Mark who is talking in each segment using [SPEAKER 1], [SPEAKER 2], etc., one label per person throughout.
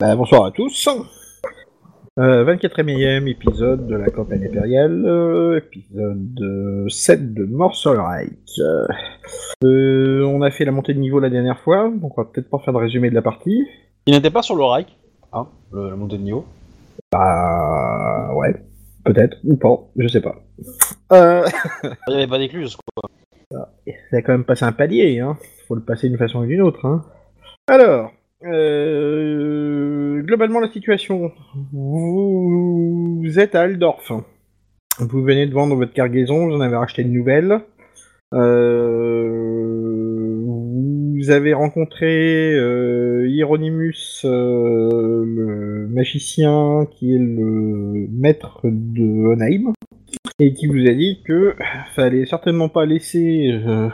[SPEAKER 1] Bah, bonsoir à tous. Euh, 24e épisode de la campagne impériale, euh, épisode euh, 7 de Morsolreich. Euh, euh, on a fait la montée de niveau la dernière fois, donc on va peut-être pas faire de résumé de la partie.
[SPEAKER 2] Il n'était pas sur le Reich, hein, le, la montée de niveau.
[SPEAKER 1] Bah ouais, peut-être, ou pas, je sais pas. Euh,
[SPEAKER 2] Il n'y avait pas d'écluse, quoi.
[SPEAKER 1] ça a quand même passé un palier, hein. Faut le passer d'une façon ou d'une autre, hein. Alors, euh, globalement la situation. Vous êtes à Aldorf. Vous venez de vendre votre cargaison, vous en avez racheté une nouvelle. Euh, vous avez rencontré euh, Hieronymus, euh, le magicien qui est le maître de Hohenheim, et qui vous a dit que fallait certainement pas laisser euh,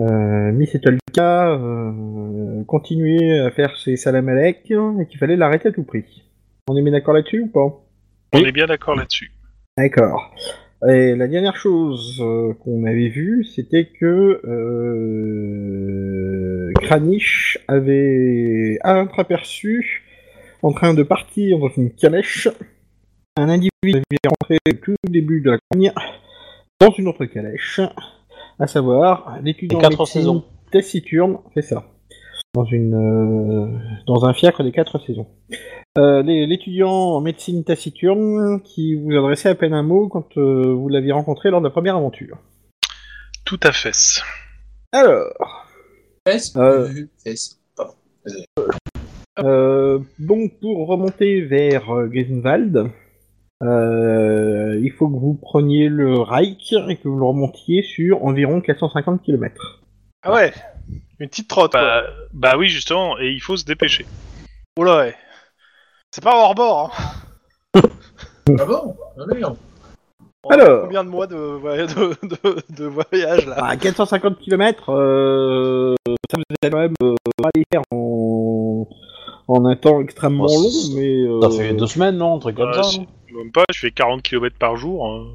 [SPEAKER 1] euh, Miss Etolka euh, continuer à faire ses salamalek et qu'il fallait l'arrêter à tout prix. On est bien d'accord là-dessus ou pas
[SPEAKER 3] On est bien d'accord là-dessus.
[SPEAKER 1] D'accord. Et la dernière chose euh, qu'on avait vue, c'était que euh, Kranich avait aperçu, en train de partir dans une calèche, un individu qui avait rentré au tout début de la campagne dans une autre calèche, à savoir l'étudiant
[SPEAKER 2] Les quatre
[SPEAKER 1] en médecine
[SPEAKER 2] saisons.
[SPEAKER 1] taciturne, c'est ça, dans, une, euh, dans un fiacre des quatre saisons. Euh, les- l'étudiant en médecine taciturne qui vous adressait à peine un mot quand euh, vous l'aviez rencontré lors de la première aventure.
[SPEAKER 3] Tout à fait.
[SPEAKER 1] Alors,
[SPEAKER 4] Fesse
[SPEAKER 1] Euh.
[SPEAKER 4] euh, fesse. Pardon.
[SPEAKER 1] euh, donc pour remonter vers euh, Grisenwald, euh, il faut que vous preniez le Reich et que vous le remontiez sur environ 450 km.
[SPEAKER 5] Ah ouais Une petite trotte, quoi.
[SPEAKER 3] Bah, bah oui, justement, et il faut se dépêcher.
[SPEAKER 5] Oh là ouais. C'est pas hors bord, hein.
[SPEAKER 4] Ah bon Ah merde.
[SPEAKER 5] On a
[SPEAKER 1] Alors.
[SPEAKER 5] Combien de mois de, voy- de, de- de voyage, là
[SPEAKER 1] À 450 km, euh, ça vous allez quand même euh, pas les faire en, en un temps extrêmement
[SPEAKER 2] Ouais,
[SPEAKER 1] long,
[SPEAKER 2] Oh, c'est-
[SPEAKER 1] mais...
[SPEAKER 2] Ça
[SPEAKER 1] euh,
[SPEAKER 2] fait deux semaines, non Un truc comme
[SPEAKER 3] Euh,
[SPEAKER 2] ça.
[SPEAKER 3] c'est-
[SPEAKER 2] non
[SPEAKER 3] Même pas, je fais 40 km par jour. hein.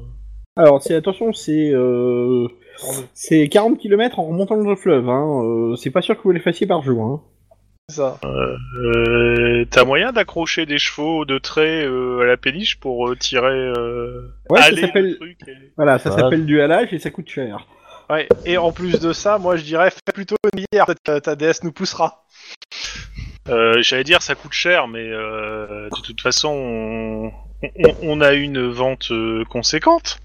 [SPEAKER 1] Alors, c'est attention, c'est euh, c'est 40 km en remontant le fleuve. Hein. euh, c'est pas sûr que vous les fassiez par jour. Hein.
[SPEAKER 5] C'est ça.
[SPEAKER 3] Euh, T'as moyen d'accrocher des chevaux de trait euh, à la péniche pour euh, tirer. Euh,
[SPEAKER 1] Ouais,
[SPEAKER 3] haler
[SPEAKER 1] ça s'appelle
[SPEAKER 3] le truc et-
[SPEAKER 1] voilà, ça
[SPEAKER 2] Voilà.
[SPEAKER 1] s'appelle du halage et ça coûte cher.
[SPEAKER 5] Ouais. Et en plus de ça, moi, je dirais, fais plutôt une bière. Peut-être que ta déesse nous poussera.
[SPEAKER 3] Euh, J'allais dire, ça coûte cher, mais euh, de toute façon, on, on- on a une vente euh, conséquente.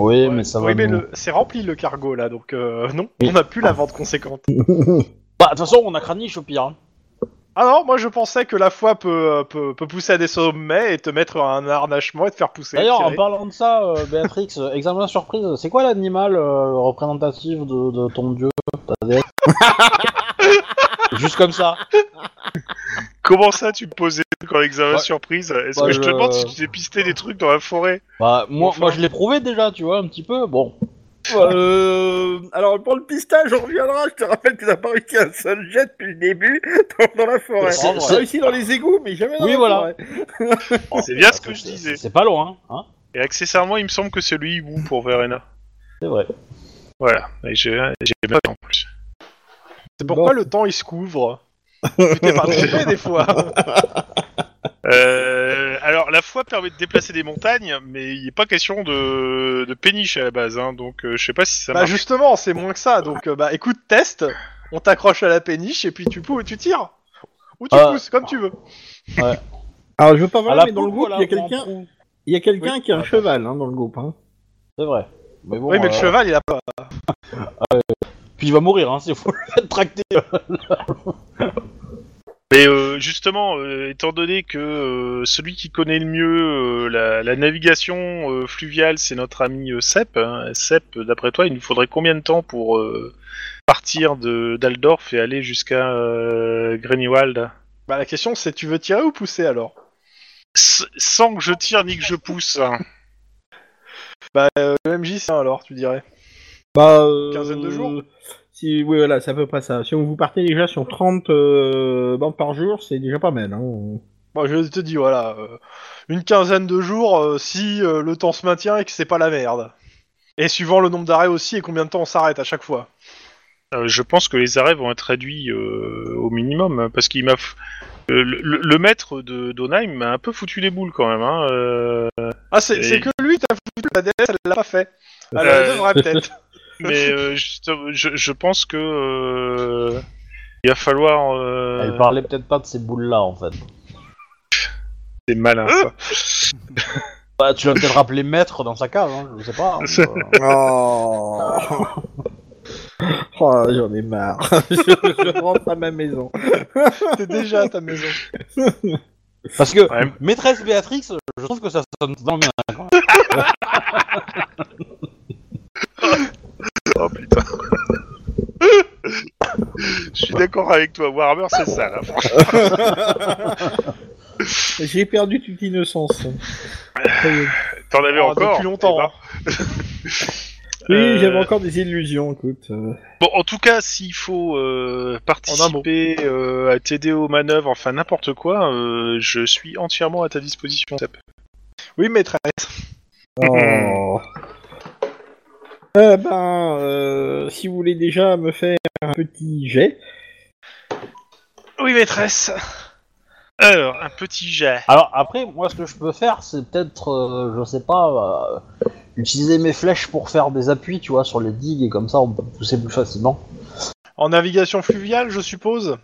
[SPEAKER 2] Oui,
[SPEAKER 5] Ouais.
[SPEAKER 2] mais ça
[SPEAKER 5] oui,
[SPEAKER 2] va.
[SPEAKER 5] mais
[SPEAKER 2] nous-
[SPEAKER 5] le- c'est rempli, le cargo, là. Donc, euh, non, on n'a plus la vente conséquente.
[SPEAKER 2] Bah, de toute façon, on a Kranich au pire. hein.
[SPEAKER 5] Ah non, moi, je pensais que la foi peut, euh, peut, peut pousser à des sommets et te mettre à un harnachement et te faire pousser.
[SPEAKER 2] D'ailleurs, en
[SPEAKER 5] tirer.
[SPEAKER 2] parlant de ça, euh, Béatrix, euh, examen surprise, c'est quoi l'animal euh, représentatif de, de ton dieu ta déesse Juste comme ça.
[SPEAKER 3] Comment ça, tu me posais quand examen
[SPEAKER 2] Bah,
[SPEAKER 3] surprise Est-ce
[SPEAKER 2] bah,
[SPEAKER 3] que je te
[SPEAKER 2] je-
[SPEAKER 3] demande si tu t'es pisté des trucs dans la forêt
[SPEAKER 2] Bah, moi,
[SPEAKER 3] Enfin.
[SPEAKER 2] moi je l'ai prouvé déjà, tu vois, un petit peu. Bon.
[SPEAKER 1] Euh, alors, pour le pistage, on reviendra. Je te rappelle que t'as pas réussi un seul jet depuis le début dans, la forêt.
[SPEAKER 2] C'est-
[SPEAKER 1] T'as
[SPEAKER 2] c'est-
[SPEAKER 1] réussi dans les égouts, mais jamais dans
[SPEAKER 2] Oui,
[SPEAKER 1] la
[SPEAKER 2] voilà.
[SPEAKER 1] forêt.
[SPEAKER 3] C'est bien ce que je
[SPEAKER 2] C'est-
[SPEAKER 3] disais.
[SPEAKER 2] C'est pas loin, hein
[SPEAKER 3] Et accessoirement, il me semble que c'est le hibou pour Verena.
[SPEAKER 2] C'est vrai.
[SPEAKER 3] Voilà, et j'ai j'ai même pas en plus.
[SPEAKER 5] C'est pourquoi
[SPEAKER 1] Bon.
[SPEAKER 5] le temps, il se couvre. tu t'es pas trompé, des fois.
[SPEAKER 3] Euh, alors, la foi permet de déplacer des montagnes, mais il n'est pas question de, de péniche à la base, hein, donc euh, je sais pas si ça
[SPEAKER 5] Bah
[SPEAKER 3] marche.
[SPEAKER 5] justement, c'est moins que ça. Donc euh, bah écoute, test. On t'accroche à la péniche et puis tu pou- tu tires. Ou tu
[SPEAKER 2] Ah.
[SPEAKER 5] pousses comme tu veux.
[SPEAKER 1] Alors, je veux pas voir,
[SPEAKER 2] À la
[SPEAKER 1] mais dans le
[SPEAKER 2] poule,
[SPEAKER 1] groupe, il
[SPEAKER 2] voilà,
[SPEAKER 1] y a
[SPEAKER 2] on
[SPEAKER 1] quelqu'un
[SPEAKER 2] prend-
[SPEAKER 1] il y a quelqu'un qui a un
[SPEAKER 2] Ah, bah.
[SPEAKER 1] cheval hein, dans le groupe. Hein.
[SPEAKER 2] C'est vrai. Mais bon,
[SPEAKER 5] oui, mais le
[SPEAKER 2] euh,
[SPEAKER 5] cheval, il a pas.
[SPEAKER 2] Puis il va mourir, hein, s'il faut le tracter.
[SPEAKER 3] Mais euh, justement, euh, étant donné que euh, celui qui connaît le mieux euh, la, la navigation euh, fluviale, c'est notre ami euh, Sepp. hein. Sepp, d'après toi, il nous faudrait combien de temps pour euh, partir de d'Aldorf et aller jusqu'à euh, Greniwald
[SPEAKER 5] Bah la question c'est tu veux tirer ou pousser alors
[SPEAKER 3] S- Sans que je tire ni que je pousse. hein.
[SPEAKER 5] Bah euh, le MJ c'est un alors tu dirais.
[SPEAKER 1] Bah, euh,
[SPEAKER 5] Quinzaine de jours
[SPEAKER 1] si, Oui, voilà, c'est à peu près ça. Si on vous partez déjà sur 30 euh, bandes par jour, c'est déjà pas mal. Hein.
[SPEAKER 5] Bon je te dis voilà, euh, une quinzaine de jours euh, si euh, le temps se maintient et que c'est pas la merde. Et suivant le nombre d'arrêts aussi et combien de temps on s'arrête à chaque fois.
[SPEAKER 3] Euh, je pense que les arrêts vont être réduits euh, au minimum, hein, parce qu'il m'a f- Euh, le, le- le maître de d'Onheim m'a un peu foutu les boules quand même. Hein. euh,
[SPEAKER 5] Ah, c'est
[SPEAKER 3] Et-
[SPEAKER 5] c'est que lui, t'as foutu la DS, elle l'a pas fait. Elle la
[SPEAKER 3] Euh,
[SPEAKER 5] devrait peut-être.
[SPEAKER 3] mais euh, juste- je, je pense que euh, il va falloir.
[SPEAKER 5] Ah,
[SPEAKER 3] euh,
[SPEAKER 2] Elle parlait peut-être pas de ces boules-là, en fait.
[SPEAKER 3] C'est malin. ça.
[SPEAKER 2] Bah, tu vas peut-être rappeler maître dans sa cave, hein, je sais pas. hein, mais, euh,
[SPEAKER 1] Oh, oh j'en ai marre. je, je rentre à ma maison.
[SPEAKER 5] T'es déjà à ta maison.
[SPEAKER 2] Parce que
[SPEAKER 3] Ouais.
[SPEAKER 2] maîtresse Béatrix, je trouve que ça sonne vraiment bien.
[SPEAKER 3] Oh putain. Je suis d'accord avec toi, Warhammer, c'est ça là, franchement.
[SPEAKER 1] J'ai perdu toute innocence. Ça y est.
[SPEAKER 3] T'en avais
[SPEAKER 5] Oh,
[SPEAKER 3] encore
[SPEAKER 5] depuis longtemps,
[SPEAKER 3] eh ben.
[SPEAKER 1] Oui,
[SPEAKER 3] Euh,
[SPEAKER 1] j'avais encore des illusions, écoute. euh.
[SPEAKER 3] Bon, en tout cas, s'il faut euh, participer, euh, à t'aider aux manœuvres, enfin n'importe quoi, euh, je suis entièrement à ta disposition. Sep.
[SPEAKER 5] Oui, maîtresse.
[SPEAKER 3] Hmm.
[SPEAKER 1] Oh. Euh, ben, euh, si vous voulez déjà me faire un petit jet.
[SPEAKER 5] Oui, maîtresse.
[SPEAKER 3] Alors, un petit jet.
[SPEAKER 2] Alors après, moi, ce que je peux faire, c'est peut-être, euh, je sais pas, euh, utiliser mes flèches pour faire des appuis, tu vois, sur les digues et comme ça, on peut pousser plus facilement.
[SPEAKER 5] En navigation fluviale, je suppose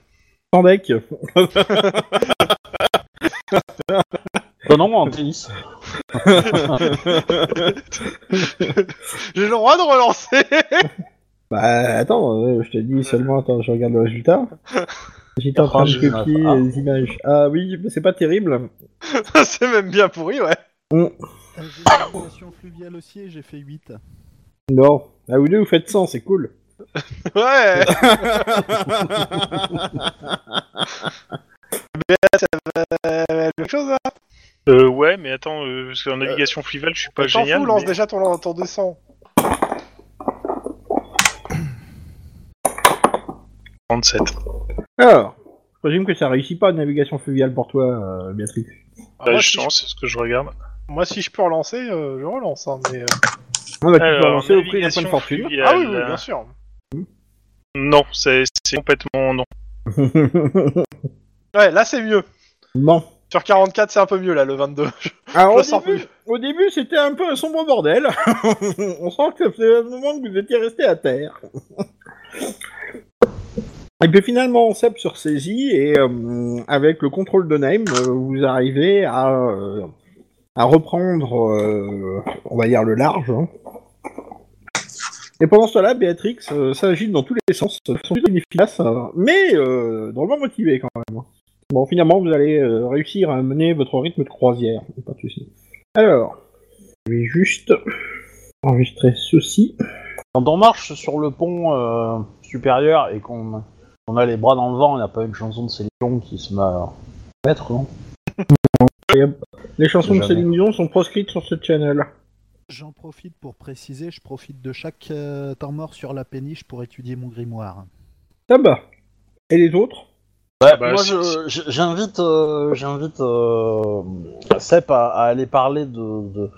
[SPEAKER 1] Sans deck.
[SPEAKER 2] Non, non, en tennis.
[SPEAKER 5] J'ai le droit de relancer
[SPEAKER 1] Bah, attends, euh, je te dis seulement, attends, je regarde le résultat. J'étais en train de
[SPEAKER 2] Ah,
[SPEAKER 1] copier
[SPEAKER 2] ah.
[SPEAKER 1] les images. Ah oui, mais c'est pas terrible.
[SPEAKER 5] C'est même bien pourri, ouais.
[SPEAKER 6] J'ai une navigation fluviale aussi et j'ai fait 8.
[SPEAKER 1] Non. Ah, vous deux, vous faites 100, c'est cool.
[SPEAKER 5] Ouais Mais ça va quelque chose, hein. là
[SPEAKER 3] Euh, ouais, mais attends, euh, parce qu'en navigation fluviale, je suis pas
[SPEAKER 5] T'en
[SPEAKER 3] génial.
[SPEAKER 5] fous, lance
[SPEAKER 3] mais-
[SPEAKER 5] déjà ton, ton 200.
[SPEAKER 3] 37.
[SPEAKER 1] Alors, je présume que ça réussit pas, navigation fluviale pour toi, euh, Béatrix.
[SPEAKER 5] Ah,
[SPEAKER 3] Bah,
[SPEAKER 5] moi,
[SPEAKER 3] je
[SPEAKER 5] si je,
[SPEAKER 3] sens, c'est ce que je regarde.
[SPEAKER 5] moi, si je peux relancer, euh, je relance. hein, mais, euh,
[SPEAKER 1] Ah, bah, tu peux
[SPEAKER 3] Alors,
[SPEAKER 1] avancer au prix d'un point de
[SPEAKER 3] navigation
[SPEAKER 1] fortune.
[SPEAKER 3] fluviale,
[SPEAKER 5] Ah oui, oui,
[SPEAKER 3] euh,
[SPEAKER 5] bien sûr.
[SPEAKER 3] Non, c'est c'est complètement non.
[SPEAKER 5] Ouais, là, c'est mieux.
[SPEAKER 1] non.
[SPEAKER 5] Sur 44, c'est un peu mieux, là, le 22.
[SPEAKER 1] Alors,
[SPEAKER 5] Je
[SPEAKER 1] au,
[SPEAKER 5] le sens
[SPEAKER 1] début, au début, c'était un peu un sombre bordel. On sent que c'est un moment que vous étiez resté à terre. Et puis finalement, Seb sur saisie et euh, avec le contrôle de Naim, euh, vous arrivez à, euh, à reprendre, euh, on va dire, le large. hein. Et pendant cela, Béatrix euh, s'agite dans tous les sens, de façon plutôt inefficace, hein, mais euh, drôlement motivée quand même. hein. Bon, finalement, vous allez euh, réussir à mener votre rythme de croisière, pas de souci. Alors, je vais juste enregistrer ceci.
[SPEAKER 2] Quand on marche sur le pont euh, supérieur et qu'on on a les bras dans le vent, on n'a pas une chanson de Céline Dion qui se met à mettre, non
[SPEAKER 1] Les chansons de
[SPEAKER 2] Jamais.
[SPEAKER 1] Céline Dion sont proscrites sur ce channel.
[SPEAKER 6] J'en profite pour préciser, je profite de chaque euh, temps mort sur la péniche pour étudier mon grimoire.
[SPEAKER 1] Tabac. Ah bah. Et les autres
[SPEAKER 2] Ouais,
[SPEAKER 3] Bah,
[SPEAKER 2] moi,
[SPEAKER 3] si-
[SPEAKER 2] je- je- j'invite, euh, j'invite euh, Sepp à, à aller parler de, de,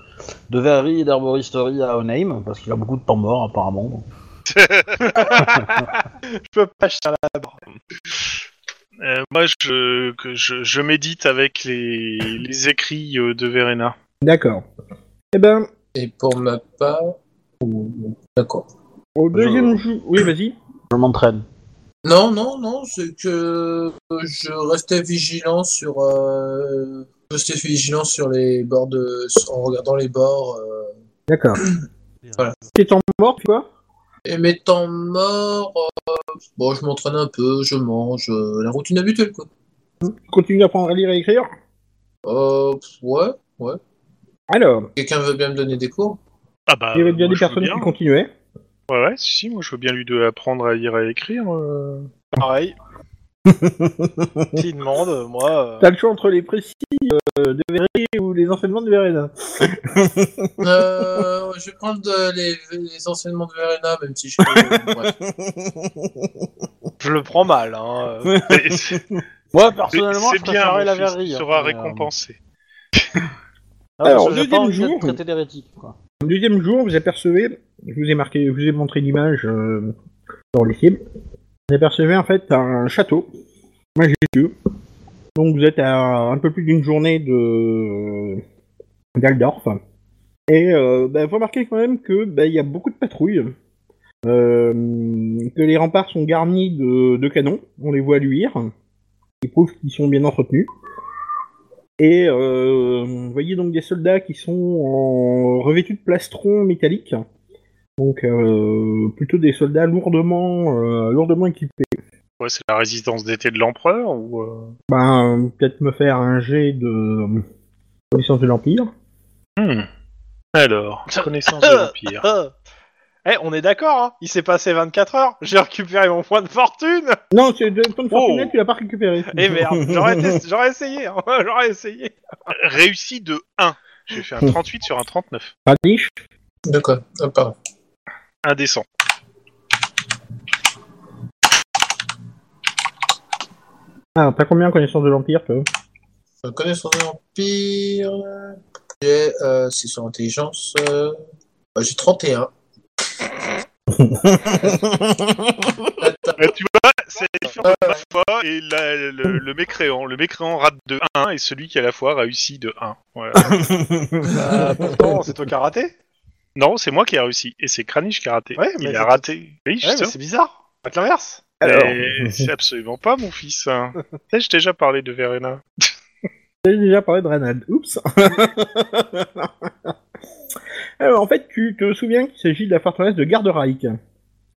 [SPEAKER 2] de verrerie et d'herboristerie à Oneim, parce qu'il a beaucoup de temps mort, apparemment.
[SPEAKER 5] Je peux pas acheter là.
[SPEAKER 3] Euh, moi, je, que je, je médite avec les, les écrits euh, de Verena.
[SPEAKER 1] D'accord. Eh ben,
[SPEAKER 4] Et pour ma part. ou- D'accord.
[SPEAKER 1] au deuxième jour... Oui, vas-y.
[SPEAKER 2] Je m'entraîne.
[SPEAKER 4] Non, non, non, c'est que je restais vigilant sur. euh, Je restais vigilant sur les bords de. en regardant les bords. euh,
[SPEAKER 1] D'accord.
[SPEAKER 4] Voilà.
[SPEAKER 1] T'es en mort, tu vois
[SPEAKER 4] Et mes temps morts, euh, bon, je m'entraîne un peu, je mange, euh, la routine habituelle, quoi.
[SPEAKER 1] Tu continues à apprendre à lire et écrire
[SPEAKER 4] Euh, ouais, ouais.
[SPEAKER 1] Alors,
[SPEAKER 4] Quelqu'un veut bien me donner des cours?
[SPEAKER 3] Ah bah,
[SPEAKER 1] il y avait bien
[SPEAKER 3] Euh, moi,
[SPEAKER 1] des
[SPEAKER 3] je veux
[SPEAKER 1] personnes
[SPEAKER 3] bien.
[SPEAKER 1] qui continuaient.
[SPEAKER 3] Ouais, ouais, si, si, moi je veux bien lui de apprendre à lire et à écrire. euh.
[SPEAKER 5] Pareil. S'il demande, moi. euh,
[SPEAKER 1] T'as le choix entre les précis euh, de Verré ou les enseignements de Verena.
[SPEAKER 4] Euh, je vais prendre de- les, les enseignements de Verena, même si je. euh, Bref.
[SPEAKER 5] Je le prends mal. Hein. euh.
[SPEAKER 3] Et c'est-
[SPEAKER 2] Moi, personnellement,
[SPEAKER 3] c'est
[SPEAKER 2] je
[SPEAKER 3] bien,
[SPEAKER 2] préférerais
[SPEAKER 3] mon
[SPEAKER 2] la
[SPEAKER 3] fils,
[SPEAKER 2] verrerie.
[SPEAKER 3] tu
[SPEAKER 2] hein,
[SPEAKER 3] seras
[SPEAKER 2] mais, euh,
[SPEAKER 3] récompensé.
[SPEAKER 2] ah, parce
[SPEAKER 1] Alors,
[SPEAKER 2] que j'ai pas
[SPEAKER 1] deuxième
[SPEAKER 2] envie d'être
[SPEAKER 1] jour.
[SPEAKER 2] traité d'hérétique, quoi.
[SPEAKER 1] Au deuxième jour, vous apercevez, je vous ai marqué, je vous ai montré l'image euh, dans les cibles, vous apercevez en fait un château majestueux Donc vous êtes à un peu plus d'une journée de euh, d'Aldorf. Et euh, bah, vous remarquez quand même que bah, il y a beaucoup de patrouilles, euh, que les remparts sont garnis de, de canons, on les voit luire, qui prouvent qu'ils sont bien entretenus. Et euh, vous voyez donc des soldats qui sont en revêtus de plastron métallique, donc euh, plutôt des soldats lourdement, euh, lourdement équipés.
[SPEAKER 3] Ouais, c'est la résistance d'été de l'empereur ou euh,
[SPEAKER 1] Ben, peut-être me faire un jet de connaissance de l'Empire.
[SPEAKER 3] hmm. Alors, connaissance de l'Empire.
[SPEAKER 5] Ah. Eh, on est d'accord, hein il s'est passé 24 heures, j'ai récupéré mon point de fortune
[SPEAKER 1] Non, c'est de ton fortune,
[SPEAKER 5] Oh.
[SPEAKER 1] tu l'as pas récupéré.
[SPEAKER 5] Et merde, j'aurais été- j'aurais essayé, hein, j'aurais essayé.
[SPEAKER 3] Réussi de 1. J'ai fait un 38 sur un 39.
[SPEAKER 1] Radish,
[SPEAKER 4] De quoi Ah, pardon.
[SPEAKER 3] Indécent.
[SPEAKER 1] ah, t'as combien en connaissance de l'Empire, toi
[SPEAKER 4] Euh, Connaissance de l'Empire. J'ai, euh, c'est sur intelligence. euh, bah, j'ai 31. Attends,
[SPEAKER 3] Euh, tu vois, c'est sur la fois et la- le, le mécréant. Le mécréant rate de 1 et celui qui à la fois réussit de 1. Voilà.
[SPEAKER 1] Euh,
[SPEAKER 5] Bah, pourtant, c'est toi qui as raté
[SPEAKER 3] non, c'est moi qui ai réussi et c'est Kranich qui a raté.
[SPEAKER 5] Ouais, mais
[SPEAKER 3] Il
[SPEAKER 5] c'est-
[SPEAKER 3] a raté. Oui,
[SPEAKER 5] Ouais, mais
[SPEAKER 3] justement.
[SPEAKER 5] c'est bizarre, pas que l'inverse.
[SPEAKER 3] Mais c'est absolument pas mon fils. hein. Tu sais, je t'ai déjà parlé de Verena.
[SPEAKER 1] J'ai déjà parlé de Ranald. Oups. Alors, Euh, en fait, tu te souviens qu'il s'agit de la forteresse de Garderaik.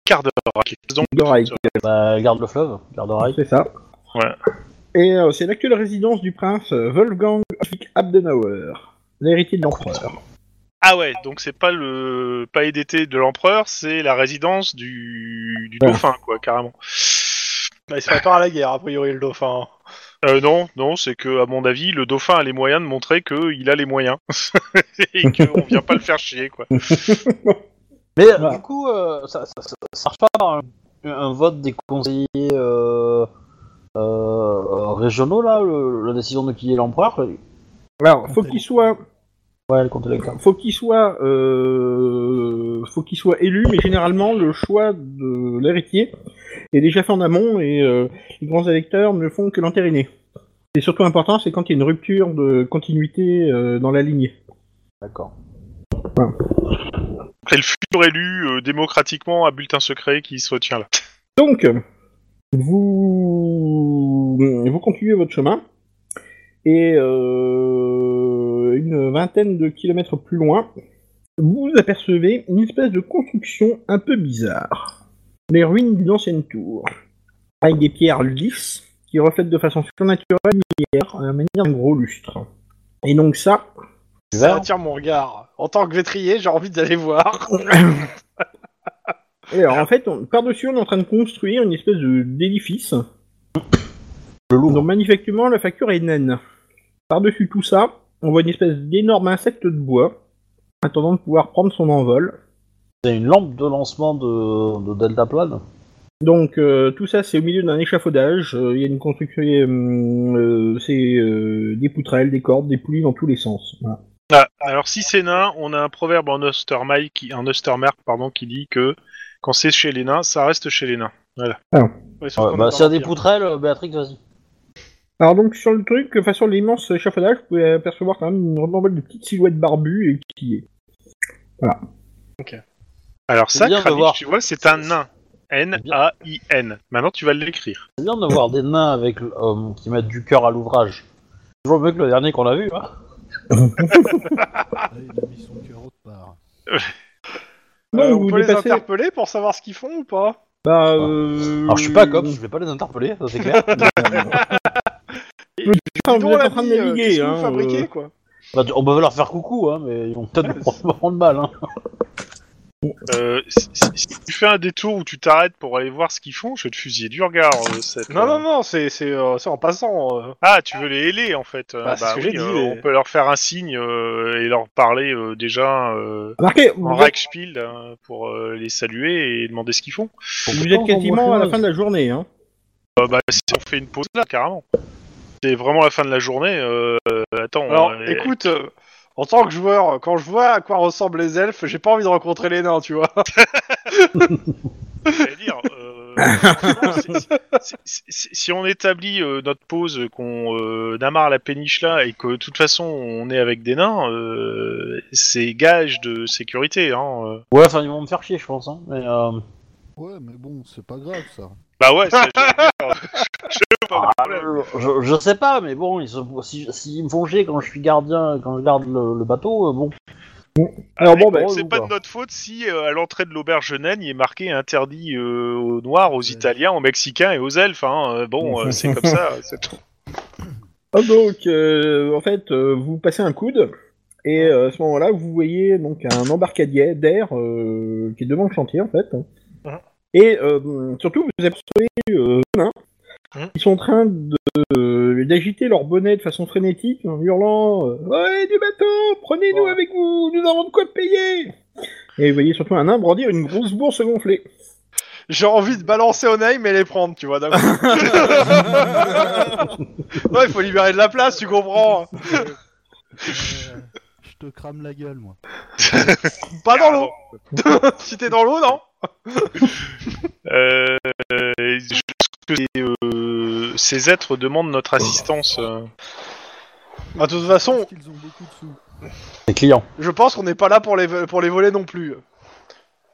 [SPEAKER 3] Quart d'heure. qui est donc-
[SPEAKER 1] Garderaik,
[SPEAKER 2] Bah, garde le fleuve, garde Rail.
[SPEAKER 1] c'est ça.
[SPEAKER 3] Ouais.
[SPEAKER 1] Et euh, c'est l'actuelle résidence du prince euh, Wolfgang Ludwig Adenauer, l'héritier de l'empereur.
[SPEAKER 3] Ah ouais, donc c'est pas le palais d'été de l'empereur, c'est la résidence du, du
[SPEAKER 1] Ouais.
[SPEAKER 3] dauphin, quoi, carrément.
[SPEAKER 5] Bah, il se prépare à la guerre, a priori, le dauphin.
[SPEAKER 3] Euh, non, non, c'est que, à mon avis, le dauphin a les moyens de montrer qu'il a les moyens. et qu'on vient pas le faire chier, quoi.
[SPEAKER 2] Mais euh,
[SPEAKER 1] Voilà.
[SPEAKER 2] du coup, euh, ça, ça, ça, ça marche pas par un, un vote des conseillers euh, euh, régionaux, là, le- la décision de qui est l'empereur
[SPEAKER 1] Alors, faut qu'il soit,
[SPEAKER 2] Ouais, le compte électoral.
[SPEAKER 1] faut qu'il soit, euh, faut qu'il soit élu, mais généralement le choix de l'héritier est déjà fait en amont et euh, les grands électeurs ne font que l'entériner. Et surtout important, c'est quand il y a une rupture de continuité euh, dans la lignée.
[SPEAKER 2] D'accord.
[SPEAKER 3] C'est le futur élu euh, démocratiquement à bulletin secret qui se retient là.
[SPEAKER 1] Donc, vous, vous continuez votre chemin, et euh, une vingtaine de kilomètres plus loin, vous apercevez une espèce de construction un peu bizarre. Les ruines d'une ancienne tour, avec des pierres lisses qui reflètent de façon surnaturelle une lumière à la manière d'un gros lustre. Et donc ça,
[SPEAKER 5] Ça attire mon regard. En tant que vétrier, j'ai envie d'aller voir.
[SPEAKER 1] et alors, en fait, on- par-dessus, on est en train de construire une espèce de- d'édifice
[SPEAKER 2] Le loup.
[SPEAKER 1] Donc manifestement, la facture est naine. Par-dessus tout ça, on voit une espèce d'énorme insecte de bois, attendant de pouvoir prendre son envol.
[SPEAKER 2] C'est une lampe de lancement de, de Delta Plane.
[SPEAKER 1] Donc euh, tout ça, c'est au milieu d'un échafaudage. euh, Il y a une construction, euh, euh, c'est euh, des poutrelles, des cordes, des poulies dans tous les sens. Voilà.
[SPEAKER 3] Ah, alors, si c'est nain, on a un proverbe en Ostermark qui, en Ostermark, pardon, qui dit que quand c'est chez les nains, ça reste chez les nains.
[SPEAKER 5] Ouais, sauf
[SPEAKER 2] Ouais,
[SPEAKER 5] qu'on
[SPEAKER 2] bah,
[SPEAKER 5] est
[SPEAKER 2] s'il y a des
[SPEAKER 5] dans
[SPEAKER 2] poutrelles, euh, Béatrix, vas-y.
[SPEAKER 1] Alors donc sur le truc, de façon l'immense échafaudage, vous pouvez apercevoir quand même une ribambelle de petites silhouettes barbues et qui est.
[SPEAKER 3] Alors,
[SPEAKER 2] C'est
[SPEAKER 3] ça,
[SPEAKER 2] bien de
[SPEAKER 3] Kranich,
[SPEAKER 2] voir.
[SPEAKER 3] tu vois, c'est un nain. N-A-I-N. Maintenant, tu vas l'écrire.
[SPEAKER 2] C'est bien de voir des nains avec, euh, qui mettent du cœur à l'ouvrage. Toujours mieux que le dernier qu'on a vu. Hein.
[SPEAKER 6] Ah, il a mis son cœur autre part.
[SPEAKER 5] le- Euh,
[SPEAKER 1] Donc,
[SPEAKER 5] on
[SPEAKER 1] vous
[SPEAKER 5] peut les
[SPEAKER 1] dépassez.
[SPEAKER 5] interpeller pour savoir ce qu'ils font ou pas
[SPEAKER 1] Bah, euh...
[SPEAKER 2] Ah. Alors, je suis pas comme, je vais pas les interpeller, ça c'est clair.
[SPEAKER 1] Enfin,
[SPEAKER 5] Dis
[SPEAKER 1] vous
[SPEAKER 5] donc,
[SPEAKER 1] êtes
[SPEAKER 5] la
[SPEAKER 1] en train de
[SPEAKER 5] vie, euh,
[SPEAKER 1] naviguer.
[SPEAKER 5] qu'est-ce que
[SPEAKER 1] hein,
[SPEAKER 5] vous fabriquez,
[SPEAKER 1] euh.
[SPEAKER 5] quoi.
[SPEAKER 2] Bah, on peut leur faire coucou, hein, mais ils vont peut-être nous prendre prendre mal. Hein.
[SPEAKER 3] Euh, si, si- si tu fais un détour où tu t'arrêtes pour aller voir ce qu'ils font, je vais te fusiller du regard. euh, cette-
[SPEAKER 5] Non, non, non, c'est c'est, euh, c'est en passant. euh.
[SPEAKER 3] Ah, tu veux les héler en fait. Euh,
[SPEAKER 5] Bah, c'est ce que j'ai dit,
[SPEAKER 3] euh,
[SPEAKER 5] les-
[SPEAKER 3] On peut leur faire un signe euh, et leur parler euh, déjà euh,
[SPEAKER 1] Remarquez, vous
[SPEAKER 3] en
[SPEAKER 1] êtes-
[SPEAKER 3] Reichspiel euh, pour euh, les saluer et demander ce qu'ils font.
[SPEAKER 1] vous êtes quasiment à la fin de la journée. Hein.
[SPEAKER 3] Euh, bah, si on fait une pause là, carrément. C'est vraiment la fin de la journée. euh, euh, attends.
[SPEAKER 5] Alors,
[SPEAKER 3] euh,
[SPEAKER 5] écoute, euh, en tant que joueur, quand je vois à quoi ressemblent les elfes, j'ai pas envie de rencontrer les nains, tu vois.
[SPEAKER 3] j'allais dire, euh, si- si- si si on établit euh, notre pause, qu'on euh, amarre la péniche là et que de toute façon on est avec des nains, euh, c'est gage de sécurité. Hein. euh.
[SPEAKER 2] Ouais, enfin, ils vont me faire chier, je pense. Hein. Mais, euh,
[SPEAKER 6] Ouais, mais bon, c'est pas grave ça.
[SPEAKER 3] Bah ouais, c'est- je- pas de
[SPEAKER 2] Ah
[SPEAKER 3] problème.
[SPEAKER 2] je, je- je sais pas, mais bon, ils se, si, s'ils me font chier quand je suis gardien, quand je garde le, le bateau, euh, bon.
[SPEAKER 1] Alors
[SPEAKER 3] Avec-
[SPEAKER 1] bon, bah,
[SPEAKER 2] bon,
[SPEAKER 3] Eh, c'est
[SPEAKER 2] ou
[SPEAKER 3] pas
[SPEAKER 2] pas
[SPEAKER 3] de notre faute si euh, à l'entrée de l'auberge naine il est marqué interdit euh, aux noirs, aux
[SPEAKER 6] Ouais.
[SPEAKER 3] italiens, aux mexicains et aux elfes. Hein. Euh, Bon, euh, c'est comme ça, c'est tout.
[SPEAKER 1] ah, donc, euh, en fait, euh, vous passez un coude, et euh, à ce moment-là, vous voyez donc un embarcadier d'air euh, qui est devant le chantier, en fait.
[SPEAKER 5] Mhm.
[SPEAKER 1] Et euh, surtout, vous apercevez euh, deux nains.
[SPEAKER 5] Mhm.
[SPEAKER 1] Ils sont en train de- euh, d'agiter leur bonnet de façon frénétique, en hurlant euh, Ouais, du bateau, prenez-nous
[SPEAKER 2] Ouais.
[SPEAKER 1] avec vous, nous avons de quoi te payer !» Et vous voyez surtout un nain brandir une grosse bourse gonflée.
[SPEAKER 5] J'ai envie de balancer Onaim et les prendre, tu vois, d'un coup. ouais, il faut libérer de la place, tu comprends
[SPEAKER 6] Euh, je te crame la gueule, moi.
[SPEAKER 5] Pas dans l'eau Si t'es dans l'eau, non
[SPEAKER 3] Euh, euh, je pense que ces, euh, ces êtres demandent notre assistance. euh.
[SPEAKER 5] Bah, De toute façon,
[SPEAKER 6] Parce qu'ils ont beaucoup de sous.
[SPEAKER 2] Les clients.
[SPEAKER 5] je pense qu'on n'est pas là pour les, pour les voler non plus.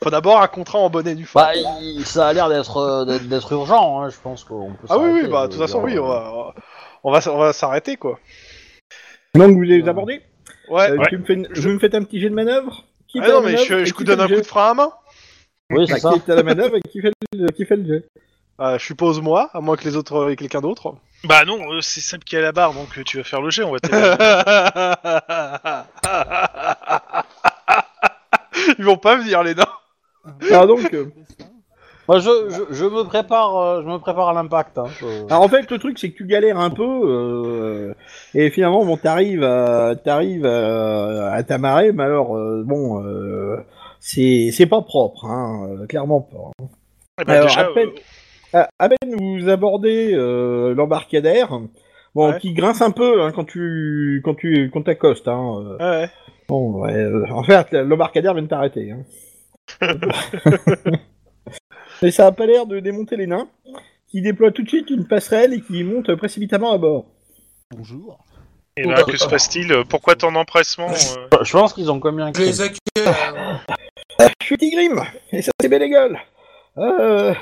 [SPEAKER 5] Faut d'abord un contrat en bonnet du
[SPEAKER 2] Bah, il- ça a l'air d'être, euh, d'être, d'être urgent, hein, je pense qu'on peut
[SPEAKER 5] Ah oui, oui,
[SPEAKER 2] s'arrêter,
[SPEAKER 5] bah,
[SPEAKER 2] euh,
[SPEAKER 5] de toute
[SPEAKER 2] dire,
[SPEAKER 5] façon, oui, on
[SPEAKER 2] euh,
[SPEAKER 5] va, on va, s- on va s'arrêter, quoi.
[SPEAKER 1] Donc vous les
[SPEAKER 2] Ouais.
[SPEAKER 1] abordez
[SPEAKER 5] Ouais.
[SPEAKER 1] Euh,
[SPEAKER 3] Ouais.
[SPEAKER 1] tu me fais une- Vous me faites un petit jet de manœuvre qui
[SPEAKER 5] Ah
[SPEAKER 1] fait la
[SPEAKER 5] non, mais
[SPEAKER 1] manœuvre
[SPEAKER 5] je,
[SPEAKER 1] et
[SPEAKER 5] je
[SPEAKER 1] qui
[SPEAKER 5] vous
[SPEAKER 1] fait
[SPEAKER 5] donne
[SPEAKER 1] le
[SPEAKER 5] un coup
[SPEAKER 1] jet
[SPEAKER 5] de frein à main
[SPEAKER 2] Oui,
[SPEAKER 1] Bah,
[SPEAKER 2] c'est ça.
[SPEAKER 1] Qui est à la manœuvre et qui fait le, qui fait le jet.
[SPEAKER 5] Euh, Je suppose, moi, à moins que les autres aient quelqu'un d'autre.
[SPEAKER 3] Bah non, euh, c'est Seb qui est à la barre, donc euh, tu vas faire le jet, on va t'aider.
[SPEAKER 5] Ils vont pas venir, les nains.
[SPEAKER 1] Alors donc, euh,
[SPEAKER 2] Moi, je, je, je me prépare, euh, je me prépare à l'impact. Hein, je-
[SPEAKER 1] alors en fait, le truc c'est que tu galères un peu euh, et finalement bon, t'arrives à t'arrives à, à t'amarrer, mais alors euh, bon, euh, c'est c'est pas propre, hein, euh, clairement pas.
[SPEAKER 3] Eh ben,
[SPEAKER 1] Alors,
[SPEAKER 3] déjà,
[SPEAKER 1] à peine-
[SPEAKER 3] euh,
[SPEAKER 1] À, à peine vous abordez euh, l'embarcadère, bon,
[SPEAKER 5] Ouais.
[SPEAKER 1] qui grince un peu hein, quand tu quand tu quand t'accostes. Hein, euh,
[SPEAKER 5] Ouais.
[SPEAKER 1] Bon, ouais, euh, en fait, la- l'embarcadère vient de t'arrêter. Hein. Mais ça a pas l'air de démonter les nains, qui déploient tout de suite une passerelle et qui montent précipitamment à bord.
[SPEAKER 6] Bonjour.
[SPEAKER 3] eh ben, que se passe-t-il Pourquoi ton empressement euh
[SPEAKER 2] Je pense qu'ils ont combien
[SPEAKER 4] Je les accueille. euh,
[SPEAKER 1] Je suis Tigrim, et ça c'est belle gueule. Euh,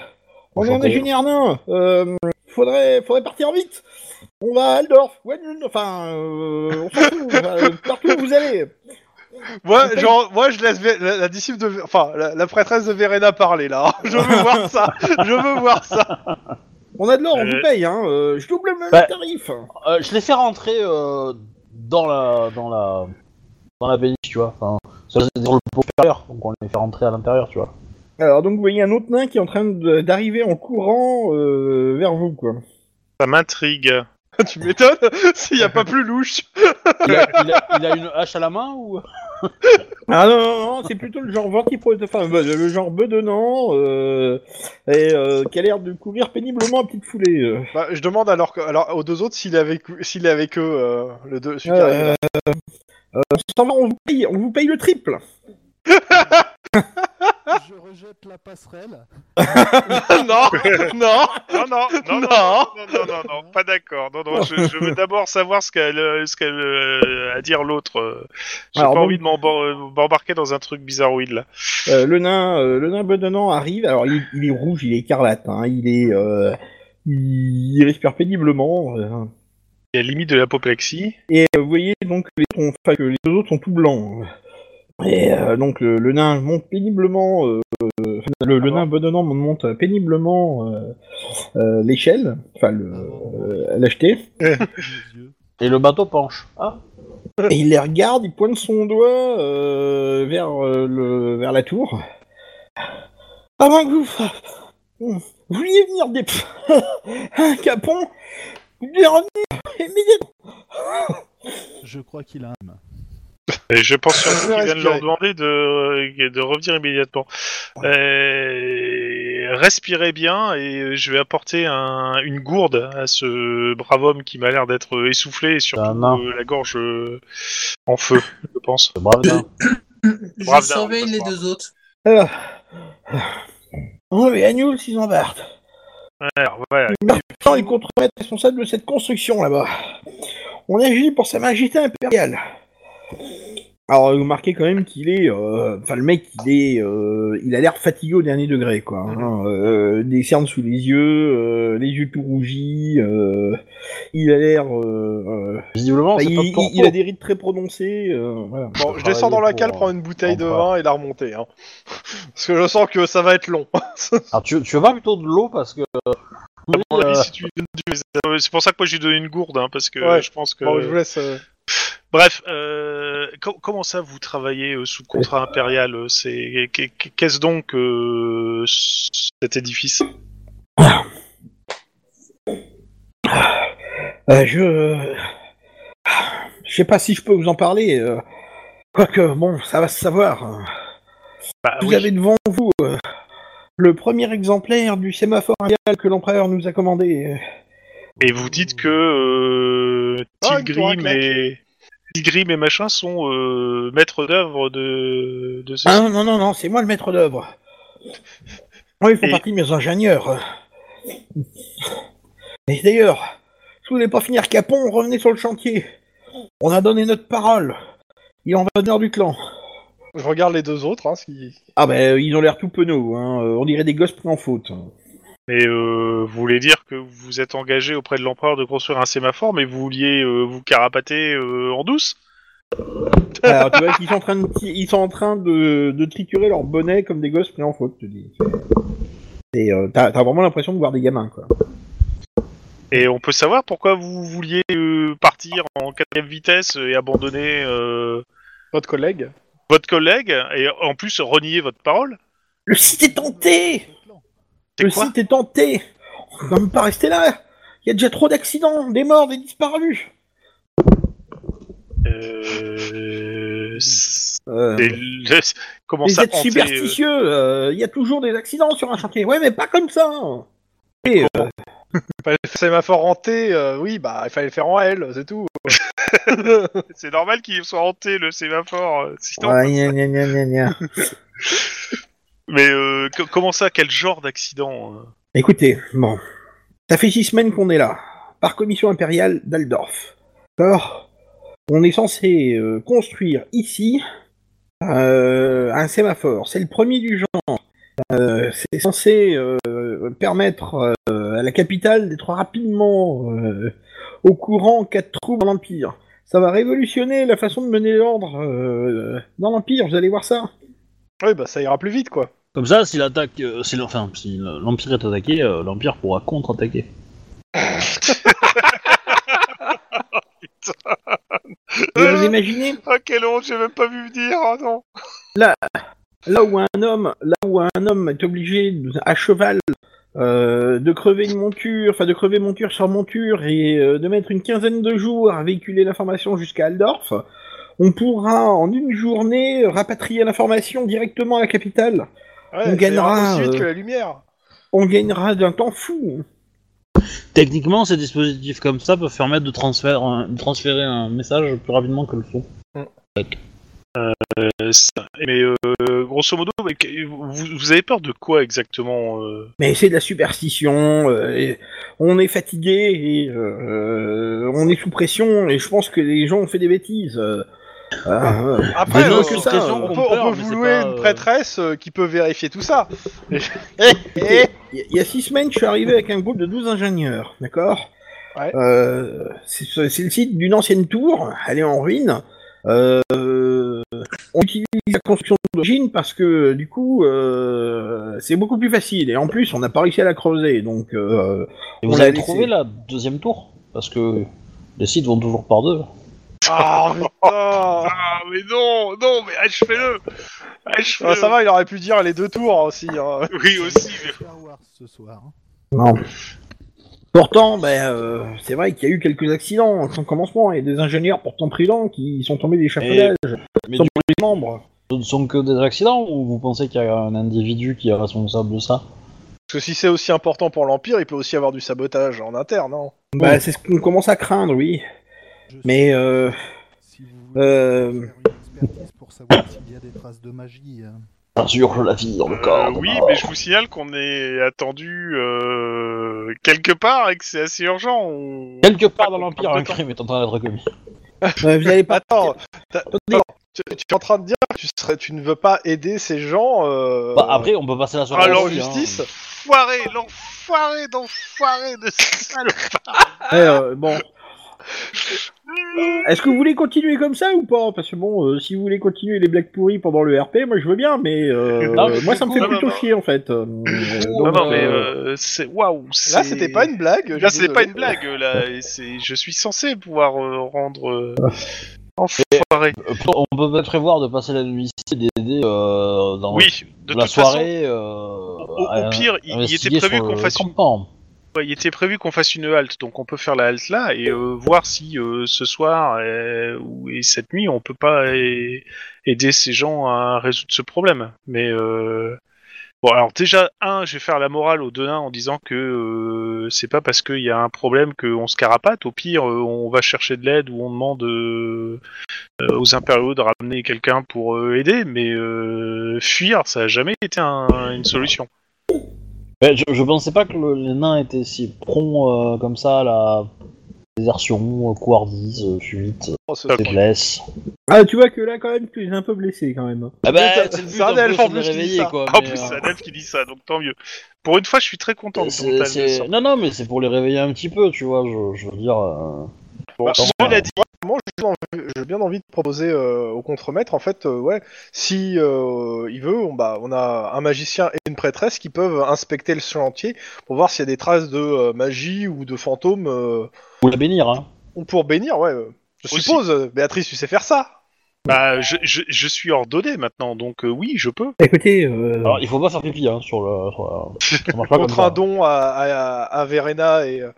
[SPEAKER 1] on est en
[SPEAKER 2] Enchanté.
[SPEAKER 1] ingénieur nain, euh, faudrait, faudrait partir vite. On va à Aldorf, Wenlund, enfin, euh, on s'en fout, enfin, euh, partout où vous allez.
[SPEAKER 5] Moi, genre, moi, je laisse Vé- la, la disciple de, enfin, la, la prêtresse de Verena parler là. Je veux voir ça. Je veux voir ça.
[SPEAKER 1] On a de l'or, on
[SPEAKER 3] Euh.
[SPEAKER 1] vous paye, hein. euh, je double le
[SPEAKER 2] Bah.
[SPEAKER 1] tarif.
[SPEAKER 2] Euh, je les fais rentrer euh, dans la dans la dans la péniche, tu vois. Enfin, ça, c'est dans le pot supérieur, donc on les fait rentrer à l'intérieur, tu vois.
[SPEAKER 1] Alors donc vous voyez un autre nain qui est en train de- d'arriver en courant euh, vers vous quoi.
[SPEAKER 3] Ça m'intrigue.
[SPEAKER 5] tu m'étonnes s'il n'y a pas plus louche.
[SPEAKER 2] Il a, il a- il a une hache à la main ou
[SPEAKER 1] Ah non non non, c'est plutôt le genre ventripotent- enfin bah, le genre bedonnant euh, et euh, qui a l'air de courir péniblement à petite foulée. euh.
[SPEAKER 5] Bah, je demande alors, que- alors aux deux autres s'il est avec, s'il est avec eux, euh, le deux, celui qui arrive.
[SPEAKER 1] Euh, euh, on s'en va, on vous paye, on vous paye le triple.
[SPEAKER 5] Ah.
[SPEAKER 6] Je rejette la passerelle.
[SPEAKER 5] non, non.
[SPEAKER 3] Non, non, non, non, non, non, non, non, non, pas d'accord. Non, non, je, je veux d'abord savoir ce qu'elle euh, ce qu'elle euh, a à dire l'autre. euh. J'ai pas
[SPEAKER 1] Alors, bon.
[SPEAKER 3] envie de m'embor- euh, m'embarquer dans un truc bizarroïde là.
[SPEAKER 1] Euh, le nain euh, le nain bedonnant arrive. Alors il, il est rouge, il est écarlate, hein, il est euh, il, il respire péniblement. euh.
[SPEAKER 3] Il y a limite de l'apoplexie.
[SPEAKER 1] Et euh, vous voyez donc les, tons- enfin, que les deux autres sont tout blancs. Et euh, donc le, le nain monte péniblement, euh, euh, le, le nain bedonnant monte péniblement euh, euh, l'échelle, enfin le-
[SPEAKER 6] Oh,
[SPEAKER 1] euh, l'acheter.
[SPEAKER 6] Mes yeux.
[SPEAKER 2] Et le bateau penche. Ah.
[SPEAKER 1] Et il les regarde, il pointe son doigt euh, vers euh, le vers la tour. Avant que vous vous vouliez venir des un capon, vous devez revenir immédiatement.
[SPEAKER 6] Je crois qu'il a un main.
[SPEAKER 3] Et je pense
[SPEAKER 5] Je
[SPEAKER 3] surtout
[SPEAKER 5] vais
[SPEAKER 3] qu'ils viennent leur
[SPEAKER 5] respirer.
[SPEAKER 3] demander de, euh, de revenir immédiatement. Euh, respirez bien et euh, je vais apporter un- une gourde à ce brave homme qui m'a l'air d'être essoufflé et surtout
[SPEAKER 2] Ah, non.
[SPEAKER 3] euh, la gorge euh, en feu, je pense.
[SPEAKER 2] Ce brave hein. nain.
[SPEAKER 4] Je
[SPEAKER 3] Brave dame,
[SPEAKER 4] surveille
[SPEAKER 3] ce
[SPEAKER 4] les
[SPEAKER 3] soir.
[SPEAKER 4] deux autres.
[SPEAKER 1] Alors, Oui, Oh, mais annule s'ils embarquent.
[SPEAKER 3] Alors, voilà.
[SPEAKER 1] Tant les contremaîtres responsables de cette construction là-bas. On agit pour sa majesté impériale. Alors, vous marquez quand même qu'il est. euh, Enfin, le mec, il est. euh, il a l'air fatigué au dernier degré, quoi. hein. Euh, des cernes sous les yeux, euh, les yeux tout rougis. euh, il a l'air. euh, euh,
[SPEAKER 2] Visiblement,
[SPEAKER 1] bah,
[SPEAKER 2] c'est
[SPEAKER 1] il,
[SPEAKER 2] pas de ton
[SPEAKER 1] il- il a des rides très prononcées. euh, voilà.
[SPEAKER 5] Bon, je descends dans la
[SPEAKER 1] euh,
[SPEAKER 5] cale, prendre une bouteille de vin et la remonter. Hein. Parce que je sens que ça va être long.
[SPEAKER 2] Alors, tu, tu veux pas plutôt de l'eau parce que. euh,
[SPEAKER 3] À mon
[SPEAKER 2] euh,
[SPEAKER 3] avis, si tu lui donnes du- Euh, C'est pour ça que moi j'ai donné une gourde, hein, parce que
[SPEAKER 5] Ouais.
[SPEAKER 3] je pense que.
[SPEAKER 5] Bon, je vous laisse. euh,
[SPEAKER 3] Bref, euh, co- comment ça vous travaillez euh, sous contrat impérial euh, C'est qu'est- qu'est-ce donc euh, cet édifice
[SPEAKER 1] Euh, je. Je sais pas si je peux vous en parler. euh, Quoique, bon, ça va se savoir. hein.
[SPEAKER 3] Bah,
[SPEAKER 1] Vous
[SPEAKER 3] oui.
[SPEAKER 1] avez devant vous euh, le premier exemplaire du sémaphore impérial que l'empereur nous a commandé.
[SPEAKER 3] Et vous dites que euh,
[SPEAKER 5] Ah, une tour à
[SPEAKER 3] Tilgrim
[SPEAKER 5] claque.
[SPEAKER 3] et Tilgrim et machin sont euh, maîtres d'œuvre de de ce.
[SPEAKER 5] Hein?
[SPEAKER 1] Ah non, non, non, c'est moi le maître d'œuvre. Oui, ils font
[SPEAKER 3] Et-
[SPEAKER 1] partie de mes ingénieurs. Et d'ailleurs, si vous voulez pas finir capon, revenez sur le chantier. On a donné notre parole. Il en va l'honneur du clan.
[SPEAKER 5] Je regarde les deux autres. Hein, ce qui-
[SPEAKER 1] Ah ben, ils ont l'air tout penauds, hein. euh, on dirait des gosses pris en faute.
[SPEAKER 3] Mais euh, vous voulez dire que vous vous êtes engagé auprès de l'empereur de construire un sémaphore, mais vous vouliez euh, vous carapater euh, en douce
[SPEAKER 1] Alors, tu vois qu'ils sont en train, de, ils sont en train de, de triturer leur bonnet comme des gosses pris en faute, je te dis. Et euh, t'as t'as vraiment l'impression de voir des gamins, quoi.
[SPEAKER 3] Et on peut savoir pourquoi vous vouliez euh, partir en quatrième vitesse et abandonner euh,
[SPEAKER 5] Votre collègue.
[SPEAKER 3] votre collègue et en plus renier votre parole
[SPEAKER 1] Le site est tenté
[SPEAKER 3] C'est
[SPEAKER 1] Le
[SPEAKER 3] quoi
[SPEAKER 1] site est tenté On va même pas rester là Il y a déjà trop d'accidents, des morts, des disparus
[SPEAKER 3] Euh, c'est-
[SPEAKER 1] euh,
[SPEAKER 3] le- Comment
[SPEAKER 1] Les
[SPEAKER 3] ça
[SPEAKER 1] êtres
[SPEAKER 3] hanté, euh,
[SPEAKER 1] superstitieux, euh, il y a toujours des accidents sur un chantier. Ouais, mais pas comme ça hein. Et, euh,
[SPEAKER 5] Fallait le sémaphore hanté, euh, oui, bah il fallait le faire en L, c'est tout.
[SPEAKER 3] C'est normal qu'il soit hanté le sémaphore. euh, Sinon,
[SPEAKER 1] ouais, gna, gna, gna, gna, gna.
[SPEAKER 3] Mais euh, co- comment ça Quel genre d'accident euh
[SPEAKER 1] Écoutez, bon. Ça fait six semaines qu'on est là, par commission impériale d'Aldorf. D'accord On est censé euh, construire ici euh, un sémaphore. C'est le premier du genre. Euh, c'est censé euh, permettre euh, à la capitale d'être rapidement euh, au courant cas de troubles dans l'Empire. Ça va révolutionner la façon de mener l'ordre euh, dans l'Empire, vous allez voir ça.
[SPEAKER 5] Oui, bah ça ira plus vite quoi.
[SPEAKER 2] Comme ça, si l'attaque. euh, si l'en- enfin, si l'Empire est attaqué, euh, l'Empire pourra contre-attaquer.
[SPEAKER 1] Et vous imaginez
[SPEAKER 3] Ah quelle honte, j'ai même pas vu venir. Ah non.
[SPEAKER 1] là où un homme, là où un homme est obligé de- à cheval euh, de crever une monture, enfin de crever monture sur monture et euh, de mettre une quinzaine de jours à véhiculer l'information jusqu'à Aldorf, on pourra en une journée rapatrier l'information directement à la capitale.
[SPEAKER 5] Ouais,
[SPEAKER 1] On
[SPEAKER 5] ça
[SPEAKER 1] gagnera,
[SPEAKER 5] ira aussi vite
[SPEAKER 1] euh,
[SPEAKER 5] que la lumière.
[SPEAKER 1] On gagnera d'un temps fou.
[SPEAKER 2] Techniquement, ces dispositifs comme ça peuvent permettre de transférer un, de transférer un message plus rapidement que le son.
[SPEAKER 3] Euh, ça- mais euh, grosso modo, mais que- vous, vous avez peur de quoi exactement euh
[SPEAKER 1] Mais c'est de la superstition. euh, et on est fatigué et euh, on est sous pression et je pense que les gens ont fait des bêtises. euh. Euh,
[SPEAKER 5] Après,
[SPEAKER 1] Mais non,
[SPEAKER 5] euh,
[SPEAKER 1] c'est ça,
[SPEAKER 5] on,
[SPEAKER 1] euh,
[SPEAKER 5] peut,
[SPEAKER 2] qu'on
[SPEAKER 5] on
[SPEAKER 2] perd,
[SPEAKER 5] peut
[SPEAKER 2] mais
[SPEAKER 5] vous
[SPEAKER 2] c'est
[SPEAKER 5] louer
[SPEAKER 2] pas,
[SPEAKER 5] une
[SPEAKER 2] euh,
[SPEAKER 5] prêtresse euh, qui peut vérifier tout ça.
[SPEAKER 1] Et il y- il y a six semaines, je suis arrivé avec un groupe de 12 ingénieurs, d'accord
[SPEAKER 5] Ouais.
[SPEAKER 1] Euh, C'est c'est le site d'une ancienne tour, elle est en ruine. Euh, on utilise la construction d'origine parce que du coup, euh, c'est beaucoup plus facile. Et en plus, on n'a pas réussi à la creuser, donc euh,
[SPEAKER 2] Et
[SPEAKER 1] On
[SPEAKER 2] vous
[SPEAKER 1] l'a
[SPEAKER 2] avez
[SPEAKER 1] laissé.
[SPEAKER 2] trouvé la deuxième tour Parce que les sites vont toujours par deux.
[SPEAKER 5] Ah, putain.
[SPEAKER 3] Ah mais non, non, mais achevez-le.
[SPEAKER 5] Ah,
[SPEAKER 3] Achevez-le.
[SPEAKER 5] ça va, il aurait pu dire les deux tours aussi. hein.
[SPEAKER 3] Oui aussi. mais-
[SPEAKER 6] Star Wars ce soir. hein.
[SPEAKER 1] Non. Pourtant, ben, euh, c'est vrai qu'il y a eu quelques accidents sans commencement et des ingénieurs pourtant prudents qui sont tombés des échafaudages,
[SPEAKER 2] mais
[SPEAKER 1] sont
[SPEAKER 2] du
[SPEAKER 1] brûlés de membres.
[SPEAKER 2] Ce ne sont que des accidents ou vous pensez qu'il y a un individu qui est responsable de ça
[SPEAKER 5] Parce que si c'est aussi important pour l'Empire, il peut aussi avoir du sabotage en interne. Hein.
[SPEAKER 1] Bah, c'est ce qu'on commence à craindre, oui.
[SPEAKER 6] Je sais
[SPEAKER 1] Mais euh,
[SPEAKER 6] si vous voulez
[SPEAKER 1] euh,
[SPEAKER 6] faire une expertise pour savoir s'il y a des traces de magie. euh,
[SPEAKER 2] sûr, je la vis dans le corps.
[SPEAKER 3] Euh,
[SPEAKER 2] de
[SPEAKER 3] oui,
[SPEAKER 2] ma mort.
[SPEAKER 3] mais je vous signale qu'on est attendu euh, quelque part et que c'est assez urgent. On-
[SPEAKER 2] Quelque part dans l'Empire, un crime est en train d'être commis.
[SPEAKER 3] Euh,
[SPEAKER 1] Ouais, Euh, vous allez pas.
[SPEAKER 5] Attends, t'as- attends, tu, tu es en train de dire que tu, serais, tu ne veux pas aider ces gens euh,
[SPEAKER 2] Bah, après, on peut passer la soirée
[SPEAKER 5] à leur
[SPEAKER 2] dessus, hein.
[SPEAKER 5] justice
[SPEAKER 3] L'enfoiré, l'enfoiré d'enfoiré de ce salopard.
[SPEAKER 1] Euh, bon. Est-ce que vous voulez continuer comme ça ou pas Parce que bon, euh, si vous voulez continuer les blagues pourries pendant le RP, moi je veux bien, mais euh,
[SPEAKER 2] Non, je
[SPEAKER 1] moi
[SPEAKER 2] suis
[SPEAKER 1] ça me fait
[SPEAKER 3] cool.
[SPEAKER 1] plutôt
[SPEAKER 3] Non, non,
[SPEAKER 1] chier en fait. Euh,
[SPEAKER 3] Non,
[SPEAKER 1] donc,
[SPEAKER 3] non, mais
[SPEAKER 1] euh,
[SPEAKER 3] euh, c'est waouh. c'est-
[SPEAKER 5] Là, c'était pas une blague. je
[SPEAKER 3] Là,
[SPEAKER 5] suis
[SPEAKER 3] c'est pas
[SPEAKER 5] désolé.
[SPEAKER 3] une blague. Là, et c'est. Je suis censé pouvoir euh, rendre euh,
[SPEAKER 5] Ah.
[SPEAKER 3] enfoiré.
[SPEAKER 2] Euh, plutôt, On peut peut-être prévoir de passer la nuit ici et d'aider euh, dans
[SPEAKER 3] Oui, de
[SPEAKER 2] la
[SPEAKER 3] toute façon.
[SPEAKER 2] soirée. euh,
[SPEAKER 3] au-
[SPEAKER 2] à-
[SPEAKER 3] au pire, il- il
[SPEAKER 2] investiguer
[SPEAKER 3] était prévu
[SPEAKER 2] sur
[SPEAKER 3] qu'on
[SPEAKER 2] le
[SPEAKER 3] fasse une-
[SPEAKER 2] campement.
[SPEAKER 3] Ouais, il était prévu qu'on fasse une halte, donc on peut faire la halte là et euh, voir si euh, ce soir euh, ou et cette nuit on peut pas euh, aider ces gens à résoudre ce problème. Mais euh, bon, alors déjà un, je vais faire la morale aux deux nains en disant que euh, c'est pas parce qu'il y a un problème qu'on se carapate. Au pire, euh, on va chercher de l'aide ou on demande euh, euh, aux impériaux de ramener quelqu'un pour euh, aider, mais euh, fuir, ça a jamais été un- une solution.
[SPEAKER 2] Ben, je, je pensais pas que le- les nains étaient si prompts euh, comme ça à la désertion, euh, couardise, euh, fuite,
[SPEAKER 5] Oh, ce-
[SPEAKER 3] Top.
[SPEAKER 2] euh, faiblesse.
[SPEAKER 1] Ah, tu vois que là quand même, tu es un peu blessé quand même.
[SPEAKER 2] Ah
[SPEAKER 5] ben,
[SPEAKER 2] ben,
[SPEAKER 5] c'est le but, un peu, c'est de les réveiller,
[SPEAKER 2] quoi. euh,
[SPEAKER 3] En plus, c'est un elfe qui dit ça, donc tant mieux. Pour une fois, je suis très content de ton
[SPEAKER 2] C'est-
[SPEAKER 3] mental
[SPEAKER 2] c'est-
[SPEAKER 3] de sorte.
[SPEAKER 2] Non, non, mais c'est pour les réveiller un petit peu, tu vois, je, je veux dire. euh,
[SPEAKER 5] Bah,
[SPEAKER 2] tant,
[SPEAKER 5] cela
[SPEAKER 2] euh,
[SPEAKER 5] dit, moi, j'ai bien envie- j'ai bien envie de proposer euh, au contremaître, en fait, euh, ouais, si euh, il veut, on, bah, on a un magicien et une prêtresse qui peuvent inspecter le chantier pour voir s'il y a des traces de euh, magie ou de fantômes euh,
[SPEAKER 2] Pour la bénir, hein.
[SPEAKER 5] ou pour bénir, ouais. euh, Je
[SPEAKER 3] Aussi.
[SPEAKER 5] suppose, euh, Béatrice, tu sais faire ça.
[SPEAKER 3] Bah, je, je- je suis ordonné maintenant, donc euh, oui, je peux.
[SPEAKER 1] Écoutez, euh,
[SPEAKER 2] Alors, il faut pas faire pipi, hein, sur le. sur la- ça marche pas comme
[SPEAKER 5] Contre
[SPEAKER 2] ça.
[SPEAKER 5] un don à, à, à Verena et, euh,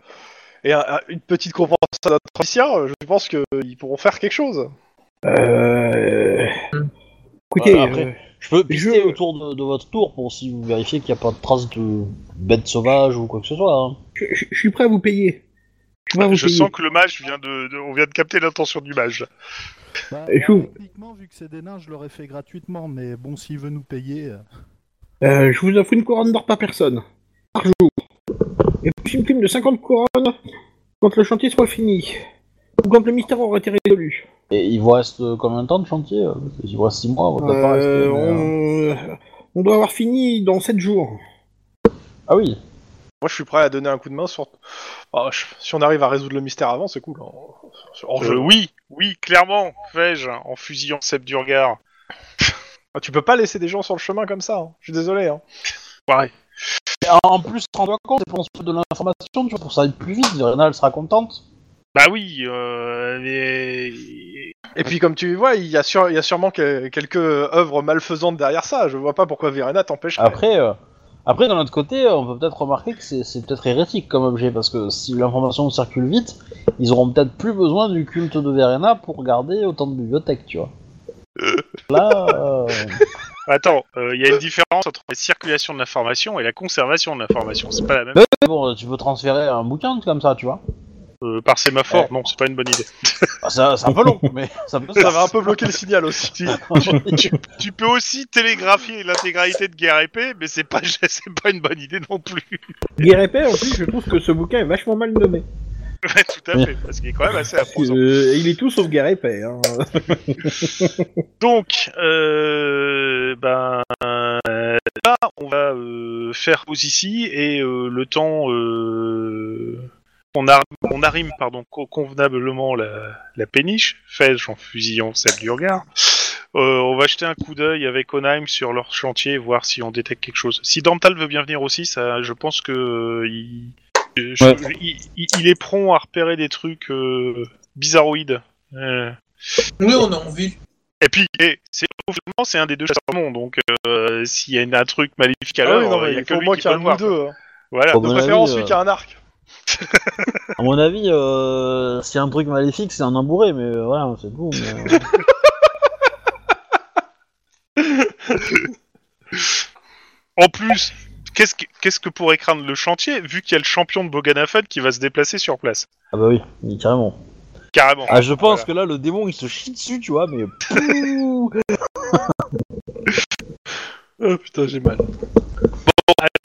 [SPEAKER 5] et un- un- une petite compensation à notre magicien, euh, je pense qu'ils pourront faire quelque chose.
[SPEAKER 3] Ah.
[SPEAKER 1] euh, écoutez,
[SPEAKER 2] Euh, après-
[SPEAKER 1] euh,
[SPEAKER 2] Je peux pister
[SPEAKER 1] Je-
[SPEAKER 2] autour de, de votre tour pour si vous vérifiez qu'il n'y a pas de traces de bêtes sauvages ou quoi que ce soit. hein.
[SPEAKER 1] je, je- je suis prêt à vous payer. Je
[SPEAKER 2] Ah,
[SPEAKER 1] suis prêt à vous
[SPEAKER 3] Ah, je
[SPEAKER 1] payer.
[SPEAKER 3] sens que le mage vient de, de- On vient de capter l'intention du mage.
[SPEAKER 6] Bah,
[SPEAKER 1] Et chou.
[SPEAKER 6] techniquement, vu que c'est des nains, je l'aurais fait gratuitement, mais bon, s'il veut nous payer. euh,
[SPEAKER 1] Euh, je vous offre une couronne d'or par personne, par jour. Et puis une prime de 50 couronnes quand le chantier sera fini. Ou quand le mystère aura été résolu.
[SPEAKER 2] Et il vous reste euh, combien de temps de chantier euh Il vous reste 6 mois, votre appareil,
[SPEAKER 1] Euh,
[SPEAKER 2] Ah, c'est- mais, euh,
[SPEAKER 1] on... on doit avoir fini dans 7 jours.
[SPEAKER 2] Ah oui
[SPEAKER 5] Moi, je suis prêt à donner un coup de main sur. Ah, je- Si on arrive à résoudre le mystère avant, c'est cool. hein. Hors
[SPEAKER 3] Euh,
[SPEAKER 5] jeu.
[SPEAKER 3] oui, oui, clairement, fais-je, hein, en fusillant Seb du regard.
[SPEAKER 5] Ah, Tu peux pas laisser des gens sur le chemin comme ça, hein. je suis désolé. Hein.
[SPEAKER 2] Et en- En plus, rends-toi compte, c'est pour se faire de l'information, tu vois, pour que ça aille plus vite, Verena, elle sera contente.
[SPEAKER 3] Bah oui, euh, mais...
[SPEAKER 5] Et puis comme tu vois, il y a, sur- il y a sûrement que- quelques œuvres malfaisantes derrière ça, je vois pas pourquoi Verena t'empêche.
[SPEAKER 2] Après, euh, après d'un autre côté, euh, on peut peut-être remarquer que c'est c'est peut-être hérétique comme objet, parce que si l'information circule vite, ils auront peut-être plus besoin du culte de Verena pour garder autant de bibliothèques, tu vois. Là, euh,
[SPEAKER 3] Attends, euh, il y a une différence entre la circulation de l'information et la conservation de l'information. C'est pas la
[SPEAKER 2] Euh.
[SPEAKER 3] même.
[SPEAKER 2] bon, tu peux transférer un bouquin comme ça, tu vois.
[SPEAKER 3] Euh, par sémaphore, non, c'est pas une bonne idée.
[SPEAKER 2] Ah, ça- C'est un peu long, mais ça peut
[SPEAKER 5] Ça va un peu bloquer le signal aussi.
[SPEAKER 3] Tu peux aussi télégraphier l'intégralité de Guerre épée, mais c'est pas, c'est pas une bonne idée non plus.
[SPEAKER 1] Guerre épais, en plus, je trouve que ce bouquin est vachement mal nommé.
[SPEAKER 3] Ouais, tout à
[SPEAKER 2] Oui.
[SPEAKER 3] fait, parce qu'il est quand même assez imposant.
[SPEAKER 1] Euh, il est tout sauf guerre épais. Hein.
[SPEAKER 3] Donc, euh, ben, euh, là, on va euh, faire pause ici et euh, le temps euh, on, ar- on arrime pardon, co- convenablement la, la péniche, fais-je en fusillant celle du regard. Euh, on va jeter un coup d'œil avec Onheim sur leur chantier, voir si on détecte quelque chose. Si Dantal veut bien venir aussi, ça, je pense que euh, il, je-
[SPEAKER 2] Ouais.
[SPEAKER 3] il, il- il est prompt à repérer des trucs euh, bizarroïdes. Euh,
[SPEAKER 4] Oui, on est en ville.
[SPEAKER 3] et puis, eh, c'est finalement, c'est un des deux chasseurs au monde, donc euh, s'il y a une- un truc maléfique à
[SPEAKER 5] Ah
[SPEAKER 3] l'heure,
[SPEAKER 5] oui, non, mais
[SPEAKER 3] il y a
[SPEAKER 5] il
[SPEAKER 3] que
[SPEAKER 5] faut au
[SPEAKER 3] lui
[SPEAKER 5] moins
[SPEAKER 3] qui
[SPEAKER 5] qu'il y
[SPEAKER 3] peut
[SPEAKER 5] ait
[SPEAKER 3] le
[SPEAKER 5] un ou
[SPEAKER 3] voir. quoi.
[SPEAKER 5] deux. hein.
[SPEAKER 3] Voilà.
[SPEAKER 2] Bon,
[SPEAKER 5] De
[SPEAKER 2] À mon
[SPEAKER 5] préférence
[SPEAKER 2] avis,
[SPEAKER 5] celui
[SPEAKER 2] Bah euh,
[SPEAKER 5] qui a un arc.
[SPEAKER 2] À mon avis, euh, s'il y a un truc maléfique, c'est un embourré, mais euh, voilà, c'est tout. mais, euh,
[SPEAKER 3] En plus, qu'est-ce que, qu'est-ce que pourrait craindre le chantier, vu qu'il y a le champion de Boganafed qui va se déplacer sur place
[SPEAKER 2] Ah bah oui, oui, carrément.
[SPEAKER 3] Carrément.
[SPEAKER 2] Ah, je pense
[SPEAKER 3] Voilà.
[SPEAKER 2] que là, le démon, il se chie dessus, tu vois, mais... Pouh
[SPEAKER 5] Oh putain, j'ai mal.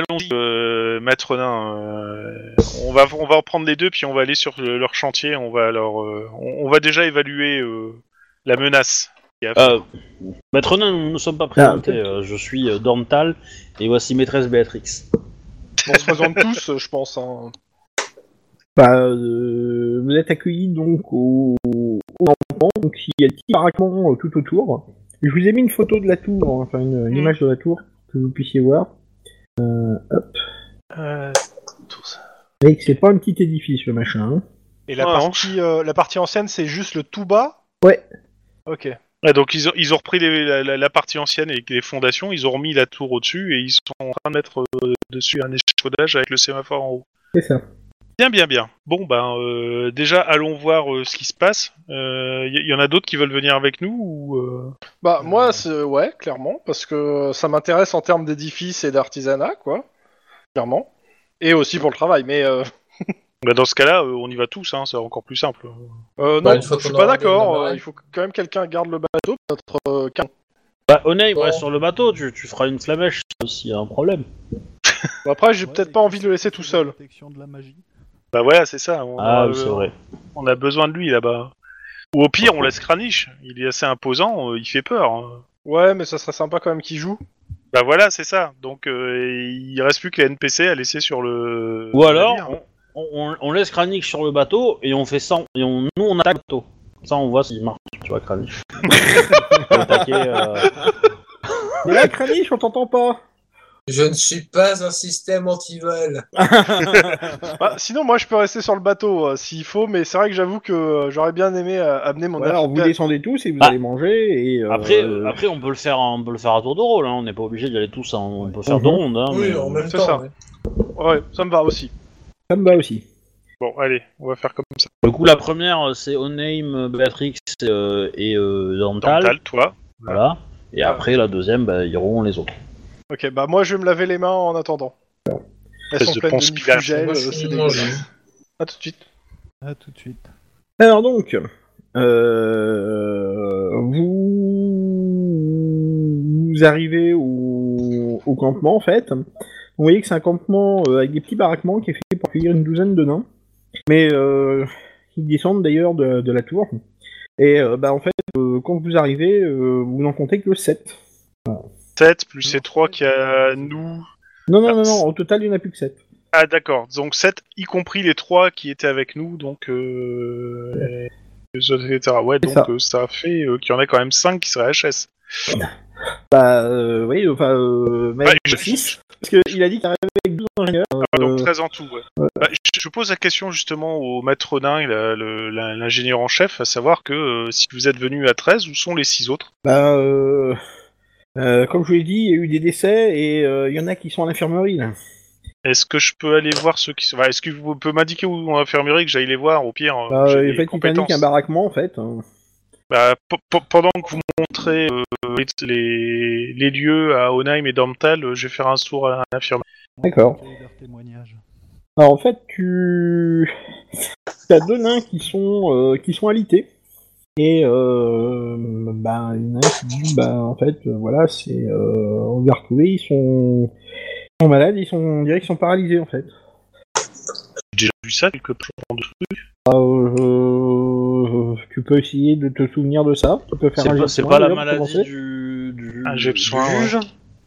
[SPEAKER 3] Allons-y, euh, Maître Nain, euh, on va on va en prendre les deux puis on va aller sur le- leur chantier. On va leur euh, on, on va déjà évaluer euh, la menace. qu'il y a à faire.
[SPEAKER 2] Euh, Maître Nain, nous ne nous sommes pas présentés. euh, je suis euh, Dormtal et voici maîtresse Béatrix.
[SPEAKER 5] On se présente tous, euh, je pense. hein.
[SPEAKER 1] Bah, euh, vous êtes accueillis donc au, au campement, donc il y a des petits baraquements euh, tout autour. Je vous ai mis une photo de la tour, hein, enfin une, une
[SPEAKER 3] Mm.
[SPEAKER 1] image de la tour que vous puissiez voir. Euh, hop.
[SPEAKER 5] Euh,
[SPEAKER 1] Et que c'est pas un petit édifice le machin. hein.
[SPEAKER 5] Et la,
[SPEAKER 3] Ouais,
[SPEAKER 5] partie, euh, la partie ancienne, c'est juste le tout bas
[SPEAKER 1] Ouais.
[SPEAKER 5] Ok.
[SPEAKER 3] Ouais, donc ils ont ils ont repris les- la, la- la partie ancienne et les fondations. Ils ont remis la tour au-dessus et ils sont en train de mettre euh, dessus un échafaudage avec le sémaphore en haut.
[SPEAKER 1] C'est ça.
[SPEAKER 3] Bien, bien, bien. Bon, ben, euh, déjà, allons voir euh, ce qui se passe. Il y, y en a d'autres qui veulent venir avec nous ou euh,
[SPEAKER 5] Bah, moi, c'est... ouais, clairement, parce que ça m'intéresse en termes d'édifices et d'artisanat, quoi. Clairement. Et aussi pour le travail, mais. euh,
[SPEAKER 3] bah, Dans ce cas-là, euh, on y va tous, hein, c'est encore plus simple.
[SPEAKER 5] euh, non,
[SPEAKER 4] Bah, une fois
[SPEAKER 5] je suis
[SPEAKER 4] qu'on
[SPEAKER 5] pas
[SPEAKER 4] aura
[SPEAKER 5] d'accord.
[SPEAKER 4] démarré.
[SPEAKER 5] euh, il faut que quand même quelqu'un garde le bateau, notre euh, canon.
[SPEAKER 2] Bah, Oneim,
[SPEAKER 4] Bon.
[SPEAKER 2] reste sur le bateau, tu, tu feras une flamèche s'il y a un problème.
[SPEAKER 5] Bon, après, j'ai
[SPEAKER 6] Ouais,
[SPEAKER 5] peut-être
[SPEAKER 6] et
[SPEAKER 5] pas
[SPEAKER 6] puis
[SPEAKER 5] envie de le laisser
[SPEAKER 6] c'est
[SPEAKER 5] tout
[SPEAKER 6] la
[SPEAKER 5] seul.
[SPEAKER 6] protection de la magie.
[SPEAKER 3] Bah voilà, c'est ça. On,
[SPEAKER 2] Ah,
[SPEAKER 3] a,
[SPEAKER 2] oui, c'est
[SPEAKER 3] euh,
[SPEAKER 2] vrai.
[SPEAKER 3] on a besoin de lui là-bas. Ou au pire, on laisse Kranich. Il est assez imposant, euh, il fait peur. hein.
[SPEAKER 5] Ouais, mais ça serait sympa quand même qu'il joue.
[SPEAKER 3] Bah voilà, c'est ça. Donc, euh, il reste plus que les NPC à laisser sur le.
[SPEAKER 2] Ou
[SPEAKER 3] sur la
[SPEAKER 2] alors,
[SPEAKER 3] mer.
[SPEAKER 2] on, on- on laisse Kranich sur le bateau et on fait sans. Et on, nous, on attaque le bateau. Ça, on voit s'il marche, tu vois, Kranich. On peut attaquer, euh,
[SPEAKER 1] Mais là, Kranich, on t'entend pas.
[SPEAKER 4] Je ne suis pas un système antivol.
[SPEAKER 5] Bah, sinon, moi, je peux rester sur le bateau euh, s'il faut, mais c'est vrai que j'avoue que euh, j'aurais bien aimé euh, amener mon
[SPEAKER 1] Voilà, alors vous
[SPEAKER 5] archipel.
[SPEAKER 1] descendez tous et vous
[SPEAKER 2] Ah.
[SPEAKER 1] allez manger et. Bah. euh,
[SPEAKER 2] Après, euh, après, on peut le faire, en- on peut le faire à tour de rôle. hein, On n'est pas obligé d'y aller tous. hein, On peut faire
[SPEAKER 1] Mhm.
[SPEAKER 2] deux rondes. hein,
[SPEAKER 4] oui,
[SPEAKER 2] mais-
[SPEAKER 4] en même
[SPEAKER 5] c'est
[SPEAKER 4] temps.
[SPEAKER 5] ça.
[SPEAKER 4] ouais.
[SPEAKER 5] Ouais, ça me va aussi.
[SPEAKER 1] ça me va aussi.
[SPEAKER 3] Bon, allez, on va faire comme ça.
[SPEAKER 2] Du coup, la première, euh, c'est Oneim, euh, Béatrix euh, et euh, Dental.
[SPEAKER 3] Dental, toi.
[SPEAKER 2] Voilà. Et après, la deuxième, bah, iront les autres.
[SPEAKER 5] Ok, bah moi, je vais me laver les mains en attendant. Elles
[SPEAKER 3] Espèce
[SPEAKER 5] sont
[SPEAKER 3] de
[SPEAKER 5] pleines de
[SPEAKER 3] conspiration.
[SPEAKER 5] micro-gel,
[SPEAKER 1] Eh,
[SPEAKER 4] Moi,
[SPEAKER 5] euh, c'est
[SPEAKER 4] je suis
[SPEAKER 5] dégueulasse.
[SPEAKER 4] manger.
[SPEAKER 5] À tout de suite.
[SPEAKER 6] Ah, tout de suite.
[SPEAKER 1] Alors donc, euh, vous, vous arrivez au, au campement en fait. Vous voyez que c'est un campement euh, avec des petits baraquements qui est fait pour accueillir une douzaine de nains. Mais euh, ils descendent d'ailleurs de, de la tour. Et euh, bah en fait, euh, quand vous arrivez, euh, vous n'en comptez que 7.
[SPEAKER 3] 7 plus ces 3 qu'il y a nous.
[SPEAKER 1] Non, non, non, non, au total, il n'y en a plus que 7.
[SPEAKER 3] Ah, d'accord. Donc 7, y compris les 3 qui étaient avec nous, donc. Euh... les autres, etc. Ouais,
[SPEAKER 1] C'est ça.
[SPEAKER 3] donc euh, ça fait euh, qu'il y en a quand même 5 qui seraient HS.
[SPEAKER 1] Bah euh, oui, enfin, euh, même
[SPEAKER 3] Ouais, je-
[SPEAKER 1] 6. Parce qu'il a dit qu'il arrivait avec 12 ingénieurs.
[SPEAKER 3] Ah,
[SPEAKER 1] euh,
[SPEAKER 3] donc 13 en tout, ouais.
[SPEAKER 1] ouais.
[SPEAKER 3] Bah, je, je pose la question justement au matronin, l'ingénieur en chef, à savoir que euh, si vous êtes venu à 13, où sont les 6 autres
[SPEAKER 1] Bah, euh, euh, comme je vous l'ai dit, il y a eu des décès et euh, il y en a qui sont à l'infirmerie là.
[SPEAKER 3] Est-ce que je peux aller voir ceux qui sont. Enfin, Est-ce que vous pouvez m'indiquer où on infirmerie que j'aille les voir Au pire, euh,
[SPEAKER 1] Bah,
[SPEAKER 3] j'ai
[SPEAKER 1] euh, en fait,
[SPEAKER 3] des
[SPEAKER 1] ils paniquent
[SPEAKER 3] compétences.
[SPEAKER 1] un baraquement en fait. hein.
[SPEAKER 3] Bah, pe- pe- pendant que vous montrez euh, les- les, les lieux à Onaim et Dormtal, euh, je vais faire un tour à l'infirmerie.
[SPEAKER 1] D'accord.
[SPEAKER 6] Quel est leur témoignage
[SPEAKER 1] Alors Bah, en fait, tu as deux nains qui sont euh, qui sont alités et euh, bah, il y en a un qui dit bah en fait euh, voilà c'est euh, on les a retrouvés, ils sont ils sont malades, ils sont on dirait qu'ils sont paralysés en fait.
[SPEAKER 3] J'ai déjà vu ça quelque part dans le truc.
[SPEAKER 1] Ah, euh, euh, tu peux essayer de te souvenir de ça. Tu peux faire
[SPEAKER 2] C'est
[SPEAKER 1] un jet
[SPEAKER 2] pas,
[SPEAKER 1] de
[SPEAKER 2] c'est
[SPEAKER 1] soin,
[SPEAKER 2] pas la
[SPEAKER 1] d'ailleurs, pour
[SPEAKER 2] maladie
[SPEAKER 1] commencer.
[SPEAKER 2] du, du,
[SPEAKER 3] Un jet de
[SPEAKER 2] du
[SPEAKER 3] soin, ouais.
[SPEAKER 2] juge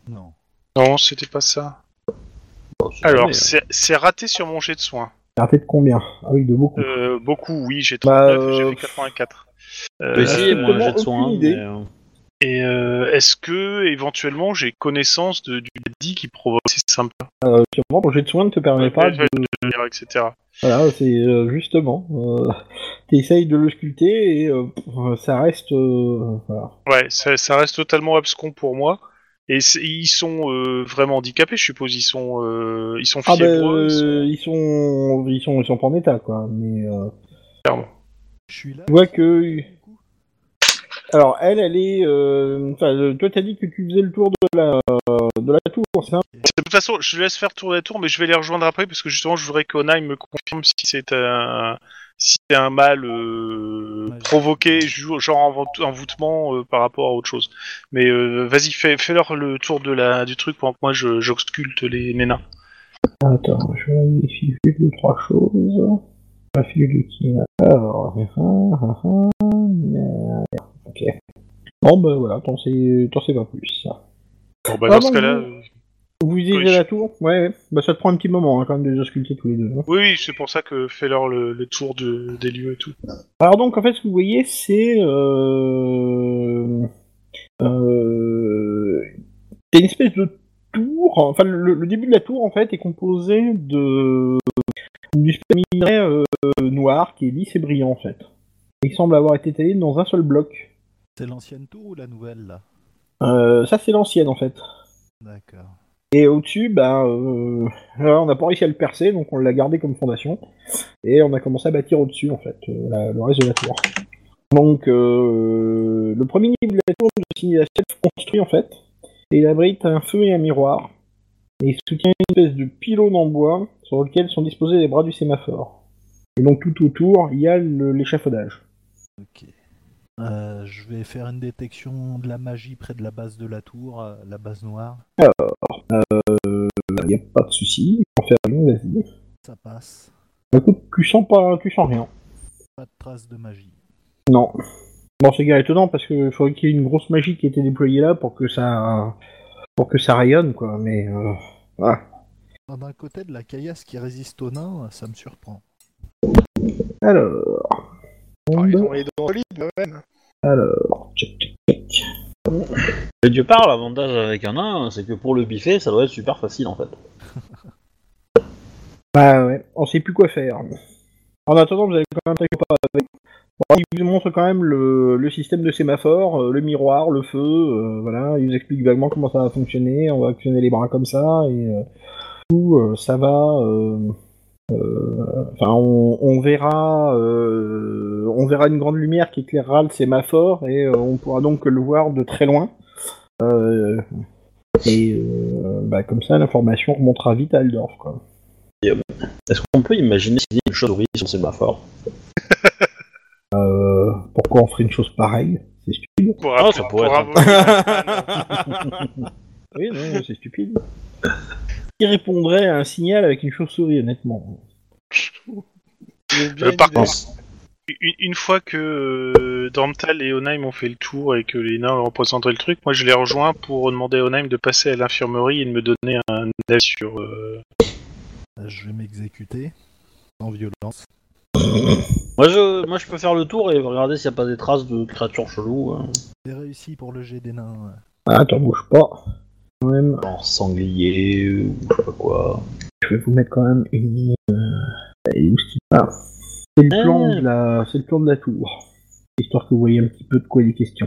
[SPEAKER 6] Non.
[SPEAKER 3] Non, c'était pas ça. hein.
[SPEAKER 2] Bon, Bah, c'est
[SPEAKER 3] Ah, Alors,
[SPEAKER 2] jamais,
[SPEAKER 3] c'est c'est raté sur mon jet de soins.
[SPEAKER 1] T'as fait de combien Ah oui, de beaucoup.
[SPEAKER 3] Euh, beaucoup, oui, j'ai
[SPEAKER 1] Bah,
[SPEAKER 3] 39 et
[SPEAKER 1] euh,
[SPEAKER 3] j'ai fait 84.
[SPEAKER 2] euh,
[SPEAKER 3] Euh,
[SPEAKER 2] Bah, si, moi, un
[SPEAKER 1] comment
[SPEAKER 2] jet de soin,
[SPEAKER 1] aucune
[SPEAKER 2] mais,
[SPEAKER 1] idée.
[SPEAKER 2] euh,
[SPEAKER 3] et euh, est-ce que éventuellement j'ai connaissance de, du dit qui provoque Euh, ces symptômes,
[SPEAKER 1] Euh, sûrement, ton jet de soin ne te permet pas de...
[SPEAKER 3] de- etc.
[SPEAKER 1] Voilà, c'est euh, justement... Euh, T'essayes de le sculpter et euh, pff, ça reste... euh, voilà.
[SPEAKER 3] Ouais, ça, ça reste totalement abscon pour moi. Et c'est- ils sont euh, vraiment handicapés, je suppose. Ils sont, euh, ils sont
[SPEAKER 1] Ah ben,
[SPEAKER 3] fiévreux. ils sont-
[SPEAKER 1] euh, ils, sont... ils sont... Ils sont pas en état, quoi. Mais euh,
[SPEAKER 6] Je suis là.
[SPEAKER 1] tu vois que... Alors, elle, elle est... euh, Enfin, euh, toi, t'as dit que tu faisais le tour de la, euh, de la tour, c'est ça
[SPEAKER 3] De toute façon, je laisse faire tour à tour, mais je vais les rejoindre après parce que justement, je voudrais qu'Onaï me confirme si c'est un, si c'est un mal euh,
[SPEAKER 6] Magique.
[SPEAKER 3] provoqué, ju- genre envo- envoûtement euh, par rapport à autre chose. Mais euh, vas-y, fais, leur le tour de la, du truc pendant que moi je- j'ausculte les, les nains.
[SPEAKER 1] Attends, je vais vérifier juste deux, trois choses. La fille de qui Alors, ah, ah, ah, ah, ok. Bon, bah voilà, t'en sais, t'en sais pas plus.
[SPEAKER 3] Bon, bah,
[SPEAKER 1] Ah
[SPEAKER 3] dans
[SPEAKER 1] bon,
[SPEAKER 3] ce cas-là,
[SPEAKER 1] oui.
[SPEAKER 3] euh,
[SPEAKER 1] Vous y
[SPEAKER 3] Oui,
[SPEAKER 1] avez
[SPEAKER 3] je-
[SPEAKER 1] la tour ouais, ouais. Bah ça te prend un petit moment hein, quand même de les ausculter tous les deux. hein.
[SPEAKER 3] oui, oui, c'est pour ça que fais leur le, le tour de, des lieux et tout.
[SPEAKER 1] Alors donc en fait ce que vous voyez c'est... Euh... Euh... t'as une espèce de tour, enfin le, le début de la tour en fait est composé de... d'une espèce de minerai euh, noir qui est lisse et brillant en fait. Il semble avoir été taillé dans un seul bloc.
[SPEAKER 6] C'est l'ancienne tour ou la nouvelle là
[SPEAKER 1] Euh, ça c'est l'ancienne en fait.
[SPEAKER 6] D'accord.
[SPEAKER 1] Et au-dessus, bah, euh, alors, on n'a pas réussi à le percer, donc on l'a gardé comme fondation. Et on a commencé à bâtir au-dessus, en fait, euh, la- le reste de la tour. Donc, euh, le premier niveau de la tour de signalisation construit, en fait. Et il abrite un feu et un miroir. Et il soutient une espèce de pylône en bois sur lequel sont disposés les bras du sémaphore. Et donc, tout autour, il y a le- l'échafaudage.
[SPEAKER 6] Ok. Euh, je vais faire une détection de la magie près de la base de la tour, euh, la base noire.
[SPEAKER 1] Il n'y Euh, a pas de souci. En faire une, vas-y.
[SPEAKER 6] Ça passe.
[SPEAKER 1] Écoute, tu sens pas, tu sens rien.
[SPEAKER 6] Pas de trace de magie.
[SPEAKER 1] Non. Bon, c'est guère étonnant parce que faudrait qu'il y ait une grosse magie qui ait été déployée là pour que ça, pour que ça rayonne, quoi. Mais euh, voilà.
[SPEAKER 6] Ah, D'un côté de la caillasse qui résiste aux nains, ça me surprend.
[SPEAKER 1] Alors,
[SPEAKER 5] Ah, ils ont les dents solides, quand même.
[SPEAKER 1] alors, tchac, tchac, tchac.
[SPEAKER 2] Et Dieu parle, l'avantage avec un nain, c'est que pour le biffer, ça doit être super facile en fait.
[SPEAKER 1] Bah ouais, on sait plus quoi faire. En attendant, vous avez quand même quelques pas avec. Bon, il vous montre quand même le, le système de sémaphore, euh, le miroir, le feu, euh, voilà. Il vous explique vaguement comment ça va fonctionner. On va actionner les bras comme ça et euh, tout, euh, ça va. euh, euh, Enfin, on, on verra, euh, on verra une grande lumière qui éclairera le sémaphore et euh, on pourra donc le voir de très loin. Euh, et euh, bah, comme ça, l'information remontera vite à Aldorf, quoi.
[SPEAKER 2] Est-ce qu'on peut imaginer s'il y a une chauve-souris sur le sémaphore
[SPEAKER 1] Euh, pourquoi on ferait une chose pareille C'est stupide.
[SPEAKER 3] Pour,
[SPEAKER 2] Ah,
[SPEAKER 3] app-
[SPEAKER 2] ça pourrait être
[SPEAKER 3] pour avoir-
[SPEAKER 1] Oui, non, c'est stupide. Qui répondrait à un signal avec une chauve-souris, honnêtement
[SPEAKER 5] J'ai bien
[SPEAKER 3] Euh,
[SPEAKER 5] une
[SPEAKER 3] par
[SPEAKER 5] idée.
[SPEAKER 3] contre, une, une fois que euh, Dormtal et Onheim ont fait le tour et que les nains ont représenté le truc, moi je les rejoins pour demander à Onheim de passer à l'infirmerie et de me donner un avis sur. euh,
[SPEAKER 6] Euh, Je vais m'exécuter. Sans violence.
[SPEAKER 2] moi je, moi je peux faire le tour et regarder s'il n'y a pas des traces de créatures cheloues. hein.
[SPEAKER 6] C'est réussi pour le jet des nains. euh,
[SPEAKER 1] Ah, t'en bouge pas. Quand même,
[SPEAKER 2] Genre sanglier ou je sais pas quoi.
[SPEAKER 1] je vais vous mettre quand même une. euh, et où est-ce qu'il part C'est le plan de la, c'est le plan de la tour, histoire que vous voyez un petit peu de quoi il est question.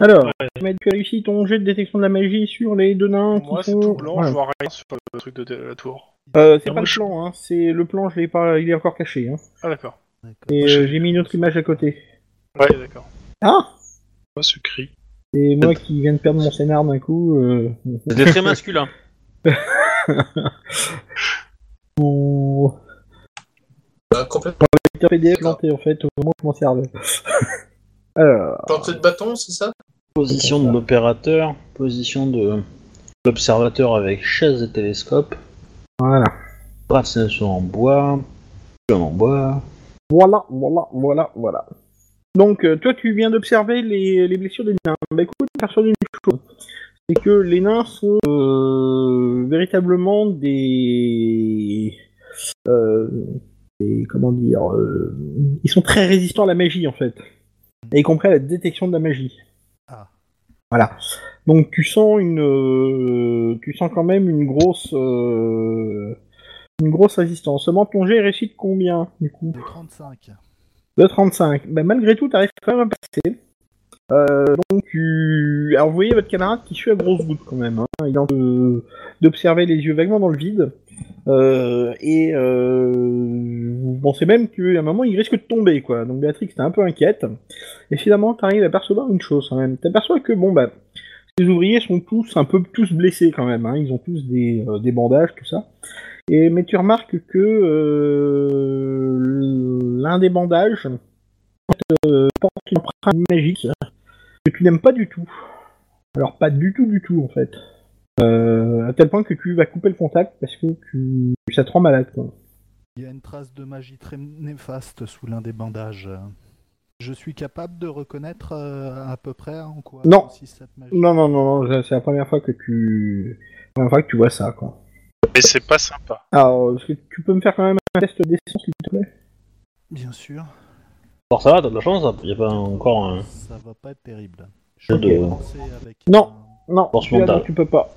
[SPEAKER 1] Alors, tu m'as dit que tu as réussi ton jet de détection de la magie sur les deux nains qui
[SPEAKER 5] Moi, c'est
[SPEAKER 1] font-
[SPEAKER 5] tout blanc,
[SPEAKER 1] Voilà.
[SPEAKER 5] je vois rien sur le truc de, de la tour.
[SPEAKER 1] Euh, c'est
[SPEAKER 3] Ah,
[SPEAKER 1] pas
[SPEAKER 3] moi,
[SPEAKER 1] le
[SPEAKER 3] je-
[SPEAKER 1] plan, hein. C'est le plan, je l'ai pas, il est encore caché. Hein.
[SPEAKER 5] Ah, d'accord.
[SPEAKER 6] D'accord.
[SPEAKER 1] Et
[SPEAKER 3] Moi,
[SPEAKER 1] euh,
[SPEAKER 3] j'ai-
[SPEAKER 1] j'ai mis une autre image à côté.
[SPEAKER 5] Ouais, d'accord.
[SPEAKER 1] Ah
[SPEAKER 3] Quoi ce cri
[SPEAKER 1] Et moi qui viens de perdre mon scénar d'un coup. euh,
[SPEAKER 2] C'était très masculin.
[SPEAKER 1] Mon
[SPEAKER 4] Bah, complètement.
[SPEAKER 1] lecteur PDF planté en fait au moment où je m'en servais. Alors,
[SPEAKER 4] Planté de bâton, c'est ça
[SPEAKER 2] Position de l'opérateur, position de l'observateur avec chaise et télescope,
[SPEAKER 1] voilà.
[SPEAKER 2] bracelet en bois, comme en bois.
[SPEAKER 1] Voilà, voilà, voilà, voilà. Donc, euh, toi, tu viens d'observer les, les blessures des nains. Bah écoute, personne une chose. C'est que les nains sont euh, véritablement des... euh, des- Comment dire euh, Ils sont très résistants à la magie, en fait. Et y compris à la détection de la magie.
[SPEAKER 6] Ah.
[SPEAKER 1] Voilà. Donc, tu sens une... euh, tu sens quand même une grosse... euh, une grosse résistance. Seulement, ton jet réussit de combien, du coup
[SPEAKER 6] De 35.
[SPEAKER 1] de 35. Bah, malgré tout, t'arrives quand même à passer. Euh, donc, tu... Alors, vous voyez votre camarade qui suit à grosse goutte quand même. hein. Il est en train de- d'observer les yeux vaguement dans le vide. Euh, et euh, vous pensez même qu'à un moment, il risque de tomber. quoi. Donc, Béatrix, t'es un peu inquiète. Et finalement, t'arrives à percevoir une chose quand même. T'aperçois que, bon, bah, les ouvriers sont tous un peu tous blessés quand même. hein. Ils ont tous des, euh, des bandages, tout ça. Et mais tu remarques que euh, l'un des bandages euh, porte une empreinte magique que tu n'aimes pas du tout. Alors pas du tout, du tout en fait. Euh, à tel point que tu vas couper le contact parce que tu... ça te rend malade. Quoi.
[SPEAKER 6] Il y a une trace de magie très néfaste sous l'un des bandages. Je suis capable de reconnaître euh, à peu près en quoi
[SPEAKER 1] Non.
[SPEAKER 6] consiste cette magie.
[SPEAKER 1] Non, non, non, non, c'est la première fois que tu, la première fois que tu vois ça. Quoi.
[SPEAKER 3] Et c'est pas sympa.
[SPEAKER 1] Alors, est-ce que tu peux me faire quand même un test d'essence, s'il te plaît
[SPEAKER 6] Bien sûr,
[SPEAKER 2] Alors ça va, t'as de la chance, hein. y a pas encore un.
[SPEAKER 6] ça va pas être terrible.
[SPEAKER 2] Je
[SPEAKER 6] vais
[SPEAKER 2] dois-
[SPEAKER 6] commencer avec
[SPEAKER 1] Non. Non,
[SPEAKER 2] Force
[SPEAKER 1] celui-là,
[SPEAKER 2] mentale.
[SPEAKER 1] non, tu peux pas.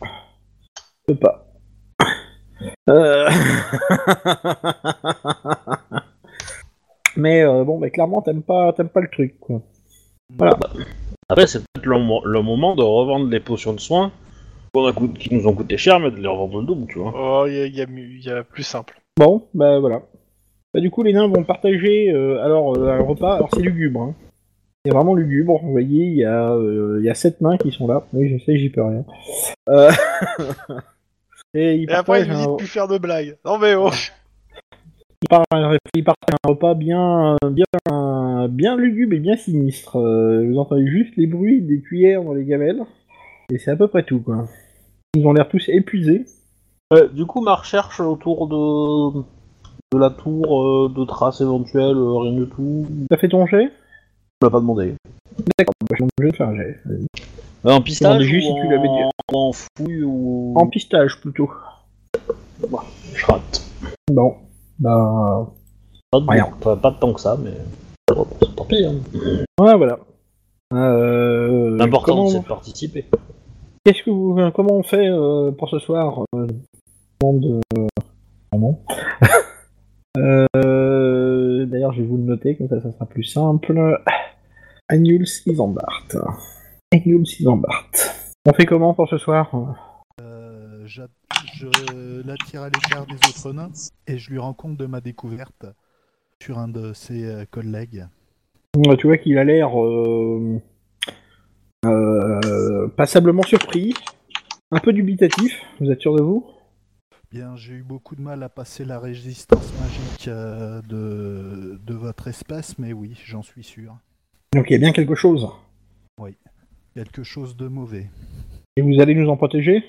[SPEAKER 1] Tu peux pas. Euh. Mais euh, bon, bah, clairement, t'aimes pas, t'aimes pas le truc. Quoi. Voilà.
[SPEAKER 2] Après, c'est peut-être le, mo- le moment de revendre les potions de soins qu'on a coût- qui nous ont coûté cher, mais de les revendre le double, tu vois.
[SPEAKER 5] Oh, il y, a- il y a mieux- il y a plus simple.
[SPEAKER 1] Bon, bah voilà. Bah, du coup, les nains vont partager euh, alors euh, un repas. Alors, c'est lugubre. Hein. C'est vraiment lugubre. Vous voyez, il y, a, euh, il y a sept nains qui sont là. Oui, je sais, j'y peux rien. Euh, Et ils
[SPEAKER 5] Et après,
[SPEAKER 1] partagent
[SPEAKER 5] il nous dit
[SPEAKER 1] un-
[SPEAKER 5] de plus faire de blagues. Non, mais oh
[SPEAKER 1] il part, il part à un repas bien, bien, bien lugubre et bien sinistre. Euh, vous entendez juste les bruits des cuillères dans les gamelles, et c'est à peu près tout, quoi. Ils ont l'air tous épuisés.
[SPEAKER 2] Euh, du coup, ma recherche autour de, de la tour, euh, de traces éventuelles, euh, rien du tout,
[SPEAKER 1] T'as fait ton jet
[SPEAKER 2] on l'a pas demandé.
[SPEAKER 1] Bah, Je suis obligé de faire un jet.
[SPEAKER 2] Euh, en
[SPEAKER 1] pistage
[SPEAKER 2] pistage,
[SPEAKER 1] ou en-
[SPEAKER 2] ou en fouille, ou
[SPEAKER 1] En pistage, plutôt.
[SPEAKER 2] je rate.
[SPEAKER 1] Bon. Bah...
[SPEAKER 2] Pas de,
[SPEAKER 1] Rien.
[SPEAKER 2] pas, pas de temps que ça, mais tant pis. Hein.
[SPEAKER 1] Ouais, voilà. Euh,
[SPEAKER 2] L'important,
[SPEAKER 1] comment-
[SPEAKER 2] c'est de participer.
[SPEAKER 1] Qu'est-ce que vous, euh, comment on fait euh, pour ce soir euh, avant de- pardon. Euh, D'ailleurs, je vais vous le noter comme ça, ça sera plus simple. Annul Isambart. Annul Isambart. On fait comment pour ce soir
[SPEAKER 6] Euh, j'a- je l'attire à l'écart des autres nains et je lui rends compte de ma découverte sur un de ses euh, collègues.
[SPEAKER 1] Euh, Tu vois qu'il a l'air euh, euh, passablement surpris, un peu dubitatif. Vous êtes sûr de vous
[SPEAKER 6] Bien, j'ai eu beaucoup de mal à passer la résistance magique euh, de, de votre espèce, mais oui, j'en suis sûr.
[SPEAKER 1] Donc il y a bien quelque chose.
[SPEAKER 6] Quelque chose de mauvais.
[SPEAKER 1] Et vous allez nous en protéger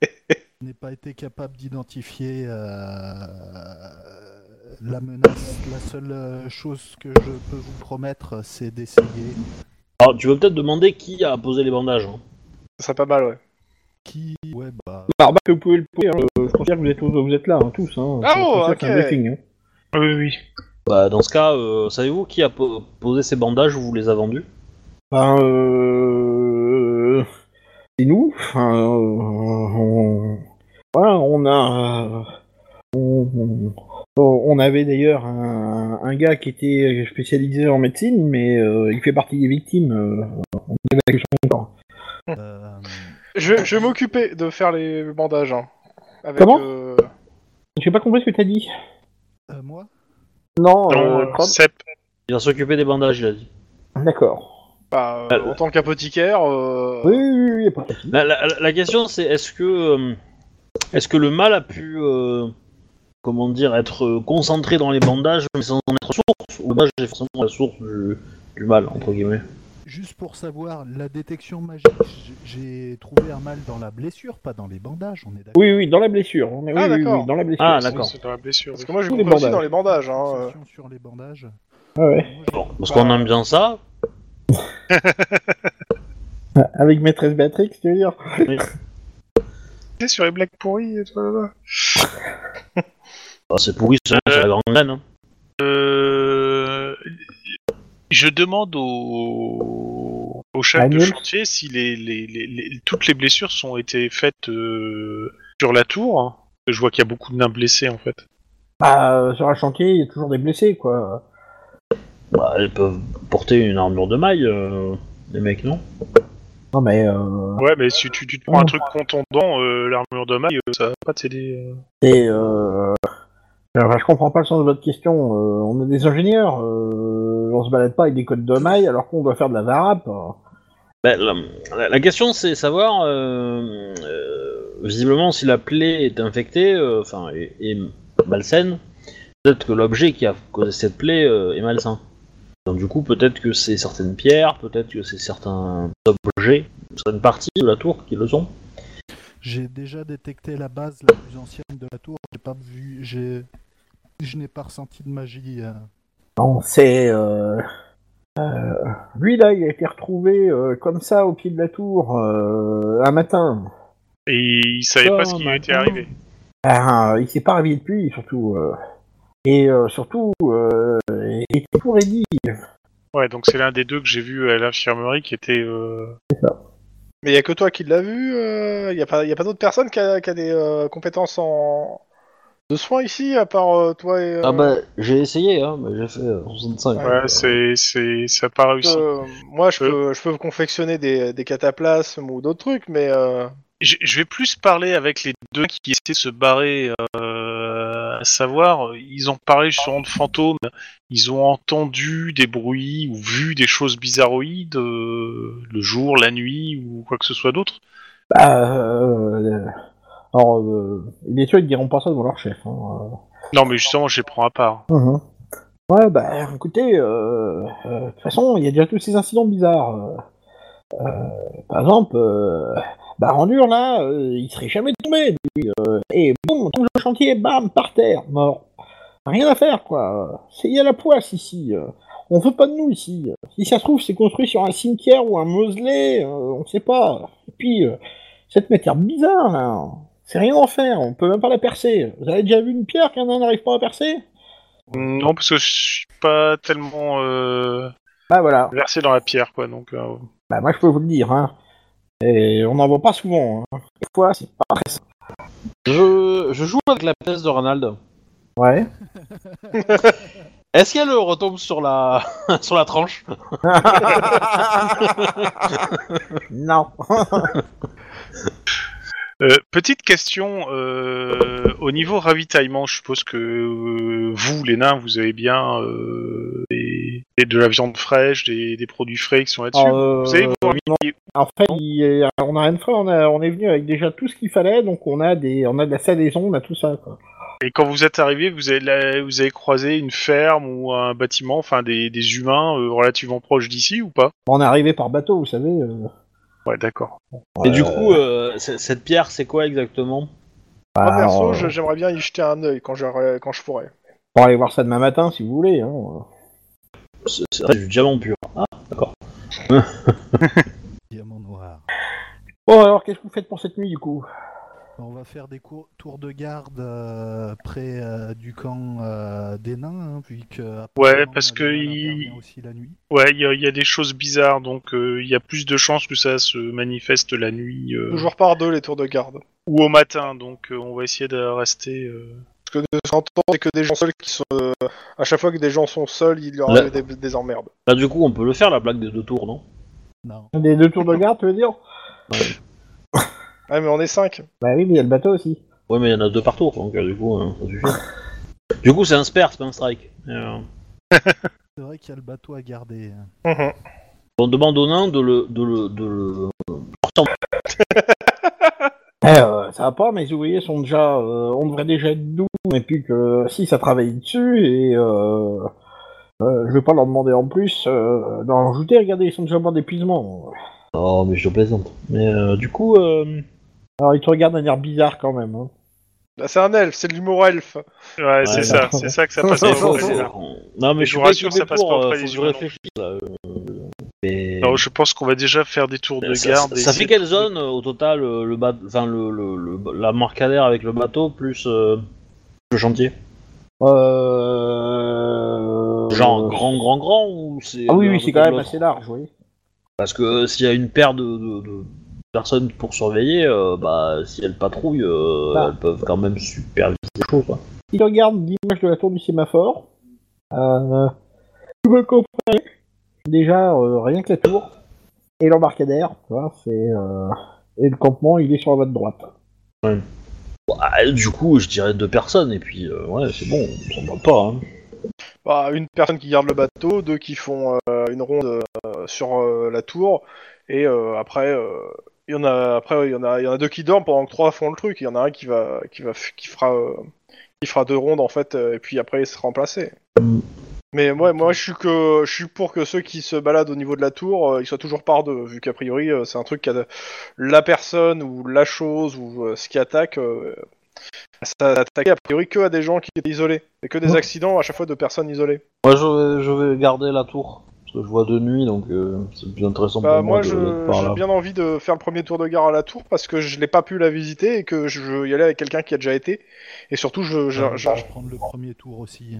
[SPEAKER 6] Je n'ai pas été capable d'identifier euh, la menace. La seule euh, chose que je peux vous promettre, c'est d'essayer
[SPEAKER 2] Alors, tu veux peut-être demander qui a posé les bandages. hein.
[SPEAKER 5] Ce serait pas mal, ouais.
[SPEAKER 6] qui... Ouais, bah...
[SPEAKER 1] Barba que vous pouvez le poser, hein, euh, je considère que vous êtes, vous êtes là, hein, tous. Hein,
[SPEAKER 5] Ah
[SPEAKER 1] Je
[SPEAKER 5] oh,
[SPEAKER 1] considère que c'est un
[SPEAKER 5] ok.
[SPEAKER 1] briefing, hein.
[SPEAKER 3] Oui, oui.
[SPEAKER 2] Bah, dans ce cas, euh, savez-vous qui a po- posé ces bandages ou vous les a vendus
[SPEAKER 1] Ben, euh... C'est nous. Enfin, euh, on... Voilà, on a... euh, On, on- on avait d'ailleurs un, un gars qui était spécialisé en médecine, mais euh, il fait partie des victimes. euh, on avait quelque chose encore.
[SPEAKER 6] euh,
[SPEAKER 5] Je, vais- je vais m'occuper de faire les bandages. hein. Avec,
[SPEAKER 1] Comment
[SPEAKER 5] euh,
[SPEAKER 1] J'ai pas compris ce que t'as dit.
[SPEAKER 6] euh, moi
[SPEAKER 1] Non,
[SPEAKER 3] Non,
[SPEAKER 1] euh,
[SPEAKER 3] euh,
[SPEAKER 1] Chrome.
[SPEAKER 3] Sep,
[SPEAKER 2] Il va s'occuper des bandages, il a dit.
[SPEAKER 1] D'accord.
[SPEAKER 5] bah, euh, en tant qu'apothicaire, euh,
[SPEAKER 1] Oui, oui, oui, y a pas de souci.
[SPEAKER 2] La, la- la- la question, c'est est-ce que, euh, est-ce que le mal a pu, euh, comment dire, être euh, concentré dans les bandages mais sans en être source Ou le bandage est forcément la source du, du mal, entre guillemets
[SPEAKER 6] Juste pour savoir, la détection magique, j- j'ai trouvé un mal dans la blessure, pas dans les bandages, on est d'accord
[SPEAKER 1] Oui, oui, dans la blessure. on est- oui,
[SPEAKER 5] Ah,
[SPEAKER 1] oui,
[SPEAKER 5] d'accord.
[SPEAKER 1] oui, dans la blessure.
[SPEAKER 2] Ah,
[SPEAKER 3] c'est-
[SPEAKER 2] d'accord.
[SPEAKER 3] c'est dans la blessure.
[SPEAKER 5] parce que moi, j'ai
[SPEAKER 1] Tous les
[SPEAKER 5] compris aussi dans
[SPEAKER 1] bandages.
[SPEAKER 5] les bandages. hein, euh.
[SPEAKER 6] Sensation sur les bandages.
[SPEAKER 1] Ouais, ouais.
[SPEAKER 6] Moi,
[SPEAKER 2] Bon, parce
[SPEAKER 5] Bah-
[SPEAKER 2] qu'on aime bien ça.
[SPEAKER 1] Avec maîtresse Béatrix, tu veux dire
[SPEAKER 3] T'es sur les blagues pourries et tout là-bas.
[SPEAKER 2] Bah, c'est pourri, c'est c'est la grande reine, hein.
[SPEAKER 3] Euh, Je demande au, au chef de
[SPEAKER 1] Agnès.
[SPEAKER 3] chantier si les, les- les- les- toutes les blessures sont été faites euh, sur la tour. hein. Je vois qu'il y a beaucoup de nains blessés en fait.
[SPEAKER 1] Bah, euh, sur un chantier, il y a toujours des blessés, quoi.
[SPEAKER 2] Bah, elles peuvent porter une armure de maille, euh, les mecs, non
[SPEAKER 1] Non, mais euh,
[SPEAKER 3] Ouais, mais si tu, tu te prends un truc contondant, euh, l'armure de maille, euh, ça va pas t'aider. euh.
[SPEAKER 1] c'est. Euh... alors, je comprends pas le sens de votre question. Euh, on est des ingénieurs. euh, On se balade pas avec des codes de maille alors qu'on doit faire de la varap.
[SPEAKER 2] Ben, la, la- la question, c'est savoir, euh, euh, visiblement, si la plaie est infectée, euh, enfin, est, est malsaine, peut-être que l'objet qui a causé cette plaie euh, est malsain. Donc, du coup, peut-être que c'est certaines pierres, peut-être que c'est certains objets, certaines parties de la tour qui le sont.
[SPEAKER 6] J'ai déjà détecté la base la plus ancienne de la tour. J'ai pas vu, j'ai, je n'ai pas ressenti de magie. euh.
[SPEAKER 1] Non, c'est. euh, euh, lui là, il a été retrouvé euh, comme ça au pied de la tour euh, un matin.
[SPEAKER 3] Et il savait
[SPEAKER 2] Oh,
[SPEAKER 3] pas ce qui lui était
[SPEAKER 2] maintenant.
[SPEAKER 3] arrivé.
[SPEAKER 1] Ah, il s'est pas réveillé depuis, surtout. euh. Et euh, surtout, euh, il était tout ready.
[SPEAKER 3] Ouais, donc c'est l'un des deux que j'ai vu à l'infirmerie qui était. euh,
[SPEAKER 5] Mais il n'y a que toi qui l'as vu, il n'y a pas, y a pas d'autre personne qui a, qui a des euh, compétences en... de soins ici, à part euh, toi et... euh,
[SPEAKER 2] Ah, bah, j'ai essayé, hein, mais j'ai fait euh, 65.
[SPEAKER 3] Ouais, c'est, c'est, ça n'a pas réussi.
[SPEAKER 5] euh, moi, je
[SPEAKER 3] Euh.
[SPEAKER 5] peux, je peux vous confectionner des, des cataplasmes ou d'autres trucs, mais... euh,
[SPEAKER 3] Je, je vais plus parler avec les deux qui essaient de se barrer, euh, à savoir, euh, ils ont parlé justement de fantômes, ils ont entendu des bruits ou vu des choses bizarroïdes euh, le jour, la nuit ou quoi que ce soit d'autre.
[SPEAKER 1] Bah, euh, alors, euh, bien sûr, ils diront pas ça devant leur chef. hein,
[SPEAKER 3] Non, mais justement, je les prends à part.
[SPEAKER 1] euh. Ouais, bah, écoutez, euh, euh, de toute façon, il y a déjà tous ces incidents bizarres. euh. Euh, par exemple, euh, bah, Randur, là, euh, il serait jamais tombé, lui. euh, et bon, tombe le chantier, bam, par terre, mort. Rien à faire, quoi. C'est- Il y a la poisse, ici. euh. On veut pas de nous, ici. Si ça se trouve, c'est construit sur un cimetière ou un mausolée, euh, on sait pas. Et puis, euh, cette matière bizarre, là, c'est rien à faire, on peut même pas la percer. Vous avez déjà vu une pierre qu'un nain n'arrive pas à percer
[SPEAKER 3] Non, parce que je suis pas tellement euh,
[SPEAKER 1] Bah voilà.
[SPEAKER 3] versé dans la pierre, quoi. Donc, euh,
[SPEAKER 1] Bah moi je peux vous le dire, hein. Et on n'en voit pas souvent, hein. Des fois, c'est pas très simple.
[SPEAKER 2] Je, je joue avec la pièce de Ronald.
[SPEAKER 1] Ouais.
[SPEAKER 2] Est-ce qu'elle euh, retombe sur la, sur la tranche
[SPEAKER 1] non.
[SPEAKER 3] Euh, petite question euh, au niveau ravitaillement, je suppose que euh, vous, les nains, vous avez bien euh, des, des- de la viande fraîche, des, des produits frais qui sont là-dessus.
[SPEAKER 1] Euh,
[SPEAKER 3] Vous savez, vous
[SPEAKER 1] non.
[SPEAKER 3] ravitaillez-
[SPEAKER 1] En fait, il est- on a rien de frais, on, a- on est venu avec déjà tout ce qu'il fallait, donc on a des, on a de la salaison, on a tout ça. Quoi.
[SPEAKER 3] et quand vous êtes arrivé, vous avez, la- vous avez croisé une ferme ou un bâtiment, enfin des, des humains euh, relativement proches d'ici ou pas
[SPEAKER 1] On est arrivé par bateau, vous savez. euh.
[SPEAKER 3] Ouais, d'accord.
[SPEAKER 2] Et du coup, euh, c'est- cette pierre, c'est quoi exactement
[SPEAKER 5] Moi,
[SPEAKER 1] Bah,
[SPEAKER 5] perso,
[SPEAKER 1] on-
[SPEAKER 5] je- j'aimerais bien y jeter un œil quand je, quand je pourrais.
[SPEAKER 1] on va aller voir ça demain matin si vous voulez. Hein.
[SPEAKER 2] C'est c'est du diamant pur. Ah, d'accord.
[SPEAKER 6] Diamant noir.
[SPEAKER 1] Bon alors, qu'est-ce que vous faites pour cette nuit du coup
[SPEAKER 6] On va faire des cours, tours de garde euh, près euh, du camp euh, des nains, hein, puis que. apparemment,
[SPEAKER 3] parce
[SPEAKER 6] le
[SPEAKER 3] que
[SPEAKER 6] mal
[SPEAKER 3] il-
[SPEAKER 6] intervient aussi la nuit.
[SPEAKER 3] Ouais, il y, a- il y a des choses bizarres, donc euh, il y a plus de chances que ça se manifeste la nuit euh,
[SPEAKER 5] Toujours par deux, les tours de garde.
[SPEAKER 3] ou au matin, donc euh, on va essayer de rester. euh,
[SPEAKER 5] Parce que de ce qu'on entend, c'est que des gens seuls qui sont... euh, à chaque fois que des gens sont seuls, il leur
[SPEAKER 2] Là.
[SPEAKER 5] arrive des, des emmerdes.
[SPEAKER 2] Bah, du coup, on peut le faire, la blague des deux tours, non
[SPEAKER 6] Non.
[SPEAKER 1] Des deux tours de garde, tu veux dire
[SPEAKER 5] Ouais, Ah, mais on est cinq.
[SPEAKER 1] Bah oui, mais il y a le bateau aussi.
[SPEAKER 2] Ouais, mais il y en a deux par tour, donc euh, du coup, euh, ça suffit. du coup, c'est un spare, c'est pas un strike. Euh,
[SPEAKER 6] C'est vrai qu'il y a le bateau à garder. hein.
[SPEAKER 5] Mhm.
[SPEAKER 2] on demande aux nains de le. De le, de le...
[SPEAKER 1] Eh, euh, ça va pas, mes ouvriers sont déjà. euh, on devrait déjà être doux, et puis que si ça travaille dessus, et. Euh, euh, je vais pas leur demander en plus euh, d'en rajouter, regardez, ils sont déjà morts d'épuisement.
[SPEAKER 2] Oh, mais je plaisante. Mais euh, du coup, euh,
[SPEAKER 1] Alors ils te regardent d'un air bizarre quand même. hein.
[SPEAKER 5] Bah, c'est un elfe, c'est de l'humour elfe.
[SPEAKER 3] Ouais, c'est ça,
[SPEAKER 1] d'accord.
[SPEAKER 3] c'est ça que ça
[SPEAKER 1] Non,
[SPEAKER 3] passe.
[SPEAKER 1] non,
[SPEAKER 3] dans le
[SPEAKER 1] non,
[SPEAKER 3] réseau.
[SPEAKER 2] non, mais
[SPEAKER 3] Et
[SPEAKER 2] je
[SPEAKER 3] je
[SPEAKER 2] suis pas
[SPEAKER 3] vous rassure,
[SPEAKER 2] équipé
[SPEAKER 3] ça passe
[SPEAKER 2] pour,
[SPEAKER 3] pas entre
[SPEAKER 2] euh,
[SPEAKER 3] les
[SPEAKER 2] faut que je
[SPEAKER 3] humains, non Bah,
[SPEAKER 2] réfléchisse. là, euh, mais-
[SPEAKER 3] Non, je pense qu'on va déjà faire des tours de
[SPEAKER 2] Ça-
[SPEAKER 3] garde.
[SPEAKER 2] ça,
[SPEAKER 3] et
[SPEAKER 2] ça
[SPEAKER 3] essayer
[SPEAKER 2] fait quelle zone euh, au total euh, le, ba- enfin, le, le, le- la marcadère avec le bateau plus euh, le chantier
[SPEAKER 1] Euh...
[SPEAKER 2] Genre grand grand grand ou c'est
[SPEAKER 1] Ah oui,
[SPEAKER 2] un
[SPEAKER 1] oui,
[SPEAKER 2] peu
[SPEAKER 1] c'est quand
[SPEAKER 2] comme
[SPEAKER 1] même
[SPEAKER 2] l'autre
[SPEAKER 1] assez large, oui.
[SPEAKER 2] Parce que euh, s'il y a une paire de, de- de personnes pour surveiller, euh, bah si elles patrouillent, euh,
[SPEAKER 1] Ah.
[SPEAKER 2] elles peuvent quand même superviser les choses. Quoi.
[SPEAKER 1] Ils regardent l'image de la tour du sémaphore. Euh, vous me comprenez Déjà, euh, rien que la tour et l'embarcadère, tu vois, c'est. euh, et le campement, il est sur votre droite.
[SPEAKER 2] Ah, Bah, du coup, je dirais deux personnes et puis euh, ouais, c'est bon, on s'en va pas. hein.
[SPEAKER 5] bah, une personne qui garde le bateau, deux qui font euh, une ronde euh, sur euh, la tour, et euh, après euh, il y en a après il y en a il y en a deux qui dorment pendant que trois font le truc, il y en a un qui va qui va f- qui fera euh, qui fera deux rondes en fait, euh, et puis après il sera remplacé.
[SPEAKER 2] Mm.
[SPEAKER 5] Mais moi moi je suis que je suis pour que ceux qui se baladent au niveau de la tour, euh, ils soient toujours par deux, vu qu'a priori euh, c'est un truc qui a la personne ou la chose ou euh, ce qui attaque. euh, ça attaquait a priori que à des gens qui étaient isolés et que des
[SPEAKER 2] Ouais.
[SPEAKER 5] accidents à chaque fois de personnes isolées.
[SPEAKER 2] Moi, je vais, je vais garder la tour. Parce que je vois de nuit, donc euh, c'est plus intéressant
[SPEAKER 5] Bah,
[SPEAKER 2] pour moi,
[SPEAKER 5] moi,
[SPEAKER 2] de-
[SPEAKER 5] je-
[SPEAKER 2] d'être par
[SPEAKER 5] j'ai
[SPEAKER 2] là.
[SPEAKER 5] bien envie de faire le premier tour de gare à la tour parce que je n'ai pas pu la visiter et que je veux y aller avec quelqu'un qui a déjà été. Et surtout, je, je-
[SPEAKER 6] Bah, Je
[SPEAKER 5] je-
[SPEAKER 6] vais prendre le premier tour aussi.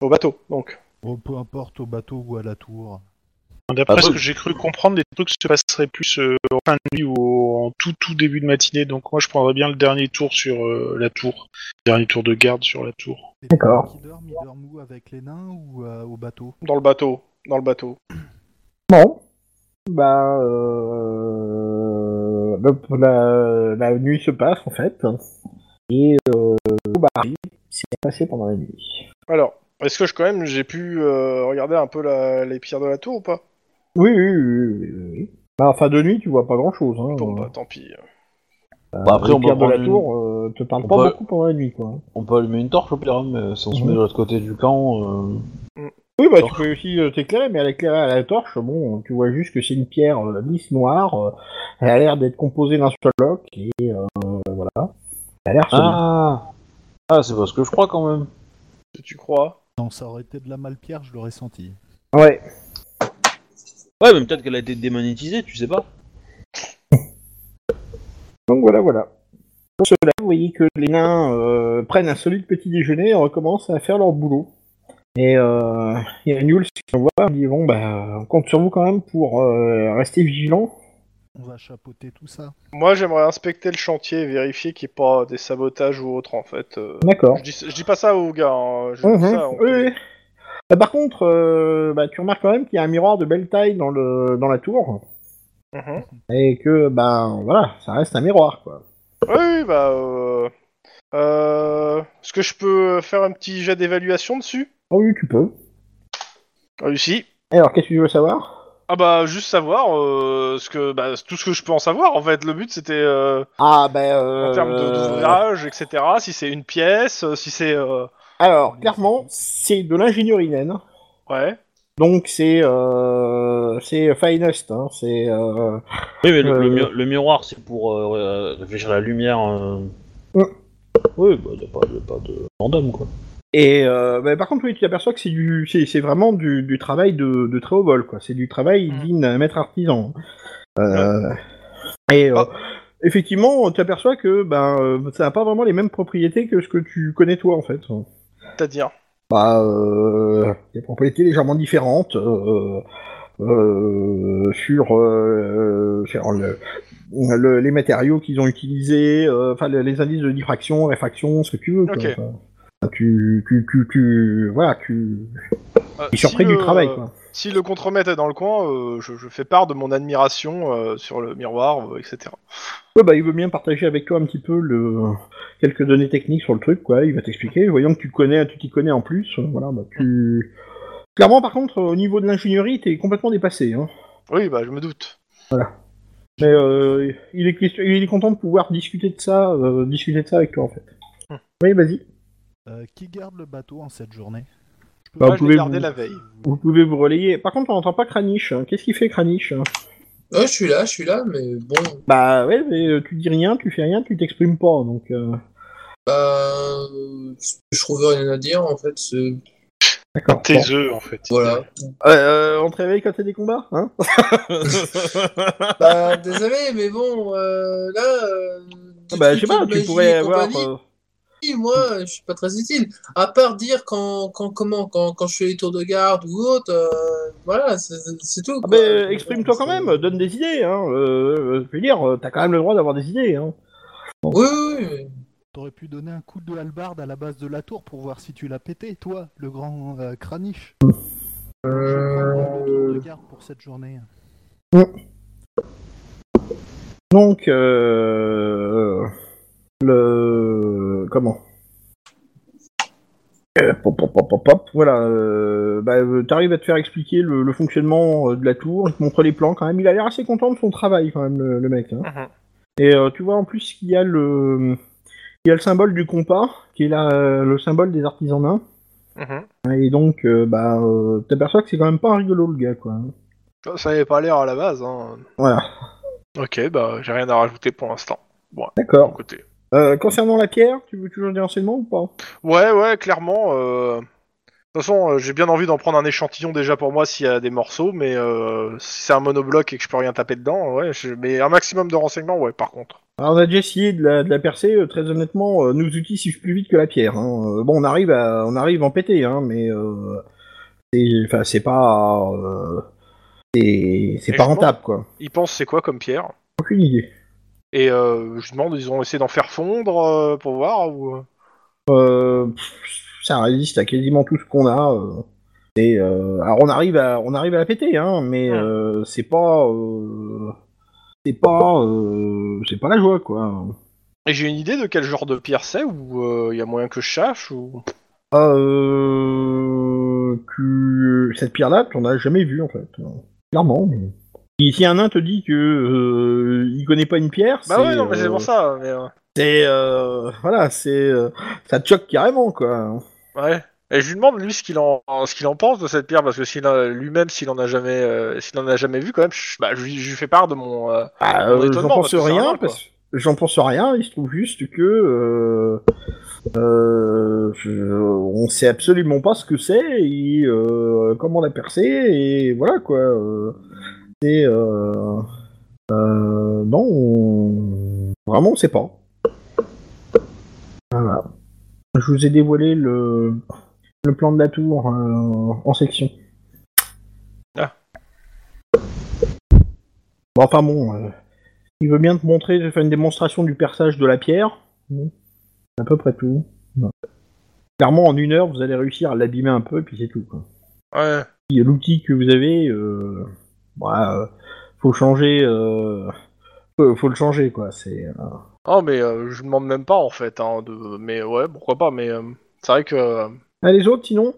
[SPEAKER 5] au bateau. Donc,
[SPEAKER 6] Bon, peu importe au bateau ou à la tour.
[SPEAKER 3] D'après
[SPEAKER 2] Après-
[SPEAKER 3] ce que j'ai cru comprendre, les trucs se passeraient plus euh, en fin de nuit ou au- en tout tout début de matinée. Donc moi, je prendrais bien le dernier tour sur euh, la tour, dernier tour de garde sur la tour.
[SPEAKER 6] Les
[SPEAKER 1] D'accord.
[SPEAKER 6] personnes Qui dorment, ils dorment où avec les nains ou euh, au bateau
[SPEAKER 5] dans le bateau, dans le bateau.
[SPEAKER 1] Bon. Bah, euh, la- la, la nuit se passe en fait. Et euh, bah, c'est passé pendant la nuit.
[SPEAKER 5] Alors, est-ce que je quand même j'ai pu euh, regarder un peu la- les pierres de la tour ou pas
[SPEAKER 1] Oui, oui, oui. oui, oui, oui. Bah, enfin, de nuit, tu vois pas grand chose. Hein.
[SPEAKER 5] Bon, bah, tant pis.
[SPEAKER 2] Bah, après,
[SPEAKER 1] Les
[SPEAKER 2] on peut,
[SPEAKER 1] pierres de
[SPEAKER 2] prendre
[SPEAKER 1] la
[SPEAKER 2] une-
[SPEAKER 1] tour euh, te parle
[SPEAKER 2] on
[SPEAKER 1] pas
[SPEAKER 2] peut-
[SPEAKER 1] beaucoup pendant la nuit, quoi.
[SPEAKER 2] on peut allumer une torche au pire, hein, mais si on se
[SPEAKER 1] Mhm.
[SPEAKER 2] met de l'autre côté du camp. euh,
[SPEAKER 1] Oui, bah,
[SPEAKER 2] Torche.
[SPEAKER 1] tu peux aussi euh, t'éclairer, mais à l'éclairer à la torche, bon, tu vois juste que c'est une pierre euh, lisse noire. euh, elle a l'air d'être composée d'un seul bloc, et euh, voilà. Elle a l'air solide.
[SPEAKER 2] Ah Ah, c'est parce que je crois quand même.
[SPEAKER 5] Si tu crois.
[SPEAKER 6] Non, ça aurait été de la malpierre, je l'aurais senti.
[SPEAKER 1] Ouais.
[SPEAKER 2] Ouais, mais peut-être qu'elle a été démonétisée, tu sais pas.
[SPEAKER 1] Donc voilà, voilà. Pour cela, vous voyez que les nains euh, prennent un solide petit déjeuner et recommencent à faire leur boulot. Et euh, il y a Newell qui voit, il dit bon bah on compte sur vous quand même pour euh, rester vigilant.
[SPEAKER 6] On va chapeauter tout ça.
[SPEAKER 5] Moi, j'aimerais inspecter le chantier et vérifier qu'il n'y ait pas des sabotages ou autre en fait. euh.
[SPEAKER 1] D'accord.
[SPEAKER 5] Je, dis, je dis pas ça aux gars. hein, Je dis
[SPEAKER 1] Mhm.
[SPEAKER 5] ça, on-
[SPEAKER 1] Oui, oui. Bah, par contre, euh, bah, tu remarques quand même qu'il y a un miroir de belle taille dans le dans la tour
[SPEAKER 5] Mhm.
[SPEAKER 1] et que bah voilà, ça reste un miroir quoi.
[SPEAKER 5] Oui, oui, bah. Euh... euh, Est-ce que je peux faire un petit jet d'évaluation dessus
[SPEAKER 1] Oh oui, tu peux.
[SPEAKER 5] Réussi.
[SPEAKER 1] Alors qu'est-ce que tu veux savoir
[SPEAKER 5] Ah bah juste savoir euh, ce que bah, tout ce que je peux en savoir en fait. Le but c'était euh,
[SPEAKER 1] Ah bah
[SPEAKER 5] en termes de- d'ouvrage, etc. Si c'est une pièce, euh, si c'est euh,
[SPEAKER 1] alors clairement c'est de l'ingénierie naine.
[SPEAKER 5] ouais.
[SPEAKER 1] Donc c'est euh, c'est finest, hein, c'est euh,
[SPEAKER 2] Oui, mais le,
[SPEAKER 1] Euh.
[SPEAKER 2] le mi- le miroir, c'est pour euh, euh, réfléchir à la lumière. euh.
[SPEAKER 1] Ouais.
[SPEAKER 2] Oui, bah, y'a pas, y'a pas de random, quoi.
[SPEAKER 1] et euh, bah, par contre oui tu t'aperçois que c'est du c'est c'est vraiment du, du travail de, de très haut vol quoi, c'est du travail
[SPEAKER 5] Mhm.
[SPEAKER 1] digne d'un maître artisan. Euh, Et euh,
[SPEAKER 5] Ah.
[SPEAKER 1] effectivement tu t'aperçois que ben euh, ça n'a pas vraiment les mêmes propriétés que ce que tu connais toi en fait. hein.
[SPEAKER 5] C'est-à-dire.
[SPEAKER 1] Bah euh, des propriétés légèrement différentes. euh, euh, sur, euh, sur le- le- les matériaux qu'ils ont utilisés, euh, enfin le- les indices de diffraction, réfraction, ce que tu veux. quoi.
[SPEAKER 5] Ok.
[SPEAKER 1] Enfin, tu, tu, tu, tu, voilà, tu,
[SPEAKER 5] euh,
[SPEAKER 1] tu es surpris
[SPEAKER 5] si
[SPEAKER 1] du
[SPEAKER 5] le-
[SPEAKER 1] travail. Quoi.
[SPEAKER 5] Si le contremaître est dans le coin, euh, je, je fais part de mon admiration euh, sur le miroir, euh, etc.
[SPEAKER 1] Ouais, bah, il veut bien partager avec toi un petit peu le, quelques données techniques sur le truc. Quoi. Il va t'expliquer, voyant que tu connais, tu t'y connais en plus. euh, Voilà, bah, tu... Clairement, par contre, au niveau de l'ingénierie, t'es complètement dépassé. Hein.
[SPEAKER 5] Oui, bah je me doute.
[SPEAKER 1] Mais euh, il, est question- il est content de pouvoir discuter de ça, euh, discuter de ça avec toi en fait. Oui, vas-y.
[SPEAKER 6] Euh, qui garde le bateau en cette journée Je peux
[SPEAKER 1] Bah,
[SPEAKER 6] pas-
[SPEAKER 1] vous
[SPEAKER 5] Moi, je
[SPEAKER 1] pouvez
[SPEAKER 5] l'ai gardé
[SPEAKER 1] vous-
[SPEAKER 5] la veille.
[SPEAKER 1] Vous pouvez vous relayer. Par contre, on n'entend pas Kranich. hein. Qu'est-ce qu'il fait, Kranich hein
[SPEAKER 4] Ouais, je suis là, je suis là, mais bon,
[SPEAKER 1] Bah ouais, mais euh, tu dis rien, tu fais rien, tu t'exprimes pas. Donc, euh,
[SPEAKER 4] bah, je trouve rien à dire en fait. c'est-
[SPEAKER 1] d'accord.
[SPEAKER 3] Tes
[SPEAKER 1] Bon.
[SPEAKER 3] œufs, en fait.
[SPEAKER 4] Voilà.
[SPEAKER 1] Euh, euh, on te réveille quand t'as des combats, hein
[SPEAKER 4] bah, désolé, mais bon, euh, là. euh, des
[SPEAKER 1] Bah je sais
[SPEAKER 4] trucs
[SPEAKER 1] pas,
[SPEAKER 4] de
[SPEAKER 1] tu
[SPEAKER 4] magie
[SPEAKER 1] pourrais
[SPEAKER 4] et
[SPEAKER 1] avoir.
[SPEAKER 4] compagnie,
[SPEAKER 1] euh,
[SPEAKER 4] Moi, je suis pas très utile. À part dire quand, quand comment, quand, quand je fais les tours de garde ou autre, euh, voilà, c'est c'est tout.
[SPEAKER 1] Ah,
[SPEAKER 4] quoi.
[SPEAKER 1] bah, exprime-toi quand même, donne des idées. Hein. Euh, euh, je veux dire, euh, t'as quand même le droit d'avoir des idées. Hein.
[SPEAKER 4] Oui, oui, oui.
[SPEAKER 6] T'aurais pu donner un coup de halbarde à la base de la tour pour voir si tu l'as pété, toi, le grand euh, craniche. Je prends le
[SPEAKER 1] Euh.
[SPEAKER 4] Euh,
[SPEAKER 6] tour de garde pour cette journée.
[SPEAKER 1] Donc, euh, le comment Euh, pop, pop, pop, pop, pop. Voilà, euh, bah, euh, t'arrives à te faire expliquer le, le fonctionnement euh, de la tour, il te montre les plans quand même. Il a l'air assez content de son travail quand même, le, le mec. hein.
[SPEAKER 5] Mhm.
[SPEAKER 1] Et euh, tu vois en plus qu'il y a le, il y a le symbole du compas, qui est là le symbole des artisans nains.
[SPEAKER 5] Mhm.
[SPEAKER 1] Et donc, euh, bah, euh, t'aperçois que c'est quand même pas un rigolo le gars, quoi.
[SPEAKER 5] Ça n'avait pas l'air à la base. Hein.
[SPEAKER 1] Voilà.
[SPEAKER 5] Ok, bah j'ai rien à rajouter pour l'instant. de mon
[SPEAKER 1] D'accord.
[SPEAKER 5] côté.
[SPEAKER 1] Euh, concernant la pierre, tu veux toujours des renseignements ou pas
[SPEAKER 5] Ouais, ouais, clairement. euh, De toute façon, euh, j'ai bien envie d'en prendre un échantillon déjà pour moi s'il y a des morceaux, mais euh, si c'est un monobloc et que je peux rien taper dedans, ouais. je- Mais un maximum de renseignements, ouais, par contre.
[SPEAKER 1] Alors, on a déjà essayé de la, de la percer, euh, très honnêtement, euh, nos outils suivent plus vite que la pierre. hein. Euh, Bon, on arrive à, on arrive à en péter, hein, mais euh, c'est- enfin, c'est pas... euh, c'est c'est
[SPEAKER 5] Et
[SPEAKER 1] pas
[SPEAKER 5] je pense-
[SPEAKER 1] rentable, quoi.
[SPEAKER 5] Ils pensent c'est quoi comme pierre
[SPEAKER 1] Aucune idée.
[SPEAKER 5] Et euh, je demande, ils ont essayé d'en faire fondre euh, pour voir ou...
[SPEAKER 1] Euh, pff, ça résiste à quasiment tout ce qu'on a. euh. Et, euh, alors on arrive à on arrive à la péter, hein, mais
[SPEAKER 5] Ouais.
[SPEAKER 1] euh, c'est pas euh, c'est pas euh, c'est pas la joie quoi.
[SPEAKER 5] Et j'ai une idée de quel genre de pierre c'est ou il y a moyen que je sache ou...
[SPEAKER 1] Ah, euh, tu- cette pierre-là, tu n'en as jamais vu en fait, euh, clairement. mais- Si- Si un nain te dit que euh, il connaît pas une pierre,
[SPEAKER 5] Bah
[SPEAKER 1] c'est,
[SPEAKER 5] ouais, non, mais c'est
[SPEAKER 1] euh,
[SPEAKER 5] pour ça. Mais, euh,
[SPEAKER 1] c'est, euh, voilà, c'est euh, ça te choque carrément quoi.
[SPEAKER 5] ouais. Et je lui demande lui ce qu'il en ce qu'il en pense de cette pierre parce que s'il a- lui-même s'il en a jamais euh, s'il en a jamais vu quand même, je, bah, je, lui- je lui fais part de mon. euh,
[SPEAKER 1] Bah,
[SPEAKER 5] Mon
[SPEAKER 1] euh,
[SPEAKER 5] étonnement,
[SPEAKER 1] j'en pense
[SPEAKER 5] parce que c'est un nain,
[SPEAKER 1] rien,
[SPEAKER 5] quoi.
[SPEAKER 1] parce- j'en pense rien. Il se trouve juste que euh, euh, je- on sait absolument pas ce que c'est et euh, comment la percer et voilà quoi. euh, c'est euh, euh, non, on- vraiment on sait pas. Voilà. Je vous ai dévoilé le, le plan de la tour euh, en section.
[SPEAKER 5] Ah.
[SPEAKER 1] Bon, enfin bon, euh, il veut bien te montrer, de faire une démonstration du perçage de la pierre. Bon, c'est à peu près tout. Non. Clairement, en une heure, vous allez réussir à l'abîmer un peu, et puis c'est tout. Quoi.
[SPEAKER 5] Ouais.
[SPEAKER 1] Puis, euh, L'outil que vous avez, euh, bah, euh, faut changer, euh, faut, faut le changer, quoi. C'est euh,
[SPEAKER 5] Oh mais euh, je lui demande même pas en fait. Hein, de... Mais ouais, pourquoi pas. Mais euh, c'est vrai que euh,
[SPEAKER 1] Ah, les autres, sinon.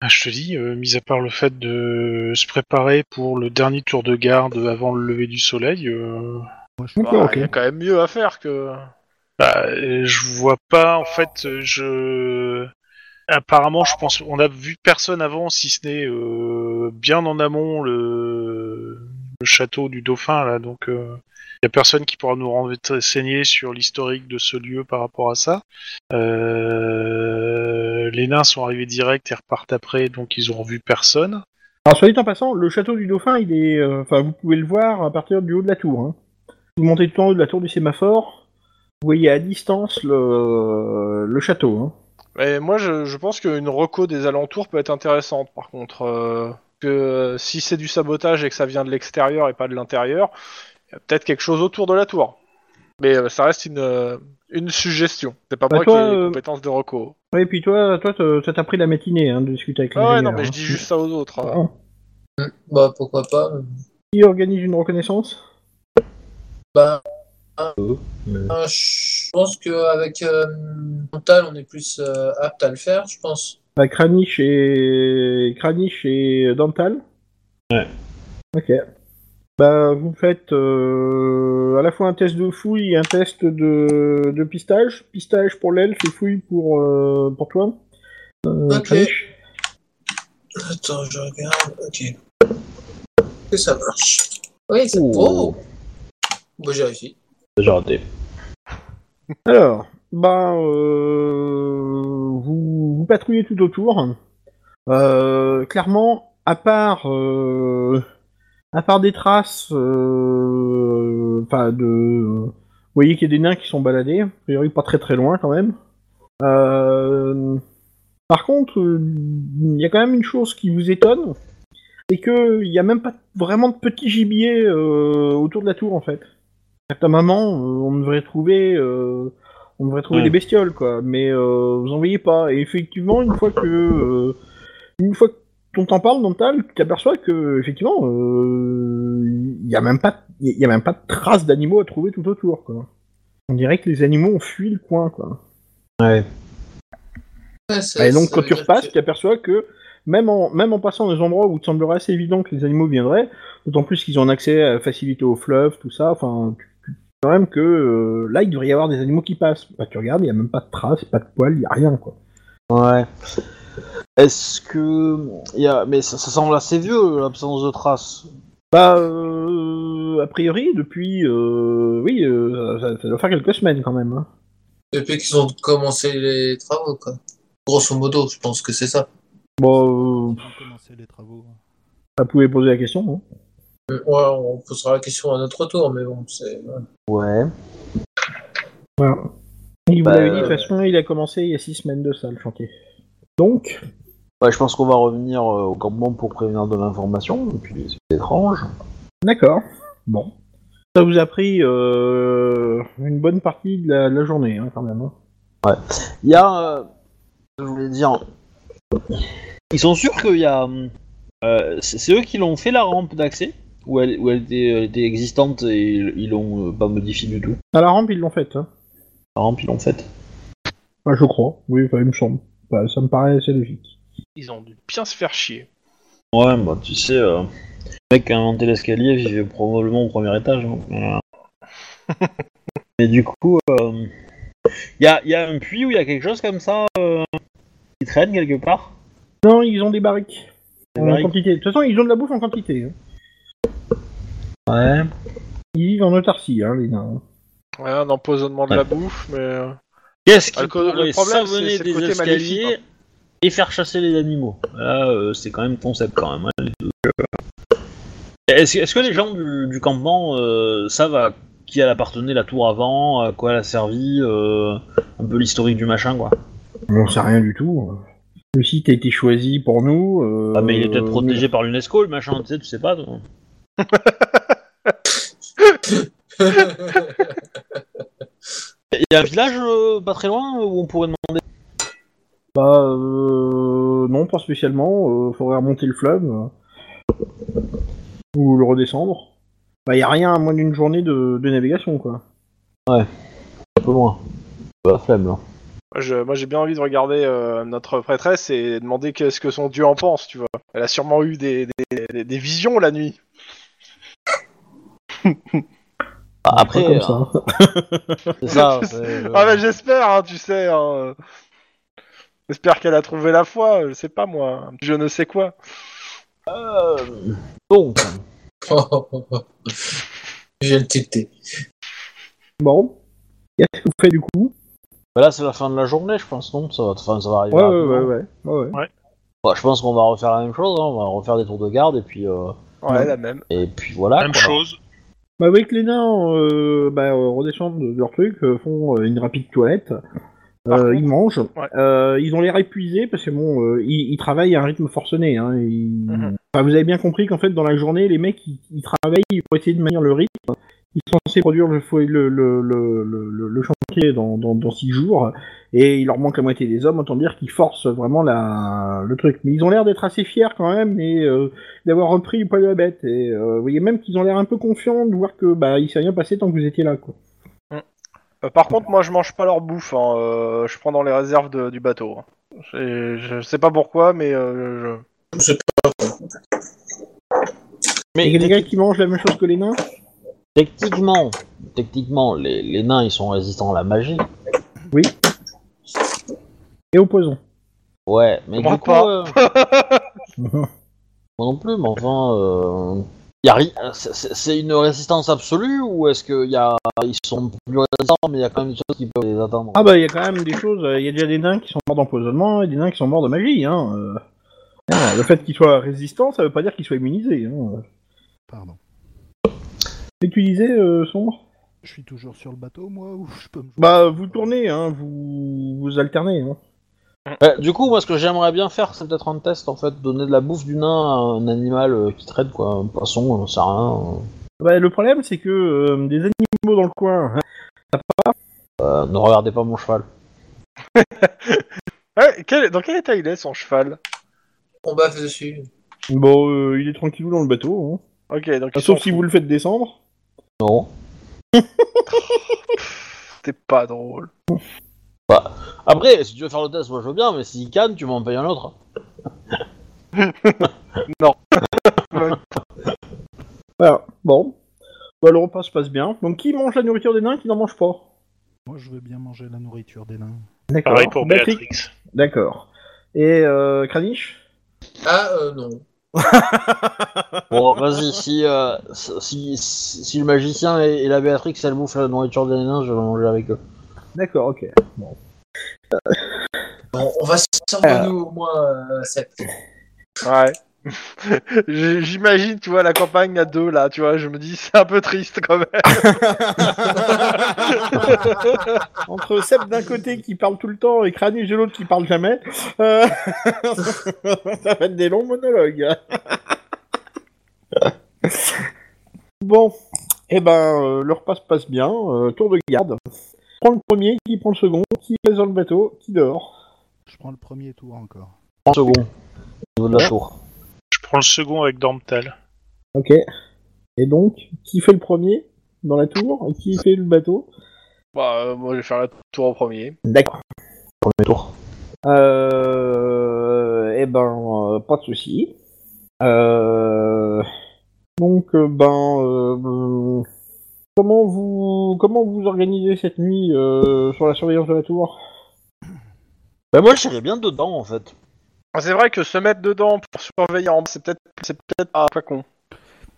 [SPEAKER 3] Ah, je te dis, euh, mis à part le fait de se préparer pour le dernier tour de garde avant le lever du soleil, euh,
[SPEAKER 6] Moi, je-
[SPEAKER 1] Ok,
[SPEAKER 5] bah,
[SPEAKER 1] ok.
[SPEAKER 5] il y a quand même mieux à faire que.
[SPEAKER 3] bah, euh, je vois pas. En fait, euh, je apparemment, je pense, on a vu personne avant, si ce n'est euh, bien en amont le, le château du dauphin là. Donc, il y a personne qui pourra nous renseigner sur l'historique de ce lieu par rapport à ça. Euh, Les nains sont arrivés direct et repartent après, donc ils ont vu personne.
[SPEAKER 1] Alors, soit dit en passant, le château du Dauphin, il est, euh, enfin, vous pouvez le voir à partir du haut de la tour. hein. Vous montez tout en haut de la tour du sémaphore, vous voyez à distance le, le château. hein.
[SPEAKER 5] Mais moi, je, je pense qu'une reco des alentours peut être intéressante, par contre. euh, que euh, si c'est du sabotage et que ça vient de l'extérieur et pas de l'intérieur, il y a peut-être quelque chose autour de la tour. Mais euh, ça reste une, euh, une suggestion. C'est pas
[SPEAKER 1] Bah,
[SPEAKER 5] moi
[SPEAKER 1] toi,
[SPEAKER 5] qui ai les
[SPEAKER 1] euh,
[SPEAKER 5] compétences de reco.
[SPEAKER 1] Ouais, et puis toi, toi, te- ça t'a pris la matinée hein, de discuter avec
[SPEAKER 5] Ah ouais,
[SPEAKER 1] l'ingénieur,
[SPEAKER 5] non, mais je
[SPEAKER 1] hein.
[SPEAKER 5] dis juste ça aux autres. euh.
[SPEAKER 1] Hein.
[SPEAKER 4] Bah pourquoi pas.
[SPEAKER 1] Qui organise une reconnaissance
[SPEAKER 4] Bah, euh, je pense qu'avec euh, Mental, on est plus euh, apte à le faire, je pense.
[SPEAKER 1] Bah, Kranich et Kranich et Dental. Ouais. Ok. Bah, vous faites euh, à la fois un test de fouille et un test de, de pistage. Pistage pour l'elfe et fouille pour, euh, pour toi. Euh,
[SPEAKER 4] Ok.
[SPEAKER 1] Kranich.
[SPEAKER 4] Attends, je regarde. Ok. Est-ce que ça marche Oui, c'est.
[SPEAKER 2] Ouh.
[SPEAKER 4] Oh Bah, j'ai réussi.
[SPEAKER 2] Déjà raté.
[SPEAKER 1] Alors, bah, euh, vous, vous patrouillez tout autour. Euh, clairement, à part, euh, à part des traces, euh, enfin de, vous voyez qu'il y a des nains qui sont baladés, a priori pas très très loin quand même. Euh, par contre, euh, il y a quand même une chose qui vous étonne, c'est que il y a même pas vraiment de petits gibiers euh, autour de la tour en fait. À ta maman, euh, on devrait trouver, euh, on devrait trouver
[SPEAKER 2] Ouais.
[SPEAKER 1] des bestioles quoi, mais euh, vous en voyez pas. Et effectivement, une fois que, euh, une fois qu'on t'en parle, Dental, tu t'aperçois que effectivement, euh, il y a même pas, il y a même pas de traces d'animaux à trouver tout autour quoi. On dirait que les animaux ont fui le coin quoi.
[SPEAKER 2] Ouais.
[SPEAKER 4] Ouais, ça-
[SPEAKER 1] Et donc,
[SPEAKER 4] ça
[SPEAKER 1] quand
[SPEAKER 4] veut
[SPEAKER 1] tu
[SPEAKER 4] dire
[SPEAKER 1] repasses,
[SPEAKER 4] que-
[SPEAKER 1] tu aperçois que même en, même en passant dans des endroits où il semblerait assez évident que les animaux viendraient, d'autant plus qu'ils ont un accès euh, facilité au fleuve, tout ça, enfin, tu- tu- quand même que euh, là, il devrait y avoir des animaux qui passent. Bah, tu regardes, il n'y a même pas de traces, pas de poils, il n'y a rien, quoi.
[SPEAKER 2] Ouais. Est-ce que. il Y a... Mais ça, ça semble assez vieux, l'absence de traces.
[SPEAKER 1] Bah, euh, a priori, depuis. euh, oui, euh, ça, ça doit faire quelques semaines quand même. hein.
[SPEAKER 4] Depuis qu'ils ont commencé les travaux, quoi. Grosso modo, je pense que c'est ça.
[SPEAKER 1] Bon, euh,
[SPEAKER 6] Ils ont commencé les travaux.
[SPEAKER 1] ça pouvait poser la question, hein. non
[SPEAKER 4] Euh, Ouais, on posera la question à notre tour, mais bon, c'est.
[SPEAKER 2] Ouais.
[SPEAKER 1] Il vous
[SPEAKER 2] Bah,
[SPEAKER 1] l'avait dit, de toute
[SPEAKER 2] ouais.
[SPEAKER 1] façon, il a commencé il y a six semaines de ça, le chantier. Donc,
[SPEAKER 2] Ouais, je pense qu'on va revenir euh, au campement pour prévenir de l'information, et puis c'est étrange.
[SPEAKER 1] d'accord. Bon. Ça vous a pris euh, une bonne partie de la, de la journée, hein, quand même. hein.
[SPEAKER 2] Il y a. euh, je voulais dire. Ils sont sûrs qu'il y a. hum, euh, c'est c'est eux qui l'ont fait la rampe d'accès Ou elle, ou elle était, elle était existante et ils ils l'ont euh, pas modifiée du tout
[SPEAKER 1] À la rampe, ils l'ont faite. Hein.
[SPEAKER 2] La rampe, ils l'ont faite.
[SPEAKER 1] Bah, je crois. Oui, enfin, il me semble. Bah, ça me paraît assez logique.
[SPEAKER 3] Ils ont dû bien se faire chier.
[SPEAKER 2] Ouais, bah tu sais, euh, le mec qui a inventé l'escalier vivait probablement au premier étage. hein. Voilà. Mais du coup, il y, a, y a un puits où il y a quelque chose comme ça euh, qui traîne quelque part.
[SPEAKER 1] Non, ils ont des barriques.
[SPEAKER 2] Des
[SPEAKER 1] en
[SPEAKER 2] barriques.
[SPEAKER 1] quantité. De toute façon, ils ont de la bouffe en quantité. hein.
[SPEAKER 2] Ouais.
[SPEAKER 1] Ils vivent en autarcie, hein, les nains. hein.
[SPEAKER 5] Ouais, un empoisonnement de la bouffe, mais. euh,
[SPEAKER 2] Qu'est-ce qui
[SPEAKER 5] Ah, le co- le
[SPEAKER 2] pourrait
[SPEAKER 5] problème,
[SPEAKER 2] savonner
[SPEAKER 5] c'est- c'est le
[SPEAKER 2] des
[SPEAKER 5] côté maléfique, hein.
[SPEAKER 2] escaliers et faire chasser les animaux Là, euh, c'est quand même concept quand même. hein, les deux. Euh, Est-ce est-ce que les gens du, du campement euh, savent à qui elle appartenait la tour avant, à quoi elle a servi, euh, un peu l'historique du machin quoi
[SPEAKER 1] On sait rien du tout. Le site a été choisi pour nous. euh,
[SPEAKER 2] Ah mais il est peut-être
[SPEAKER 1] euh,
[SPEAKER 2] protégé par l'UNESCO le machin, tu sais, tu sais pas. toi. Il y a un village euh, pas très loin où on pourrait demander.
[SPEAKER 1] Bah, euh, non, pas spécialement. Euh, faudrait remonter le fleuve. euh, ou le redescendre. Bah, y a rien à moins d'une journée de, de navigation, quoi.
[SPEAKER 2] Un peu loin. Bah, flemme là.
[SPEAKER 5] moi, je- moi, j'ai bien envie de regarder euh, notre prêtresse et demander qu'est-ce que son dieu en pense, tu vois. Elle a sûrement eu des, des- des- des visions la nuit.
[SPEAKER 2] Après,
[SPEAKER 1] Pas comme ça.
[SPEAKER 2] euh, Bah, c'est ça. c'est, euh,
[SPEAKER 5] Ah, mais j'espère, hein, tu sais. hein. J'espère qu'elle a trouvé la foi, je sais pas moi, un petit je ne sais quoi.
[SPEAKER 2] euh, donc,
[SPEAKER 4] J'ai le tété.
[SPEAKER 1] Bon. Qu'est-ce que vous faites du coup
[SPEAKER 2] bah là c'est la fin de la journée, je pense, non ça va, enfin, ça va arriver.
[SPEAKER 1] ouais ouais,
[SPEAKER 2] rapidement.
[SPEAKER 1] ouais, ouais, ouais, ouais.
[SPEAKER 2] Bah, je pense qu'on va refaire la même chose, hein, on va refaire des tours de garde et puis euh,
[SPEAKER 5] Ouais,
[SPEAKER 1] Ouais.
[SPEAKER 5] la même.
[SPEAKER 2] et puis voilà.
[SPEAKER 3] Même
[SPEAKER 2] quoi.
[SPEAKER 3] chose.
[SPEAKER 1] Bah, vous voyez que les nains euh, bah, euh, redescendent de leur truc, euh, font euh, une rapide toilette.
[SPEAKER 5] Par
[SPEAKER 1] euh,
[SPEAKER 5] contre,
[SPEAKER 1] ils mangent.
[SPEAKER 5] ouais.
[SPEAKER 1] Euh, ils ont l'air épuisés parce que bon, euh, ils, ils travaillent à un rythme forcené. Hein, ils-
[SPEAKER 5] Mhm.
[SPEAKER 1] Enfin, vous avez bien compris qu'en fait, dans la journée, les mecs, ils, ils travaillent pour essayer de maintenir le rythme. Ils sont censés produire le, fo- le, le, le, le- le- le chantier dans, dans, dans six jours et il leur manque la moitié des hommes, autant dire qu'ils forcent vraiment la, le truc. Mais ils ont l'air d'être assez fiers quand même et euh, d'avoir repris le poil de la bête. Et euh, vous voyez même qu'ils ont l'air un peu confiants de voir que bah il s'est rien passé tant que vous étiez là. Quoi.
[SPEAKER 5] Euh, par contre, moi, je mange pas leur bouffe. hein, euh, je prends dans les réserves de- du bateau. Je, je sais pas pourquoi, mais euh, je-
[SPEAKER 1] Et
[SPEAKER 2] Mais
[SPEAKER 1] il y a des gars qui mangent la même chose que les nains
[SPEAKER 2] techniquement, techniquement, les, les nains ils sont résistants à la magie.
[SPEAKER 1] et au poison.
[SPEAKER 2] Ouais, mais
[SPEAKER 5] Moi
[SPEAKER 2] du coup,
[SPEAKER 5] pas.
[SPEAKER 2] euh, moi non plus, mais enfin, euh, y a ri- c'est- c'est c'est une résistance absolue ou est-ce que y a, ils sont plus résistants mais il y a quand même des choses qui peuvent les atteindre.
[SPEAKER 1] Ah bah il y a quand même des choses, euh, il y a déjà des nains qui sont morts d'empoisonnement et des nains qui sont morts de magie. Hein. euh. Ah, le fait qu'ils soient résistants, ça veut pas dire qu'ils soient immunisés. Hein.
[SPEAKER 6] Pardon.
[SPEAKER 1] Et tu disais, euh, Sombre
[SPEAKER 6] Je suis toujours sur le bateau, moi, ou je peux me...
[SPEAKER 1] Bah vous tournez, hein, vous, vous alternez. Hein.
[SPEAKER 2] Ouais, Euh, du coup, moi, ce que j'aimerais bien faire, c'est peut-être un test, en fait, donner de la bouffe du nain à un animal euh, qui traite, quoi, un poisson, euh, j'en sais rien.
[SPEAKER 1] Bah, le problème c'est que euh, des animaux dans le coin, hein,
[SPEAKER 2] Euh, ne regardez pas mon cheval.
[SPEAKER 5] Ouais, Eh, quel- dans quel état il est son cheval
[SPEAKER 4] On baffe dessus.
[SPEAKER 1] bon euh, il est tranquillou dans le bateau.
[SPEAKER 5] Ok, donc
[SPEAKER 1] Hein.
[SPEAKER 5] ils
[SPEAKER 1] Sauf
[SPEAKER 5] sont-
[SPEAKER 1] si vous le faites descendre.
[SPEAKER 2] Non.
[SPEAKER 5] C'était pas drôle.
[SPEAKER 2] Bah, après, si tu veux faire le test, moi je veux bien, mais s'il canne, tu m'en payes un autre.
[SPEAKER 1] Voilà, bon. Bah, le repas se passe bien. Donc, qui mange la nourriture des nains, qui n'en mange pas
[SPEAKER 6] Moi, je veux bien manger la nourriture des nains.
[SPEAKER 1] D'accord.
[SPEAKER 3] Pareil pour
[SPEAKER 1] Béatrix.
[SPEAKER 3] Béatrix.
[SPEAKER 1] D'accord. Et euh, Kranich
[SPEAKER 4] Ah, euh, non.
[SPEAKER 2] Bon, vas-y, si, euh, si, si, si le magicien et, et la Béatrix, elles bouffent la nourriture des nains, je vais manger avec eux.
[SPEAKER 1] D'accord, ok.
[SPEAKER 4] Bon, on va sortir de nous au moins, euh, Seb.
[SPEAKER 5] Ouais. J- J'imagine, tu vois, la campagne à deux là, tu vois, je me dis c'est un peu triste quand même.
[SPEAKER 1] Entre Seb d'un côté qui parle tout le temps et Kranich de l'autre qui parle jamais, euh, ça va être des longs monologues. bon, et ben euh, le repas se passe bien, euh, tour de garde. Prends le premier, qui prend le second, qui reste dans le bateau, qui dort.
[SPEAKER 6] Je prends le premier tour encore.
[SPEAKER 2] Un second, au niveau de la tour.
[SPEAKER 3] Je prends le second avec Dormtal.
[SPEAKER 1] Ok. Et donc, qui fait le premier dans la tour et qui fait le bateau
[SPEAKER 5] Bah, euh, moi je vais faire la tour en premier.
[SPEAKER 1] D'accord.
[SPEAKER 2] Premier tour.
[SPEAKER 1] Euh, eh ben, euh, pas de souci. Euh, donc, euh, ben, euh, euh, comment vous comment vous organisez cette nuit euh, sur la surveillance de la tour
[SPEAKER 2] Bah, moi je serais bien dedans en fait.
[SPEAKER 5] Ah, C'est vrai que se mettre dedans pour surveiller en bas, c'est peut-être c'est peut-être ah, pas con.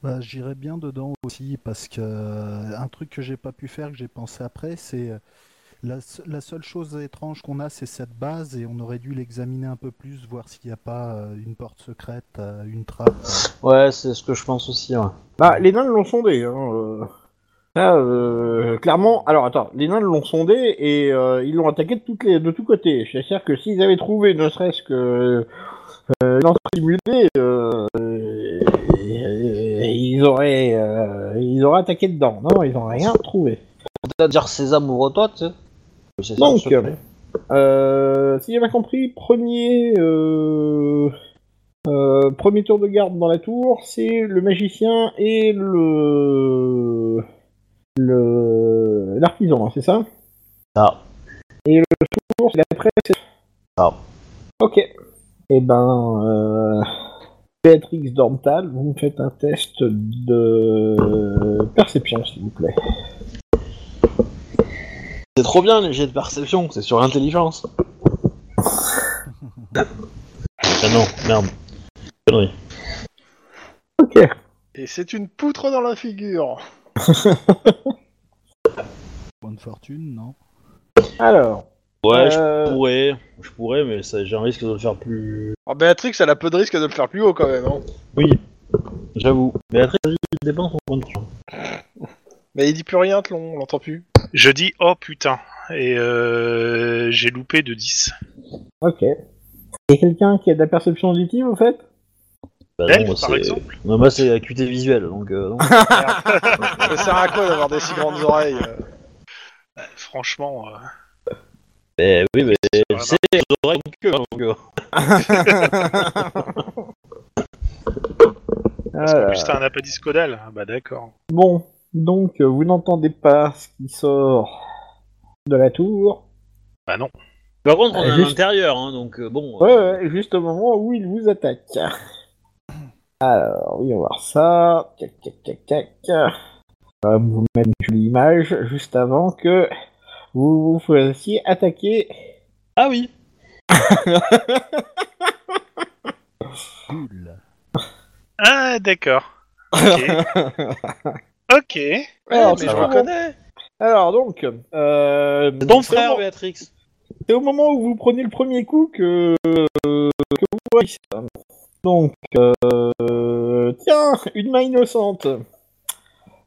[SPEAKER 6] Bah, J'irai bien dedans aussi parce que euh, un truc que j'ai pas pu faire, que j'ai pensé après, c'est euh, la, se- la seule chose étrange qu'on a, c'est cette base et on aurait dû l'examiner un peu plus, voir s'il n'y a pas euh, une porte secrète, euh, une trappe.
[SPEAKER 2] Ouais, c'est ce que je pense aussi. Ouais.
[SPEAKER 1] Bah, les nains l'ont sondé. Hein, euh. Ça, euh, clairement. Alors, attends, les nains l'ont sondé et euh, ils l'ont attaqué de toutes les de tous côtés. C'est-à-dire que s'ils avaient trouvé, ne serait-ce que euh, une entrée simulée, euh, euh, ils auraient euh, ils auraient attaqué dedans. Non, ils n'ont rien trouvé.
[SPEAKER 2] Peut-être dire sésame ouvre-toi, tu sais. C'est ça,
[SPEAKER 1] Donc,
[SPEAKER 2] s'il te plaît.
[SPEAKER 1] Euh, si j'ai bien compris, premier, euh, euh, premier tour de garde dans la tour, c'est le magicien et le le- l'artisan, hein, c'est ça
[SPEAKER 2] Ah.
[SPEAKER 1] Et le tour, c'est l'après, c'est
[SPEAKER 2] Ah.
[SPEAKER 1] Ok. Eh ben, euh, Béatrix Dormtal, vous me faites un test de perception, s'il vous plaît.
[SPEAKER 2] C'est trop bien les jets de perception, c'est sur l'intelligence. ah non, merde. Connerie.
[SPEAKER 1] Ok.
[SPEAKER 5] Et c'est une poutre dans la figure.
[SPEAKER 6] Bonne fortune, non
[SPEAKER 1] Alors.
[SPEAKER 2] Ouais, je
[SPEAKER 1] euh,
[SPEAKER 2] pourrais, je pourrais, mais ça- j'ai un risque de le faire plus.
[SPEAKER 5] Alors Oh, Béatrix, elle a peu de risque de le faire plus haut quand même. hein.
[SPEAKER 2] J'avoue. Mais après, vas-y, dépense ton point de chance.
[SPEAKER 5] Mais il dit plus rien, Tlon, on l'entend plus.
[SPEAKER 3] Je dis oh putain. Et euh, j'ai loupé de 10.
[SPEAKER 1] Ok. Et quelqu'un qui a de la perception auditive, au fait
[SPEAKER 2] Bah
[SPEAKER 3] Elle,
[SPEAKER 2] moi,
[SPEAKER 3] par
[SPEAKER 2] c'est-
[SPEAKER 3] exemple
[SPEAKER 2] Non, moi c'est acuité visuelle, donc. euh, non.
[SPEAKER 5] Ça sert à quoi d'avoir des si grandes oreilles euh
[SPEAKER 3] Franchement, euh,
[SPEAKER 2] mais Eh oui, mais
[SPEAKER 3] va,
[SPEAKER 2] c'est oreilles que. Donc, euh,
[SPEAKER 3] parce qu'en
[SPEAKER 1] Ah,
[SPEAKER 3] plus t'as un appendice caudal. Ah Bah d'accord.
[SPEAKER 1] Bon, donc euh, vous n'entendez pas ce qui sort de la tour.
[SPEAKER 3] Bah non.
[SPEAKER 2] Par contre, on est
[SPEAKER 1] Euh,
[SPEAKER 2] à
[SPEAKER 1] juste-
[SPEAKER 2] l'intérieur, hein, donc euh, bon.
[SPEAKER 1] Ouais,
[SPEAKER 2] euh,
[SPEAKER 1] ouais, juste au moment où il vous attaque. Alors, oui, on va voir ça. Tac, tac, tac, tac. Je vais vous mettre une jolie image juste avant que vous vous fassiez attaquer.
[SPEAKER 2] Ah oui
[SPEAKER 6] Cool.
[SPEAKER 3] Ah d'accord. Ok. ok.
[SPEAKER 5] Ouais,
[SPEAKER 1] Alors,
[SPEAKER 5] mais
[SPEAKER 1] ça
[SPEAKER 5] je
[SPEAKER 1] va.
[SPEAKER 5] reconnais.
[SPEAKER 1] Alors donc, euh,
[SPEAKER 2] C'est ton
[SPEAKER 1] c'est
[SPEAKER 2] frère,
[SPEAKER 1] au-
[SPEAKER 2] Béatrix
[SPEAKER 1] C'est au moment où vous prenez le premier coup que, euh, que vous voyez ça. Donc, euh, tiens, une main innocente.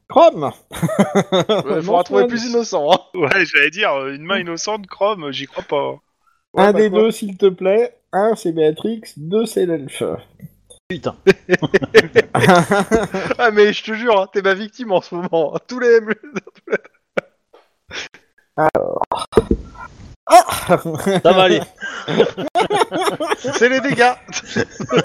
[SPEAKER 1] Chrome
[SPEAKER 5] Il
[SPEAKER 1] Mange-moi
[SPEAKER 5] faudra trouver
[SPEAKER 1] une-
[SPEAKER 5] plus innocent. hein.
[SPEAKER 3] Ouais, j'allais dire euh, une main innocente, Chrome, j'y crois pas.
[SPEAKER 5] Ouais,
[SPEAKER 1] Un
[SPEAKER 5] bah
[SPEAKER 1] des
[SPEAKER 5] quoi.
[SPEAKER 1] deux, s'il te plaît. Un, c'est Béatrix. Deux, c'est l'elfe.
[SPEAKER 2] Putain.
[SPEAKER 5] Ah, mais je te jure, hein, t'es ma victime en ce moment. hein. Tous les.
[SPEAKER 2] Ça va aller.
[SPEAKER 5] c'est les dégâts.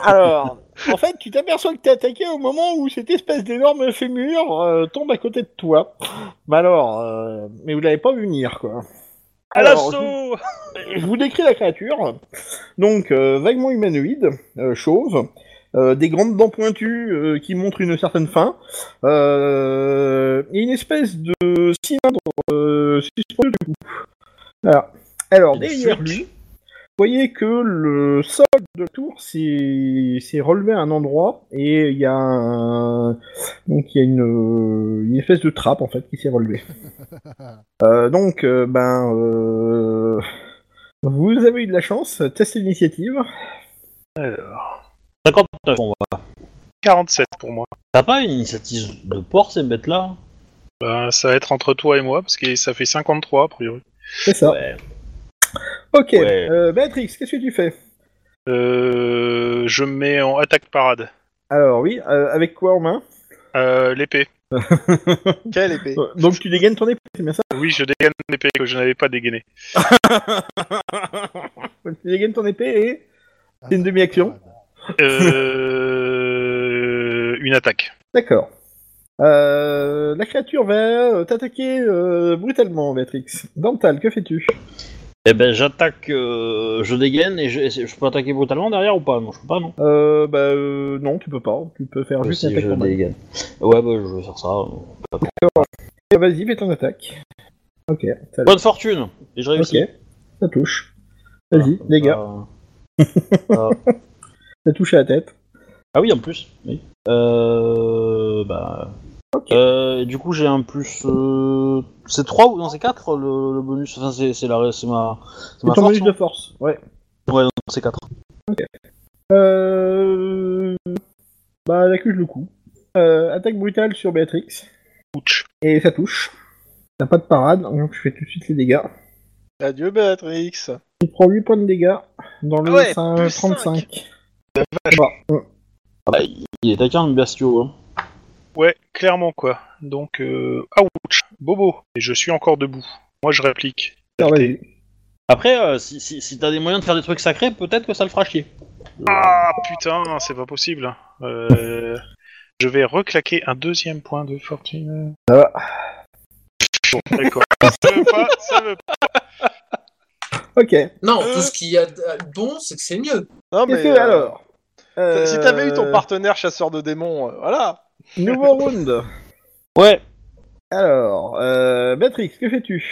[SPEAKER 1] Alors, en fait, tu t'aperçois que t'es attaqué au moment où cette espèce d'énorme fémur euh, tombe à côté de toi. Mais alors, euh, mais vous l'avez pas vu venir, quoi.
[SPEAKER 3] À
[SPEAKER 1] Alors,
[SPEAKER 3] l'assaut
[SPEAKER 1] Je vous décris la créature. Donc, euh, vaguement humanoïde, euh, chauve, euh, des grandes dents pointues euh, qui montrent une certaine faim, euh, et une espèce de cylindre euh, suspendu du cou. Voilà. Alors,
[SPEAKER 3] Une
[SPEAKER 1] derrière
[SPEAKER 3] flûte.
[SPEAKER 1] lui, vous voyez que le sol de la tour s'est s'est relevé à un endroit, et il y a un- Donc, il y a une, euh, une espèce de trappe, en fait, qui s'est relevée. Euh, donc, euh, ben... euh, vous avez eu de la chance, test l'initiative.
[SPEAKER 3] Alors,
[SPEAKER 2] 59, on va.
[SPEAKER 3] 47 pour moi.
[SPEAKER 2] T'as pas une initiative de port, ces bêtes-là
[SPEAKER 3] Ben, ça va être entre toi et moi, parce que ça fait 53 a priori.
[SPEAKER 1] C'est ça.
[SPEAKER 2] Ouais.
[SPEAKER 1] Ok.
[SPEAKER 2] Ouais.
[SPEAKER 1] Euh, Béatrix, qu'est-ce que tu fais
[SPEAKER 3] Euh, je me mets en attaque parade.
[SPEAKER 1] Alors oui, euh, avec quoi en main
[SPEAKER 3] Euh, l'épée.
[SPEAKER 5] Quelle épée
[SPEAKER 1] Euh, Donc tu dégaines ton épée, c'est bien ça
[SPEAKER 3] Oui, je dégaine l'épée que je n'avais pas dégainée.
[SPEAKER 1] Tu dégaines ton épée et... C'est
[SPEAKER 6] Ah,
[SPEAKER 1] une demi-action.
[SPEAKER 3] Euh, une attaque.
[SPEAKER 1] D'accord. Euh, la créature va euh, t'attaquer euh, brutalement, Béatrix. Dental, que fais-tu
[SPEAKER 2] Eh ben, j'attaque, euh, je dégaine et je, et je peux attaquer brutalement derrière ou pas Non, je peux pas, non.
[SPEAKER 1] euh, Bah euh, non, tu peux pas. Tu peux faire juste
[SPEAKER 2] Bah,
[SPEAKER 1] une
[SPEAKER 2] Si
[SPEAKER 1] attaque.
[SPEAKER 2] je
[SPEAKER 1] normale.
[SPEAKER 2] dégaine. Ouais, bah, je vais faire ça.
[SPEAKER 1] Et Ah, Vas-y, fais ton attaque. Ok, ça
[SPEAKER 2] Bonne fortune Et je
[SPEAKER 1] Ok,
[SPEAKER 2] réussis.
[SPEAKER 1] ça touche. Vas-y,
[SPEAKER 2] Voilà,
[SPEAKER 1] dégâts.
[SPEAKER 2] Euh, ça- ça-
[SPEAKER 1] Ça touche à la tête.
[SPEAKER 2] Ah oui, en plus. Oui. Euh, bah.
[SPEAKER 1] Ok.
[SPEAKER 2] Euh, et du coup, j'ai un plus. euh, C'est 3 ou non, c'est 4 le, le bonus Enfin, c'est c'est la... c'est ma. C'est
[SPEAKER 1] C'est
[SPEAKER 2] ma
[SPEAKER 1] ton
[SPEAKER 2] force. hein.
[SPEAKER 1] bonus de force. Ouais.
[SPEAKER 2] non Ouais, non, c'est 4.
[SPEAKER 1] Euh... Bah, elle accuse le coup. Euh, attaque brutale sur Béatrix.
[SPEAKER 3] Ouch.
[SPEAKER 1] Et ça touche. T'as pas de parade, donc je fais tout de suite les dégâts.
[SPEAKER 5] Adieu Béatrix
[SPEAKER 1] Tu prends 8 points de dégâts dans le
[SPEAKER 5] Ah ouais,
[SPEAKER 1] cin-
[SPEAKER 5] plus
[SPEAKER 1] 35. Bah, on-
[SPEAKER 2] Il est taquin, le bastio. Hein.
[SPEAKER 3] Ouais, clairement quoi. Donc, euh... ouch, bobo. Et je suis encore debout. Moi, je réplique.
[SPEAKER 1] alors, vas-y.
[SPEAKER 2] Après, euh, si, si, si t'as des moyens de faire des trucs sacrés, peut-être que ça le fera chier.
[SPEAKER 3] Ah putain, c'est pas possible. Euh, je vais reclaquer un deuxième point de fortune.
[SPEAKER 1] Ça va.
[SPEAKER 3] Bon, d'accord. ça veut pas, ça veut pas.
[SPEAKER 1] Ok.
[SPEAKER 4] Non,
[SPEAKER 5] Euh.
[SPEAKER 4] tout ce qu'il y a de bon, c'est que c'est mieux.
[SPEAKER 5] Non
[SPEAKER 1] Qu'est-ce
[SPEAKER 5] mais
[SPEAKER 1] que
[SPEAKER 5] euh,
[SPEAKER 1] alors
[SPEAKER 5] t'as- Si t'avais eu ton
[SPEAKER 1] Euh,
[SPEAKER 5] partenaire chasseur de démons, euh, voilà
[SPEAKER 1] Nouveau round.
[SPEAKER 2] Ouais.
[SPEAKER 1] Alors, euh, Béatrix, que fais-tu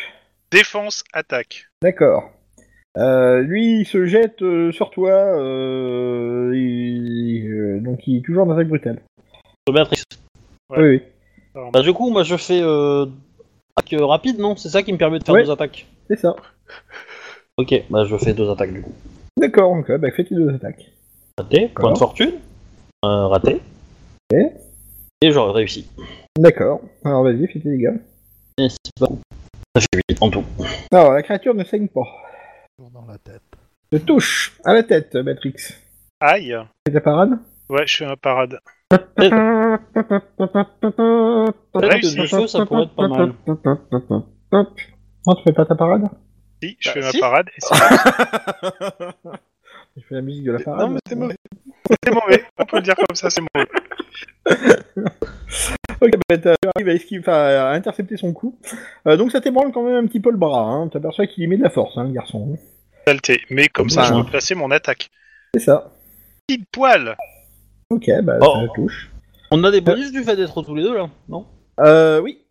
[SPEAKER 3] Défense, attaque.
[SPEAKER 1] D'accord. Euh, lui, il se jette euh, sur toi, euh, il- euh, donc il est toujours en attaque brutale.
[SPEAKER 2] Le Béatrix.
[SPEAKER 3] Ouais.
[SPEAKER 1] Oui, oui.
[SPEAKER 2] Bah, du coup, moi, je fais. Euh... attaque, euh, rapide, non C'est ça qui me permet de faire
[SPEAKER 1] Ouais.
[SPEAKER 2] deux attaques.
[SPEAKER 1] c'est ça.
[SPEAKER 2] Ok, bah, je fais deux attaques du coup.
[SPEAKER 1] D'accord, donc bah, fais tes deux attaques.
[SPEAKER 2] Raté, point
[SPEAKER 1] D'accord.
[SPEAKER 2] de fortune. Euh, raté.
[SPEAKER 1] Ok.
[SPEAKER 2] Et j'aurais réussi.
[SPEAKER 1] D'accord, alors vas-y, fais tes dégâts.
[SPEAKER 2] Et c'est pas beaucoup. Ça fait 8 en tout.
[SPEAKER 1] Alors, la créature ne saigne pas.
[SPEAKER 6] Toujours dans la tête.
[SPEAKER 1] Te touche à la tête, Matrix.
[SPEAKER 3] Aïe.
[SPEAKER 1] C'est ta parade
[SPEAKER 3] Ouais, je fais un parade.
[SPEAKER 2] Peut-être que du feu, ça pourrait être pas mal.
[SPEAKER 1] Non, tu fais pas ta parade
[SPEAKER 3] Si, je
[SPEAKER 5] Bah,
[SPEAKER 3] fais ma
[SPEAKER 5] si.
[SPEAKER 3] parade. Et si
[SPEAKER 1] Je fais la musique de la parade.
[SPEAKER 5] Non mais t'es mauvais
[SPEAKER 3] c'est mauvais, on peut le dire comme ça, c'est mauvais.
[SPEAKER 1] Ok, bah, t'as- tu arrives à, esquiver- enfin, à intercepter son coup. Euh, donc ça t'ébranle quand même un petit peu le bras. Hein. T'aperçois qu'il y met de la force, hein, le garçon.
[SPEAKER 3] Saleté. Mais comme ça, je
[SPEAKER 1] Voilà.
[SPEAKER 3] peux placer mon attaque.
[SPEAKER 1] C'est ça.
[SPEAKER 3] Pile poil.
[SPEAKER 1] Ok, bah
[SPEAKER 2] Oh.
[SPEAKER 1] ça touche.
[SPEAKER 2] On a des bonus du fait d'être tous les deux là, non
[SPEAKER 1] Euh, oui.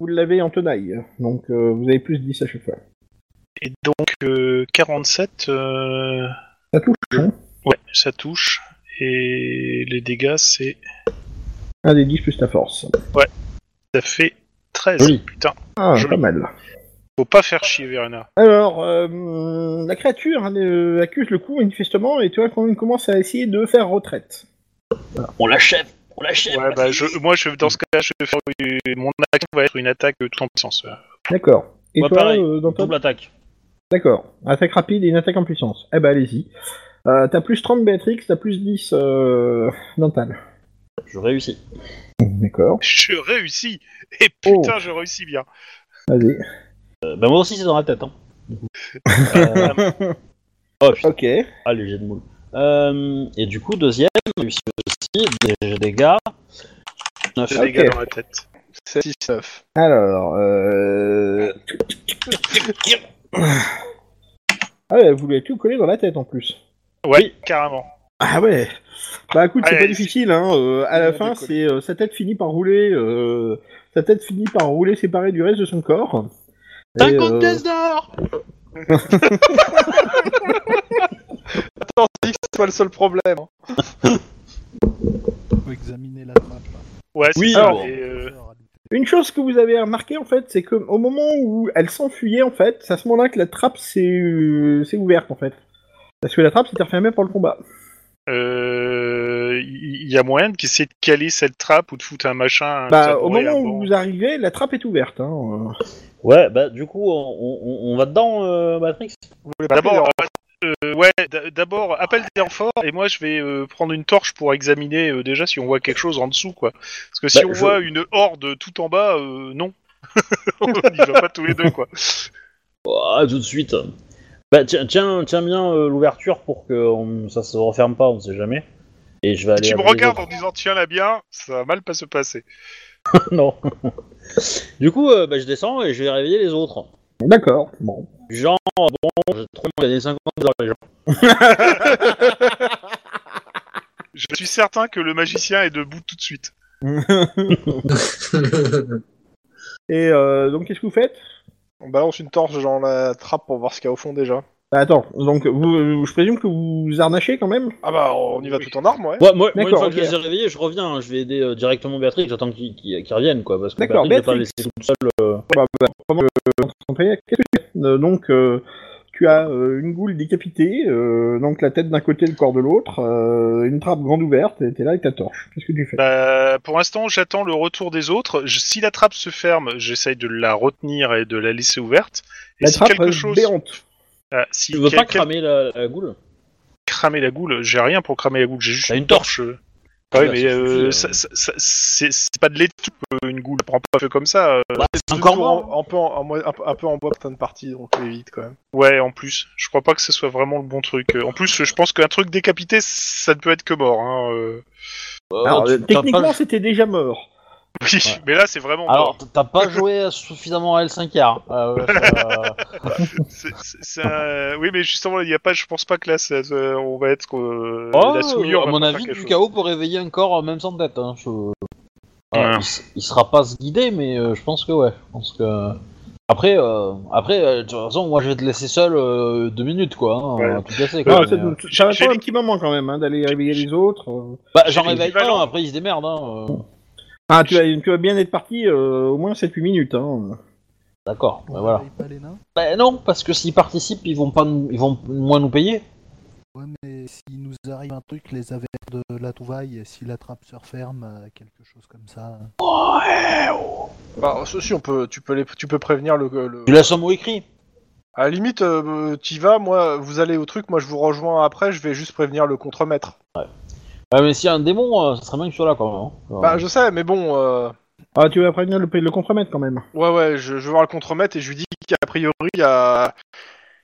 [SPEAKER 1] Vous l'avez en tenaille, donc euh, vous avez plus de 10 à chaque fois.
[SPEAKER 3] Et donc, euh, 47. euh,
[SPEAKER 1] Ça touche, hein.
[SPEAKER 3] Ouais, ça touche. Et les dégâts, c'est.
[SPEAKER 1] Un des 10 plus ta force.
[SPEAKER 3] Ça fait 13.
[SPEAKER 2] Joli.
[SPEAKER 3] Putain,
[SPEAKER 1] Ah,
[SPEAKER 3] Joli.
[SPEAKER 1] pas mal.
[SPEAKER 3] faut pas faire chier, Verena.
[SPEAKER 1] Alors, euh, la créature hein, euh, accuse le coup manifestement, et toi, quand il commence à essayer de faire retraite.
[SPEAKER 2] On l'achève On l'achève
[SPEAKER 3] Ouais, bah, je, moi, je, dans ce cas-là, je vais faire une- mon attaque va être une attaque de tout en puissance. ouais.
[SPEAKER 1] D'accord. Et
[SPEAKER 2] Ouais,
[SPEAKER 1] toi,
[SPEAKER 2] pareil.
[SPEAKER 1] euh, dans ta-
[SPEAKER 2] Double attaque.
[SPEAKER 1] D'accord. Attaque rapide et une attaque en puissance. Eh ben, allez-y. Euh, t'as plus 30 Béatrix, t'as plus 10 euh, Dental.
[SPEAKER 2] Je réussis.
[SPEAKER 1] D'accord.
[SPEAKER 3] Je réussis Et
[SPEAKER 1] Oh.
[SPEAKER 3] putain, je réussis bien
[SPEAKER 1] Vas-y.
[SPEAKER 2] Euh, bah moi aussi c'est dans la tête. Hein. Euh, Oh putain,
[SPEAKER 1] Ok.
[SPEAKER 2] allez j'ai de moule. Euh, et du coup deuxième, réussi aussi, des- j'ai des gars. Neuf.
[SPEAKER 3] J'ai
[SPEAKER 1] Ok.
[SPEAKER 3] des Ah, dégâts dans la tête.
[SPEAKER 5] 7, 6, 9.
[SPEAKER 1] Alors, euh... Ah ouais, vous l'avez tout collé dans la tête en plus.
[SPEAKER 3] Ouais, carrément.
[SPEAKER 1] Ah ouais Bah écoute, c'est
[SPEAKER 3] Ah,
[SPEAKER 1] pas
[SPEAKER 3] et-
[SPEAKER 1] difficile, hein. euh, à la
[SPEAKER 5] Ouais,
[SPEAKER 1] fin,
[SPEAKER 5] décolle.
[SPEAKER 1] c'est euh, sa tête finit par rouler, euh, sa tête finit par rouler séparée du reste de son corps. Et,
[SPEAKER 2] 50
[SPEAKER 1] euh,
[SPEAKER 2] pièces d'or
[SPEAKER 5] Attends, dis que c'est pas le seul problème. hein.
[SPEAKER 6] Faut examiner la trappe. hein.
[SPEAKER 3] Ouais, c'est
[SPEAKER 2] Oui,
[SPEAKER 3] ça.
[SPEAKER 2] bon.
[SPEAKER 3] et, euh,
[SPEAKER 1] Une chose que vous avez remarqué en fait, c'est que au moment où elle s'enfuyait en fait, c'est à ce moment-là que la trappe s'est euh, s'est ouverte en fait. Parce que la trappe s'était refermée pour le combat.
[SPEAKER 3] euh, il il y a moyen d'essayer de caler cette trappe ou de foutre un machin. un
[SPEAKER 1] bah au
[SPEAKER 3] tabouret,
[SPEAKER 1] moment
[SPEAKER 3] un
[SPEAKER 1] où
[SPEAKER 3] banc.
[SPEAKER 1] vous arrivez, la trappe est ouverte. Hein. euh.
[SPEAKER 2] Ouais, bah du coup, on, on- on va dedans, euh, Matrix
[SPEAKER 5] Vous voulez pas
[SPEAKER 3] D'abord,
[SPEAKER 5] payer,
[SPEAKER 3] euh, euh, ouais, d- d'abord appelle des renforts et moi je vais euh, prendre une torche pour examiner euh, déjà si on voit quelque chose en dessous quoi. Parce que si
[SPEAKER 2] Bah,
[SPEAKER 3] on
[SPEAKER 2] je-
[SPEAKER 3] voit une horde tout en bas, euh, non, on n'y va pas tous les deux quoi.
[SPEAKER 2] Ah, tout de suite. Bah tiens, tiens, tiens bien euh, l'ouverture pour que on- ça se referme pas, on sait jamais. Et je vais aller.
[SPEAKER 3] tu me
[SPEAKER 2] appeler les
[SPEAKER 3] regardes en
[SPEAKER 2] autres.
[SPEAKER 3] disant tiens là bien, ça va mal pas se passer.
[SPEAKER 2] Non. du coup, euh, bah, je descends et je vais réveiller les autres.
[SPEAKER 1] euh, D'accord. Bon.
[SPEAKER 2] Genre, bon, j'ai trop gagné 50 dollars, les gens.
[SPEAKER 3] Je suis certain que le magicien est debout tout de suite.
[SPEAKER 1] Et euh, donc qu'est-ce que vous faites
[SPEAKER 5] On hein. balance une torche dans la trappe pour voir ce qu'il y a au fond déjà.
[SPEAKER 1] Bah, Attends. Donc vous, je présume que vous arnachez quand même.
[SPEAKER 5] Ah bah on y va tout en arme, ouais.
[SPEAKER 2] Ouais, moi, moi, une
[SPEAKER 1] D'accord,
[SPEAKER 2] fois que
[SPEAKER 1] ok.
[SPEAKER 2] je les ai réveillés, je reviens. hein. Je vais aider euh, directement Béatrix, j'attends qu'ils qu'ils- qu'ils reviennent, quoi. Parce que
[SPEAKER 1] D'accord,
[SPEAKER 2] Béatrix, je vais pas
[SPEAKER 1] Béatrix.
[SPEAKER 2] laisser toute seule.
[SPEAKER 1] Bah, bah, pendant que- pendant que- qu'est-ce que tu fais Euh, Donc, euh, tu as euh, une goule décapitée, euh, donc la tête d'un côté, le corps de l'autre, euh, une trappe grande ouverte, et t'es là avec ta torche. Qu'est-ce que tu fais
[SPEAKER 3] Bah, pour l'instant, j'attends le retour des autres. Je- si la trappe se ferme, j'essaye de la retenir et de la laisser ouverte. Et
[SPEAKER 1] La
[SPEAKER 3] si
[SPEAKER 1] trappe euh,
[SPEAKER 3] quelque
[SPEAKER 1] reste
[SPEAKER 3] chose,
[SPEAKER 1] béante.
[SPEAKER 3] Ah, si
[SPEAKER 2] Tu veux pas
[SPEAKER 3] quelqu'un
[SPEAKER 2] cramer la, la goule
[SPEAKER 3] cramer la goule, j'ai rien pour cramer la goule, j'ai juste
[SPEAKER 2] T'as
[SPEAKER 3] une
[SPEAKER 2] une
[SPEAKER 3] torche. Ah oui,
[SPEAKER 2] Bah,
[SPEAKER 3] mais
[SPEAKER 2] ça
[SPEAKER 3] euh,
[SPEAKER 2] suffit, euh.
[SPEAKER 3] ça- ça- ça- c'est c'est pas de l'étoupe, euh, une goule prend pas feu comme ça. euh.
[SPEAKER 2] Bah, C'est
[SPEAKER 5] Toujours
[SPEAKER 2] encore moi.
[SPEAKER 5] en- un, peu en, en mo- un, peu- un peu en bois pour certaines parties, donc on fait vite quand même.
[SPEAKER 3] Ouais, en plus, je crois pas que ce soit vraiment le bon truc. Euh, En plus, je pense qu'un truc décapité, ça ne peut être que mort. Hein. euh.
[SPEAKER 2] Euh,
[SPEAKER 1] Alors,
[SPEAKER 2] tu-
[SPEAKER 1] euh,
[SPEAKER 2] t'as
[SPEAKER 1] techniquement,
[SPEAKER 2] pas-
[SPEAKER 1] c'était déjà mort.
[SPEAKER 3] Oui, mais là, c'est vraiment
[SPEAKER 2] Alors,
[SPEAKER 3] mort.
[SPEAKER 2] t- t'as pas joué suffisamment à L5R. Euh, ça-
[SPEAKER 3] C'est- c'est- c'est un- Oui, mais justement, il n'y a pas. Je pense pas que là, ça- ça- on va être. euh,
[SPEAKER 2] Oh,
[SPEAKER 3] la souillure
[SPEAKER 2] à
[SPEAKER 3] va
[SPEAKER 2] mon
[SPEAKER 3] pas faire
[SPEAKER 2] avis,
[SPEAKER 3] quelque
[SPEAKER 2] du
[SPEAKER 3] chose.
[SPEAKER 2] chaos peut réveiller un corps euh, même sans tête. Hein. Je- Ah,
[SPEAKER 3] Ouais.
[SPEAKER 2] il, s- il sera pas se guider, mais euh, je pense que ouais. Je pense que après, euh, après, euh, de toute façon, moi, je vais te laisser seul euh, deux minutes, quoi. hein,
[SPEAKER 3] Ouais.
[SPEAKER 2] à tout casser.
[SPEAKER 1] Ah,
[SPEAKER 2] Quoi,
[SPEAKER 1] ça,
[SPEAKER 2] mais, euh,
[SPEAKER 1] ça va
[SPEAKER 3] j'ai-
[SPEAKER 1] prendre un petit moment quand même hein, d'aller réveiller les autres. euh.
[SPEAKER 2] bah, j'en
[SPEAKER 3] j'ai
[SPEAKER 2] réveille
[SPEAKER 3] l'équivalent.
[SPEAKER 2] un, après, il se démerde. Hein, euh,
[SPEAKER 1] Ah, tu vas, tu vas bien être parti euh, au moins 7-8 minutes. Hein.
[SPEAKER 2] D'accord.
[SPEAKER 6] On
[SPEAKER 2] bah, voilà.
[SPEAKER 6] réveille pas les nains
[SPEAKER 2] Bah, non, parce que s'ils participent, ils vont pas, nous- ils vont moins nous payer.
[SPEAKER 6] Ouais, mais s'il nous arrive un truc, les avers de la trouvaille, et si la trappe se referme, euh, quelque chose comme ça. hein.
[SPEAKER 5] Bah ceci on peut, tu peux les, tu peux prévenir le. le-
[SPEAKER 2] Tu la somme au écrit.
[SPEAKER 5] À la limite, euh, t'y vas, moi, vous allez au truc, moi je vous rejoins après, je vais juste prévenir le contremaître.
[SPEAKER 2] Ouais, mais s'il y a un démon, euh, ça serait bien que tu sois là, quand même. hein.
[SPEAKER 5] Bah je sais, mais bon, euh,
[SPEAKER 1] Ah, tu vas prévenir le, le contremaître quand même.
[SPEAKER 5] ouais ouais, je, je vais voir le contremaître et je lui dis qu'a priori il y a,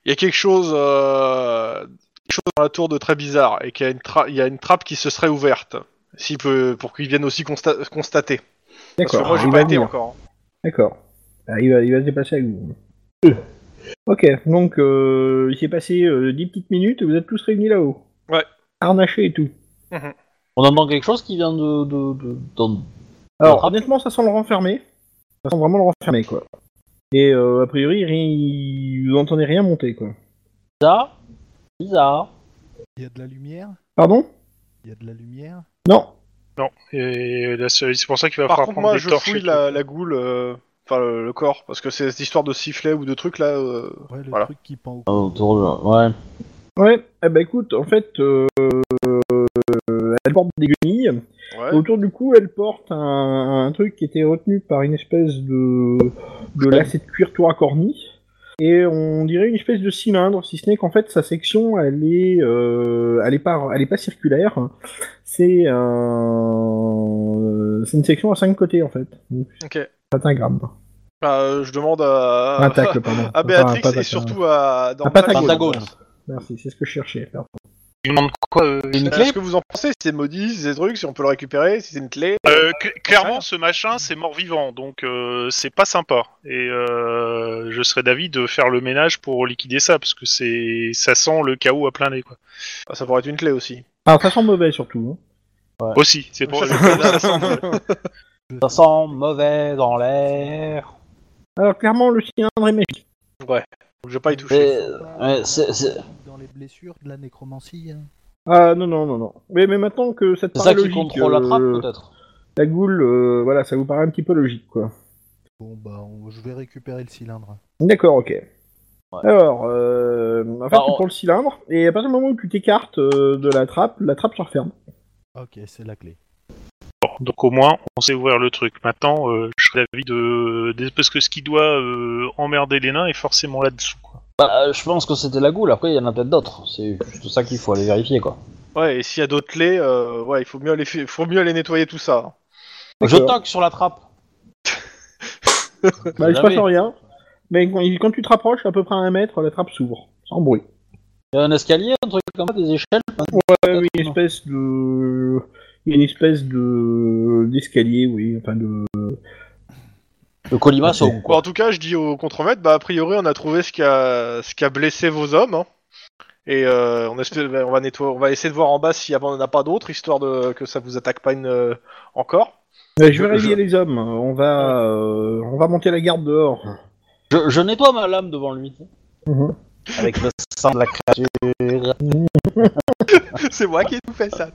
[SPEAKER 5] il y a quelque chose, euh, quelque chose dans la tour de très bizarre et qu'il y a une, tra- il y a une trappe qui se serait ouverte, s'il peut, pour qu'il vienne aussi consta- constater. Parce que
[SPEAKER 1] D'accord.
[SPEAKER 5] moi j'ai
[SPEAKER 1] il
[SPEAKER 5] pas
[SPEAKER 1] va
[SPEAKER 5] été
[SPEAKER 1] venir.
[SPEAKER 5] encore.
[SPEAKER 1] D'accord. Ah, il, va, il va se dépasser avec vous. Ok, donc euh, il s'est passé euh, 10 petites minutes et vous êtes tous réunis là-haut.
[SPEAKER 5] Ouais.
[SPEAKER 1] Harnachés et tout.
[SPEAKER 2] On entend quelque chose qui vient de, de, de, d'en-
[SPEAKER 1] Alors,
[SPEAKER 2] D'accord.
[SPEAKER 1] honnêtement, ça sent le renfermé. Ça sent vraiment le renfermé, quoi. Et euh, a priori, rien- vous entendez rien monter, quoi.
[SPEAKER 2] bizarre. Bizarre.
[SPEAKER 6] Il y a de la lumière
[SPEAKER 1] Pardon
[SPEAKER 6] Il y a de la lumière
[SPEAKER 1] Non.
[SPEAKER 3] Non, et la seule- c'est pour ça qu'il va
[SPEAKER 5] Par
[SPEAKER 3] falloir
[SPEAKER 5] contre,
[SPEAKER 3] prendre
[SPEAKER 5] moi,
[SPEAKER 3] des
[SPEAKER 5] je
[SPEAKER 3] torches.
[SPEAKER 5] fouille
[SPEAKER 3] et
[SPEAKER 5] la, la goule, euh, enfin le, le corps, parce que c'est cette histoire de sifflet ou de truc là. euh,
[SPEAKER 6] Ouais, le
[SPEAKER 5] Voilà.
[SPEAKER 6] truc qui pend au
[SPEAKER 2] Ah, autour de- Ouais.
[SPEAKER 1] Ouais, eh ben écoute, en fait, euh, euh, elle porte des guenilles.
[SPEAKER 5] Ouais.
[SPEAKER 1] Autour du cou, elle porte un, un truc qui était retenu par une espèce de, de lacet de cuir tout racorni. Et on dirait une espèce de cylindre, si ce n'est qu'en fait sa section, elle est, euh, elle est pas, elle est pas circulaire. C'est un- c'est une section à cinq côtés en fait. Donc,
[SPEAKER 5] Ok.
[SPEAKER 1] c'est un gramme.
[SPEAKER 5] Bah, euh, je demande à,
[SPEAKER 1] Un tacle, hein. pardon. Ah, Enfin,
[SPEAKER 5] à
[SPEAKER 1] un
[SPEAKER 5] Ah, Béatrix
[SPEAKER 1] patac,
[SPEAKER 5] et surtout à
[SPEAKER 1] Patagone.
[SPEAKER 2] Pentagone.
[SPEAKER 1] Merci, c'est ce que je cherchais. pardon.
[SPEAKER 3] Il demande quoi euh,
[SPEAKER 2] Une
[SPEAKER 5] Euh,
[SPEAKER 2] clé
[SPEAKER 5] Ce que vous en pensez, si c'est maudit, si c'est des trucs, si on peut le récupérer, si c'est une clé.
[SPEAKER 3] Euh, cl- clairement, ce machin, c'est mort-vivant, donc euh, c'est pas sympa. Et euh, je serais d'avis de faire le ménage pour liquider ça, parce que c'est, ça sent le chaos à plein nez, quoi.
[SPEAKER 5] Ah, ça pourrait être une clé aussi.
[SPEAKER 1] Ah, ça sent mauvais surtout. hein.
[SPEAKER 3] Aussi, c'est pour.
[SPEAKER 5] Ça,
[SPEAKER 3] ça sent mauvais.
[SPEAKER 2] Ça sent mauvais dans l'air.
[SPEAKER 1] Alors clairement, le cylindre est magique.
[SPEAKER 5] Donc, je vais pas y toucher.
[SPEAKER 2] Mais, ouais, c'est- c'est-
[SPEAKER 6] Dans les blessures de la nécromancie. hein.
[SPEAKER 1] Ah non, non, non, non. Mais, mais maintenant que ça te
[SPEAKER 2] c'est
[SPEAKER 1] paraît
[SPEAKER 2] ça qui
[SPEAKER 1] logique,
[SPEAKER 2] contrôle la
[SPEAKER 1] euh,
[SPEAKER 2] trappe, peut-être.
[SPEAKER 1] la goule, euh, voilà, ça vous paraît un petit peu logique, quoi.
[SPEAKER 6] Bon, bah, on- je vais récupérer le cylindre.
[SPEAKER 1] D'accord, ok.
[SPEAKER 2] Ouais.
[SPEAKER 1] Alors, euh, en fait,
[SPEAKER 2] Ah,
[SPEAKER 1] tu
[SPEAKER 2] on-
[SPEAKER 1] prends le cylindre, et à partir du moment où tu t'écartes euh, de la trappe, la trappe se referme.
[SPEAKER 6] Ok, c'est la clé.
[SPEAKER 3] Donc au moins, on sait ouvrir le truc. Maintenant, euh, je serais d'avis de... de- Parce que ce qui doit euh, emmerder les nains est forcément là-dessous. quoi.
[SPEAKER 2] Bah, euh, je pense que c'était la goule, après il y en a peut-être d'autres. C'est juste ça qu'il faut aller vérifier, quoi.
[SPEAKER 5] Ouais, et s'il y a d'autres clés, euh, ouais, il faut mieux, aller, fi- faut mieux aller nettoyer tout ça.
[SPEAKER 2] Je
[SPEAKER 1] D'accord.
[SPEAKER 2] toque sur la trappe.
[SPEAKER 1] Bah, il se passe
[SPEAKER 2] Jamais.
[SPEAKER 1] rien, mais quand, quand tu te rapproches à peu près à un mètre, la trappe s'ouvre, sans bruit.
[SPEAKER 2] Il y a un escalier, un truc comme ça, des échelles.
[SPEAKER 1] Ouais, oui, une
[SPEAKER 2] non.
[SPEAKER 1] espèce de... il y a une espèce de... d'escalier, oui, enfin de...
[SPEAKER 2] Le colimaçon,
[SPEAKER 5] Bon,
[SPEAKER 2] quoi.
[SPEAKER 5] Bah, en tout cas, je dis au contremaître, bah, a priori, on a trouvé ce qui a, ce qui a blessé vos hommes. hein. Et euh, on, espère, on, va nettoyer, on va essayer de voir en bas s'il n'y en a pas d'autres, histoire de, que ça vous attaque pas une, euh, encore.
[SPEAKER 1] Ouais, je vais
[SPEAKER 5] Je-
[SPEAKER 1] réveiller les hommes, hein. on va, euh, on va monter la garde dehors.
[SPEAKER 2] Je, je nettoie ma lame devant lui.
[SPEAKER 1] Mhm.
[SPEAKER 2] Avec le sang de la créature.
[SPEAKER 5] C'est moi qui ai tout fait ça.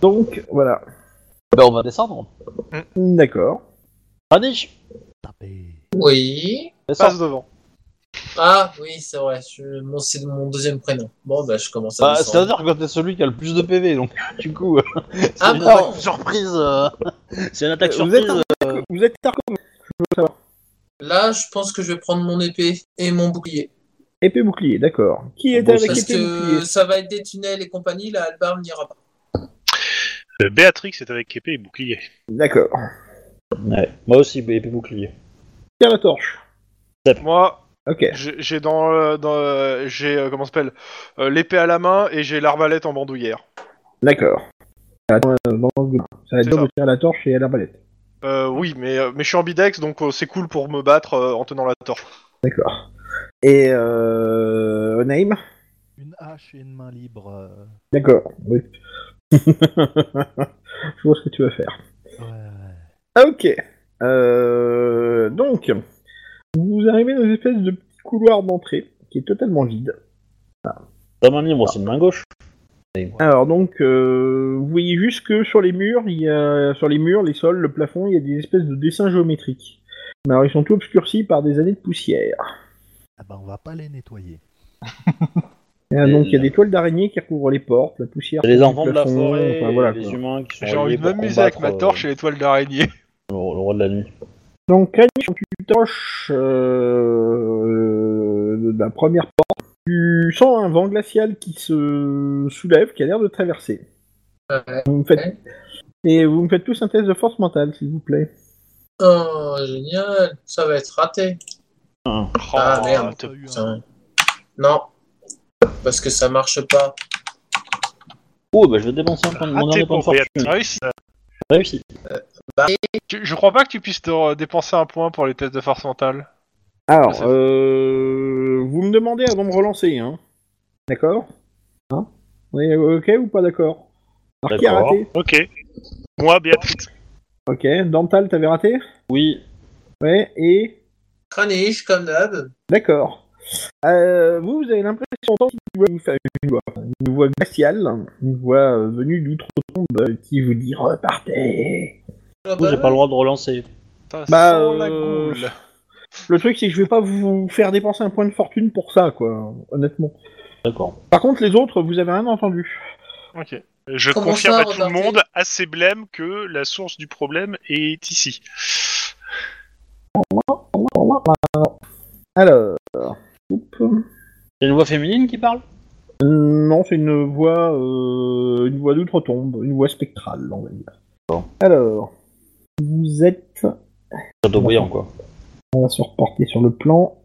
[SPEAKER 1] Donc, voilà.
[SPEAKER 2] Ben, on va descendre.
[SPEAKER 1] D'accord.
[SPEAKER 2] Radish,
[SPEAKER 6] Tapez.
[SPEAKER 4] Oui.
[SPEAKER 2] descends.
[SPEAKER 5] Passe devant.
[SPEAKER 4] Ah, oui, c'est vrai. je- Mon... C'est mon deuxième prénom. Bon, bah, je commence à
[SPEAKER 2] Bah,
[SPEAKER 4] descendre.
[SPEAKER 2] C'est-à-dire que t'es celui qui a le plus de PV, donc du coup, euh, c'est
[SPEAKER 4] Ah,
[SPEAKER 2] une
[SPEAKER 4] bah,
[SPEAKER 2] attaque
[SPEAKER 4] non.
[SPEAKER 2] surprise. euh, c'est une attaque
[SPEAKER 1] Vous
[SPEAKER 2] surprise. euh,
[SPEAKER 1] êtes, Arco- vous êtes Arco-
[SPEAKER 4] Là, je pense que je vais prendre mon épée et mon bouclier.
[SPEAKER 1] épée bouclier, d'accord. Qui est
[SPEAKER 2] Bon,
[SPEAKER 1] avec
[SPEAKER 4] Parce
[SPEAKER 1] épée
[SPEAKER 4] que
[SPEAKER 1] bouclier
[SPEAKER 4] ça va être des tunnels et compagnie. Là, Albar n'ira pas.
[SPEAKER 3] Euh, Béatrix est avec épée et bouclier.
[SPEAKER 1] D'accord.
[SPEAKER 2] Ouais, moi aussi, épée bouclier.
[SPEAKER 1] Tiens la torche.
[SPEAKER 5] Moi,
[SPEAKER 1] Ok.
[SPEAKER 5] j'ai j'ai dans, euh, dans, euh, j'ai euh, comment ça s'appelle euh, l'épée à la main et j'ai l'arbalète en bandoulière.
[SPEAKER 1] D'accord. Attends, euh, dans le- Ça va être
[SPEAKER 5] C'est
[SPEAKER 1] dur
[SPEAKER 5] ça.
[SPEAKER 1] de tirer la torche et à la balette.
[SPEAKER 5] Euh, oui, mais, euh, mais je suis en bidex, donc euh, c'est cool pour me battre euh, en tenant la torche.
[SPEAKER 1] D'accord. Et euh... Onaim
[SPEAKER 6] Une hache et une main libre. euh,
[SPEAKER 1] D'accord. Oui. Je vois ce que tu vas faire.
[SPEAKER 6] ouais, ouais.
[SPEAKER 1] Ok. Euh, donc, vous arrivez dans une espèce de petit couloir d'entrée qui est totalement vide.
[SPEAKER 2] Ta main libre, c'est une main gauche. Et moi.
[SPEAKER 1] Alors donc, euh, vous voyez juste que sur les murs, il y a, sur les murs, les sols, le plafond, il y a des espèces de dessins géométriques. Mais alors ils sont tout obscurcis par des années de poussière.
[SPEAKER 6] Ah bah, on va pas les nettoyer.
[SPEAKER 1] Et, euh,
[SPEAKER 2] Et
[SPEAKER 1] donc il y a
[SPEAKER 2] là.
[SPEAKER 1] des toiles d'araignée qui recouvrent les portes, la poussière.
[SPEAKER 2] Les
[SPEAKER 1] du
[SPEAKER 2] enfants de la
[SPEAKER 1] plafond,
[SPEAKER 2] forêt,
[SPEAKER 1] enfin, voilà,
[SPEAKER 2] les
[SPEAKER 1] quoi.
[SPEAKER 2] humains qui sont
[SPEAKER 5] J'ai envie
[SPEAKER 2] réveillés
[SPEAKER 5] de
[SPEAKER 2] pour
[SPEAKER 5] m'amuser avec ma
[SPEAKER 2] combattre,
[SPEAKER 5] torche
[SPEAKER 2] euh,
[SPEAKER 5] et l'étoile d'araignée.
[SPEAKER 2] le, le roi de la nuit.
[SPEAKER 1] Donc Kranich, quand tu t'approches euh, de la première porte, tu sens un vent glacial qui se soulève, qui a l'air de traverser.
[SPEAKER 4] Ouais.
[SPEAKER 1] Vous me faites... Et vous me faites tous un test de force mentale, s'il vous plaît.
[SPEAKER 4] Oh, génial. Ça va être raté.
[SPEAKER 3] Oh,
[SPEAKER 4] Ah, merde.
[SPEAKER 5] t'as-
[SPEAKER 6] Pas eu un-
[SPEAKER 4] Putain. Non. Parce que ça marche pas.
[SPEAKER 2] Oh, bah je vais dépenser un point de mon
[SPEAKER 3] Raté
[SPEAKER 2] dernier point de
[SPEAKER 3] Ah, pour
[SPEAKER 2] fortune.
[SPEAKER 3] Béatrix. Réussi.
[SPEAKER 2] Réussi.
[SPEAKER 5] Tu- Je crois pas que tu puisses te re- dépenser un point pour les tests de force mentale.
[SPEAKER 1] Alors,
[SPEAKER 2] Ah,
[SPEAKER 5] Ça-
[SPEAKER 1] euh, vous me demandez avant de me relancer, hein. D'accord Hein On est ok ou pas d'accord Alors, qui a
[SPEAKER 2] D'accord.
[SPEAKER 1] raté
[SPEAKER 3] Ok. Moi, Béatrix.
[SPEAKER 1] Ok, Dental, t'avais raté
[SPEAKER 2] Oui.
[SPEAKER 1] Ouais, et...
[SPEAKER 4] Craniche, comme d'hab.
[SPEAKER 1] D'accord. Euh, vous, vous avez l'impression d'entendre une voix, enfin, une voix, une voix glaciale, une voix euh, venue d'outre-tombe euh, qui vous dit « Repartez
[SPEAKER 4] Ah
[SPEAKER 2] Du coup,
[SPEAKER 4] bah
[SPEAKER 2] j'ai pas le droit de relancer.
[SPEAKER 5] Ça
[SPEAKER 1] Bah,
[SPEAKER 5] sent la
[SPEAKER 1] euh,
[SPEAKER 5] goule. !»
[SPEAKER 1] Le truc, c'est que je vais pas vous faire dépenser un point de fortune pour ça, quoi, honnêtement.
[SPEAKER 2] D'accord.
[SPEAKER 1] Par contre, les autres, vous avez rien entendu.
[SPEAKER 5] Ok.
[SPEAKER 3] Je
[SPEAKER 4] Comment
[SPEAKER 3] confirme
[SPEAKER 4] ça,
[SPEAKER 3] à tout le
[SPEAKER 4] repartez
[SPEAKER 3] monde, assez blême, que la source du problème est ici.
[SPEAKER 1] Alors... Oups.
[SPEAKER 2] C'est une voix féminine qui parle
[SPEAKER 1] Euh, Non, c'est une voix, euh, une voix d'outre-tombe, une voix spectrale, on va dire.
[SPEAKER 2] Bon.
[SPEAKER 1] Alors, vous êtes,
[SPEAKER 2] Château brillant, quoi.
[SPEAKER 1] on va se reporter sur le plan.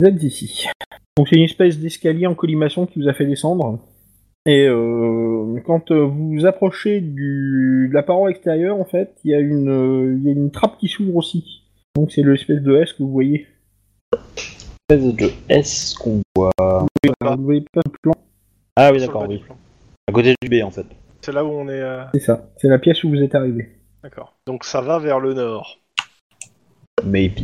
[SPEAKER 1] Vous êtes ici. Donc c'est une espèce d'escalier en colimaçon qui vous a fait descendre. Et euh, quand euh, vous vous approchez du, de la paroi extérieure, en fait, il y, a une, euh, il y a une trappe qui s'ouvre aussi. Donc c'est l'espèce de S que vous voyez.
[SPEAKER 2] Espèce de S qu'on voit.
[SPEAKER 1] Alors, vous voyez pas le plan,
[SPEAKER 2] Ah oui,
[SPEAKER 5] Sur le
[SPEAKER 2] d'accord,
[SPEAKER 5] bas du
[SPEAKER 2] oui.
[SPEAKER 5] plan.
[SPEAKER 2] À côté du B en fait.
[SPEAKER 5] C'est là où on est. euh,
[SPEAKER 1] c'est ça. C'est la pièce où vous êtes arrivé.
[SPEAKER 5] D'accord. Donc ça va vers le nord.
[SPEAKER 2] Maybe.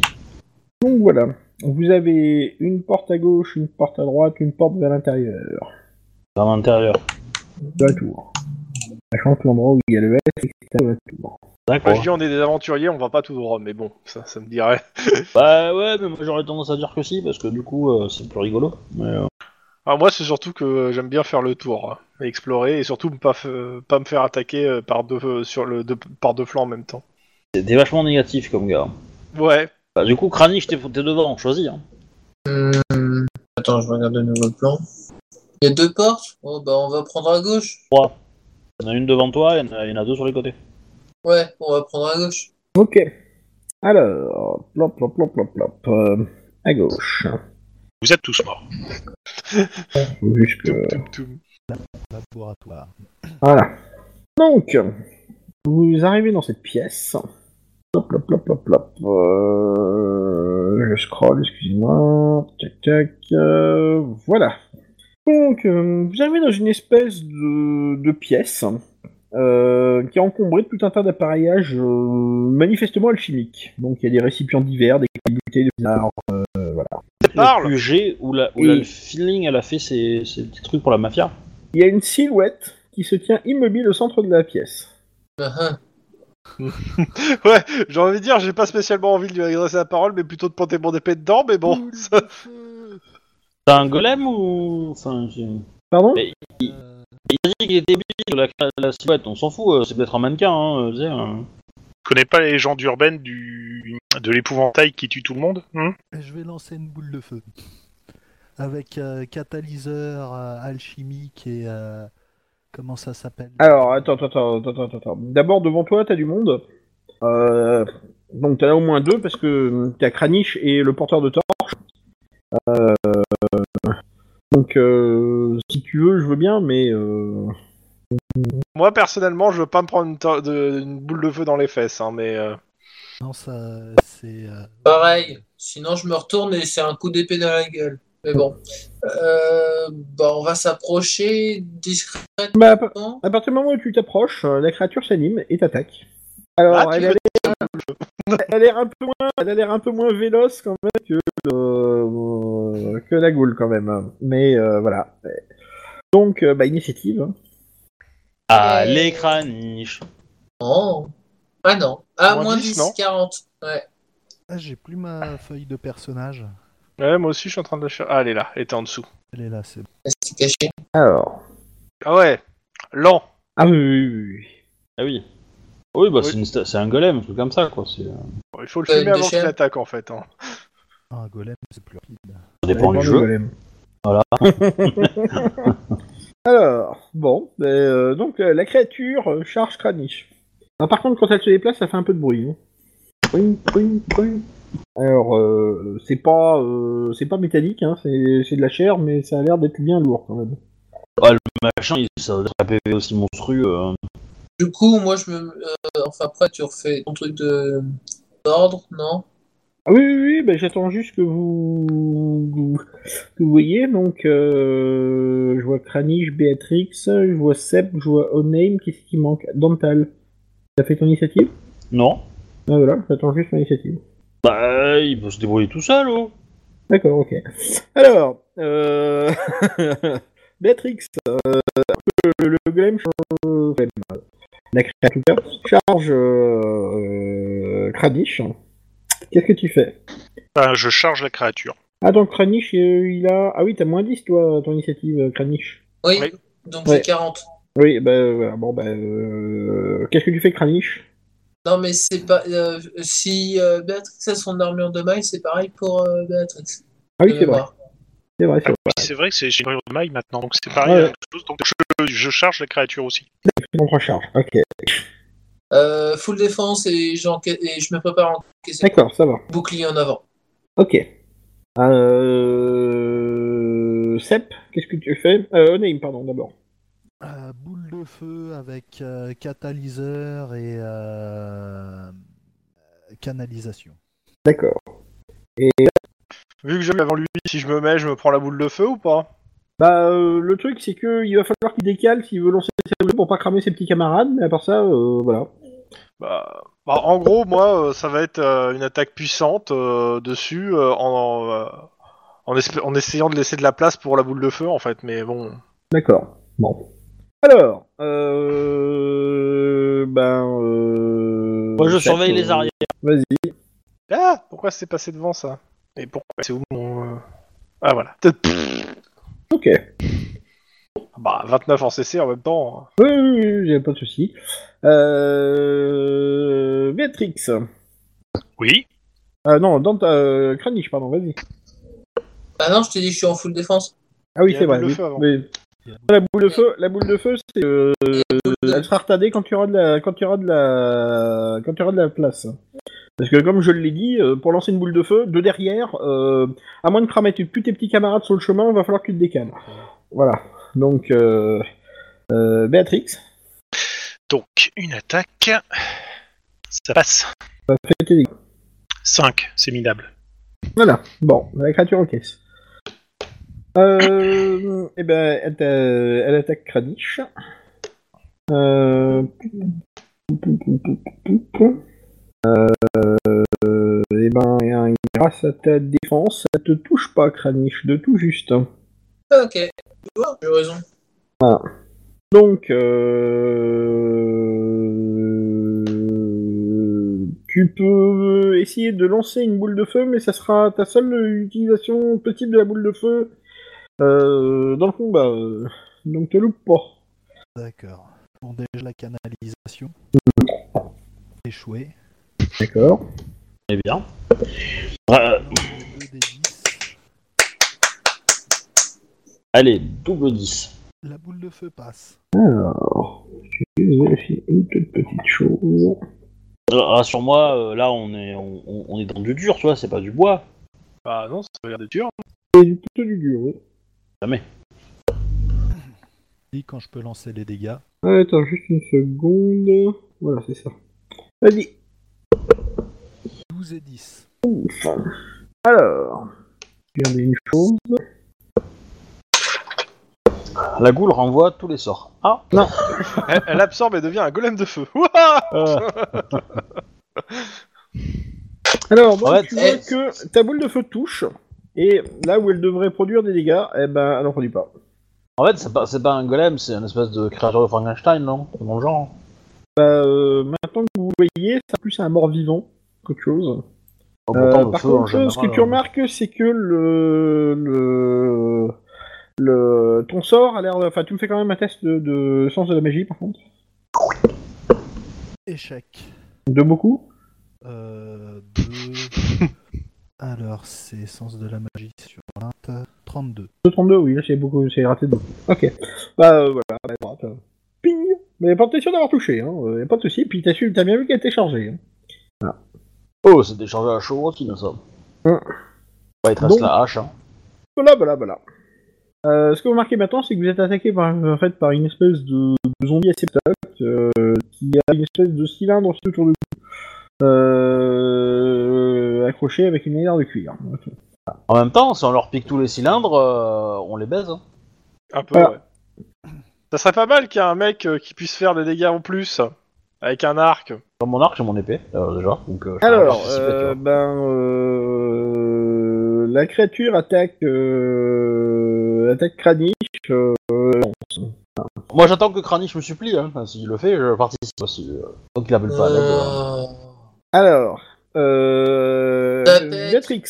[SPEAKER 1] Donc voilà. Vous avez une porte à gauche, une porte à droite, une porte vers l'intérieur
[SPEAKER 2] Dans l'intérieur.
[SPEAKER 1] de la tour. Sachant que l'endroit où il y a le S, c'est extérieur de la tour.
[SPEAKER 5] Moi,
[SPEAKER 2] D'accord.
[SPEAKER 5] je dis on est des aventuriers, on va pas tout droit, mais bon, ça, ça me dirait.
[SPEAKER 2] Bah ouais, mais moi j'aurais tendance à dire que si, parce que du coup euh, c'est plus rigolo. Mais, euh,
[SPEAKER 5] Alors moi, c'est surtout que j'aime bien faire le tour, hein, explorer et surtout pas, f- pas me faire attaquer euh, par deux, euh, sur le, deux- par deux flancs en même temps.
[SPEAKER 2] t'es- T'es vachement négatif comme gars.
[SPEAKER 5] Ouais.
[SPEAKER 2] Bah, du coup, Kranich, t'es t'es devant, choisis. Hein.
[SPEAKER 4] Hum, Attends, je regarde de nouveau le plan. Il y a deux portes Oh bah on va prendre à gauche.
[SPEAKER 2] Il y en a une devant toi, il y en a, il y en a deux sur les côtés.
[SPEAKER 4] Ouais, on va prendre à gauche.
[SPEAKER 1] Ok. Alors, plop, plop, plop, plop, plop. Euh, à gauche.
[SPEAKER 3] Vous êtes tous morts.
[SPEAKER 1] Faut juste que-
[SPEAKER 5] Toum, Euh. toum, toum.
[SPEAKER 6] Laboratoire.
[SPEAKER 1] Voilà. Donc, vous arrivez dans cette pièce. Hop, hop, hop, hop, hop. Euh, je scroll, excusez-moi. Tac, tac. euh, voilà. Donc, euh, vous arrivez dans une espèce de, de pièce euh, qui est encombrée de tout un tas d'appareillages euh, manifestement alchimiques. Donc, il y a des récipients divers, des bouteilles, des arts.
[SPEAKER 3] Oh
[SPEAKER 5] Parle.
[SPEAKER 2] Le QG où la, où
[SPEAKER 1] Oui.
[SPEAKER 2] la le feeling elle a fait ses, ses petits trucs pour la mafia.
[SPEAKER 1] Il y a une silhouette qui se tient immobile au centre de la pièce.
[SPEAKER 4] Ah, ah.
[SPEAKER 5] Ouais, j'ai envie de dire, j'ai pas spécialement envie de lui adresser la parole, mais plutôt de planter mon épée dedans, mais bon. ça-
[SPEAKER 2] T'as un golem ou. Enfin, j'ai-
[SPEAKER 1] Pardon
[SPEAKER 2] Mais-
[SPEAKER 6] Euh,
[SPEAKER 2] il a dit qu'il était bide, la, la silhouette, on s'en fout, euh, c'est peut-être un mannequin, hein, euh, tu sais, hein.
[SPEAKER 3] Je connais pas les légendes urbaines du... de l'épouvantail qui tue tout le monde hein
[SPEAKER 6] Et je vais lancer une boule de feu. Avec euh, catalyseur euh, alchimique et. euh, comment ça s'appelle
[SPEAKER 1] Alors, attends, attends, attends, attends, attends, attends. D'abord, devant toi, t'as du monde. Euh, donc, t'en as au moins deux parce que t'as Kranich et le porteur de torche. Euh, donc, euh, si tu veux, je veux bien, mais euh,
[SPEAKER 5] Moi, personnellement, je veux pas me prendre une, to- de- une boule de feu dans les fesses, hein, mais. euh,
[SPEAKER 6] Non, ça, c'est. euh,
[SPEAKER 4] Pareil, sinon je me retourne et c'est un coup d'épée dans la gueule. Mais bon. Euh, bah on va s'approcher discrètement.
[SPEAKER 1] bah, à pa- à partir du moment où tu t'approches, euh, la créature s'anime et t'attaque. Alors,
[SPEAKER 5] Ah, tu
[SPEAKER 1] elle,
[SPEAKER 5] veux-
[SPEAKER 1] a l'air- elle a l'air un peu moins, elle a l'air un peu moins véloce quand même que le- que la goule quand même. Mais euh, voilà. Donc, euh, bah, initiative.
[SPEAKER 2] Allez, Kranich
[SPEAKER 4] Oh. Ah non. Ah,
[SPEAKER 5] Moins
[SPEAKER 4] moins
[SPEAKER 5] 10,
[SPEAKER 4] 10,
[SPEAKER 5] non
[SPEAKER 4] 40. Ouais.
[SPEAKER 6] Ah, j'ai plus ma feuille de personnage.
[SPEAKER 5] Ouais, moi aussi, je suis en train de la chercher. Ah, elle est là, elle était en dessous.
[SPEAKER 6] Elle est là, c'est
[SPEAKER 4] Ah, C'est caché.
[SPEAKER 1] Alors.
[SPEAKER 5] Ah ouais, lent.
[SPEAKER 1] Ah oui, oui, oui, oui.
[SPEAKER 2] Ah oui. Oui, bah
[SPEAKER 5] Oui.
[SPEAKER 2] c'est une sta- c'est un golem, un truc comme ça, quoi. c'est, euh,
[SPEAKER 5] Bon, il faut le
[SPEAKER 4] Euh,
[SPEAKER 5] fumer
[SPEAKER 4] de
[SPEAKER 5] avant qu'il
[SPEAKER 4] chaîne.
[SPEAKER 5] attaque, en fait. hein.
[SPEAKER 6] pas un Ah, golem, c'est plus rapide.
[SPEAKER 2] Ça dépend
[SPEAKER 1] Ouais,
[SPEAKER 2] du
[SPEAKER 1] le
[SPEAKER 2] jeu.
[SPEAKER 1] golem.
[SPEAKER 2] Voilà.
[SPEAKER 1] Alors, bon, euh, donc euh, la créature euh, charge Kranich. Ah, par contre, quand elle se déplace, ça fait un peu de bruit. hein. Bruit, bruit, bruit. Alors, euh, c'est pas, euh, c'est pas métallique, hein, c'est c'est de la chair, mais ça a l'air d'être bien lourd quand même.
[SPEAKER 2] Machin, il- ça doit être un PV aussi monstrueux. euh.
[SPEAKER 4] Du coup, moi je me. euh, enfin, après, tu refais ton truc de. d'ordre, non
[SPEAKER 1] Ah oui, oui, oui, bah, j'attends juste que vous... que vous voyez, donc euh, je vois Kranich, Béatrix, je vois Sep, je vois Oname, qu'est-ce qui manque Dental. T'as fait ton initiative
[SPEAKER 2] Non
[SPEAKER 1] Ah voilà, j'attends juste ma initiative.
[SPEAKER 2] Bah, il peut se débrouiller tout seul, oh
[SPEAKER 1] D'accord, ok. Alors, euh... Béatrix, euh, le, le golem change- la créature charge euh, euh, Kranich. Qu'est-ce que tu fais
[SPEAKER 3] Enfin, Je charge la créature.
[SPEAKER 1] Ah donc Kranich, euh, il a... Ah oui, t'as moins 10 toi, ton initiative, euh, Kranich.
[SPEAKER 4] Oui.
[SPEAKER 5] Oui.
[SPEAKER 4] Donc
[SPEAKER 1] Ouais.
[SPEAKER 4] j'ai 40.
[SPEAKER 1] Oui, bah euh, voilà, bon, bah... euh, Qu'est-ce que tu fais Kranich
[SPEAKER 4] Non, mais c'est pas. euh, si euh, Béatrix a son armure de maille, c'est pareil pour euh, Béatrix.
[SPEAKER 1] Ah oui,
[SPEAKER 4] De
[SPEAKER 1] c'est vrai,
[SPEAKER 4] mémoire.
[SPEAKER 1] c'est vrai, c'est
[SPEAKER 3] Ah
[SPEAKER 1] vrai.
[SPEAKER 3] oui, c'est vrai que c'est j'ai une armure de maille maintenant, donc c'est pareil.
[SPEAKER 1] Ouais.
[SPEAKER 3] la même chose, donc je, je charge la créature aussi.
[SPEAKER 1] On recharge, ok.
[SPEAKER 4] Euh, full défense et, j'enca- et je me prépare en
[SPEAKER 1] D'accord, ça va.
[SPEAKER 4] bouclier en avant.
[SPEAKER 1] Ok. Euh... Sep, qu'est-ce que tu fais euh, Onaim, pardon, d'abord.
[SPEAKER 6] Euh, boule de feu avec euh, catalyseur et euh, canalisation.
[SPEAKER 1] D'accord.
[SPEAKER 5] Vu que je l'ai avant lui, si je me mets, je me prends la boule de feu ou pas
[SPEAKER 1] Bah, euh, le truc, c'est que il va falloir qu'il décale s'il veut lancer ses boules pour pas cramer ses petits camarades, mais à part ça, euh, voilà.
[SPEAKER 5] bah, bah, en gros, moi, euh, ça va être euh, une attaque puissante euh, dessus euh, en, euh, en, esp- en essayant de laisser de la place pour la boule de feu, en fait. Mais bon,
[SPEAKER 1] D'accord. Bon. Alors, euh, ben, euh,
[SPEAKER 2] Moi, je
[SPEAKER 1] Sep,
[SPEAKER 2] surveille
[SPEAKER 1] euh,
[SPEAKER 2] les arrières.
[SPEAKER 1] Vas-y.
[SPEAKER 5] ah, pourquoi c'est passé devant ça Et pourquoi c'est où mon euh, ah voilà. Pff,
[SPEAKER 1] Ok.
[SPEAKER 5] Bah 29 en CC en même temps. hein.
[SPEAKER 1] Oui, oui, oui, j'ai pas de souci. Euh, Béatrix.
[SPEAKER 3] Oui.
[SPEAKER 1] Ah non, dans ta... euh, Kranich, pardon, vas-y.
[SPEAKER 4] Ah non, je t'ai dit que je suis en full défense.
[SPEAKER 1] Ah oui,
[SPEAKER 5] Il y a
[SPEAKER 1] c'est
[SPEAKER 5] la
[SPEAKER 1] vrai.
[SPEAKER 5] boule de
[SPEAKER 1] oui,
[SPEAKER 5] feu avant.
[SPEAKER 1] oui. La boule de feu, la boule de feu, c'est euh, elle sera retardée quand tu auras de la, quand tu auras de la, quand tu auras de la place. Parce que comme je l'ai dit, euh, pour lancer une boule de feu de derrière, euh, à moins de cramer tous tes petits camarades sur le chemin, il va falloir que tu te décales. Voilà. Donc, euh, euh, Béatrix,
[SPEAKER 3] Donc, une attaque. Ça passe.
[SPEAKER 1] fais tes dégâts.
[SPEAKER 3] 5, c'est minable.
[SPEAKER 1] Voilà, bon, la créature encaisse. Euh, et ben, elle, t'a- elle attaque Kranich. Euh... Euh... Et ben, et un- grâce à ta défense, ça te touche pas, Kranich, de tout juste.
[SPEAKER 4] Ah, ok. Tu vois, j'ai raison.
[SPEAKER 1] Donc, euh, tu peux essayer de lancer une boule de feu, mais ça sera ta seule utilisation possible de la boule de feu euh, dans le combat. euh. Donc, te loupe pas.
[SPEAKER 6] D'accord. On déjà la canalisation. Échoué.
[SPEAKER 1] D'accord.
[SPEAKER 2] Eh bien. Euh,
[SPEAKER 6] 2d10.
[SPEAKER 2] allez, double 10.
[SPEAKER 6] La boule de feu passe.
[SPEAKER 1] Alors, je vais vérifier une toute petite chose.
[SPEAKER 2] Euh, Rassure-moi, euh, là, on est, on, on- on est dans du dur, tu vois, c'est pas du bois.
[SPEAKER 5] Bah non, ça a l'air d'être dur.
[SPEAKER 1] C'est du- plutôt du dur, oui.
[SPEAKER 6] Dis quand je peux lancer les dégâts.
[SPEAKER 1] Ah, Attends, juste une seconde. Voilà, c'est ça. Vas-y.
[SPEAKER 6] 12 et 10.
[SPEAKER 1] Alors, regardez une chose.
[SPEAKER 2] La goule renvoie tous les sorts. Ah
[SPEAKER 5] elle, elle absorbe et devient un golem de feu.
[SPEAKER 2] euh,
[SPEAKER 1] Alors, donc,
[SPEAKER 2] Ouais,
[SPEAKER 1] tu vois
[SPEAKER 4] eh.
[SPEAKER 1] que ta boule de feu touche, et là où elle devrait produire des dégâts, eh ben, elle n'en produit pas.
[SPEAKER 2] En fait, c'est pas, c'est pas un golem, c'est une espèce de créature de Frankenstein, non C'est Dans le genre. hein.
[SPEAKER 1] Bah, euh, maintenant que vous voyez, c'est plus un mort-vivant qu'autre chose.
[SPEAKER 2] Oh,
[SPEAKER 1] Euh,
[SPEAKER 2] pourtant, le
[SPEAKER 1] par
[SPEAKER 2] feu, en
[SPEAKER 1] contre,
[SPEAKER 2] général,
[SPEAKER 1] ce que tu
[SPEAKER 2] euh,
[SPEAKER 1] remarques, c'est que le, le, le- ton sort a l'air... Enfin, tu me fais quand même un test de, de sens de la magie, par contre.
[SPEAKER 6] Échec.
[SPEAKER 1] De beaucoup
[SPEAKER 6] Euh, deux. Alors, c'est sens de la magie sur 20. 32.
[SPEAKER 1] 232, oui, là, c'est beaucoup, c'est raté de beaucoup. Ok. Bah, euh, voilà, bah, droite, euh, Ping Mais pas de sûr d'avoir touché, hein, euh, y a pas de souci. Puis t'as su- t'as bien vu qu'elle était chargée, hein.
[SPEAKER 2] Oh, c'était chargé à la chevrotine, ça.
[SPEAKER 1] Hum.
[SPEAKER 2] Ouais, il te reste
[SPEAKER 1] Donc-
[SPEAKER 2] la hache. Hein.
[SPEAKER 1] Voilà, voilà, voilà. Euh, ce que vous remarquez maintenant, c'est que vous êtes attaqué par, en fait, par une espèce de, de zombie aseptote euh, qui a une espèce de cylindre aussi autour de vous, euh, accroché avec une lanière de cuir.
[SPEAKER 2] En même temps, si on leur pique tous les cylindres, euh, on les baise. Hein.
[SPEAKER 5] Un peu,
[SPEAKER 1] Voilà.
[SPEAKER 5] ouais. Ça serait pas mal qu'il y ait un mec euh, qui puisse faire des dégâts en plus, avec un arc.
[SPEAKER 2] Comme mon arc, j'ai mon épée, euh, déjà. Donc, euh, je peux
[SPEAKER 1] Alors,
[SPEAKER 2] participer, tu
[SPEAKER 1] euh,
[SPEAKER 2] vois.
[SPEAKER 1] ben, euh, la créature attaque, euh, attaque Kranich. euh,
[SPEAKER 2] Moi, j'attends que Kranich me supplie. Hein. Enfin, S'il le fait, je participe. Si, euh, tant qu'il appelle pas à l'aide, euh.
[SPEAKER 4] Euh,
[SPEAKER 1] alors, euh,
[SPEAKER 4] Attaque.
[SPEAKER 1] Béatrix.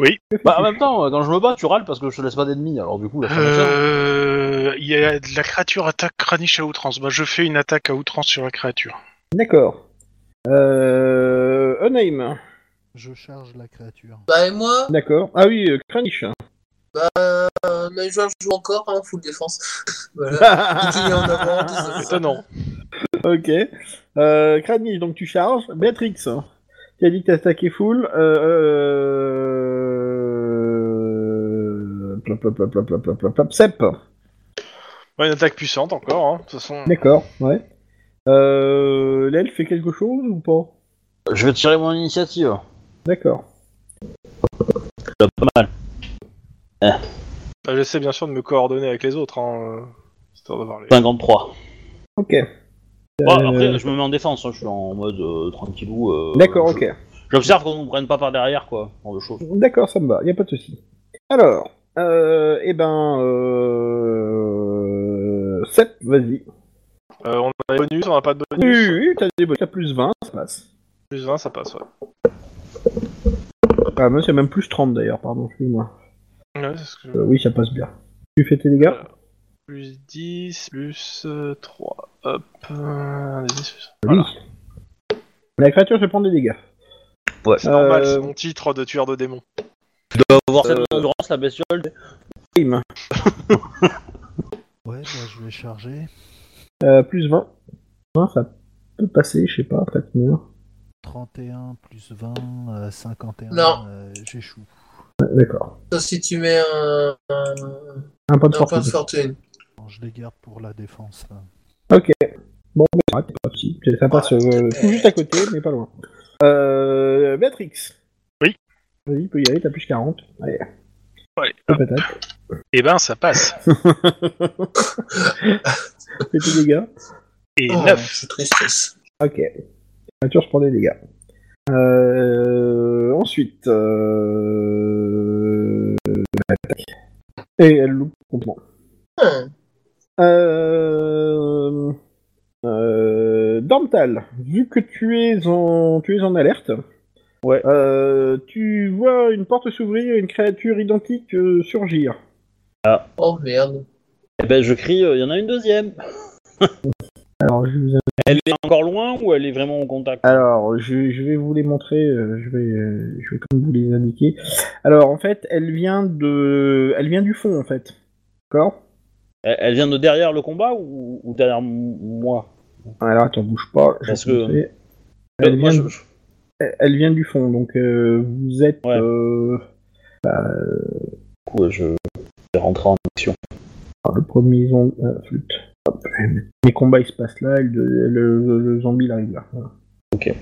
[SPEAKER 3] Oui.
[SPEAKER 2] Bah, en même temps, euh, quand je me bats, tu râles parce que je te laisse pas d'ennemis. Alors, du coup, la
[SPEAKER 3] Euh, Il y a de la créature attaque Kranich à outrance. Bah, je fais une attaque à outrance sur la créature.
[SPEAKER 1] D'accord. Euh, Onaim.
[SPEAKER 6] Je charge la créature.
[SPEAKER 4] Bah, et moi,
[SPEAKER 1] D'accord. Ah oui, euh, Kranich.
[SPEAKER 4] euh, les joueurs jouent encore en full défense. voilà. Bouclier en avant, tout ça.
[SPEAKER 5] Étonnant.
[SPEAKER 1] ok. Euh, Kranich, donc tu charges. Béatrix, tu as dit que t'attaquais full. Euh, euh, hop, hop, hop, hop, hop, hop, hop, hop, Sep.
[SPEAKER 5] Ouais, une attaque puissante encore, hein. De toute façon.
[SPEAKER 1] D'accord, ouais. Euh, L'elfe fait quelque chose ou pas
[SPEAKER 2] Je vais tirer mon initiative.
[SPEAKER 1] D'accord.
[SPEAKER 2] Pas mal.
[SPEAKER 5] Bah, J'essaie bien sûr de me coordonner avec les autres, hein. euh, histoire d'avoir les.
[SPEAKER 2] 53.
[SPEAKER 1] Ok.
[SPEAKER 2] Bon,
[SPEAKER 1] Euh,
[SPEAKER 2] après, je me mets en défense, hein, je suis en mode euh, tranquillou. euh,
[SPEAKER 1] D'accord,
[SPEAKER 2] je-
[SPEAKER 1] ok.
[SPEAKER 2] J'observe qu'on ne prenne pas par derrière, quoi, genre de choses.
[SPEAKER 1] D'accord, ça me va, y a pas de souci. Alors, euh, eh ben, euh... Sep, vas-y.
[SPEAKER 5] Euh, on a des bonus, on a pas de
[SPEAKER 1] Oui,
[SPEAKER 5] bonus.
[SPEAKER 1] oui, t'as des bonus, t'as plus 20, ça passe.
[SPEAKER 5] Plus 20, ça passe, ouais.
[SPEAKER 1] Ah, moi, c'est même plus 30 d'ailleurs, pardon, excuse-moi.
[SPEAKER 5] Ouais, c'est ce que je-
[SPEAKER 1] Euh, oui, ça passe bien. Tu fais tes dégâts
[SPEAKER 5] Plus 10, plus euh, 3. Hop. euh, des 10, plus-
[SPEAKER 1] Oui. La créature se prend des dégâts.
[SPEAKER 2] Ouais.
[SPEAKER 5] C'est normal,
[SPEAKER 1] Euh,
[SPEAKER 5] c'est mon titre de tueur de démons.
[SPEAKER 2] Tu dois avoir cette endurance, Euh, la bestiole.
[SPEAKER 1] Prime.
[SPEAKER 6] Ouais, bah, je vais charger.
[SPEAKER 1] Euh, plus 20. 20, ça peut passer, je sais pas, après combien.
[SPEAKER 6] 31 plus 20, euh, 51.
[SPEAKER 4] Non.
[SPEAKER 6] euh, J'échoue.
[SPEAKER 1] Ouais, D'accord.
[SPEAKER 4] Sauf euh, si tu mets un, un-
[SPEAKER 1] Un point de
[SPEAKER 4] un point de
[SPEAKER 1] fortune.
[SPEAKER 4] fortune.
[SPEAKER 6] Je les garde pour la défense. là.
[SPEAKER 1] Ok. Bon, mais ouais, pas de souci. ça passe euh, tout juste à côté, mais pas loin. Euh, Béatrix.
[SPEAKER 3] Oui.
[SPEAKER 1] Vas-y, peut y aller, t'as plus 40. Allez.
[SPEAKER 3] Allez,
[SPEAKER 1] Fais patate.
[SPEAKER 3] Eh ben, ça passe.
[SPEAKER 1] Fais tes dégâts.
[SPEAKER 3] Et
[SPEAKER 4] Oh,
[SPEAKER 3] 9.
[SPEAKER 4] c'est tristesse.
[SPEAKER 1] Ok. La créature se prend des dégâts. Euh, ensuite. Euh... attaque. Et elle loupe complètement.
[SPEAKER 4] Ah,
[SPEAKER 1] Euh... Euh... Dormtal, vu que tu es en, tu es en alerte,
[SPEAKER 2] Ouais.
[SPEAKER 1] euh, tu vois une porte s'ouvrir et une créature identique euh, surgir.
[SPEAKER 4] Oh merde.
[SPEAKER 2] Eh ben, je crie, il y en a une deuxième.
[SPEAKER 1] Alors, je, vous-
[SPEAKER 2] Elle est encore loin ou elle est vraiment en contact
[SPEAKER 1] Alors, je, je vais vous les montrer, euh, je vais, euh, je vais quand même vous les indiquer. Alors, en fait, elle vient de, elle vient du fond, en fait. D'accord
[SPEAKER 2] elle, elle vient de derrière le combat ou, ou derrière m- moi
[SPEAKER 1] Alors, attends, bouge pas. je
[SPEAKER 2] Parce
[SPEAKER 1] vais te
[SPEAKER 2] que-
[SPEAKER 1] montrer.
[SPEAKER 2] Euh,
[SPEAKER 1] Elle
[SPEAKER 2] moi,
[SPEAKER 1] vient,
[SPEAKER 2] je- je-
[SPEAKER 1] elle- elle vient du fond, donc euh, vous êtes.
[SPEAKER 2] Ouais.
[SPEAKER 1] euh,
[SPEAKER 2] Ouais, euh, je vais rentrer en action.
[SPEAKER 1] Alors, le premier ils ont- euh, flûte. Hop, je vais mettre- Les combats ils se passent là, et le, le- le- le zombie il arrive là. Voilà.
[SPEAKER 2] Ok.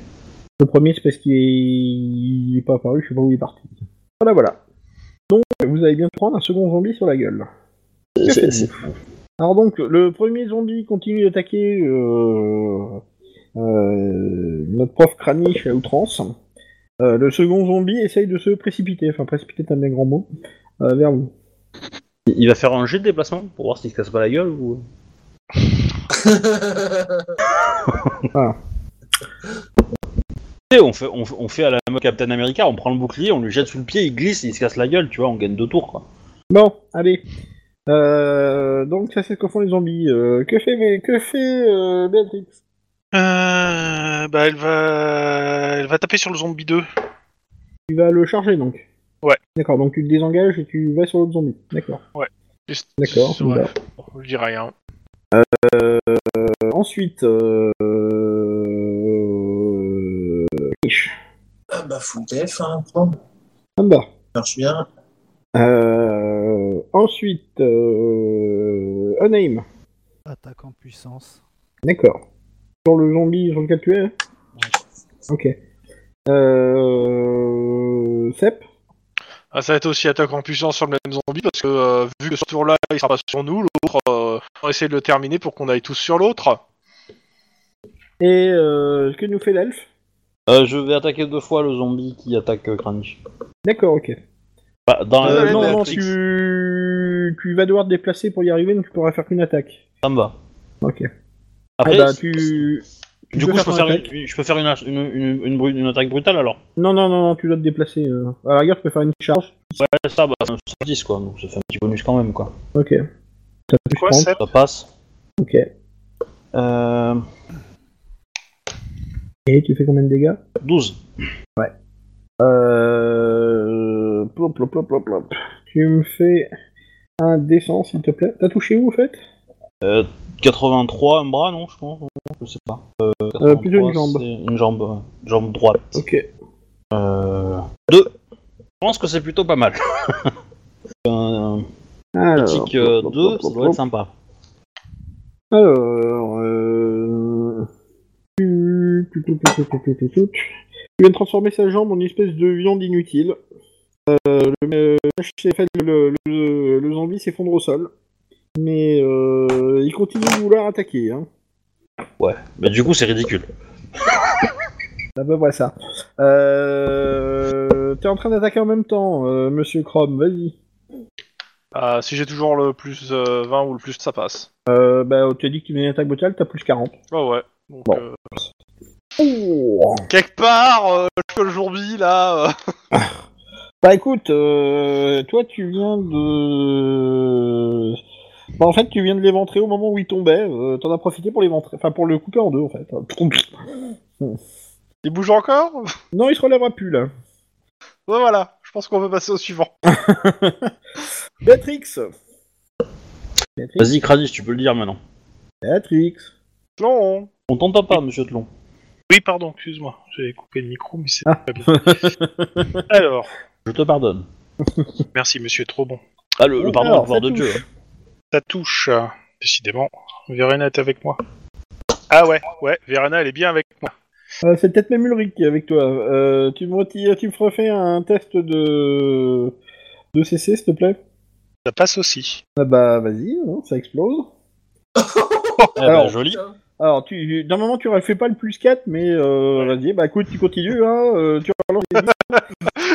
[SPEAKER 1] Le premier c'est parce qu'il est... il est pas apparu, je sais pas où il est parti. Voilà, voilà. Donc vous allez bien prendre un second zombie sur la gueule. Que
[SPEAKER 2] C'est-
[SPEAKER 1] faites-vous
[SPEAKER 2] c'est-
[SPEAKER 1] Alors donc le premier zombie continue d'attaquer euh, euh, notre prof Kranich à outrance. Euh, le second zombie essaye de se précipiter, enfin précipiter c'est un bien grand mot, euh, vers vous.
[SPEAKER 2] Il va faire un jet de déplacement pour voir s'il se casse pas la gueule ou. euh.
[SPEAKER 1] Ah.
[SPEAKER 2] Tu sais, On fait, on, fait- on fait à la mode Captain America, on prend le bouclier, on lui jette sous le pied, il glisse, il se casse la gueule, tu vois, on gagne deux tours quoi.
[SPEAKER 1] Bon, allez. Euh, donc ça c'est ce que font les zombies. Euh, que fait, mais, que fait euh, Béatrix
[SPEAKER 3] Euh, bah, elle va... elle va taper sur le zombie 2.
[SPEAKER 1] Tu vas le charger donc.
[SPEAKER 3] Ouais.
[SPEAKER 1] D'accord, donc tu te désengages et tu vas sur l'autre zombie. D'accord.
[SPEAKER 3] Juste-
[SPEAKER 1] D'accord, bah.
[SPEAKER 3] Ouais.
[SPEAKER 1] d'accord.
[SPEAKER 3] Je hein. dis rien.
[SPEAKER 1] Euh, ensuite, euh... euh, Ish.
[SPEAKER 4] Ah bah full def, hein. Bon, ça
[SPEAKER 1] Samba.
[SPEAKER 4] marche bien.
[SPEAKER 1] Euh, ensuite, euh... Uname.
[SPEAKER 6] Attaque en puissance.
[SPEAKER 1] D'accord. Sur le zombie sur lequel tu es Ok. Euh... Sep
[SPEAKER 5] Ah, ça va être aussi attaque en puissance sur le même zombie parce que euh, vu que ce tour-là il sera pas sur nous, l'autre euh, on va essayer de le terminer pour qu'on aille tous sur l'autre.
[SPEAKER 1] Et euh, que nous fait l'elfe
[SPEAKER 2] Euh, je vais attaquer deux fois le zombie qui attaque euh, Crunch.
[SPEAKER 1] D'accord, ok.
[SPEAKER 2] Bah, dans la
[SPEAKER 1] Euh,
[SPEAKER 5] Ouais,
[SPEAKER 1] non,
[SPEAKER 5] mais
[SPEAKER 1] non,
[SPEAKER 5] Matrix.
[SPEAKER 1] tu... tu vas devoir te déplacer pour y arriver, donc tu pourras faire qu'une attaque.
[SPEAKER 2] ça me va.
[SPEAKER 1] Ok.
[SPEAKER 2] Après,
[SPEAKER 1] Ah bah, tu... tu
[SPEAKER 2] du coup, je peux
[SPEAKER 1] ton
[SPEAKER 2] faire,
[SPEAKER 1] attaque.
[SPEAKER 2] une, je peux faire une, une, une, une bru- une attaque brutale alors.
[SPEAKER 1] Non, non, non, non, tu dois te déplacer. euh. À la rigueur, tu peux faire une charge.
[SPEAKER 2] Ouais, ça, bah, c'est un 70 quoi, donc ça fait un petit bonus quand même quoi.
[SPEAKER 1] Ok. T'as plus
[SPEAKER 3] Quoi,
[SPEAKER 1] 30,
[SPEAKER 3] Seb
[SPEAKER 2] Ça passe.
[SPEAKER 1] Ok.
[SPEAKER 2] Euh,
[SPEAKER 1] Et tu fais combien de dégâts
[SPEAKER 2] 12.
[SPEAKER 1] Euh... Plop, plop, plop, plop, plop. Tu me fais un dessin, s'il te plaît. T'as touché où, en fait
[SPEAKER 2] Euh, 83, un bras, non, je pense non, Je sais pas. Euh,
[SPEAKER 1] Euh, plutôt une
[SPEAKER 2] 83,
[SPEAKER 1] jambe.
[SPEAKER 2] c'est Une jambe, ouais. jambe droite.
[SPEAKER 1] Ok.
[SPEAKER 2] Euh, 2. Je pense que c'est plutôt pas mal. Un-
[SPEAKER 1] Alors,
[SPEAKER 2] Mythique euh,
[SPEAKER 1] hop,
[SPEAKER 2] 2,
[SPEAKER 1] hop,
[SPEAKER 2] ça
[SPEAKER 1] hop,
[SPEAKER 2] doit
[SPEAKER 1] hop.
[SPEAKER 2] être sympa.
[SPEAKER 1] Alors, euh... tu tu- tu- tu- tu- tu- tu- tu- tu. Il vient de transformer sa jambe en une espèce de viande inutile. Euh, le, euh, le- le- le zombie s'effondre au sol. Mais euh, il continue de vouloir attaquer. Hein.
[SPEAKER 2] Mais du coup, c'est ridicule.
[SPEAKER 1] À peu près ça. Euh, T'es en train d'attaquer en même temps, euh, monsieur Chrome, vas-y.
[SPEAKER 5] Ah, si j'ai toujours le plus euh, 20 ou le plus, ça passe.
[SPEAKER 1] Euh, bah, tu as dit que tu mets une attaque brutale, t'as plus 40.
[SPEAKER 5] Oh ouais. Donc,
[SPEAKER 1] Bon. Oh.
[SPEAKER 5] euh, quelque part, euh, je fais le jour B, là. euh.
[SPEAKER 1] Bah écoute, euh, toi tu viens de... Bah en fait tu viens de l'éventrer au moment où il tombait, euh, t'en as profité pour l'éventrer, enfin pour le couper en deux en fait.
[SPEAKER 5] Il bouge encore Ouais,
[SPEAKER 1] Non il se relèvera plus là.
[SPEAKER 5] Voilà, je pense qu'on peut passer au suivant.
[SPEAKER 1] Béatrix Béatrix
[SPEAKER 2] Vas-y, Kranich, tu peux le dire maintenant.
[SPEAKER 1] Béatrix
[SPEAKER 5] Non.
[SPEAKER 2] On t'entend pas, monsieur Tlon.
[SPEAKER 3] Oui, pardon, excuse-moi, j'avais coupé le micro, mais c'est
[SPEAKER 1] Ah.
[SPEAKER 3] pas bien. Alors,
[SPEAKER 2] Je te pardonne.
[SPEAKER 3] merci monsieur, trop bon.
[SPEAKER 2] Ah, le, le pardon
[SPEAKER 1] Oh, Alors,
[SPEAKER 2] est le pouvoir
[SPEAKER 1] ça
[SPEAKER 2] de Dieu. hein.
[SPEAKER 3] Ça touche, euh, décidément. Verena est avec moi. Ah ouais, ouais, Verena, elle est bien avec moi.
[SPEAKER 1] Euh, C'est peut-être même Ulrich qui est avec toi. Euh, tu, me reti- tu me refais un test de... de CC s'il te plaît
[SPEAKER 3] Ça passe aussi.
[SPEAKER 1] Ah bah vas-y, hein, ça explose.
[SPEAKER 2] hein. Eh ben,
[SPEAKER 1] Alors,
[SPEAKER 2] joli.
[SPEAKER 1] Alors, tu, normalement, tu ne fais pas le plus 4, mais euh, vas-y, bah écoute, tu continues, hein, euh, tu relances les dix.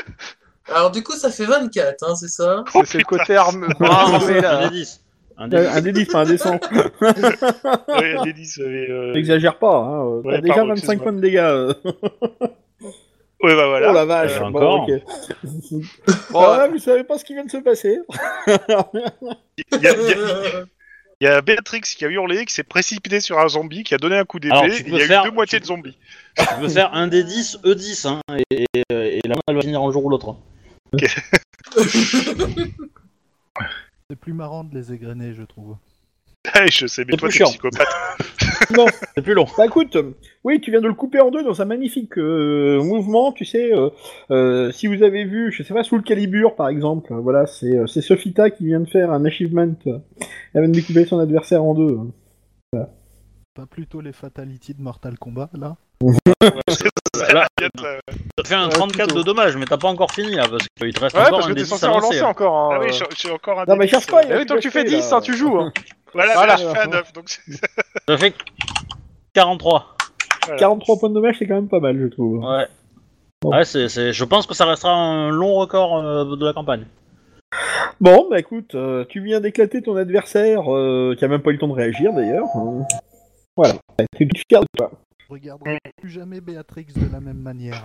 [SPEAKER 4] Alors du coup, ça fait 24, hein, c'est ça
[SPEAKER 5] C'est-
[SPEAKER 3] Oh,
[SPEAKER 5] C'est le côté arme.
[SPEAKER 2] Ah,
[SPEAKER 5] armé, là.
[SPEAKER 2] un des 10. Un des
[SPEAKER 1] Euh, un
[SPEAKER 2] dix.
[SPEAKER 1] des 10, pas un des 100.
[SPEAKER 3] Ouais, elle est dit, ça avait, euh,
[SPEAKER 1] T'exagères pas, hein, euh,
[SPEAKER 3] Ouais,
[SPEAKER 1] t'as déjà
[SPEAKER 3] pardon,
[SPEAKER 1] 25
[SPEAKER 3] excuse-moi.
[SPEAKER 1] points de dégâts. euh.
[SPEAKER 3] Ouais, bah
[SPEAKER 1] Oh
[SPEAKER 3] voilà.
[SPEAKER 1] la vache,
[SPEAKER 2] Euh,
[SPEAKER 1] bon,
[SPEAKER 2] encore.
[SPEAKER 1] ok.
[SPEAKER 5] euh,
[SPEAKER 1] Alors là, vous savez pas ce qui vient de se passer. Bah,
[SPEAKER 3] Il y, a- il y a-
[SPEAKER 4] Euh,
[SPEAKER 3] il y a Béatrix qui a hurlé, qui s'est précipité sur un zombie, qui a donné un coup
[SPEAKER 2] Alors,
[SPEAKER 3] d'épée,
[SPEAKER 2] tu peux
[SPEAKER 3] il y a
[SPEAKER 2] faire-
[SPEAKER 3] eu deux moitiés
[SPEAKER 2] tu-
[SPEAKER 3] de zombies.
[SPEAKER 2] Tu peux faire un des 10, E10, hein, et, et, et la main, elle va finir un jour ou l'autre. hein.
[SPEAKER 6] C'est plus marrant de les égrener, je trouve.
[SPEAKER 3] Hey, Ah je sais, mais
[SPEAKER 2] C'est
[SPEAKER 3] toi,
[SPEAKER 2] plus
[SPEAKER 3] t'es
[SPEAKER 2] chiant.
[SPEAKER 3] psychopathe.
[SPEAKER 2] C'est plus long.
[SPEAKER 1] Bah écoute, euh, oui, tu viens de le couper en deux dans un magnifique euh, mouvement, tu sais, euh, euh, si vous avez vu, je sais pas, sous le calibre par exemple, euh, voilà, c'est euh, c'est Sofita qui vient de faire un achievement, euh, elle vient de découper son adversaire en deux. hein.
[SPEAKER 6] Pas plutôt les fatalities de Mortal Kombat, là
[SPEAKER 2] Là,
[SPEAKER 3] Il y a de la-
[SPEAKER 2] t'as fait un 34 de dommage, mais t'as pas encore fini là, parce qu'il te reste
[SPEAKER 5] Ouais,
[SPEAKER 2] encore
[SPEAKER 5] parce
[SPEAKER 2] un
[SPEAKER 5] que
[SPEAKER 2] des
[SPEAKER 5] t'es
[SPEAKER 2] 10
[SPEAKER 5] censé
[SPEAKER 2] à lancer.
[SPEAKER 5] relancer encore. hein.
[SPEAKER 3] Ah oui, j'ai- j'ai encore un
[SPEAKER 1] Euh, Non, mais
[SPEAKER 3] début,
[SPEAKER 1] cherche pas,
[SPEAKER 3] euh,
[SPEAKER 1] il y
[SPEAKER 5] Eh
[SPEAKER 1] a
[SPEAKER 5] oui,
[SPEAKER 1] plus
[SPEAKER 5] tant que tu
[SPEAKER 1] de
[SPEAKER 5] fais
[SPEAKER 1] fait,
[SPEAKER 5] 10,
[SPEAKER 1] là.
[SPEAKER 5] hein, tu joues. hein.
[SPEAKER 3] Voilà,
[SPEAKER 5] Voilà.
[SPEAKER 3] voilà. je fais un 9, donc c'est-
[SPEAKER 2] hein. Ça fait 43.
[SPEAKER 3] voilà.
[SPEAKER 1] 43 points de dommage, c'est quand même pas mal, je trouve.
[SPEAKER 2] Ouais. Ouais, c'est, c'est- je pense que ça restera un long record euh, de la campagne.
[SPEAKER 1] Bon, bah écoute, euh, tu viens d'éclater ton adversaire, euh, qui a même pas eu le temps de réagir d'ailleurs. hein. Voilà, t'es tout fier de toi.
[SPEAKER 6] Je regarderai plus jamais Béatrix de la même manière.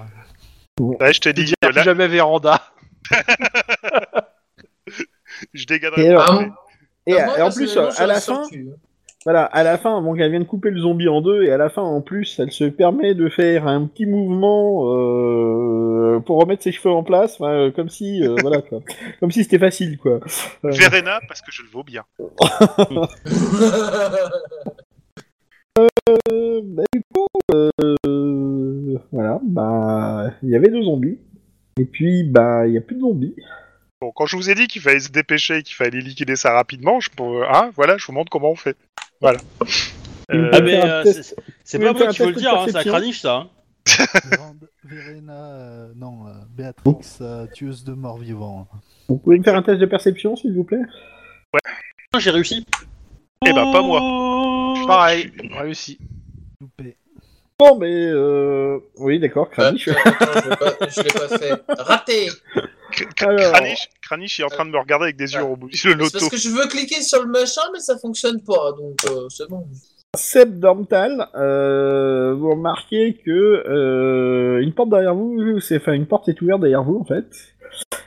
[SPEAKER 3] Ouais, je te dis, euh,
[SPEAKER 5] Plus
[SPEAKER 3] là,
[SPEAKER 5] jamais Véranda.
[SPEAKER 3] je dégagerai
[SPEAKER 1] Et
[SPEAKER 3] pas,
[SPEAKER 1] alors-
[SPEAKER 3] mais-
[SPEAKER 1] Et, et en plus, euh, à la fin,
[SPEAKER 4] hein.
[SPEAKER 1] voilà, à la fin, bon, elle vient de couper le zombie en deux, et à la fin, en plus, elle se permet de faire un petit mouvement euh, pour remettre ses cheveux en place, enfin, euh, comme si, euh, voilà, quoi. comme si c'était facile, quoi. Euh,
[SPEAKER 3] Verena, parce que je le vaux bien.
[SPEAKER 1] euh, bah, du coup, euh, voilà, bah, il y avait deux zombies, et puis, bah, il y a plus de zombies.
[SPEAKER 3] Bon, quand je vous ai dit qu'il fallait se dépêcher et qu'il fallait liquider ça rapidement, je peux... hein, voilà, je vous montre comment on fait. Voilà. Euh,
[SPEAKER 1] Ah, mais,
[SPEAKER 2] ah, mais
[SPEAKER 1] faire un euh, test.
[SPEAKER 2] c'est,
[SPEAKER 1] c'est pas
[SPEAKER 2] pas
[SPEAKER 1] Oui, moi faire
[SPEAKER 2] moi qui
[SPEAKER 1] qui un veux
[SPEAKER 2] veux
[SPEAKER 1] test
[SPEAKER 2] le
[SPEAKER 1] le
[SPEAKER 2] dire,
[SPEAKER 1] dire, de hein,
[SPEAKER 2] ça
[SPEAKER 1] ça perception.
[SPEAKER 2] craniche ça.
[SPEAKER 6] Vérand- Verena, euh, non, euh, Béatrix, euh, tueuse de morts vivants.
[SPEAKER 1] Vous pouvez me faire un test de perception, s'il vous plaît
[SPEAKER 2] J'ai réussi.
[SPEAKER 3] Eh ben, pas moi.
[SPEAKER 2] moi.
[SPEAKER 5] Pareil, réussi.
[SPEAKER 6] Loupé.
[SPEAKER 1] Bon, mais euh... oui, d'accord, Kranich.
[SPEAKER 4] je l'ai pas- je l'ai pas fait. Raté
[SPEAKER 3] Kr-
[SPEAKER 1] Alors-
[SPEAKER 3] Kr- Kranich, Kranich est en train de me regarder avec des yeux au bout le
[SPEAKER 4] C'est
[SPEAKER 3] loto.
[SPEAKER 4] parce que je veux cliquer sur le machin, mais ça fonctionne pas, donc euh, c'est bon.
[SPEAKER 1] Seb Dormtal, euh, vous remarquez que euh, une porte derrière vous, c'est enfin une porte est ouverte derrière vous en fait,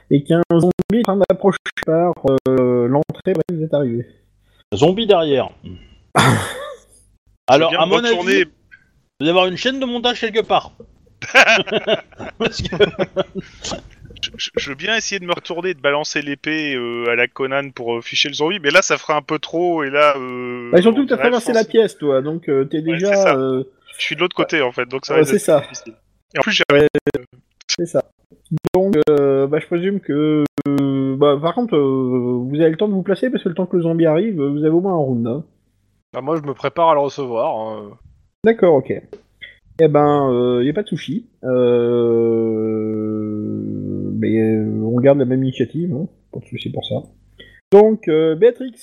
[SPEAKER 1] et qu'un zombie est en train d'approcher par euh, l'entrée où vous êtes arrivé.
[SPEAKER 2] Zombie derrière. Alors,
[SPEAKER 3] Je viens
[SPEAKER 2] à
[SPEAKER 3] de
[SPEAKER 2] mon avis,
[SPEAKER 3] retourner-
[SPEAKER 2] il doit y avoir une chaîne de montage quelque part. Parce que-
[SPEAKER 3] je, je- je veux bien essayer de me retourner et de balancer l'épée euh, à la Conan pour euh, ficher le zombie, mais là ça ferait un peu trop et là. Euh,
[SPEAKER 1] Bah, surtout
[SPEAKER 3] on
[SPEAKER 1] que t'as
[SPEAKER 3] dirait,
[SPEAKER 1] traversé
[SPEAKER 3] je pense-
[SPEAKER 1] la pièce, toi, donc euh, t'es
[SPEAKER 3] Ouais,
[SPEAKER 1] déjà,
[SPEAKER 3] c'est ça.
[SPEAKER 1] euh,
[SPEAKER 3] Je suis de l'autre côté en fait, donc ça
[SPEAKER 1] Ouais,
[SPEAKER 3] va
[SPEAKER 1] c'est ça.
[SPEAKER 3] Et en plus, j'ai-
[SPEAKER 1] c'est ça. Donc, euh, bah, je présume que euh, bah, par contre, euh, vous avez le temps de vous placer parce que le temps que le zombie arrive, euh, vous avez au moins un round. hein.
[SPEAKER 5] Bah, moi, je me prépare à le recevoir. hein.
[SPEAKER 1] D'accord, ok. Eh ben, il n'y a pas de souci. Euh, Mais euh, on garde la même initiative, hein, pas de souci pour ça. Donc, euh, Béatrix,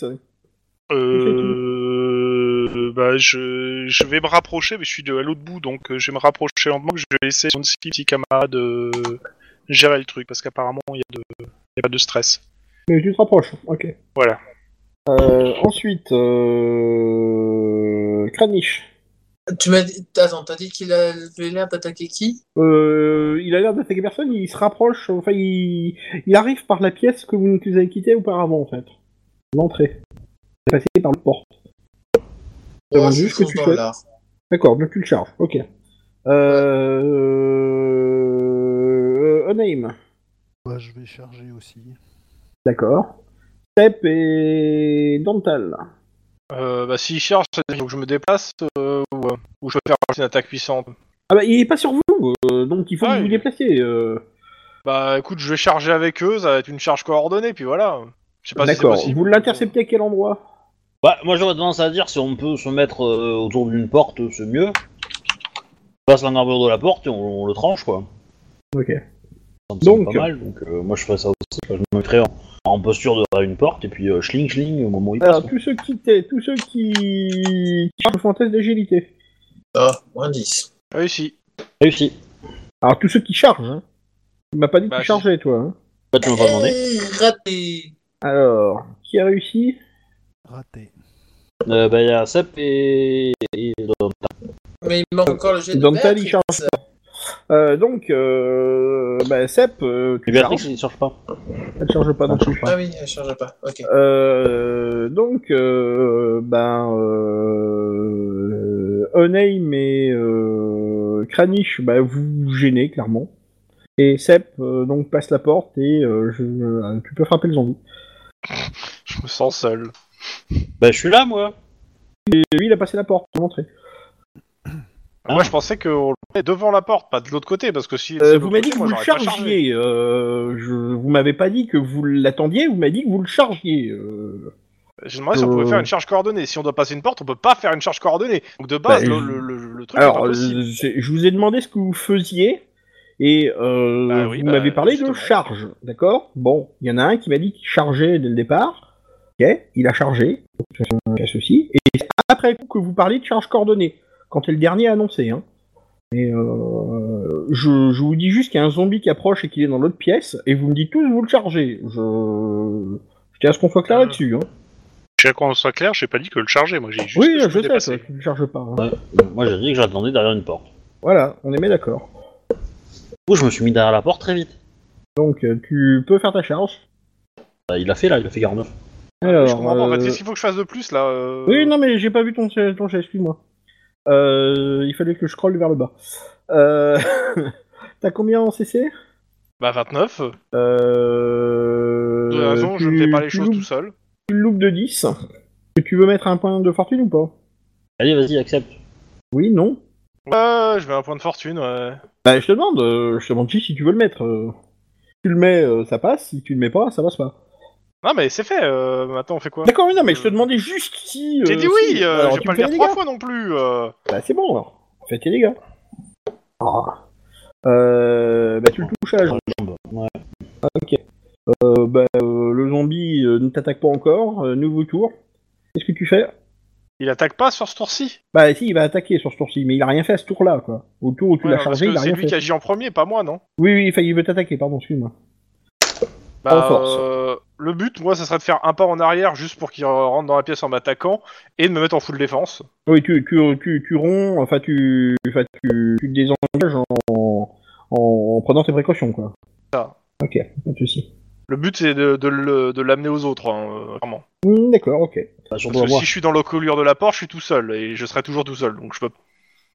[SPEAKER 3] Euh, bah, je, je vais me rapprocher, mais je suis de, à l'autre bout, donc euh, je vais me rapprocher lentement. que Je vais laisser mon petit camarade euh, gérer le truc, parce qu'apparemment, il n'y a, de- il y a pas de stress.
[SPEAKER 1] mais tu te rapproches, ok.
[SPEAKER 3] Voilà.
[SPEAKER 1] Euh, ensuite, euh... Kranich.
[SPEAKER 4] Tu m'as dit... Attends, t'as dit qu'il avait l'air d'attaquer qui
[SPEAKER 1] Euh, il a l'air d'attaquer personne, il se rapproche, enfin il, il arrive par la pièce que vous nous avez quittée auparavant en fait. L'entrée. Il est passé par le porte. Ça va
[SPEAKER 4] je
[SPEAKER 1] juste que
[SPEAKER 4] fonce
[SPEAKER 1] tu
[SPEAKER 4] dans
[SPEAKER 1] fais.
[SPEAKER 4] l'art.
[SPEAKER 1] D'accord, donc tu le charges, ok. Euh... euh, Onaim,
[SPEAKER 6] Bah, je vais charger aussi.
[SPEAKER 1] d'accord. Step et Dental.
[SPEAKER 5] Euh, bah, s'il charge, il faut que je me déplace euh, ou, euh, ou je peux faire une attaque puissante.
[SPEAKER 1] Ah bah il est pas sur vous, euh, donc il faut
[SPEAKER 5] Ah,
[SPEAKER 1] que vous vous
[SPEAKER 5] il-
[SPEAKER 1] déplaciez. euh.
[SPEAKER 5] Bah, écoute, je vais charger avec eux, ça va être une charge coordonnée, puis voilà. Je sais pas si c'est
[SPEAKER 1] D'accord,
[SPEAKER 5] possible.
[SPEAKER 1] vous l'interceptez à quel endroit
[SPEAKER 2] Bah, moi j'aurais tendance à dire si on peut se mettre euh, autour d'une porte, c'est mieux. On passe l'armure de la porte et on, on le tranche quoi.
[SPEAKER 1] Ok.
[SPEAKER 2] Ça me semble
[SPEAKER 1] Donc.
[SPEAKER 2] pas mal, donc euh, moi je ferais ça aussi. Je me mettrais en, en posture derrière une porte et puis euh, schling schling au moment où il passe.
[SPEAKER 1] Alors, tous ceux qui t- tous ceux qui, qui chargent font un test d'agilité.
[SPEAKER 4] Ah, moins 10.
[SPEAKER 5] Réussi.
[SPEAKER 2] Réussi.
[SPEAKER 1] Alors tous ceux qui chargent. Hein. Il m'a pas dit que
[SPEAKER 5] Bah,
[SPEAKER 1] tu chargeais, toi. hein.
[SPEAKER 2] Bah, tu m'as pas demandé.
[SPEAKER 4] Eh, raté
[SPEAKER 1] Alors, qui a réussi
[SPEAKER 6] Raté.
[SPEAKER 2] Euh, bah, il y a Sep et. et-
[SPEAKER 4] Mais il manque encore le jet de
[SPEAKER 1] Dans le tas, il
[SPEAKER 4] Béatrix.
[SPEAKER 1] charge Euh, Donc, euh, bah, Sep, euh, tu
[SPEAKER 2] et Béatrix,
[SPEAKER 1] charges.
[SPEAKER 2] il cherche pas.
[SPEAKER 1] Elle charge pas non plus.
[SPEAKER 4] Ah oui, elle change pas. Ok.
[SPEAKER 1] Euh, donc, euh, ben, euh, Oneim et euh, Kranich, bah, vous vous gênez clairement. Et Sep, euh, donc, passe la porte et euh, je, euh, tu peux frapper le zombie.
[SPEAKER 5] Je me sens seul.
[SPEAKER 2] Bah, je suis là moi.
[SPEAKER 1] Et lui, il a passé la porte pour l'entrée.
[SPEAKER 5] Moi,
[SPEAKER 1] Ah.
[SPEAKER 5] je pensais qu'on le mettait devant la porte, pas de l'autre côté, parce que si.
[SPEAKER 1] Euh,
[SPEAKER 5] c'est de
[SPEAKER 1] vous
[SPEAKER 5] l'autre
[SPEAKER 1] m'avez dit
[SPEAKER 5] côté,
[SPEAKER 1] que
[SPEAKER 5] moi,
[SPEAKER 1] vous le
[SPEAKER 5] j'aurais pas chargé.
[SPEAKER 1] chargiez. Euh, je, vous m'avez pas dit que vous l'attendiez, vous m'avez dit que vous le chargiez. euh.
[SPEAKER 5] J'ai demandé si on pouvait
[SPEAKER 1] Euh.
[SPEAKER 5] faire une charge coordonnée. Si on doit passer une porte, on peut pas faire une charge coordonnée. Donc de base,
[SPEAKER 1] Bah,
[SPEAKER 5] le,
[SPEAKER 1] je-
[SPEAKER 5] le- le- le truc est
[SPEAKER 1] Alors,
[SPEAKER 5] pas
[SPEAKER 1] euh,
[SPEAKER 5] possible.
[SPEAKER 1] c'est- je vous ai demandé ce que vous faisiez. Et euh,
[SPEAKER 5] Bah oui,
[SPEAKER 1] vous
[SPEAKER 5] bah,
[SPEAKER 1] m'avez parlé de
[SPEAKER 5] justement.
[SPEAKER 1] charge, d'accord Bon, il y en a un qui m'a dit qu'il chargeait dès le départ. Ok, il a chargé. donc, euh, Ceci. Et c'est après coup que vous parlez de charge coordonnée, quand est le dernier annoncé. Hein. Mais euh, je, je vous dis juste qu'il y a un zombie qui approche et qu'il est dans l'autre pièce, et vous me dites tous vous le chargez. Je, je tiens à ce qu'on soit clair
[SPEAKER 3] Euh,
[SPEAKER 1] là-dessus. Hein.
[SPEAKER 3] Je sais qu'on soit clair, j'ai pas dit que le charger, moi j'ai juste.
[SPEAKER 1] Oui,
[SPEAKER 3] que
[SPEAKER 1] je,
[SPEAKER 3] me
[SPEAKER 1] sais,
[SPEAKER 3] déplaçais.
[SPEAKER 1] ça, tu ne charges pas. hein.
[SPEAKER 2] Ouais. Moi j'ai dit que j'attendais derrière une porte.
[SPEAKER 1] Voilà, on est bien d'accord.
[SPEAKER 2] Du coup, je me suis mis derrière la porte très vite.
[SPEAKER 1] Donc euh, tu peux faire ta charge.
[SPEAKER 2] Bah, il a fait là, il a fait 49.
[SPEAKER 5] Ah, je comprends pas, en fait.
[SPEAKER 1] euh,
[SPEAKER 5] Qu'est-ce qu'il faut que je fasse de plus là euh,
[SPEAKER 1] Oui, non, mais j'ai pas vu ton, ton geste, excuse-moi. Euh, il fallait que je scrolle vers le bas. Euh, T'as combien en CC
[SPEAKER 5] Bah 29.
[SPEAKER 1] euh...
[SPEAKER 5] De toute façon, je
[SPEAKER 1] tu-
[SPEAKER 5] ne fais pas les
[SPEAKER 1] tu
[SPEAKER 5] choses
[SPEAKER 1] loupes-
[SPEAKER 5] tout seul.
[SPEAKER 1] Tu loupes de 10. Et tu veux mettre un point de fortune ou pas
[SPEAKER 2] Allez, vas-y, accepte.
[SPEAKER 1] Oui, non
[SPEAKER 5] Ouais, je mets un point de fortune, ouais.
[SPEAKER 1] Bah, je te demande, euh, je te demande juste si tu veux le mettre. euh. Tu le mets, euh, ça passe. Si tu le mets pas, ça passe pas.
[SPEAKER 5] Non, mais c'est fait, euh, maintenant on fait quoi
[SPEAKER 1] D'accord, oui, non, mais je te demandais juste si.
[SPEAKER 5] J'ai
[SPEAKER 1] euh,
[SPEAKER 5] dit oui,
[SPEAKER 1] si-
[SPEAKER 5] euh,
[SPEAKER 1] Alors,
[SPEAKER 5] je vais
[SPEAKER 1] tu
[SPEAKER 5] pas
[SPEAKER 1] me
[SPEAKER 5] le
[SPEAKER 1] fais
[SPEAKER 5] dire
[SPEAKER 1] les
[SPEAKER 5] trois
[SPEAKER 1] dégâts.
[SPEAKER 5] fois non plus. euh.
[SPEAKER 1] Bah c'est bon alors, faites les dégâts. Ah. Euh, bah tu le touches à la jambe.
[SPEAKER 2] Ouais.
[SPEAKER 1] Ah, ok. Euh, bah, euh, le zombie euh, ne t'attaque pas encore, euh, nouveau tour. Qu'est-ce que tu fais
[SPEAKER 5] Il attaque pas sur ce tour-ci.
[SPEAKER 1] Bah si, il va attaquer sur ce tour-ci, mais il a rien fait à ce tour-là, quoi. Au tour où tu
[SPEAKER 5] Ouais,
[SPEAKER 1] l'as
[SPEAKER 5] non, parce
[SPEAKER 1] chargé,
[SPEAKER 5] que
[SPEAKER 1] il a
[SPEAKER 5] c'est
[SPEAKER 1] rien
[SPEAKER 5] lui
[SPEAKER 1] fait.
[SPEAKER 5] qui agit en premier, pas moi, non
[SPEAKER 1] Oui, oui, enfin, il veut t'attaquer, pardon, excuse-moi.
[SPEAKER 5] Bah,
[SPEAKER 1] force.
[SPEAKER 5] euh, le but, moi, ça serait de faire un pas en arrière juste pour qu'il rentre dans la pièce en m'attaquant et de me mettre en full défense.
[SPEAKER 1] Oui, tu, tu, tu, tu romps, enfin, tu, enfin, tu, tu te désengages en, en, en prenant tes précautions, quoi.
[SPEAKER 5] Ça.
[SPEAKER 1] Ok, pas de soucis.
[SPEAKER 5] Le but, c'est de, de le- de l'amener aux autres, hein, euh, clairement.
[SPEAKER 1] Hmm, D'accord, ok.
[SPEAKER 2] Bah, surtout
[SPEAKER 5] Parce
[SPEAKER 2] à
[SPEAKER 5] que
[SPEAKER 2] moi.
[SPEAKER 5] si je suis dans l'encolure de la porte, je suis tout seul et je serai toujours tout seul, donc je peux.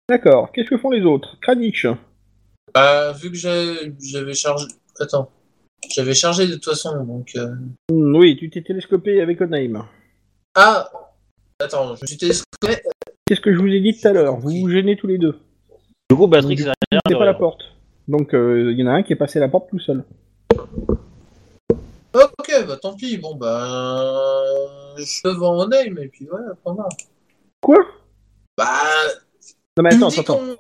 [SPEAKER 1] D'accord, qu'est-ce que font les autres Kranich
[SPEAKER 4] Bah, vu que j'ai- j'avais chargé. Attends. J'avais chargé de toute façon, donc. euh,
[SPEAKER 1] Hmm, Oui, tu t'es télescopé avec Onaim.
[SPEAKER 4] Ah Attends, je me suis télescopé.
[SPEAKER 1] Qu'est-ce que je vous ai dit tout à l'heure Vous vous gênez tous les deux.
[SPEAKER 2] Du coup, Béatrix est
[SPEAKER 1] Vous
[SPEAKER 2] derrière.
[SPEAKER 1] pas la
[SPEAKER 2] derrière.
[SPEAKER 1] porte. Donc euh, il y en a un qui est passé la porte tout seul.
[SPEAKER 4] bah tant pis, bon bah je te vends en aim et puis voilà, pas mal.
[SPEAKER 1] Quoi
[SPEAKER 4] Bah
[SPEAKER 1] Non mais
[SPEAKER 4] tu me
[SPEAKER 1] attends,
[SPEAKER 4] dis
[SPEAKER 1] attends.
[SPEAKER 4] qu'on-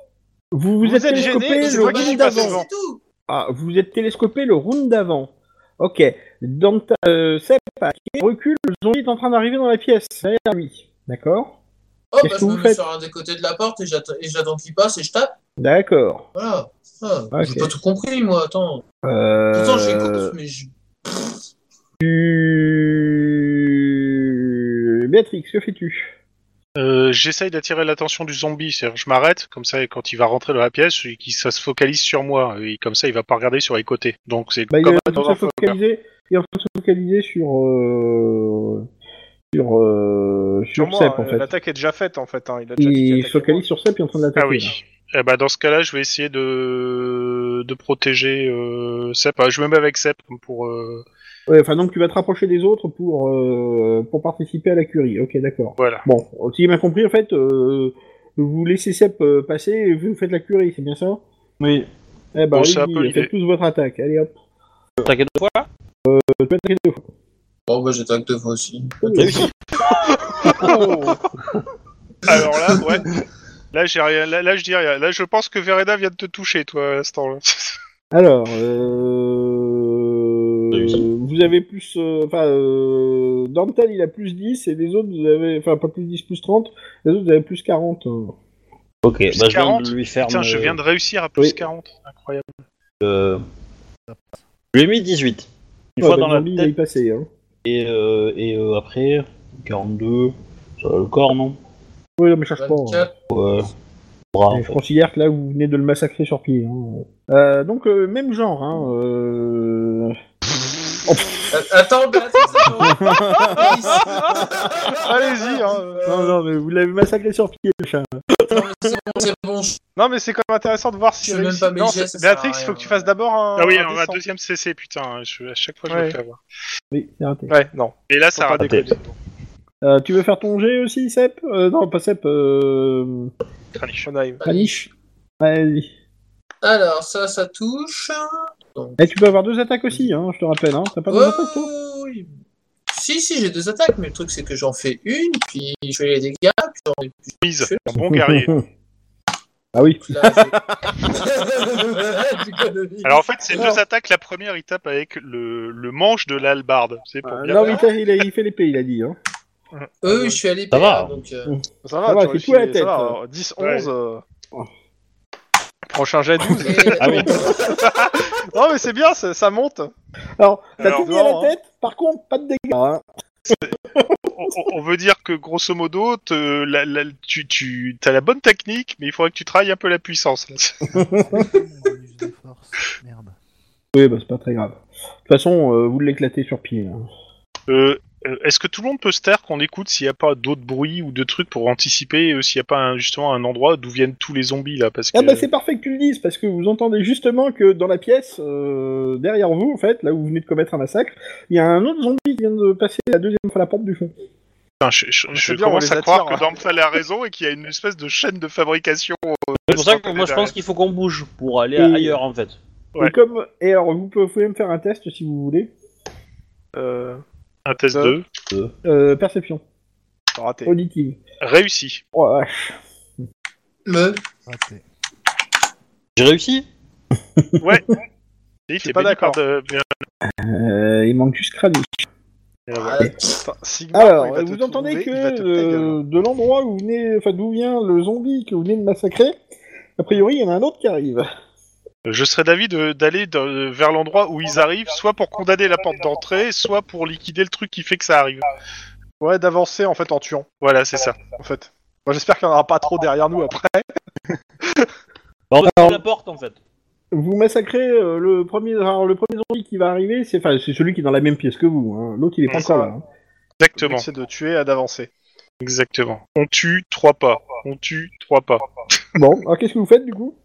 [SPEAKER 1] Vous vous,
[SPEAKER 5] Vous
[SPEAKER 1] êtes
[SPEAKER 5] êtes gêné,
[SPEAKER 1] télescopé
[SPEAKER 5] et c'est
[SPEAKER 1] le
[SPEAKER 5] toi
[SPEAKER 4] bah,
[SPEAKER 5] qui
[SPEAKER 1] round
[SPEAKER 5] dis
[SPEAKER 4] bah,
[SPEAKER 5] d'avant.
[SPEAKER 4] c'est tout.
[SPEAKER 1] Ah, vous vous êtes télescopé le round d'avant. Ok. Dans ta euh, Sep, qui recule, le zombie est en train d'arriver dans la pièce. Derrière lui. D'accord
[SPEAKER 4] Oh
[SPEAKER 1] Qu'est-ce
[SPEAKER 4] bah
[SPEAKER 1] que
[SPEAKER 4] je
[SPEAKER 1] vous
[SPEAKER 4] me mets
[SPEAKER 1] faites
[SPEAKER 4] sur un des côtés de la porte et j'attends et j'attends qu'il passe et je tape.
[SPEAKER 1] D'accord.
[SPEAKER 4] Voilà. Ah,
[SPEAKER 1] Ok.
[SPEAKER 4] J'ai pas tout compris moi, attends.
[SPEAKER 1] Euh...
[SPEAKER 4] Pourtant j'écoute, mais je...
[SPEAKER 1] tu- Béatrix, que fais-tu
[SPEAKER 3] Euh, J'essaye d'attirer l'attention du zombie, c'est-à-dire que je m'arrête, comme ça quand il va rentrer dans la pièce, il- qu'il- ça se focalise sur moi, et comme ça il va pas regarder sur les côtés. Donc c'est
[SPEAKER 1] bah, Il
[SPEAKER 3] comme
[SPEAKER 1] est en
[SPEAKER 3] un
[SPEAKER 1] train de se
[SPEAKER 3] poker.
[SPEAKER 1] focaliser, il est en train de se focaliser sur... euh, Sur, euh, sur
[SPEAKER 5] Sûrement,
[SPEAKER 1] Sep,
[SPEAKER 5] hein,
[SPEAKER 1] en fait.
[SPEAKER 5] L'attaque est déjà faite en fait. hein, Il a déjà dit qu'il
[SPEAKER 1] Il se
[SPEAKER 5] attaquait moi.
[SPEAKER 1] focalise sur Sep et est en train de l'attaquer.
[SPEAKER 3] Ah
[SPEAKER 1] là.
[SPEAKER 3] oui. Eh ben, dans ce cas-là, je vais essayer de, de protéger euh, Sep. Ah, Je me mets avec Sep pour. euh,
[SPEAKER 1] Ouais, enfin, donc tu vas te rapprocher des autres pour, euh, pour participer à la curie. Ok, d'accord.
[SPEAKER 3] Voilà.
[SPEAKER 1] Bon, si j'ai bien compris, en fait, euh, vous laissez Sep euh, passer et vous faites la curie, c'est bien ça
[SPEAKER 2] Oui.
[SPEAKER 1] Eh ben,
[SPEAKER 3] Bon, c'est
[SPEAKER 1] allez-y,
[SPEAKER 3] un peu l'idée.
[SPEAKER 1] faites tous votre attaque. Allez hop,
[SPEAKER 2] T'inquiète deux fois là
[SPEAKER 1] tu vas attaquer deux fois.
[SPEAKER 4] Bon bah j'attaque deux fois aussi.
[SPEAKER 2] Réussi.
[SPEAKER 3] Alors là, ouais. Là, j'ai rien. Là, là, je dis rien. Là, je pense que Verena vient de te toucher, toi, à l'instant. là.
[SPEAKER 1] Alors, euh...
[SPEAKER 2] Réussi.
[SPEAKER 1] vous avez plus... euh, Enfin, euh... Dormtal, il a plus 10 et les autres, vous avez... Enfin, pas plus 10, plus 30. Les autres, vous avez plus 40. euh.
[SPEAKER 2] Ok,
[SPEAKER 3] Plus
[SPEAKER 2] bah je viens
[SPEAKER 3] 40.
[SPEAKER 2] de lui faire.
[SPEAKER 3] Putain, je
[SPEAKER 2] me-
[SPEAKER 3] viens de réussir à plus
[SPEAKER 1] Ah, Oui.
[SPEAKER 3] 40. Incroyable.
[SPEAKER 2] euh, Je lui ai mis 18. Une
[SPEAKER 1] Ouais,
[SPEAKER 2] fois
[SPEAKER 1] bah,
[SPEAKER 2] dans
[SPEAKER 1] le
[SPEAKER 2] la
[SPEAKER 1] zombie, il va y
[SPEAKER 2] tête
[SPEAKER 1] passer. Hein.
[SPEAKER 2] et, euh, et euh, après 42. Ça va le corps, non
[SPEAKER 1] Oui, non, mais cherche pas. hein.
[SPEAKER 4] 24.
[SPEAKER 2] Ouais. Bras, en
[SPEAKER 1] Et je
[SPEAKER 2] fait.
[SPEAKER 1] considère que là, vous venez de le massacrer sur pied. hein. Euh, donc, euh, même genre. Hein, euh...
[SPEAKER 4] A- Attends, bah, attends,
[SPEAKER 5] Allez-y. hein, euh.
[SPEAKER 1] Non, non, mais vous l'avez massacré sur pied, le chat.
[SPEAKER 4] c'est bon, c'est bon, je-
[SPEAKER 5] Non, mais c'est quand même intéressant de voir si.
[SPEAKER 4] Je fais même
[SPEAKER 5] réussit.
[SPEAKER 4] pas mes
[SPEAKER 5] Non,
[SPEAKER 4] gestes,
[SPEAKER 5] c'est-
[SPEAKER 4] ça sert à
[SPEAKER 5] Béatrix, il
[SPEAKER 4] rien,
[SPEAKER 5] faut que tu
[SPEAKER 4] ouais.
[SPEAKER 5] fasses d'abord un.
[SPEAKER 3] Ah oui,
[SPEAKER 5] un
[SPEAKER 3] on a
[SPEAKER 5] dessin.
[SPEAKER 3] deuxième CC, putain. Je- à chaque fois, je
[SPEAKER 5] Ouais.
[SPEAKER 3] me fais avoir.
[SPEAKER 1] Oui, c'est raté.
[SPEAKER 5] Ouais, non.
[SPEAKER 3] Et là,
[SPEAKER 5] Faut
[SPEAKER 3] ça
[SPEAKER 5] pas
[SPEAKER 3] rate.
[SPEAKER 5] déconner.
[SPEAKER 1] Euh, tu veux faire ton jet aussi, Sep Euh, Non, pas Sep, euh...
[SPEAKER 3] Craniche.
[SPEAKER 5] On arrive.
[SPEAKER 1] Anish. Vas-y.
[SPEAKER 4] Alors ça, ça touche.
[SPEAKER 1] Et Eh, tu peux avoir deux attaques aussi, hein, je te rappelle. Hein. T'as pas deux
[SPEAKER 4] Ouais,
[SPEAKER 1] attaques, toi
[SPEAKER 4] oui. Si, si, j'ai deux attaques, mais le truc c'est que j'en fais une, puis je fais les dégâts, puis j'en ai plus.
[SPEAKER 3] Mise. Un bon guerrier.
[SPEAKER 1] ah oui.
[SPEAKER 4] Là, je- L'économie.
[SPEAKER 3] Alors en fait, ces
[SPEAKER 1] Alors.
[SPEAKER 3] deux attaques, la première, il tape avec le, le manche de l'albarde. C'est pour
[SPEAKER 5] Ah,
[SPEAKER 1] Euh,
[SPEAKER 3] bien.
[SPEAKER 1] non, mais il t'a- il, a, il fait l'épée, il a dit. Hein.
[SPEAKER 4] Euh, oui, je suis à l'épée,
[SPEAKER 2] Ça va.
[SPEAKER 4] hein, donc euh,
[SPEAKER 5] Ça
[SPEAKER 1] Ça va,
[SPEAKER 5] va, tu
[SPEAKER 1] c'est
[SPEAKER 5] réussis,
[SPEAKER 1] tout à la
[SPEAKER 5] ça
[SPEAKER 1] tête.
[SPEAKER 5] va, euh, 10, 11. euh.
[SPEAKER 1] Oh.
[SPEAKER 5] Prochain jet 12.
[SPEAKER 4] et-
[SPEAKER 2] Ah oui.
[SPEAKER 5] non, mais c'est bien, ça, ça monte.
[SPEAKER 1] Alors, t'as
[SPEAKER 3] Alors,
[SPEAKER 1] tout mis à la
[SPEAKER 5] non, hein.
[SPEAKER 1] tête, par contre, pas de dégâts. Hein.
[SPEAKER 3] on, on- on veut dire que grosso modo, te- la- la- tu, tu as la bonne technique, mais il faudrait que tu travailles un peu la puissance. là.
[SPEAKER 6] de force. Merde.
[SPEAKER 1] Oui, bah c'est pas très grave. De toute façon, euh, vous l'éclatez sur pied. hein.
[SPEAKER 3] Euh, euh, Est-ce que tout le monde peut se taire qu'on écoute s'il n'y a pas d'autres bruits ou de trucs pour anticiper euh, s'il n'y a pas un- justement un endroit d'où viennent tous les zombies là parce que
[SPEAKER 1] Ah bah c'est parfait que tu le dises, parce que vous entendez justement que dans la pièce, euh, derrière vous, en fait, là où vous venez de commettre un massacre, il y a un autre zombie qui vient de passer la deuxième fois la porte du fond.
[SPEAKER 3] Putain, je, je-
[SPEAKER 5] Mais
[SPEAKER 3] je
[SPEAKER 5] c'est bien, on
[SPEAKER 3] commence
[SPEAKER 5] les
[SPEAKER 3] à
[SPEAKER 5] attire,
[SPEAKER 3] croire
[SPEAKER 5] hein.
[SPEAKER 3] que Dormfall a raison et qu'il y a une espèce de chaîne de fabrication.
[SPEAKER 2] C'est pour ça que moi je pense qu'il faut qu'on bouge pour aller
[SPEAKER 1] Et-
[SPEAKER 2] ailleurs en fait.
[SPEAKER 3] Ouais.
[SPEAKER 1] Et comme... Et alors, vous pouvez me faire un test si vous voulez.
[SPEAKER 5] Euh,
[SPEAKER 3] Un test
[SPEAKER 5] Euh.
[SPEAKER 3] 2
[SPEAKER 1] Euh, perception,
[SPEAKER 5] raté.
[SPEAKER 1] auditive.
[SPEAKER 3] réussi.
[SPEAKER 1] Oh, la vache.
[SPEAKER 4] me-
[SPEAKER 6] Raté.
[SPEAKER 2] J'ai réussi
[SPEAKER 3] Ouais. Je
[SPEAKER 5] suis pas d'accord.
[SPEAKER 1] Euh, il manque juste Kranich.
[SPEAKER 4] Ah,
[SPEAKER 5] Putain, Sigma,
[SPEAKER 1] Alors, euh,
[SPEAKER 5] Bah, il va te
[SPEAKER 1] vous entendez
[SPEAKER 5] trouver,
[SPEAKER 1] que
[SPEAKER 5] il va te- ta gueule.
[SPEAKER 1] euh, de l'endroit où vous venez, enfin d'où vient le zombie que vous venez de massacrer, a priori il y en a un autre qui arrive.
[SPEAKER 3] Je serais d'avis de- d'aller de- vers l'endroit où ils arrivent, soit pour condamner la porte d'entrée, soit pour liquider le truc qui fait que ça arrive.
[SPEAKER 5] Ouais, d'avancer en fait en tuant,
[SPEAKER 3] Voilà, c'est ça.
[SPEAKER 5] en fait. Moi, j'espère qu'il n'y en aura pas trop derrière nous après.
[SPEAKER 2] Bah, On va
[SPEAKER 1] Alors-
[SPEAKER 2] la porte en fait.
[SPEAKER 1] Vous massacrez euh, le premier, alors, le premier zombie qui va arriver, c'est enfin c'est celui qui est dans la même pièce que vous. hein. L'autre il est pas
[SPEAKER 3] Ouais,
[SPEAKER 1] encore là.
[SPEAKER 5] ça
[SPEAKER 1] hein.
[SPEAKER 5] Le but,
[SPEAKER 3] Exactement.
[SPEAKER 5] C'est de tuer à d'avancer.
[SPEAKER 3] Exactement. On tue trois pas. On tue trois pas.
[SPEAKER 1] Bon, alors qu'est-ce que vous faites du coup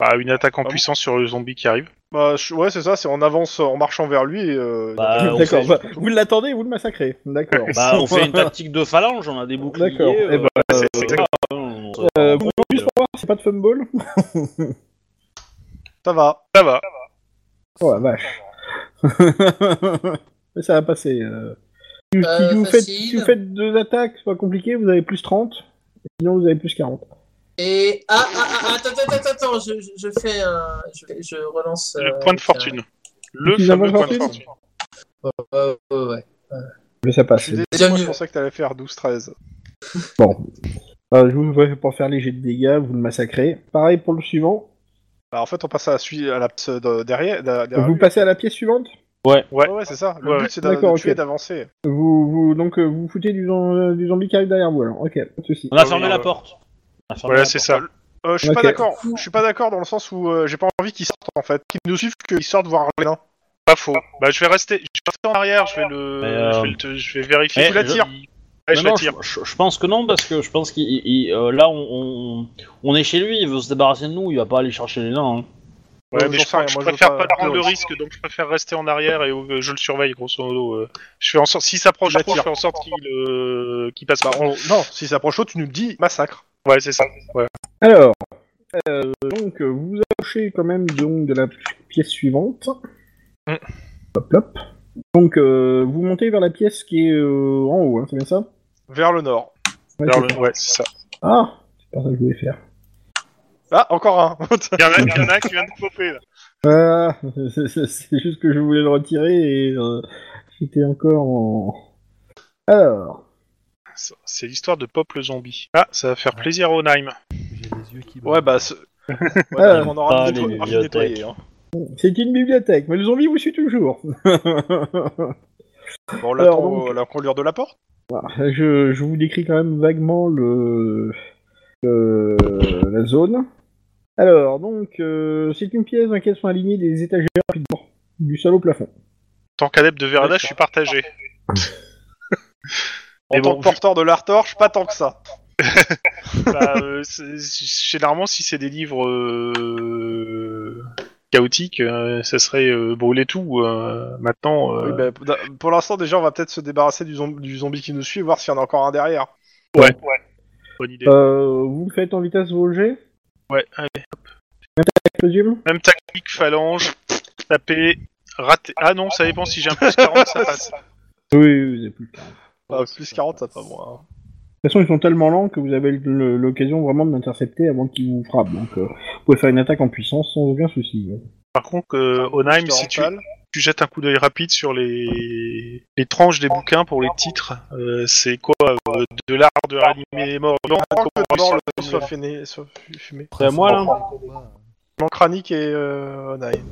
[SPEAKER 3] Bah, une attaque en
[SPEAKER 5] Ah bon
[SPEAKER 3] puissance sur le zombie qui arrive.
[SPEAKER 5] Bah, je- ouais, c'est ça, c'est on avance en marchant vers lui. Et, euh,
[SPEAKER 2] Bah,
[SPEAKER 5] il-
[SPEAKER 2] on
[SPEAKER 1] D'accord.
[SPEAKER 2] fait-
[SPEAKER 1] bah, vous l'attendez, et vous le massacrez. D'accord.
[SPEAKER 2] Bah, on fait une tactique de phalange, on a des boucliers.
[SPEAKER 1] D'accord. Eh
[SPEAKER 2] euh,
[SPEAKER 1] ben,
[SPEAKER 3] c'est- c'est exact-
[SPEAKER 2] euh, on se-
[SPEAKER 1] Euh, vous- juste pour voir, c'est pas de fumble.
[SPEAKER 5] Ça va.
[SPEAKER 3] Ça va.
[SPEAKER 1] Oh la vache. mais ça va passer. euh. Si, si
[SPEAKER 4] Euh,
[SPEAKER 1] vous faites,
[SPEAKER 4] facile.
[SPEAKER 1] si vous faites deux attaques, c'est pas compliqué, vous avez plus 30, sinon vous avez plus 40.
[SPEAKER 4] Et ah, ah, ah, attends, attends, attends, attends, je, je- je fais un, je, fais- je relance.
[SPEAKER 3] Le
[SPEAKER 4] euh,
[SPEAKER 3] point de
[SPEAKER 4] avec un-
[SPEAKER 3] fortune. Le
[SPEAKER 1] Plus un
[SPEAKER 3] fameux
[SPEAKER 1] point
[SPEAKER 3] point
[SPEAKER 1] de
[SPEAKER 3] de fortune.
[SPEAKER 4] Ouais, ouais, ouais, ouais.
[SPEAKER 1] Mais ça
[SPEAKER 5] Je
[SPEAKER 1] passe.
[SPEAKER 5] suis désolé,
[SPEAKER 4] Déjà
[SPEAKER 5] moi, je
[SPEAKER 4] mieux.
[SPEAKER 5] pensais que t'allais faire 12-13.
[SPEAKER 1] Euh, je vous vois pour faire les jets de dégâts, vous le massacrez. Pareil pour le suivant.
[SPEAKER 5] Bah, en fait, on passe à la, sui- à la ps- de- derrière. de- derrière
[SPEAKER 1] vous
[SPEAKER 5] lui.
[SPEAKER 1] passez à la pièce suivante.
[SPEAKER 5] Ouais, ouais, c'est ça. Le
[SPEAKER 3] Ouais,
[SPEAKER 5] but,
[SPEAKER 3] ouais.
[SPEAKER 5] c'est d'a- de,
[SPEAKER 1] D'accord, ok.
[SPEAKER 5] tuer et d'avancer.
[SPEAKER 1] Vous, vous, donc euh, vous foutez du, zom- euh, du zombie qui arrive derrière vous alors. Ok, pas de soucis.
[SPEAKER 2] On a
[SPEAKER 3] oui,
[SPEAKER 2] fermé
[SPEAKER 3] euh,
[SPEAKER 2] la porte. On a fermé
[SPEAKER 3] Voilà,
[SPEAKER 2] la
[SPEAKER 3] c'est
[SPEAKER 2] porte.
[SPEAKER 3] ça.
[SPEAKER 5] Euh, je suis pas
[SPEAKER 1] Ok.
[SPEAKER 5] d'accord. Je suis pas d'accord dans le sens où euh, j'ai pas envie qu'ils sortent, en fait. Qu'ils nous suivent, qu'ils sortent voir les nains.
[SPEAKER 3] Pas faux. Bah, je vais rester, je vais rester en arrière, je vais le,
[SPEAKER 2] Mais, euh,
[SPEAKER 3] je vais, le te- je vais vérifier.
[SPEAKER 2] eh,
[SPEAKER 5] Tu la tires.
[SPEAKER 3] Ouais, je
[SPEAKER 2] Non,
[SPEAKER 3] la
[SPEAKER 2] non,
[SPEAKER 3] tire.
[SPEAKER 2] je, je pense que non, parce que je pense qu'il il- euh, là, on, on, on est chez lui, il veut se débarrasser de nous, il va pas aller chercher les nains. hein.
[SPEAKER 3] Ouais,
[SPEAKER 5] Ouais,
[SPEAKER 3] mais
[SPEAKER 5] j'en
[SPEAKER 3] je,
[SPEAKER 5] sais rien,
[SPEAKER 3] je
[SPEAKER 5] moi, je veux
[SPEAKER 3] préfère
[SPEAKER 5] pas
[SPEAKER 3] pas prendre de
[SPEAKER 5] courir.
[SPEAKER 3] risque, donc je préfère rester en arrière et euh, je le surveille grosso modo. euh. Je fais en sorte, s'il s'approche
[SPEAKER 5] Je la
[SPEAKER 3] trop, je
[SPEAKER 5] tire.
[SPEAKER 3] fais en sorte qu'il euh, qu'il passe
[SPEAKER 5] Bah,
[SPEAKER 3] pas.
[SPEAKER 5] on- Non, s'ils s'approchent, tu nous le dis, massacre.
[SPEAKER 3] Ouais, c'est ça. Ouais.
[SPEAKER 1] Alors, euh, donc euh, vous vous approchez quand même donc, de la pi- pièce suivante.
[SPEAKER 3] Mm.
[SPEAKER 1] Hop, hop. Donc euh, vous montez vers la pièce qui est euh, en haut, hein, c'est bien ça
[SPEAKER 5] Vers le nord.
[SPEAKER 1] Ouais,
[SPEAKER 3] Alors,
[SPEAKER 1] c'est-
[SPEAKER 3] le- ouais, c'est ça.
[SPEAKER 1] Ah, c'est pas ça que je voulais faire.
[SPEAKER 5] Ah, encore un.
[SPEAKER 3] Il y, en a- il y en a qui vient de popper là.
[SPEAKER 1] Ah, c'est- c'est c'est juste que je voulais le retirer et euh, j'étais encore en... Alors,
[SPEAKER 3] Ça, C'est l'histoire de Pop le zombie. Ah, ça va faire plaisir au Nîmes.
[SPEAKER 6] J'ai les yeux qui
[SPEAKER 5] ouais, bah, ce- Ouais, bah,
[SPEAKER 1] Ah.
[SPEAKER 5] on aura
[SPEAKER 2] Ah,
[SPEAKER 5] mis
[SPEAKER 2] les
[SPEAKER 5] netto- ravi
[SPEAKER 2] bibliothèques.
[SPEAKER 5] nettoyer, hein.
[SPEAKER 1] c'est une bibliothèque, mais le zombie vous suit toujours.
[SPEAKER 5] Bon, là,
[SPEAKER 1] Alors,
[SPEAKER 5] on
[SPEAKER 1] donc-
[SPEAKER 5] l'attend l'heure de la porte.
[SPEAKER 1] Voilà, je, je vous décris quand même vaguement le, le- la zone. Alors, donc, euh, c'est une pièce dans laquelle sont alignées des étagères rapidement, du sol au plafond.
[SPEAKER 3] En tant qu'adepte de Verada, je suis partagé.
[SPEAKER 5] En
[SPEAKER 3] Mais
[SPEAKER 5] tant
[SPEAKER 3] bon,
[SPEAKER 5] que porteur de l'artorche, pas tant que ça.
[SPEAKER 3] Bah, euh, c'est- c'est- généralement, si c'est des livres euh, chaotiques, euh, ça serait euh, brûler tout. euh, maintenant, euh,
[SPEAKER 5] Oui, bah, d- pour l'instant, déjà, on va peut-être se débarrasser du, zom- du zombie qui nous suit, voir s'il y en a encore un derrière.
[SPEAKER 3] bonne idée.
[SPEAKER 1] Euh, vous faites en vitesse vos jets,
[SPEAKER 3] Ouais, allez.
[SPEAKER 1] je présume
[SPEAKER 3] Même tactique, phalange, taper, rater. Ah non, ça dépend si j'ai un plus 40, ça passe.
[SPEAKER 1] Oui, vous avez plus. De toute
[SPEAKER 5] Ah, plus 40, ça pas hein. moi.
[SPEAKER 1] façon, ils sont tellement lents que vous avez le- l'occasion vraiment de l'intercepter avant qu'il vous frappe. Donc, euh, vous pouvez faire une attaque en puissance sans aucun souci.
[SPEAKER 3] Par contre, euh, Onheim, si tu, tu jettes un coup d'œil rapide sur les, les tranches des bouquins pour les titres, euh, c'est quoi euh, De l'art de réanimer mort morts.
[SPEAKER 5] Tant que
[SPEAKER 3] comment
[SPEAKER 5] d'abord,
[SPEAKER 3] on
[SPEAKER 5] le
[SPEAKER 3] réussit
[SPEAKER 5] soit fainé- soit fu- fumé.
[SPEAKER 2] Après moi, là
[SPEAKER 5] Mon cranique et euh, Nine.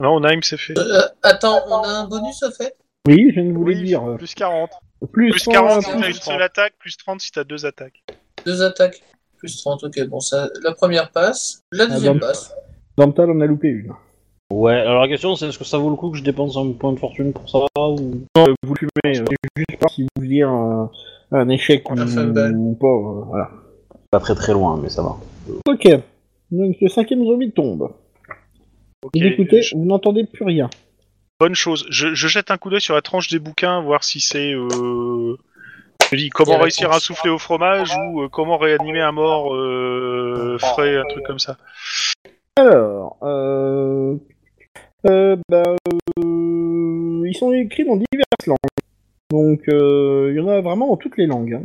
[SPEAKER 3] Non, Onheim, c'est fait.
[SPEAKER 4] Euh, attends, on a un bonus au fait
[SPEAKER 1] Oui, je viens de vous le
[SPEAKER 5] Oui,
[SPEAKER 1] dire. euh,
[SPEAKER 5] Plus 40.
[SPEAKER 1] Plus,
[SPEAKER 3] Plus
[SPEAKER 1] 100,
[SPEAKER 3] 40
[SPEAKER 1] euh,
[SPEAKER 3] si
[SPEAKER 1] plus-
[SPEAKER 3] t'as une seule attaque, plus 30 si t'as deux attaques.
[SPEAKER 4] Deux attaques, plus 30, ok, bon, ça, la première passe, la deuxième
[SPEAKER 1] Ah, bon.
[SPEAKER 4] passe.
[SPEAKER 1] Dans le tal, on a loupé une.
[SPEAKER 2] Ouais, alors la question c'est est-ce que ça vaut le coup que je dépense un point de fortune pour ça ou...
[SPEAKER 1] Euh, vous le fumez, euh, c'est juste pas si vous dire un, un échec ou,
[SPEAKER 4] Un fumble.
[SPEAKER 1] ou pas. euh, voilà.
[SPEAKER 2] Pas très très loin, mais ça va.
[SPEAKER 1] Ok, donc le cinquième zombie tombe.
[SPEAKER 3] Ok,
[SPEAKER 1] Et Eh écoutez,
[SPEAKER 3] je-
[SPEAKER 1] vous n'entendez plus rien.
[SPEAKER 3] bonne chose. Je, je jette un coup d'œil sur la tranche des bouquins, voir si c'est. Euh... je dis, comment
[SPEAKER 4] Des
[SPEAKER 3] réussir
[SPEAKER 4] réponses.
[SPEAKER 3] un souffler au fromage ou euh, comment réanimer un mort euh, frais, un truc comme ça.
[SPEAKER 1] Alors, euh, euh, bah, euh, ils sont écrits dans diverses langues. Donc, euh, il y en a vraiment dans toutes les langues. hein.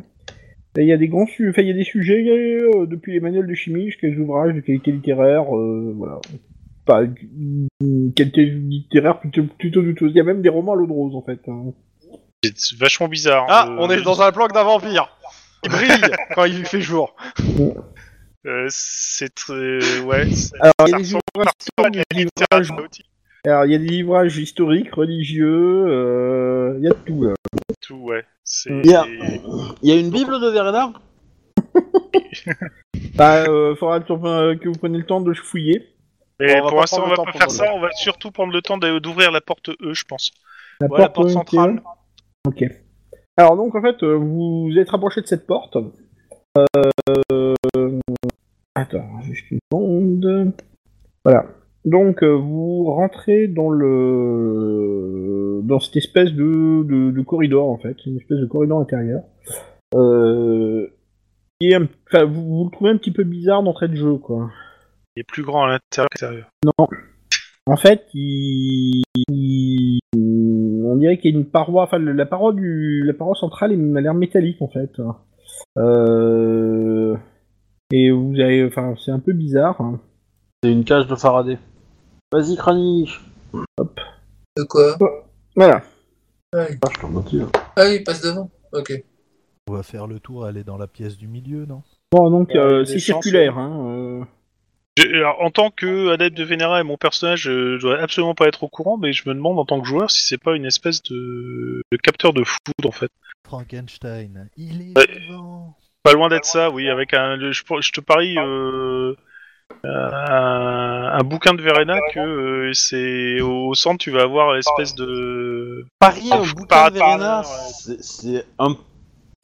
[SPEAKER 1] Et il y a des grands su- enfin, il y a des sujets euh, depuis les manuels de chimie jusqu'à les ouvrages de qualité littéraire, euh, voilà. Pas une qualité littéraire plutôt, plutôt douteuse. Il y a même des romans à l'eau de rose en fait. hein.
[SPEAKER 3] C'est vachement bizarre.
[SPEAKER 5] Ah,
[SPEAKER 3] Euh,
[SPEAKER 5] on est dans un planque d'un vampire. Il brille quand il fait jour.
[SPEAKER 3] euh, c'est très. Ouais. c'est-
[SPEAKER 1] Alors, il y a
[SPEAKER 3] ça
[SPEAKER 1] des
[SPEAKER 3] ressemble
[SPEAKER 1] ouvrages
[SPEAKER 3] pas à de la
[SPEAKER 1] des
[SPEAKER 3] littérature
[SPEAKER 1] ouvrages-
[SPEAKER 3] chaotique,
[SPEAKER 1] Alors, il y a des livrages historiques, religieux, euh, il y a de tout. Là.
[SPEAKER 3] tout, ouais. C'est.
[SPEAKER 2] Il y a, il y a une Bible de Verena
[SPEAKER 1] Bah, euh, faudra le temps, euh, que vous preniez le temps de fouiller.
[SPEAKER 3] Mais
[SPEAKER 5] On va
[SPEAKER 3] pour
[SPEAKER 5] pas
[SPEAKER 3] l'instant,
[SPEAKER 5] prendre
[SPEAKER 3] on
[SPEAKER 5] le
[SPEAKER 3] va
[SPEAKER 5] temps
[SPEAKER 3] pas
[SPEAKER 5] pour
[SPEAKER 3] faire
[SPEAKER 5] le
[SPEAKER 3] ça. On va surtout prendre le temps d'a- d'ouvrir la porte E, je pense.
[SPEAKER 1] La
[SPEAKER 5] Ouais, la porte E,
[SPEAKER 1] euh,
[SPEAKER 5] centrale.
[SPEAKER 1] Ok. Alors, donc, en fait, euh, vous vous êtes rapproché de cette porte. Euh, Attends, juste une seconde. Voilà. Donc, euh, vous rentrez dans le... dans cette espèce de, de, de corridor, en fait. Une espèce de corridor intérieur. Euh... qui est un- enfin, vous, vous le trouvez un petit peu bizarre d'entrée de jeu, quoi.
[SPEAKER 3] Il est plus grand hein. à l'intérieur qu'à l'extérieur.
[SPEAKER 1] En fait, il- il- on dirait qu'il y a une paroi, enfin le- la paroi du, la paroi centrale est- a l'air métallique en fait. Euh, et vous avez, enfin c'est un peu bizarre. hein.
[SPEAKER 2] C'est une cage de Faraday. Vas-y, Kranich
[SPEAKER 4] De quoi
[SPEAKER 1] Voilà.
[SPEAKER 4] ah, il-
[SPEAKER 2] Ah, je te motive.
[SPEAKER 4] ah, il passe devant. Ok.
[SPEAKER 6] On va faire le tour, aller dans la pièce du milieu, non
[SPEAKER 1] Bon donc
[SPEAKER 5] Euh,
[SPEAKER 1] euh,
[SPEAKER 5] les
[SPEAKER 1] c'est
[SPEAKER 5] chances-
[SPEAKER 1] circulaire. Hein, euh.
[SPEAKER 3] J'ai- alors, en tant que adepte de Vénéra et mon personnage, euh, je dois absolument pas être au courant, mais je me demande en tant que joueur si c'est pas une espèce de, de capteur de foudre en fait.
[SPEAKER 6] Frankenstein, il est
[SPEAKER 3] Ouais.
[SPEAKER 6] vivant
[SPEAKER 3] Pas loin d'être ça, oui, avec un. le- Je, pour- je te parie euh, un, un bouquin de Verena que euh, c'est au centre, tu vas avoir l'espèce de.
[SPEAKER 2] Parier un
[SPEAKER 5] Ah,
[SPEAKER 3] Par-
[SPEAKER 2] bouquin
[SPEAKER 3] par-
[SPEAKER 2] de Verena,
[SPEAKER 3] par- ouais.
[SPEAKER 2] c'est- c'est un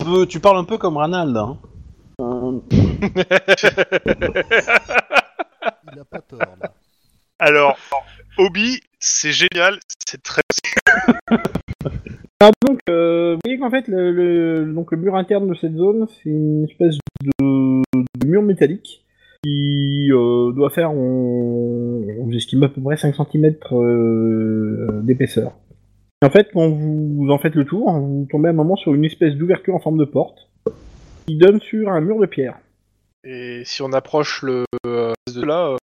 [SPEAKER 2] peu... Tu parles un peu comme Ranald, hein. Euh,
[SPEAKER 6] Il a pas tort, là.
[SPEAKER 3] Alors, Obi, c'est génial, c'est très.
[SPEAKER 1] Ah, donc euh, vous voyez qu'en fait le, le- donc le mur interne de cette zone c'est une espèce de, de mur métallique qui euh, doit faire on, on estime à peu près 5 cm d'épaisseur. Et En fait quand vous en faites le tour vous tombez à un moment sur une espèce d'ouverture en forme de porte qui donne sur un mur de pierre.
[SPEAKER 5] Et si on approche le euh, de là, euh,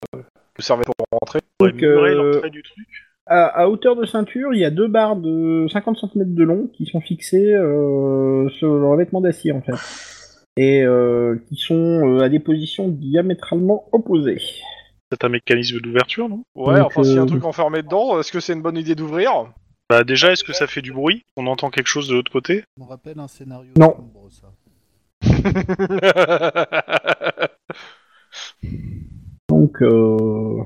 [SPEAKER 5] le servait pour rentrer.
[SPEAKER 1] Donc,
[SPEAKER 3] muré
[SPEAKER 1] euh,
[SPEAKER 3] l'entrée du truc.
[SPEAKER 1] à, à hauteur de ceinture, il y a deux barres de 50 cm de long qui sont fixées euh, sur le revêtement d'acier en fait. Et euh, qui sont euh, à des positions diamétralement opposées.
[SPEAKER 3] C'est un mécanisme d'ouverture, non
[SPEAKER 5] Ouais,
[SPEAKER 1] Donc,
[SPEAKER 5] enfin, s'il y a
[SPEAKER 1] euh,
[SPEAKER 5] un truc enfermé dedans, est-ce que c'est une bonne idée d'ouvrir
[SPEAKER 3] Bah, déjà, est-ce que ça fait du bruit On entend quelque chose de l'autre côté
[SPEAKER 6] On me rappelle un scénario
[SPEAKER 1] Non.
[SPEAKER 6] sombre, ça.
[SPEAKER 3] Ah,
[SPEAKER 1] Donc, euh,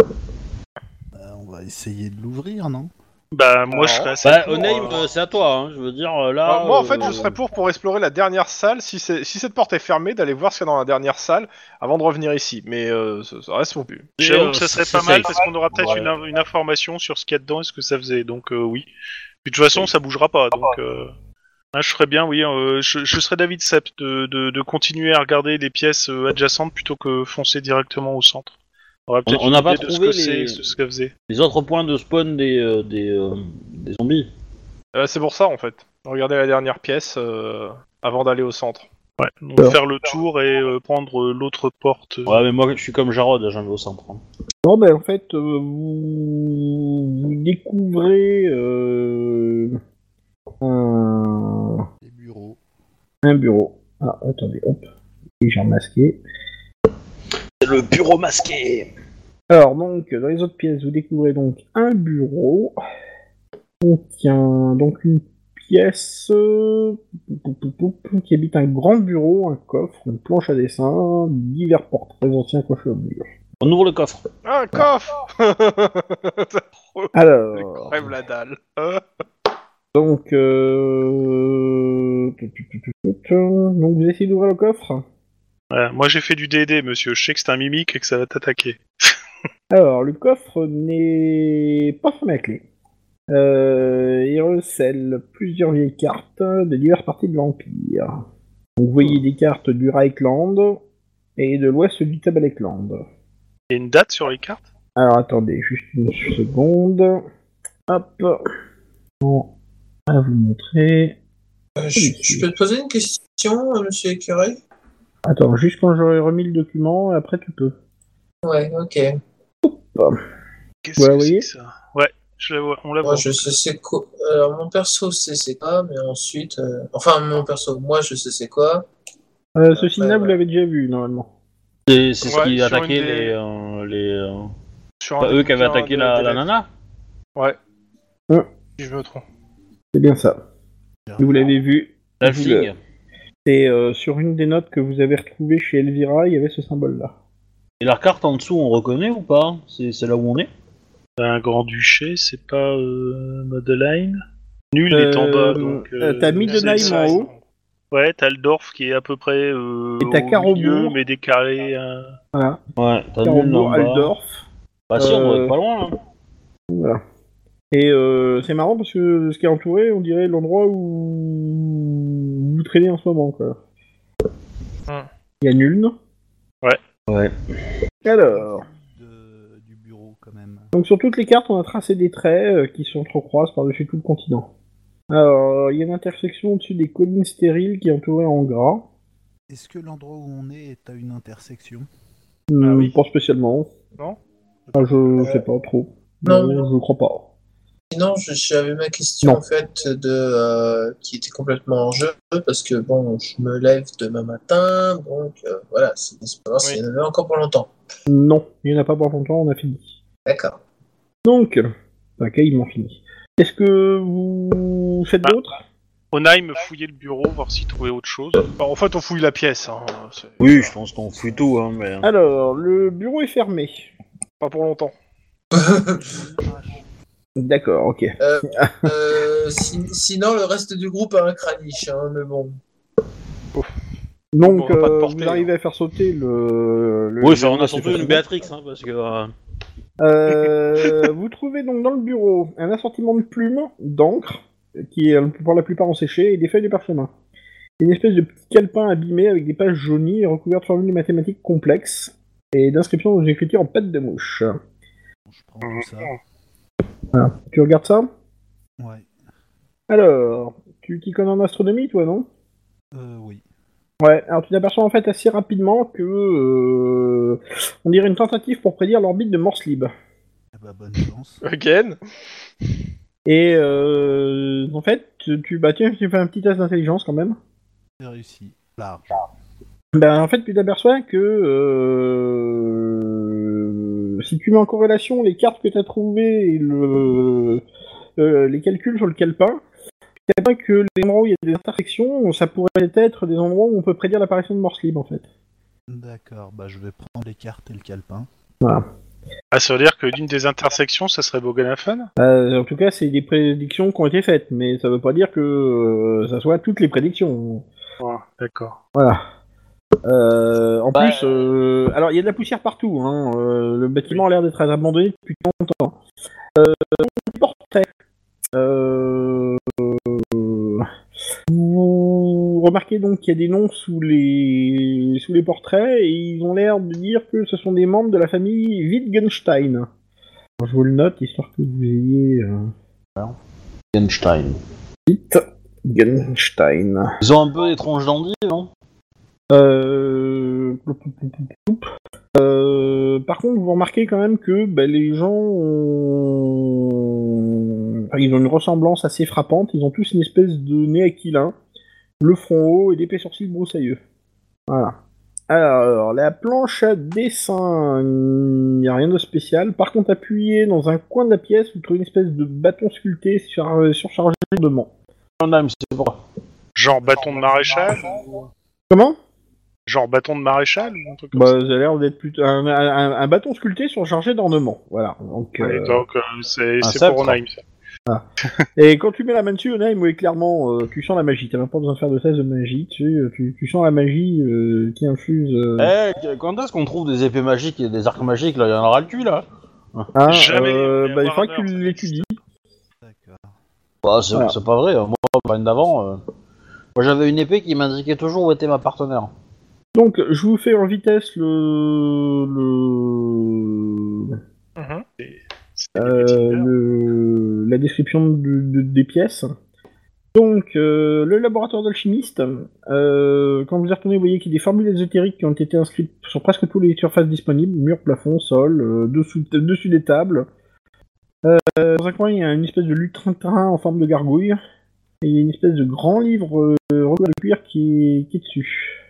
[SPEAKER 6] Bah, on va essayer de l'ouvrir, non
[SPEAKER 3] Bah, moi,
[SPEAKER 5] Alors,
[SPEAKER 3] je serais assez.
[SPEAKER 2] Bah,
[SPEAKER 3] pour,
[SPEAKER 2] Onaim,
[SPEAKER 3] euh,
[SPEAKER 2] euh, c'est à toi, hein. je veux dire, euh, là...
[SPEAKER 5] Bah, moi, en fait,
[SPEAKER 2] euh,
[SPEAKER 5] je serais pour pour explorer la dernière salle. Si, c'est- si cette porte est fermée, d'aller voir ce qu'il y a dans la dernière salle avant de revenir ici. Mais euh, ça, ça reste mon but.
[SPEAKER 3] J'avoue
[SPEAKER 2] euh,
[SPEAKER 3] que ça serait
[SPEAKER 2] c'est
[SPEAKER 3] pas
[SPEAKER 2] safe.
[SPEAKER 3] mal parce qu'on aura peut-être
[SPEAKER 2] Ouais.
[SPEAKER 3] une, in- une information sur ce qu'il y a dedans et ce que ça faisait. Donc euh, oui. Puis de toute façon, ça bougera pas.
[SPEAKER 5] Ah.
[SPEAKER 3] Donc euh, hein, je serais bien, oui. euh, je, je serais David Sepp de, de, de continuer à regarder les pièces euh, adjacentes plutôt que foncer directement au centre. On aurait peut-être
[SPEAKER 2] on n'a
[SPEAKER 3] une
[SPEAKER 2] pas
[SPEAKER 3] idée de ce
[SPEAKER 2] trouvé
[SPEAKER 3] que c'est,
[SPEAKER 2] les-
[SPEAKER 3] ce, ce qu'elle faisait.
[SPEAKER 2] Les autres points de spawn des, euh, des, euh, des zombies.
[SPEAKER 5] Euh, c'est pour ça, en fait. Regardez la dernière pièce euh, avant d'aller au centre.
[SPEAKER 3] Ouais. Donc
[SPEAKER 1] Alors.
[SPEAKER 3] faire le tour et euh, prendre euh, l'autre porte.
[SPEAKER 2] Ouais, mais moi, je suis comme Jarod, j'en vais au centre. hein.
[SPEAKER 1] Non, ben en fait, euh, vous, vous découvrez euh, un,
[SPEAKER 6] Les bureaux.
[SPEAKER 1] un bureau. Ah, attendez, hop. Et j'ai remasqué.
[SPEAKER 2] C'est le bureau masqué
[SPEAKER 1] Alors donc, dans les autres pièces, vous découvrez donc un bureau qui contient donc une pièce euh, pou, pou, pou, pou, qui habite un grand bureau, un coffre, une planche à dessin, divers portraits anciens coiffés au mur.
[SPEAKER 2] On ouvre le coffre.
[SPEAKER 5] Un Ah, coffre
[SPEAKER 1] Alors,
[SPEAKER 5] Crève la dalle. Euh,
[SPEAKER 1] donc, euh, tout, tout, tout, tout, tout. donc vous essayez d'ouvrir le coffre.
[SPEAKER 3] Ouais, moi j'ai fait du DD, monsieur. Je sais que c'est un mimique et que ça va t'attaquer.
[SPEAKER 1] Alors, le coffre n'est pas fermé à clé. Euh, il recèle plusieurs vieilles cartes de diverses parties de l'Empire. Donc, vous
[SPEAKER 4] Oh.
[SPEAKER 1] voyez des cartes du Reichland et de l'ouest du Tabalekland.
[SPEAKER 3] Il y a une date sur les cartes
[SPEAKER 1] Alors, attendez, juste une seconde. Hop. Bon, à vous montrer.
[SPEAKER 4] Euh, je, je peux te poser une question, euh, monsieur Écureuil
[SPEAKER 1] Attends, juste quand j'aurai remis le document, après tu peux.
[SPEAKER 4] Ouais, ok.
[SPEAKER 3] Qu'est-ce
[SPEAKER 1] Ouais, vous
[SPEAKER 3] que c'est
[SPEAKER 1] voyez
[SPEAKER 3] que ça Ouais, je la vois. On la
[SPEAKER 4] Moi,
[SPEAKER 3] voit.
[SPEAKER 4] je sais c'est quoi. Alors, mon perso, c'est c'est quoi, mais ensuite. euh, Enfin, mon perso, moi, je sais c'est quoi.
[SPEAKER 1] Euh, ce signe-là,
[SPEAKER 4] ouais.
[SPEAKER 1] vous l'avez déjà vu, normalement.
[SPEAKER 2] C'est c'est ce
[SPEAKER 5] Ouais,
[SPEAKER 2] qui
[SPEAKER 5] sur
[SPEAKER 2] attaquait
[SPEAKER 5] une des-
[SPEAKER 2] les... euh, les euh,
[SPEAKER 5] Sur
[SPEAKER 2] pas
[SPEAKER 5] un
[SPEAKER 2] eux
[SPEAKER 5] des
[SPEAKER 2] qui avaient
[SPEAKER 5] bouquins
[SPEAKER 2] attaqué
[SPEAKER 5] de-
[SPEAKER 2] la,
[SPEAKER 5] des
[SPEAKER 2] la
[SPEAKER 5] lettres,
[SPEAKER 2] nana
[SPEAKER 5] si je me trompe.
[SPEAKER 1] C'est bien ça. Vous l'avez vu,
[SPEAKER 2] La
[SPEAKER 1] Je-
[SPEAKER 2] fille
[SPEAKER 1] Et euh, sur une des notes que vous avez retrouvées chez Elvira, il y avait ce symbole-là.
[SPEAKER 2] Et la carte en dessous, on reconnaît ou pas C'est c'est là où on est
[SPEAKER 3] Un grand duché, c'est pas euh, Madeleine. Nul est en
[SPEAKER 1] Euh,
[SPEAKER 3] bas, donc.
[SPEAKER 1] euh, t'as mis de
[SPEAKER 3] c'est-
[SPEAKER 1] Naïm en haut.
[SPEAKER 3] Ouais, t'as le Dorf qui est à peu près euh,
[SPEAKER 1] Et t'as
[SPEAKER 3] au
[SPEAKER 1] Carreau
[SPEAKER 3] milieu,
[SPEAKER 1] Bourg.
[SPEAKER 3] mais décalé. hein.
[SPEAKER 1] Voilà.
[SPEAKER 2] Ouais, t'as nul
[SPEAKER 1] Carambourg,
[SPEAKER 2] en bas.
[SPEAKER 1] Aldorf.
[SPEAKER 2] Bah si, on doit
[SPEAKER 1] Euh,
[SPEAKER 2] être pas loin. hein.
[SPEAKER 1] Voilà. Et euh, c'est marrant parce que ce qui est entouré, on dirait l'endroit où vous traînez en ce moment. Quoi.
[SPEAKER 5] Hmm.
[SPEAKER 1] Il y a Nuln.
[SPEAKER 2] Ouais.
[SPEAKER 1] Alors,
[SPEAKER 6] De- du bureau. quand même.
[SPEAKER 1] Donc sur toutes les cartes, on a tracé des traits euh, qui s'entrecroisent par-dessus tout le continent. Alors, euh, il y a une intersection au-dessus des collines stériles qui est entourée en gras.
[SPEAKER 6] Est-ce que l'endroit où on est est à une intersection
[SPEAKER 1] Hum,
[SPEAKER 5] Ah oui.
[SPEAKER 1] Pas spécialement.
[SPEAKER 5] Non
[SPEAKER 1] Ah, je sais pas trop.
[SPEAKER 4] Non.
[SPEAKER 1] je crois pas.
[SPEAKER 4] Sinon, je- j'avais ma question
[SPEAKER 1] Non.
[SPEAKER 4] en fait de euh, qui était complètement en jeu parce que bon, je me lève demain matin, donc euh, voilà, c'est c'est pas grave,
[SPEAKER 5] Oui.
[SPEAKER 4] c'est- il y en avait encore pour longtemps.
[SPEAKER 1] Non, il n'y en a pas pour longtemps, on a fini.
[SPEAKER 4] D'accord.
[SPEAKER 1] Donc, ok, ils m'ont fini. Est-ce que vous
[SPEAKER 5] Ah.
[SPEAKER 1] faites d'autres
[SPEAKER 3] On aille me fouiller le bureau, voir s'il trouvait autre chose.
[SPEAKER 5] Bah, en fait, on fouille la pièce. hein, c'est
[SPEAKER 2] Oui, je pense qu'on fouille tout, hein, mais...
[SPEAKER 1] Alors, le bureau est fermé.
[SPEAKER 5] Pas pour longtemps.
[SPEAKER 1] D'accord, ok.
[SPEAKER 4] Euh, si- sinon, le reste du groupe a un craniche, hein, mais bon.
[SPEAKER 1] Donc,
[SPEAKER 5] on va pas te
[SPEAKER 1] euh,
[SPEAKER 5] porter, hein.
[SPEAKER 1] vous arrivez à faire sauter le. le-
[SPEAKER 2] Oui, enfin, on
[SPEAKER 1] le-
[SPEAKER 2] a surtout une Béatrix, hein, parce que... euh,
[SPEAKER 1] Euh, vous trouvez donc dans le bureau un assortiment de plumes, d'encre, qui est pour la plupart en séché, et des feuilles de parchemin. Une espèce de petit calepin abîmé avec des pages jaunies et recouvert de formules mathématiques complexes et d'inscriptions aux écritures en patte de mouche.
[SPEAKER 6] Je prends tout ça.
[SPEAKER 1] Tu regardes ça
[SPEAKER 6] Ouais.
[SPEAKER 1] Alors, tu t'y connais en astronomie, toi, non
[SPEAKER 6] Euh, oui.
[SPEAKER 1] Ouais, alors tu t'aperçois en fait assez rapidement que. euh, on dirait une tentative pour prédire l'orbite de Morse Lib.
[SPEAKER 6] Eh ben, bonne chance.
[SPEAKER 5] Again
[SPEAKER 1] Et euh, en fait, tu, bah, tiens, tu fais un petit test d'intelligence quand même.
[SPEAKER 6] J'ai réussi. Large.
[SPEAKER 1] Ben, en fait, tu t'aperçois que euh, si tu mets en corrélation les cartes que tu as trouvées et le, euh, les calculs sur le calepin, tu t'aperçois que les endroits où il y a des intersections, ça pourrait être des endroits où on peut prédire l'apparition de Morse libre en fait.
[SPEAKER 6] D'accord, bah je vais prendre les cartes et le calepin.
[SPEAKER 3] Ah, ça veut dire que l'une des intersections, ça serait Boganafan
[SPEAKER 1] Euh, en tout cas, c'est des prédictions qui ont été faites, mais ça veut pas dire que euh, ça soit toutes les prédictions.
[SPEAKER 3] D'accord.
[SPEAKER 1] Voilà. Euh, en
[SPEAKER 2] Bah,
[SPEAKER 1] plus, euh, alors il y a de la poussière partout. Hein. euh, le bâtiment a l'air d'être abandonné depuis longtemps. Euh, donc, portrait. Euh, vous remarquez donc qu'il y a des noms sous les sous les portraits et ils ont l'air de dire que ce sont des membres de la famille Wittgenstein. Alors, je vous le note histoire que vous ayez euh,
[SPEAKER 2] Wittgenstein.
[SPEAKER 1] Wittgenstein.
[SPEAKER 2] Ils ont un peu des tronches d'endive, non
[SPEAKER 1] Euh... ploup, ploup, ploup, ploup, ploup. Euh, Par contre, vous remarquez quand même que bah, les gens ont... enfin, ils ont une ressemblance assez frappante. Ils ont tous une espèce de nez aquilin, le front haut et d'épais sourcils broussailleux. Voilà. Alors, la planche à dessin, il n'y a rien de spécial. Par contre, appuyé dans un coin de la pièce, vous trouvez une espèce de bâton sculpté sur... surchargé de mans.
[SPEAKER 2] On a, mais c'est pas...
[SPEAKER 3] Genre bâton de maréchal
[SPEAKER 1] Comment
[SPEAKER 3] Genre bâton de maréchal ou un truc comme
[SPEAKER 1] Bah, ça a l'air d'être plutôt un, un- un bâton sculpté surchargé d'ornements. Voilà. Donc,
[SPEAKER 3] ça
[SPEAKER 1] euh,
[SPEAKER 3] Et Donc, euh, c'est
[SPEAKER 2] un
[SPEAKER 3] c'est
[SPEAKER 2] sabre.
[SPEAKER 3] pour Onheim, ça.
[SPEAKER 1] et quand tu mets la main dessus, Onaim, oui, clairement, euh, tu sens la magie. T'as même pas besoin de faire de test de magie. Tu, sais, euh, tu, tu sens la magie euh, qui infuse. euh,
[SPEAKER 2] Eh, qu- quand est-ce qu'on trouve des épées magiques et des arcs magiques, là Il y en aura le cul, là
[SPEAKER 1] hein,
[SPEAKER 3] jamais,
[SPEAKER 1] euh,
[SPEAKER 3] mais
[SPEAKER 1] bah, il
[SPEAKER 3] avoir
[SPEAKER 1] faudra que tu
[SPEAKER 3] un heure, ça
[SPEAKER 1] l'étudies.
[SPEAKER 6] D'accord.
[SPEAKER 2] Bah, c'est
[SPEAKER 1] Voilà.
[SPEAKER 2] c'est pas vrai, moi, pas une d'avant... euh, Moi, j'avais une épée qui m'indiquait toujours où était ma partenaire.
[SPEAKER 1] Donc, je vous fais en vitesse le. le...
[SPEAKER 5] Mhm.
[SPEAKER 3] C'est
[SPEAKER 1] euh,
[SPEAKER 3] des petites heures.
[SPEAKER 1] le- la description du- de- des pièces. Donc, euh, le laboratoire d'alchimiste, euh, quand vous y retournez, vous voyez qu'il y a des formules ésotériques qui ont été inscrites sur presque toutes les surfaces disponibles, murs, plafond, sol, euh, dessous, euh, dessus des tables. Euh, dans un coin, il y a une espèce de lutrin en forme de gargouille, et il y a une espèce de grand livre euh, recouvert de cuir qui est, qui est dessus.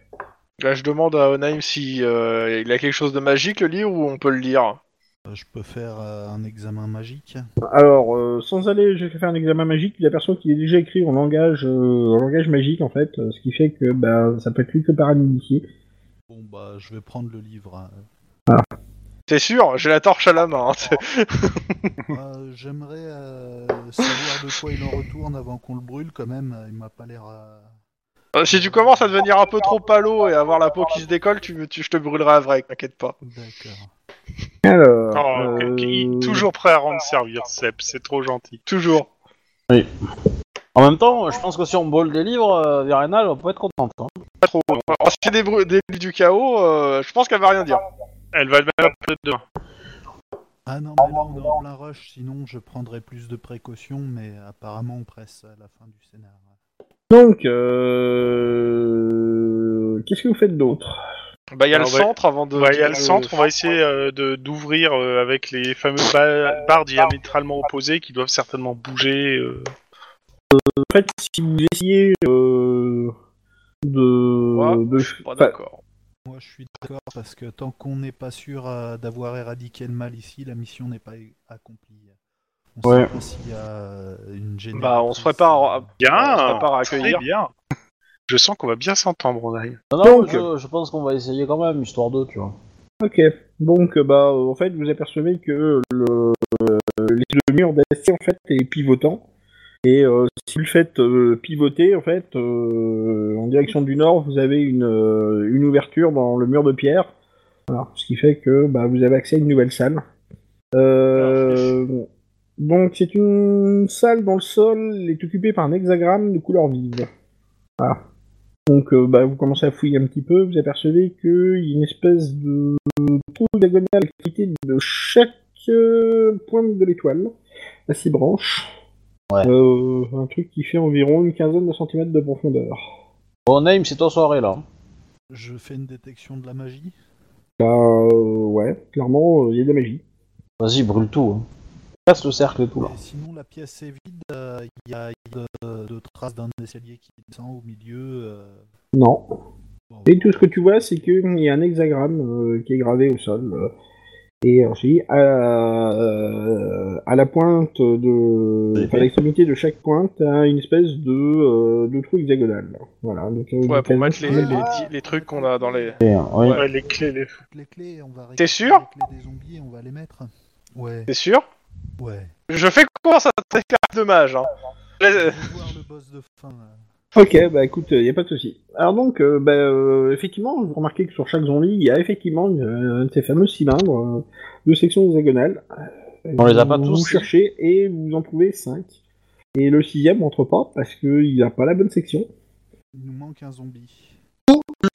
[SPEAKER 5] Là, je demande à Onaim si euh, il a quelque chose de magique le livre ou on peut le lire.
[SPEAKER 6] Euh, je peux faire euh, un examen magique
[SPEAKER 1] Alors, euh, sans aller jusqu'à faire un examen magique, tu t'aperçois qu'il est déjà écrit en langage, euh, en langage magique, en fait, euh, ce qui fait que bah, ça peut être lu que par un initié.
[SPEAKER 6] Bon bah je vais prendre le livre. hein.
[SPEAKER 5] T'es sûr J'ai la torche à la main. hein, t'es-
[SPEAKER 6] Euh, J'aimerais euh, savoir de quoi il en retourne avant qu'on le brûle quand même. Il m'a pas l'air... euh,
[SPEAKER 5] Euh, si tu commences à devenir un peu trop palo et avoir la peau qui se décolle, tu, me- tu- je te brûlerai à vrai, t'inquiète pas.
[SPEAKER 6] D'accord.
[SPEAKER 1] Alors,
[SPEAKER 3] Oh,
[SPEAKER 1] euh,
[SPEAKER 3] il est toujours prêt à rendre servir, Sep, c'est trop gentil.
[SPEAKER 5] Toujours.
[SPEAKER 2] En même temps, je pense que si on brûle des livres, euh, Verena, elle va pas être contente. hein.
[SPEAKER 5] Pas trop. Alors, si c'est des, brû- des du chaos, euh, je pense qu'elle va rien dire.
[SPEAKER 3] Elle va le mettre demain.
[SPEAKER 6] Ah non, mais là, on est en plein rush, sinon je prendrais plus de précautions, mais apparemment on presse à la fin du scénar.
[SPEAKER 1] Donc, euh, qu'est-ce que vous faites d'autre
[SPEAKER 5] Bah, il y a le
[SPEAKER 3] Alors, ouais.
[SPEAKER 5] centre avant de.
[SPEAKER 3] Ouais, il y a le centre, on va essayer euh, de- d'ouvrir euh, avec les fameux ba- barres diamétralement opposées qui doivent certainement bouger. euh.
[SPEAKER 1] En fait, si vous essayez euh, de,
[SPEAKER 5] Ouais,
[SPEAKER 1] de-
[SPEAKER 5] Pas
[SPEAKER 1] enfin,
[SPEAKER 5] d'accord.
[SPEAKER 6] Moi je suis d'accord parce que tant qu'on n'est pas sûr euh, d'avoir éradiqué le mal ici, la mission n'est pas é- accomplie. On
[SPEAKER 1] Ouais.
[SPEAKER 6] sait pas s'il y a euh, une génération.
[SPEAKER 5] Bah, on se prépare à,
[SPEAKER 3] Bien.
[SPEAKER 5] on se prépare à accueillir.
[SPEAKER 3] Très bien. Je sens qu'on va bien s'entendre, on arrive.
[SPEAKER 2] Non, non,
[SPEAKER 1] Donc-
[SPEAKER 2] je, je pense qu'on va essayer quand même, histoire de, tu vois.
[SPEAKER 1] Ok, donc euh, bah euh, en fait vous apercevez que le, euh, les deux murs d'acier en fait est pivotant et euh, si vous le faites euh, pivoter en fait euh, en direction du nord vous avez une, euh, une ouverture dans le mur de pierre, Voilà. ce qui fait que bah, vous avez accès à une nouvelle salle. Euh, donc c'est une salle dans le sol, elle est occupée par un hexagramme de couleur vive. Voilà. Donc euh, bah, vous commencez à fouiller un petit peu, vous apercevez qu'il y a une espèce de trou diagonal à l'activité de chaque euh, pointe de l'étoile, à six branches.
[SPEAKER 2] Ouais.
[SPEAKER 1] Euh, un truc qui fait environ une quinzaine de centimètres de profondeur.
[SPEAKER 2] Bon, Naïm, c'est ton soirée, là.
[SPEAKER 6] Je fais une détection de la magie.
[SPEAKER 1] Bah euh, ouais, clairement, euh, il y a de la magie.
[SPEAKER 2] Vas-y, brûle tout. hein. Casse le cercle et tout, là.
[SPEAKER 6] Et sinon la pièce est vide, euh, il y a de, de traces d'un escalier qui descend au milieu. euh,
[SPEAKER 1] Non.
[SPEAKER 6] bon.
[SPEAKER 1] Et tout ce que tu vois, c'est qu'il y a un hexagramme euh, qui est gravé au sol. euh, et alors, je dis, à, euh, à la pointe de. enfin, à l'extrémité de chaque pointe, à une espèce de, euh, de trou hexagonal. Voilà. Donc, euh,
[SPEAKER 5] Ouais,
[SPEAKER 1] donc,
[SPEAKER 5] pour
[SPEAKER 1] elle-
[SPEAKER 5] mettre les,
[SPEAKER 1] elle-
[SPEAKER 5] les, di- les trucs qu'on a dans les.
[SPEAKER 2] Et, euh, oui.
[SPEAKER 3] Ouais, les clés, les...
[SPEAKER 6] Toutes les clés, on va
[SPEAKER 5] T'es
[SPEAKER 6] récupérer
[SPEAKER 5] sûr
[SPEAKER 6] les clés des zombies et on va les mettre. Ouais,
[SPEAKER 5] T'es sûr
[SPEAKER 6] ouais.
[SPEAKER 5] Je fais confiance à ta carte de mage. Hein.
[SPEAKER 6] Je
[SPEAKER 5] Les-
[SPEAKER 6] vais voir le boss de fin. là.
[SPEAKER 1] Ok, bah écoute, il n'y a pas de souci. Alors donc, euh, bah, euh, effectivement, vous remarquez que sur chaque zombie, il y a effectivement euh, un de ces fameux cylindres euh, de section hexagonale.
[SPEAKER 2] On les a pas
[SPEAKER 1] Euh, Vous-
[SPEAKER 2] tous,
[SPEAKER 1] Vous
[SPEAKER 2] si.
[SPEAKER 1] cherchez et vous en trouvez 5. Et le sixième rentre pas parce qu'il n'a pas la bonne section.
[SPEAKER 6] Il nous manque un zombie.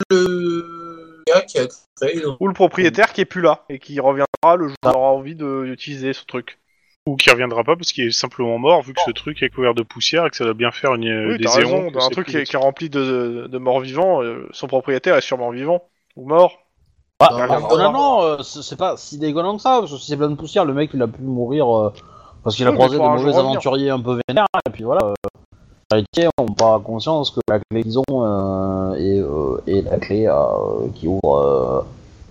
[SPEAKER 4] Le gars qui a créé. donc,
[SPEAKER 5] Ou le propriétaire qui est plus là et qui reviendra le jour où il aura envie de- d'utiliser ce truc.
[SPEAKER 3] Ou qui reviendra pas parce qu'il est simplement mort vu que ce truc est couvert de poussière et que ça doit bien faire une,
[SPEAKER 5] Oui,
[SPEAKER 3] Euh, des
[SPEAKER 5] t'as raison.
[SPEAKER 3] éons,
[SPEAKER 5] dans Un
[SPEAKER 3] c'est
[SPEAKER 5] truc
[SPEAKER 3] plus-
[SPEAKER 5] qui est, qui est rempli de, de morts vivants, euh, son propriétaire est sûrement vivant ou mort.
[SPEAKER 2] Ah,
[SPEAKER 6] Bah,
[SPEAKER 2] ah,
[SPEAKER 5] bah,
[SPEAKER 2] oh, non,
[SPEAKER 5] bah.
[SPEAKER 2] non, euh, c'est c'est pas si dégueulant que ça, parce que si c'est plein de poussière, le mec il a pu mourir euh, parce qu'il a
[SPEAKER 5] Oui, mais
[SPEAKER 2] croisé
[SPEAKER 5] il
[SPEAKER 2] des
[SPEAKER 5] pourra un
[SPEAKER 2] mauvais
[SPEAKER 5] jour revenir.
[SPEAKER 2] aventuriers un peu vénères, et puis voilà. Euh, les héritiers ont pas conscience que la clé qu'ils ont euh, est, euh, est la clé euh, qui ouvre euh,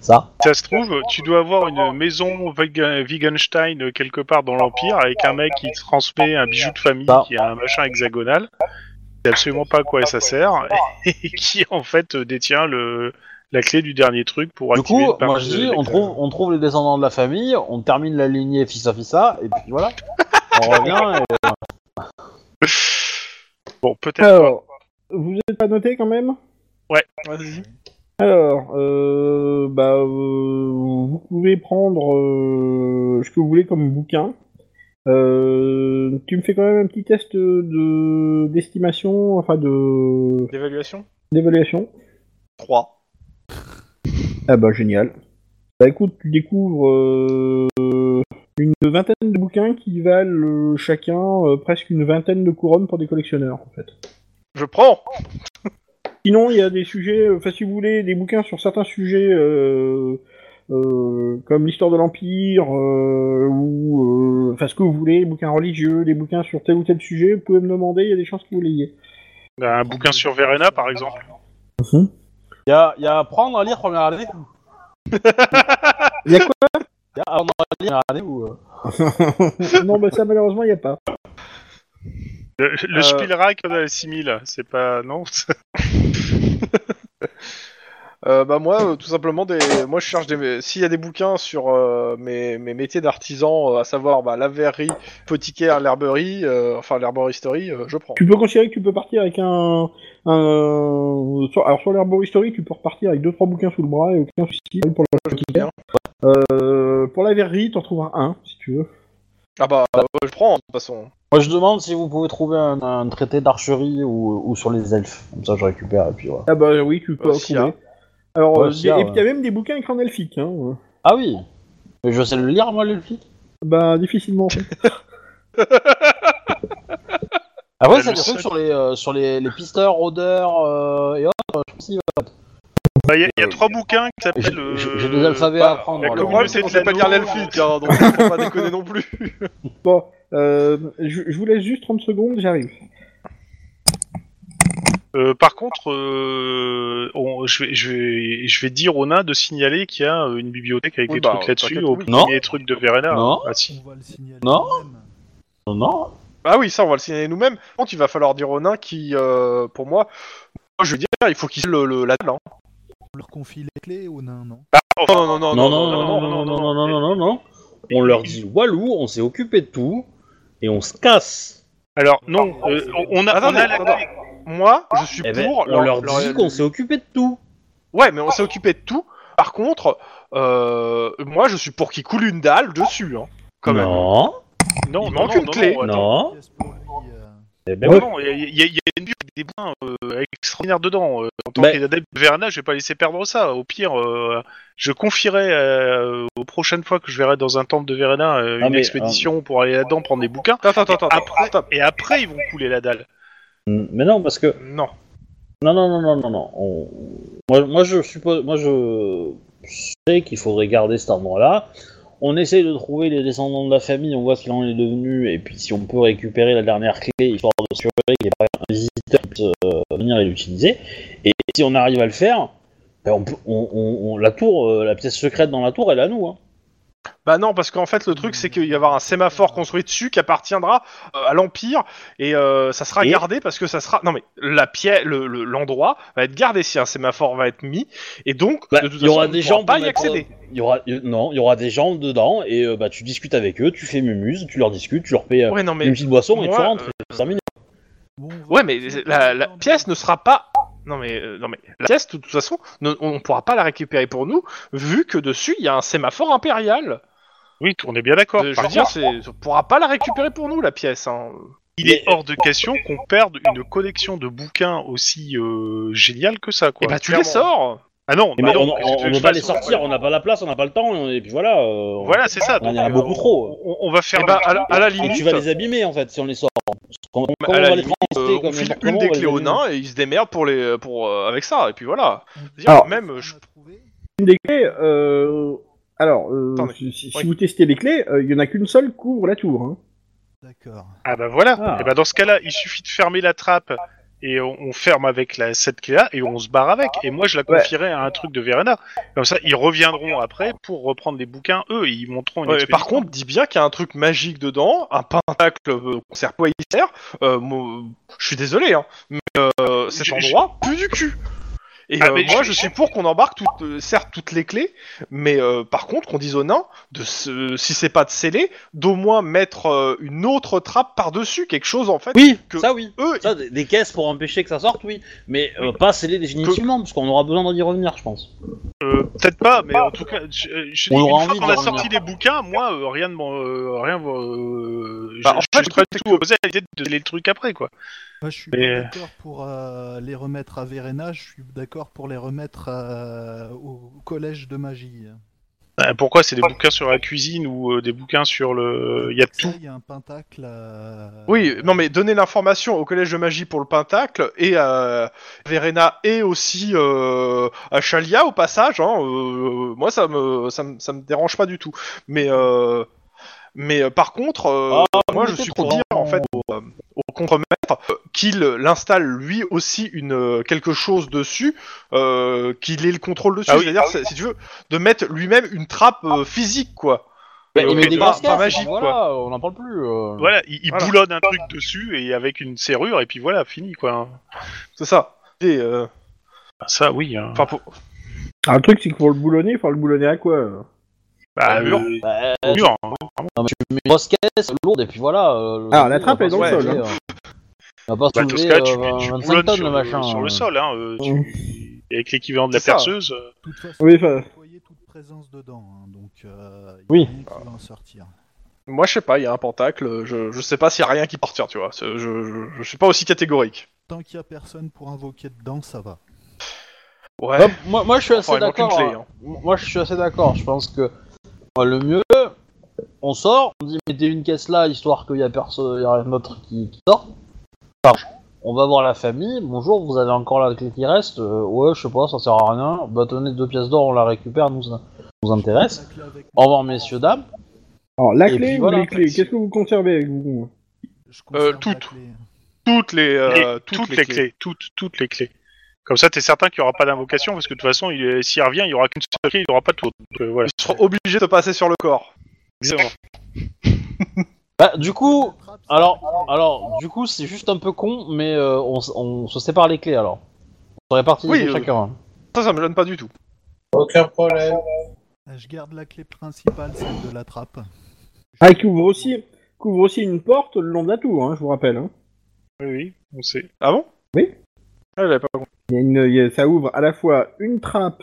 [SPEAKER 2] ça.
[SPEAKER 3] Ça se trouve, tu dois avoir une maison Wiga- Wittgenstein euh, quelque part dans l'Empire avec un mec qui te transmet un bijou de famille
[SPEAKER 2] Bah.
[SPEAKER 3] qui a un machin hexagonal. C'est absolument pas à quoi ça sert et qui en fait euh, détient le la clé du dernier truc pour
[SPEAKER 2] Du
[SPEAKER 3] activer
[SPEAKER 2] coup,
[SPEAKER 3] le
[SPEAKER 2] moi je dis, on trouve, on trouve les descendants de la famille, on termine la lignée fils à fils à, et puis voilà. On revient et.
[SPEAKER 3] Bon, peut-être
[SPEAKER 1] Alors, vous n'êtes pas noté quand même
[SPEAKER 5] Vas-y.
[SPEAKER 1] Alors, euh, bah, euh, vous pouvez prendre euh, ce que vous voulez comme bouquin. Euh, tu me fais quand même un petit test de d'estimation, enfin de
[SPEAKER 5] L'évaluation
[SPEAKER 1] d'évaluation.
[SPEAKER 5] 3.
[SPEAKER 1] Ah bah génial. Bah écoute, tu découvres euh, une vingtaine de bouquins qui valent euh, chacun euh, presque une vingtaine de couronnes pour des collectionneurs en fait.
[SPEAKER 5] Je prends
[SPEAKER 1] Sinon, il y a des sujets, euh, enfin si vous voulez, des bouquins sur certains sujets euh, euh, comme l'histoire de l'Empire euh, ou euh, enfin ce que vous voulez, des bouquins religieux, des bouquins sur tel ou tel sujet, vous pouvez me demander, il y a des chances que vous l'ayez.
[SPEAKER 3] on a un bouquin sur Verena par exemple.
[SPEAKER 2] Mhm. Il y a, y a à prendre à lire, première année.
[SPEAKER 1] Il y a quoi
[SPEAKER 2] Y a à prendre à lire, première année ou. euh,
[SPEAKER 1] non, bah ça malheureusement, il n'y a pas.
[SPEAKER 3] Le, le
[SPEAKER 5] Euh.
[SPEAKER 3] Spielrack euh, 6000, c'est pas non,
[SPEAKER 5] Euh, bah moi, euh, tout simplement, des... moi je cherche des. S'il y a des bouquins sur euh, mes... mes métiers d'artisan, euh, à savoir bah, la verrerie, poticaire, l'herberie, euh, enfin l'herboristerie, euh, je prends.
[SPEAKER 1] Tu peux considérer que tu peux partir avec un. un sur- alors sur l'herboristerie, tu peux repartir avec deux trois bouquins sous le bras et aucun souci. Pour la,
[SPEAKER 5] Je veux bien.
[SPEAKER 1] euh, pour la verrerie, t'en trouveras un si tu veux.
[SPEAKER 5] Ah bah, euh, je prends de toute façon.
[SPEAKER 2] Moi je demande si vous pouvez trouver un, un traité d'archerie ou, ou sur les elfes, comme ça je récupère et puis voilà.
[SPEAKER 1] Ah bah oui, tu peux
[SPEAKER 5] Euh,
[SPEAKER 1] en
[SPEAKER 5] si, hein.
[SPEAKER 1] trouver. Alors,
[SPEAKER 2] Ouais,
[SPEAKER 1] euh,
[SPEAKER 2] si,
[SPEAKER 1] des-
[SPEAKER 2] ah,
[SPEAKER 1] et puis il y a même des bouquins avec elfique. Hein.
[SPEAKER 2] Ah oui Mais je sais le lire, moi, l'elfique.
[SPEAKER 1] Bah, difficilement.
[SPEAKER 2] Après,
[SPEAKER 7] Ah
[SPEAKER 3] Bah,
[SPEAKER 2] c'est
[SPEAKER 3] le
[SPEAKER 2] des trucs
[SPEAKER 3] seul-
[SPEAKER 2] sur les, euh, sur les, les pisteurs, odeurs euh, et autres. Je pense qu'il va-
[SPEAKER 3] Bah, Il y, a- il y a trois bouquins qui
[SPEAKER 2] euh, J'ai
[SPEAKER 3] s'appellent. euh,
[SPEAKER 2] j'ai- j'ai des alphabets à
[SPEAKER 5] bah,
[SPEAKER 2] apprendre.
[SPEAKER 5] Et le
[SPEAKER 2] alors.
[SPEAKER 5] problème, c'est qu'on sait pas lire l'elfique, hein, donc faut pas déconner non plus.
[SPEAKER 1] bon, euh, je je vous laisse juste 30 secondes, j'arrive.
[SPEAKER 3] Euh, par contre, euh, on- je, vais, je, vais, je vais dire aux nains de signaler qu'il y a euh, une bibliothèque avec
[SPEAKER 5] Oui,
[SPEAKER 3] des
[SPEAKER 5] bah,
[SPEAKER 3] trucs là-dessus,
[SPEAKER 5] t'inquiète,
[SPEAKER 3] au
[SPEAKER 5] oui.
[SPEAKER 2] Non.
[SPEAKER 3] premier truc de Verena.
[SPEAKER 2] Non.
[SPEAKER 3] Ah, si.
[SPEAKER 6] On va le signaler.
[SPEAKER 2] Non.
[SPEAKER 6] quand même.
[SPEAKER 2] Non, non.
[SPEAKER 5] Bah oui, ça, on va le signaler nous-mêmes. Par contre, il va falloir dire aux nains qui, euh, pour moi, moi je veux dire, il faut qu'ils sachent le, le- la table. Hein.
[SPEAKER 6] On leur confie les clés aux nains, non
[SPEAKER 5] Oh, non, non,
[SPEAKER 7] Non, non, non, non, non, non, non, non, non, non. On leur dit Walou, on s'est occupé de tout, et on se casse.
[SPEAKER 3] Alors, non, euh, on- on a,
[SPEAKER 5] Attends,
[SPEAKER 3] on a la-
[SPEAKER 5] attends, attends. Moi, je suis
[SPEAKER 7] Eh ben,
[SPEAKER 5] pour.
[SPEAKER 7] on leur dit qu'on s'est occupé de tout.
[SPEAKER 5] Ouais, mais on s'est occupé de tout. Par contre, euh, moi, je suis pour qu'il coule une dalle dessus, hein, quand même.
[SPEAKER 7] non,
[SPEAKER 3] non,
[SPEAKER 5] il
[SPEAKER 3] non,
[SPEAKER 5] manque
[SPEAKER 3] non,
[SPEAKER 5] une
[SPEAKER 3] non,
[SPEAKER 5] clé.
[SPEAKER 3] non, attends.
[SPEAKER 7] non.
[SPEAKER 6] Yes, pour lui, euh,
[SPEAKER 7] Eh ben,
[SPEAKER 3] Non,
[SPEAKER 7] ouais.
[SPEAKER 3] non, il y, a- il y a- il y a une bibliothèque avec des points euh, extraordinaires dedans. euh, en tant
[SPEAKER 7] Mais-
[SPEAKER 3] qu'adepte de Verena, je vais pas laisser perdre ça. Au pire, euh, je confierai euh, aux prochaines fois que je verrai dans un temple de Verena euh,
[SPEAKER 2] Ah,
[SPEAKER 3] une
[SPEAKER 2] mais,
[SPEAKER 3] expédition pour aller là-dedans prendre des bouquins.
[SPEAKER 5] Attends, attends, attends,
[SPEAKER 3] Après-
[SPEAKER 5] attends, attends.
[SPEAKER 3] Et après, ils vont couler la dalle.
[SPEAKER 7] Mais non, parce
[SPEAKER 3] Ah,
[SPEAKER 7] que
[SPEAKER 5] Non.
[SPEAKER 7] Non, non, non, non, non, non. On- Moi, moi, je suppose, moi, je sais qu'il faudrait garder cet endroit-là. On essaye de trouver les descendants de la famille, on voit ce qu'il en est devenu, et puis si on peut récupérer la dernière clé, histoire de s'assurer qu'il n'y ait pas un visiteur qui puisse euh, venir et l'utiliser. Et si on arrive à le faire, ben, on, peut- on- on- on- la tour, euh, la pièce secrète dans la tour, elle est à nous. Hein.
[SPEAKER 5] Bah non, parce qu'en fait, le truc, c'est qu'il va y avoir un sémaphore construit dessus qui appartiendra euh, à l'Empire et euh, ça sera
[SPEAKER 7] Et
[SPEAKER 5] gardé parce que ça sera. Non mais la pièce, le- le- l'endroit va être gardé si un sémaphore va être mis et donc
[SPEAKER 7] Bah,
[SPEAKER 5] de toute
[SPEAKER 7] il y aura
[SPEAKER 5] façon, on
[SPEAKER 7] des
[SPEAKER 5] pourra
[SPEAKER 7] gens
[SPEAKER 5] pas
[SPEAKER 7] pour
[SPEAKER 5] y
[SPEAKER 7] mettre-
[SPEAKER 5] accéder.
[SPEAKER 7] Il y aura, il- non, il y aura des gens dedans, et euh, bah, tu discutes avec eux, tu fais mumuse, tu leur discutes, tu leur payes euh,
[SPEAKER 5] Ouais, non mais
[SPEAKER 7] une petite boisson et tu
[SPEAKER 5] moi,
[SPEAKER 7] rentres.
[SPEAKER 5] euh,
[SPEAKER 7] et ça termine.
[SPEAKER 6] bon, on va-
[SPEAKER 5] Ouais, mais la, la pièce ne sera pas. Non mais, euh, non mais la pièce, de toute façon, ne- on ne pourra pas la récupérer pour nous, vu que dessus il y a un sémaphore impérial.
[SPEAKER 3] Oui, on est bien d'accord.
[SPEAKER 5] Euh, je
[SPEAKER 3] Par
[SPEAKER 5] veux dire,
[SPEAKER 3] contre,
[SPEAKER 5] c'est- on pourra pas la récupérer pour nous la pièce. Hein.
[SPEAKER 3] il est hors de question qu'on perde une collection de bouquins aussi euh, géniale que ça,
[SPEAKER 7] Eh
[SPEAKER 3] quoi.
[SPEAKER 5] et bah tu
[SPEAKER 3] Clairement.
[SPEAKER 5] les sors.
[SPEAKER 3] Ah non,
[SPEAKER 7] Et
[SPEAKER 2] Eh
[SPEAKER 3] bah
[SPEAKER 7] mais
[SPEAKER 3] non,
[SPEAKER 7] on-
[SPEAKER 3] parce que
[SPEAKER 7] on
[SPEAKER 3] de
[SPEAKER 7] ne
[SPEAKER 3] toute
[SPEAKER 7] peut pas les
[SPEAKER 3] façon,
[SPEAKER 7] sortir, on n'a pas la place, on n'a pas le temps, et puis voilà. euh,
[SPEAKER 3] Voilà, c'est ça.
[SPEAKER 7] on
[SPEAKER 3] donc,
[SPEAKER 7] y en a
[SPEAKER 3] euh,
[SPEAKER 7] beaucoup trop.
[SPEAKER 3] on- on va
[SPEAKER 5] Et
[SPEAKER 3] faire.
[SPEAKER 5] bah
[SPEAKER 3] le-
[SPEAKER 5] à, la- à la
[SPEAKER 7] Et
[SPEAKER 5] limite,
[SPEAKER 7] tu vas les abîmer en fait si on les sort. Parce qu'on-
[SPEAKER 5] à
[SPEAKER 7] comment
[SPEAKER 5] la
[SPEAKER 7] on va les
[SPEAKER 5] limite,
[SPEAKER 7] transporter
[SPEAKER 5] euh, on
[SPEAKER 7] comme
[SPEAKER 5] file
[SPEAKER 7] n'importe
[SPEAKER 5] une
[SPEAKER 7] comment,
[SPEAKER 5] des
[SPEAKER 7] on va les
[SPEAKER 5] clés aux
[SPEAKER 7] abîmer.
[SPEAKER 5] nains et ils se démerdent pour les pour euh, avec ça. Et puis voilà.
[SPEAKER 6] on-
[SPEAKER 5] Dire,
[SPEAKER 1] Alors-
[SPEAKER 5] même, je-
[SPEAKER 6] on a trouvé.
[SPEAKER 1] Une des clés, euh, alors, euh,
[SPEAKER 5] Attendez.
[SPEAKER 1] si, si
[SPEAKER 5] Oui.
[SPEAKER 1] vous testez les clés, euh, il y en a qu'une seule qui ouvre la tour. Hein.
[SPEAKER 6] D'accord.
[SPEAKER 3] Ah bah voilà.
[SPEAKER 7] Ah.
[SPEAKER 3] Et bah dans ce cas-là, il suffit de fermer la trappe et on, on ferme avec la, cette clé-là et on se barre avec. Et moi, je la
[SPEAKER 1] Ouais.
[SPEAKER 3] confierai à un truc de Verena. Comme ça, ils reviendront après pour reprendre les bouquins. Eux, et ils monteront. Une
[SPEAKER 5] Ouais, mais par
[SPEAKER 3] expédition.
[SPEAKER 5] contre, dis bien qu'il y a un truc magique dedans, un pentacle euh, qu'on sert pas à y faire. Euh, moi, je suis désolé, hein, mais euh, cet
[SPEAKER 3] Je-
[SPEAKER 5] endroit pue du cul. Et
[SPEAKER 3] Ah,
[SPEAKER 5] euh,
[SPEAKER 3] mais
[SPEAKER 5] moi,
[SPEAKER 3] je-
[SPEAKER 5] je suis pour qu'on embarque, toutes, euh, certes, toutes les clés, mais euh, par contre, qu'on dise aux nains, de se- si c'est pas de sceller, d'au moins mettre euh, une autre trappe par-dessus, quelque chose en fait.
[SPEAKER 7] Oui,
[SPEAKER 5] que-
[SPEAKER 7] ça oui.
[SPEAKER 5] Eux,
[SPEAKER 7] Ça, des, des caisses pour empêcher que ça sorte, oui. Mais euh, pas sceller définitivement, parce qu'on aura besoin d'y revenir, je pense.
[SPEAKER 3] Euh, peut-être pas, mais en tout cas, je, euh, je
[SPEAKER 7] On
[SPEAKER 3] dis,
[SPEAKER 7] aura
[SPEAKER 3] une fois
[SPEAKER 7] envie
[SPEAKER 3] qu'on
[SPEAKER 7] de
[SPEAKER 3] a
[SPEAKER 7] revenir.
[SPEAKER 3] sorti les bouquins, moi, euh, rien de mon, euh, rien. euh, je,
[SPEAKER 5] Bah, en
[SPEAKER 3] je
[SPEAKER 5] fait,
[SPEAKER 3] suis
[SPEAKER 5] le
[SPEAKER 3] pas
[SPEAKER 5] truc,
[SPEAKER 3] du
[SPEAKER 5] c'est
[SPEAKER 3] tout opposé à l'idée de les trucs après, quoi.
[SPEAKER 6] Moi, Bah, je suis
[SPEAKER 3] Mais, euh,
[SPEAKER 6] pas d'accord pour euh, les remettre à Verena, je suis d'accord pour les remettre euh, au collège de magie.
[SPEAKER 3] Euh, pourquoi c'est des bouquins sur la cuisine ou euh, des bouquins sur
[SPEAKER 5] Euh,
[SPEAKER 3] le, il y a
[SPEAKER 6] Ça,
[SPEAKER 3] tout.
[SPEAKER 6] Il y a un pentacle. euh,
[SPEAKER 5] Oui, non mais donner l'information au collège de magie pour le pentacle et à Verena et aussi euh, à Chalia au passage. Hein, euh, moi ça me, ça me ça me dérange pas du tout. Mais euh, mais euh, par contre, euh, moi je suis pour dire en fait au, euh, au contremaître euh, qu'il installe lui aussi une euh, quelque chose dessus, euh, qu'il ait le contrôle dessus.
[SPEAKER 3] Ah oui,
[SPEAKER 5] C'est-à-dire c'est- si tu veux de mettre lui-même une trappe euh, physique quoi.
[SPEAKER 3] il
[SPEAKER 5] Euh,
[SPEAKER 3] met des
[SPEAKER 5] pas-
[SPEAKER 3] grosses
[SPEAKER 5] pas magique quoi.
[SPEAKER 2] Voilà, on n'en parle plus. euh.
[SPEAKER 3] Voilà, il, il
[SPEAKER 5] Voilà.
[SPEAKER 3] boulonne un truc dessus et avec une serrure et puis voilà, fini quoi.
[SPEAKER 5] C'est ça. Et, euh,
[SPEAKER 3] Bah, Ça, oui. hein.
[SPEAKER 5] enfin, pour-
[SPEAKER 1] Alors, le truc, c'est que pour le boulonner, il faut le boulonner à quoi euh
[SPEAKER 3] Bah,
[SPEAKER 5] un mur.
[SPEAKER 3] euh,
[SPEAKER 2] Bah,
[SPEAKER 3] mur, hein.
[SPEAKER 2] mais grosse caisse, lourde, et puis voilà. euh, le-
[SPEAKER 1] Ah, la trappe
[SPEAKER 2] on va
[SPEAKER 1] est dans
[SPEAKER 2] pas
[SPEAKER 5] le
[SPEAKER 2] soulever,
[SPEAKER 1] sol,
[SPEAKER 2] euh, On va pas
[SPEAKER 3] Bah, dans ce
[SPEAKER 2] soulever
[SPEAKER 3] cas, tu,
[SPEAKER 2] euh,
[SPEAKER 3] tu
[SPEAKER 2] 25
[SPEAKER 3] boulonnes
[SPEAKER 2] tonnes
[SPEAKER 3] sur,
[SPEAKER 2] le
[SPEAKER 3] le-
[SPEAKER 2] machin.
[SPEAKER 3] sur le
[SPEAKER 2] euh.
[SPEAKER 3] sol, hein, euh, tu- avec l'équivalent de la
[SPEAKER 5] C'est ça.
[SPEAKER 3] perceuse. euh.
[SPEAKER 6] De toute façon,
[SPEAKER 1] Oui,
[SPEAKER 6] il
[SPEAKER 1] enfin-
[SPEAKER 6] faut nettoyer toute présence dedans, hein, donc euh, il y
[SPEAKER 2] Oui.
[SPEAKER 6] a rien qui
[SPEAKER 5] Ah.
[SPEAKER 6] va en sortir.
[SPEAKER 5] Moi, je sais pas, il y a un pentacle, je, je sais pas s'il y a rien qui peut sortir, tu vois. c'est- Je, je, je suis pas aussi catégorique.
[SPEAKER 6] Tant qu'il y a personne pour invoquer dedans, ça va.
[SPEAKER 5] Ouais.
[SPEAKER 2] Bah, moi, moi, je suis assez
[SPEAKER 5] Enfin, Ah, il manque une
[SPEAKER 2] d'accord.
[SPEAKER 5] clé, hein.
[SPEAKER 2] hein. Moi, je suis assez d'accord. Je pense que
[SPEAKER 8] Bah, le mieux, on sort, on dit mettez une caisse là, histoire qu'il y a personne, il y a rien d'autre qui, qui sort. Enfin, on va voir la famille, bonjour, vous avez encore la clé qui reste, Euh, ouais, je sais pas, ça sert à rien, bah tenez deux pièces d'or, on la récupère, nous, ça nous intéresse. Au revoir, messieurs, dames.
[SPEAKER 1] Alors, la
[SPEAKER 8] Et
[SPEAKER 1] clé
[SPEAKER 8] puis
[SPEAKER 1] ou
[SPEAKER 8] voilà.
[SPEAKER 1] les clés Qu'est-ce que vous conservez avec vous
[SPEAKER 6] Je conserve
[SPEAKER 5] Euh, toutes.
[SPEAKER 6] la clé.
[SPEAKER 5] Toutes les, euh,
[SPEAKER 3] Les- toutes, les clés. Toutes, toutes les clés. Comme ça, t'es certain qu'il n'y aura pas d'invocation, parce que de toute façon, il est- s'il revient, il n'y aura qu'une seule clé, il n'aura pas tout. Donc, euh, voilà.
[SPEAKER 5] Ils seront obligés de se passer sur le corps.
[SPEAKER 3] Exactement.
[SPEAKER 8] Bah, du coup,
[SPEAKER 6] La trappe, c'est
[SPEAKER 8] alors,
[SPEAKER 6] la clé.
[SPEAKER 8] alors, du coup, c'est juste un peu con, mais euh, on, s- on se sépare les clés alors. On se répartit
[SPEAKER 5] Oui,
[SPEAKER 8] les clés
[SPEAKER 5] euh,
[SPEAKER 8] chacun.
[SPEAKER 5] Ça, ça me gêne pas du tout.
[SPEAKER 4] Aucun problème.
[SPEAKER 6] Euh, Je garde la clé principale, celle de la trappe.
[SPEAKER 1] Ah, il couvre aussi, couvre aussi une porte le long de la tour, hein, je vous rappelle. hein.
[SPEAKER 3] Oui, oui, on sait.
[SPEAKER 5] Ah bon
[SPEAKER 1] Oui.
[SPEAKER 5] Ah, j'avais pas compris.
[SPEAKER 1] Il y a une, il y a- ça ouvre à la fois une trappe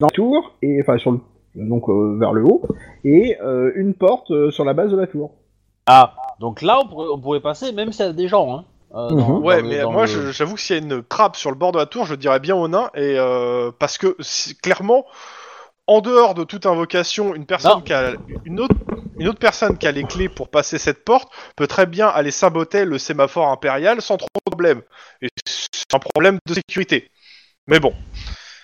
[SPEAKER 1] dans la tour, et, enfin, sur le, donc euh, vers le haut, et euh, une porte euh, sur la base de la tour.
[SPEAKER 8] Ah, donc là, on pourrait, on pourrait passer, même s'il y a des gens. Hein, euh, dans-
[SPEAKER 1] Mhm.
[SPEAKER 8] dans
[SPEAKER 5] Ouais,
[SPEAKER 8] le-
[SPEAKER 5] mais
[SPEAKER 8] dans
[SPEAKER 5] moi,
[SPEAKER 8] le-
[SPEAKER 5] je- j'avoue que s'il y a une trappe sur le bord de la tour, je dirais bien au nain, et euh, parce que c'est- clairement, en dehors de toute invocation, une personne
[SPEAKER 8] Non.
[SPEAKER 5] qui a une autre, une autre personne qui a les clés pour passer cette porte peut très bien aller saboter le sémaphore impérial sans trop de problème. Et c'est un problème de sécurité. Mais bon,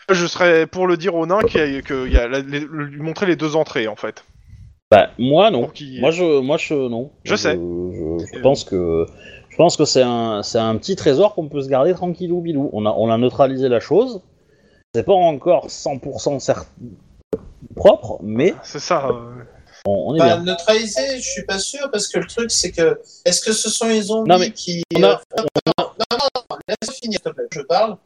[SPEAKER 5] je serais pour le dire au nain qu'il y a- qu'il y a la- les- lui montrer les deux entrées en fait.
[SPEAKER 2] Bah, moi, non.
[SPEAKER 5] Pour qu'il-
[SPEAKER 2] Moi je, moi je, non.
[SPEAKER 5] Je sais.
[SPEAKER 2] Je, je
[SPEAKER 5] Euh.
[SPEAKER 2] pense que, je pense que c'est un, c'est un petit trésor qu'on peut se garder tranquillou bilou. On a, on a neutralisé la chose. C'est pas encore 100% cer- propre, mais
[SPEAKER 5] C'est ça. euh,
[SPEAKER 2] on, on est
[SPEAKER 4] Bah,
[SPEAKER 2] bien.
[SPEAKER 4] neutraliser, je suis pas sûr, parce que le truc, c'est que. Est-ce que ce sont les zombies
[SPEAKER 2] Non, mais
[SPEAKER 4] qui.
[SPEAKER 2] on a-
[SPEAKER 4] euh, Laisse finir, s'il te plaît, je parle.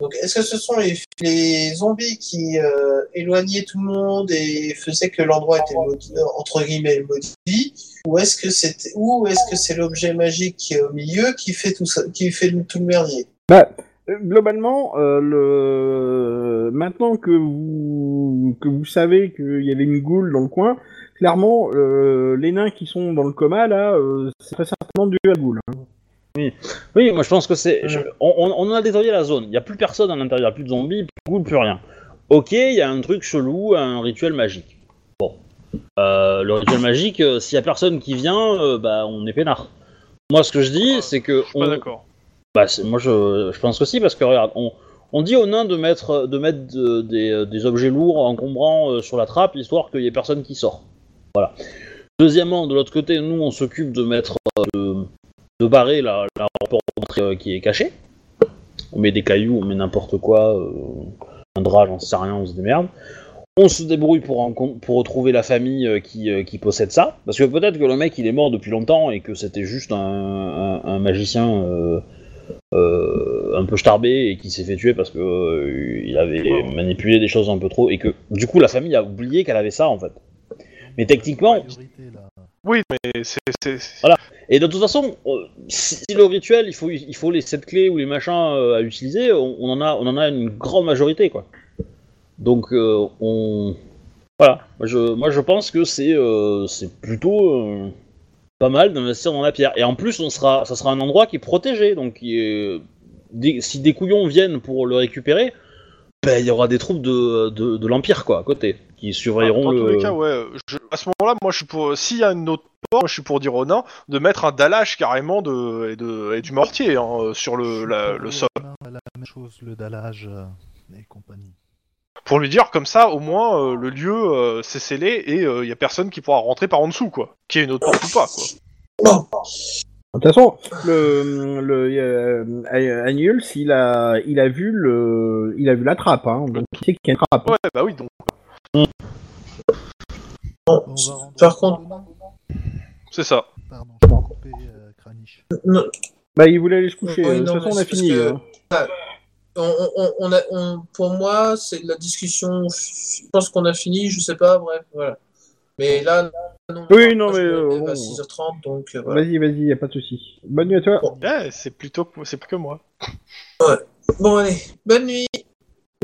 [SPEAKER 4] Donc, est-ce que ce sont les, les zombies qui euh, éloignaient tout le monde et faisaient que l'endroit était maudit- euh, entre guillemets maudit, ou est-ce que c'était, ou est-ce que c'est l'objet magique qui est au milieu qui fait tout ça, qui fait tout le merdier
[SPEAKER 1] Bah, euh, globalement, euh, le... maintenant que vous... que vous savez qu'il y avait une goule dans le coin, clairement, euh, les nains qui sont dans le coma, là, euh, c'est très certainement dû à la goule. hein.
[SPEAKER 2] Oui, moi je pense que
[SPEAKER 5] euh.
[SPEAKER 2] c'est. je- On, on- on a détaillé la zone. Il n'y a plus personne à l'intérieur, plus de zombies, plus de ghouls, plus rien. Ok, il y a un truc chelou, un rituel magique. Bon. Euh, le rituel magique, euh, s'il y a personne qui vient, euh, bah on est peinard. Moi ce que je dis,
[SPEAKER 5] Euh,
[SPEAKER 2] c'est que.
[SPEAKER 5] je suis
[SPEAKER 2] on-
[SPEAKER 5] pas d'accord.
[SPEAKER 2] bah, c'est- moi je, je pense que si, parce que regarde, on, on dit aux nains de mettre, de mettre de- des, euh, des objets lourds encombrants euh, sur la trappe, histoire qu'il y ait personne qui sort. Voilà. Deuxièmement, de l'autre côté, nous on s'occupe de mettre, euh, de, de barrer la, la porte d'entrée, euh, qui est cachée. On met des cailloux, on met n'importe quoi, euh, un drap, j'en sais rien, on se démerde. On se débrouille pour, rencon- pour retrouver la famille euh, qui, euh, qui possède ça. Parce que peut-être que le mec il est mort depuis longtemps et que c'était juste un, un- un magicien euh, euh, un peu starbé et qui s'est fait tuer parce que euh, il avait manipulé des choses un peu trop et que du coup la famille a oublié qu'elle avait ça en fait. Mais techniquement,
[SPEAKER 6] Priorité, là.
[SPEAKER 5] Oui, mais c'est- c'est
[SPEAKER 2] et de toute façon, euh, si, si le rituel il faut il faut les sept clés ou les machins euh, à utiliser, on, on en a on en a une grande majorité quoi. Donc euh, on voilà, moi je moi je pense que c'est euh, c'est plutôt euh, pas mal d'investir dans la pierre et en plus on sera ça sera un endroit qui est protégé donc qui est- des- si des couillons viennent pour le récupérer, ben, il y aura des troupes de, de, de l'empire quoi à côté qui surveilleront
[SPEAKER 5] Bah, Dans tous
[SPEAKER 2] le
[SPEAKER 5] les cas, ouais. euh, je- à ce moment-là, moi, je suis pour. S'il y a une autre porte, moi, je suis pour dire aux nains de mettre un dallage carrément de et, de- et du mortier hein, sur le, la- le sol
[SPEAKER 6] On a La même chose, le dallage euh, et compagnie.
[SPEAKER 5] pour lui dire comme ça, au moins euh, le lieu euh, c'est scellé et euh, il y a personne qui pourra rentrer par en dessous, quoi. Qu'il y ait une autre porte ou pas, quoi.
[SPEAKER 4] Bon,
[SPEAKER 1] De toute façon, le, le euh, A- Agnus, il a, il a vu le, il a vu la trappe, hein, donc il sait qu'il y a une trappe.
[SPEAKER 5] Ouais, bah oui, donc.
[SPEAKER 4] bon.
[SPEAKER 6] On va rendre
[SPEAKER 4] Par contre-
[SPEAKER 5] C'est ça.
[SPEAKER 6] Pardon, je t'ai coupé, euh, Kranich.
[SPEAKER 1] Bah, il voulait aller se coucher. de
[SPEAKER 4] Oui,
[SPEAKER 1] toute
[SPEAKER 4] non,
[SPEAKER 1] façon, on
[SPEAKER 4] mais
[SPEAKER 1] a
[SPEAKER 4] c'est
[SPEAKER 1] fini.
[SPEAKER 4] parce que-
[SPEAKER 1] hein.
[SPEAKER 4] on, on- on a, on- pour moi, c'est de la discussion. Je pense qu'on a fini, je sais pas, bref, voilà. Mais là, non.
[SPEAKER 1] Oui, non,
[SPEAKER 4] parce
[SPEAKER 1] mais,
[SPEAKER 4] qu'on
[SPEAKER 1] euh,
[SPEAKER 4] est
[SPEAKER 1] bon.
[SPEAKER 4] à 6h30, donc euh, voilà.
[SPEAKER 1] Vas-y, vas-y, y a pas de souci. Bonne nuit à toi.
[SPEAKER 5] Ouais, c'est plutôt que- c'est plus que moi.
[SPEAKER 4] Bon, allez, bonne nuit.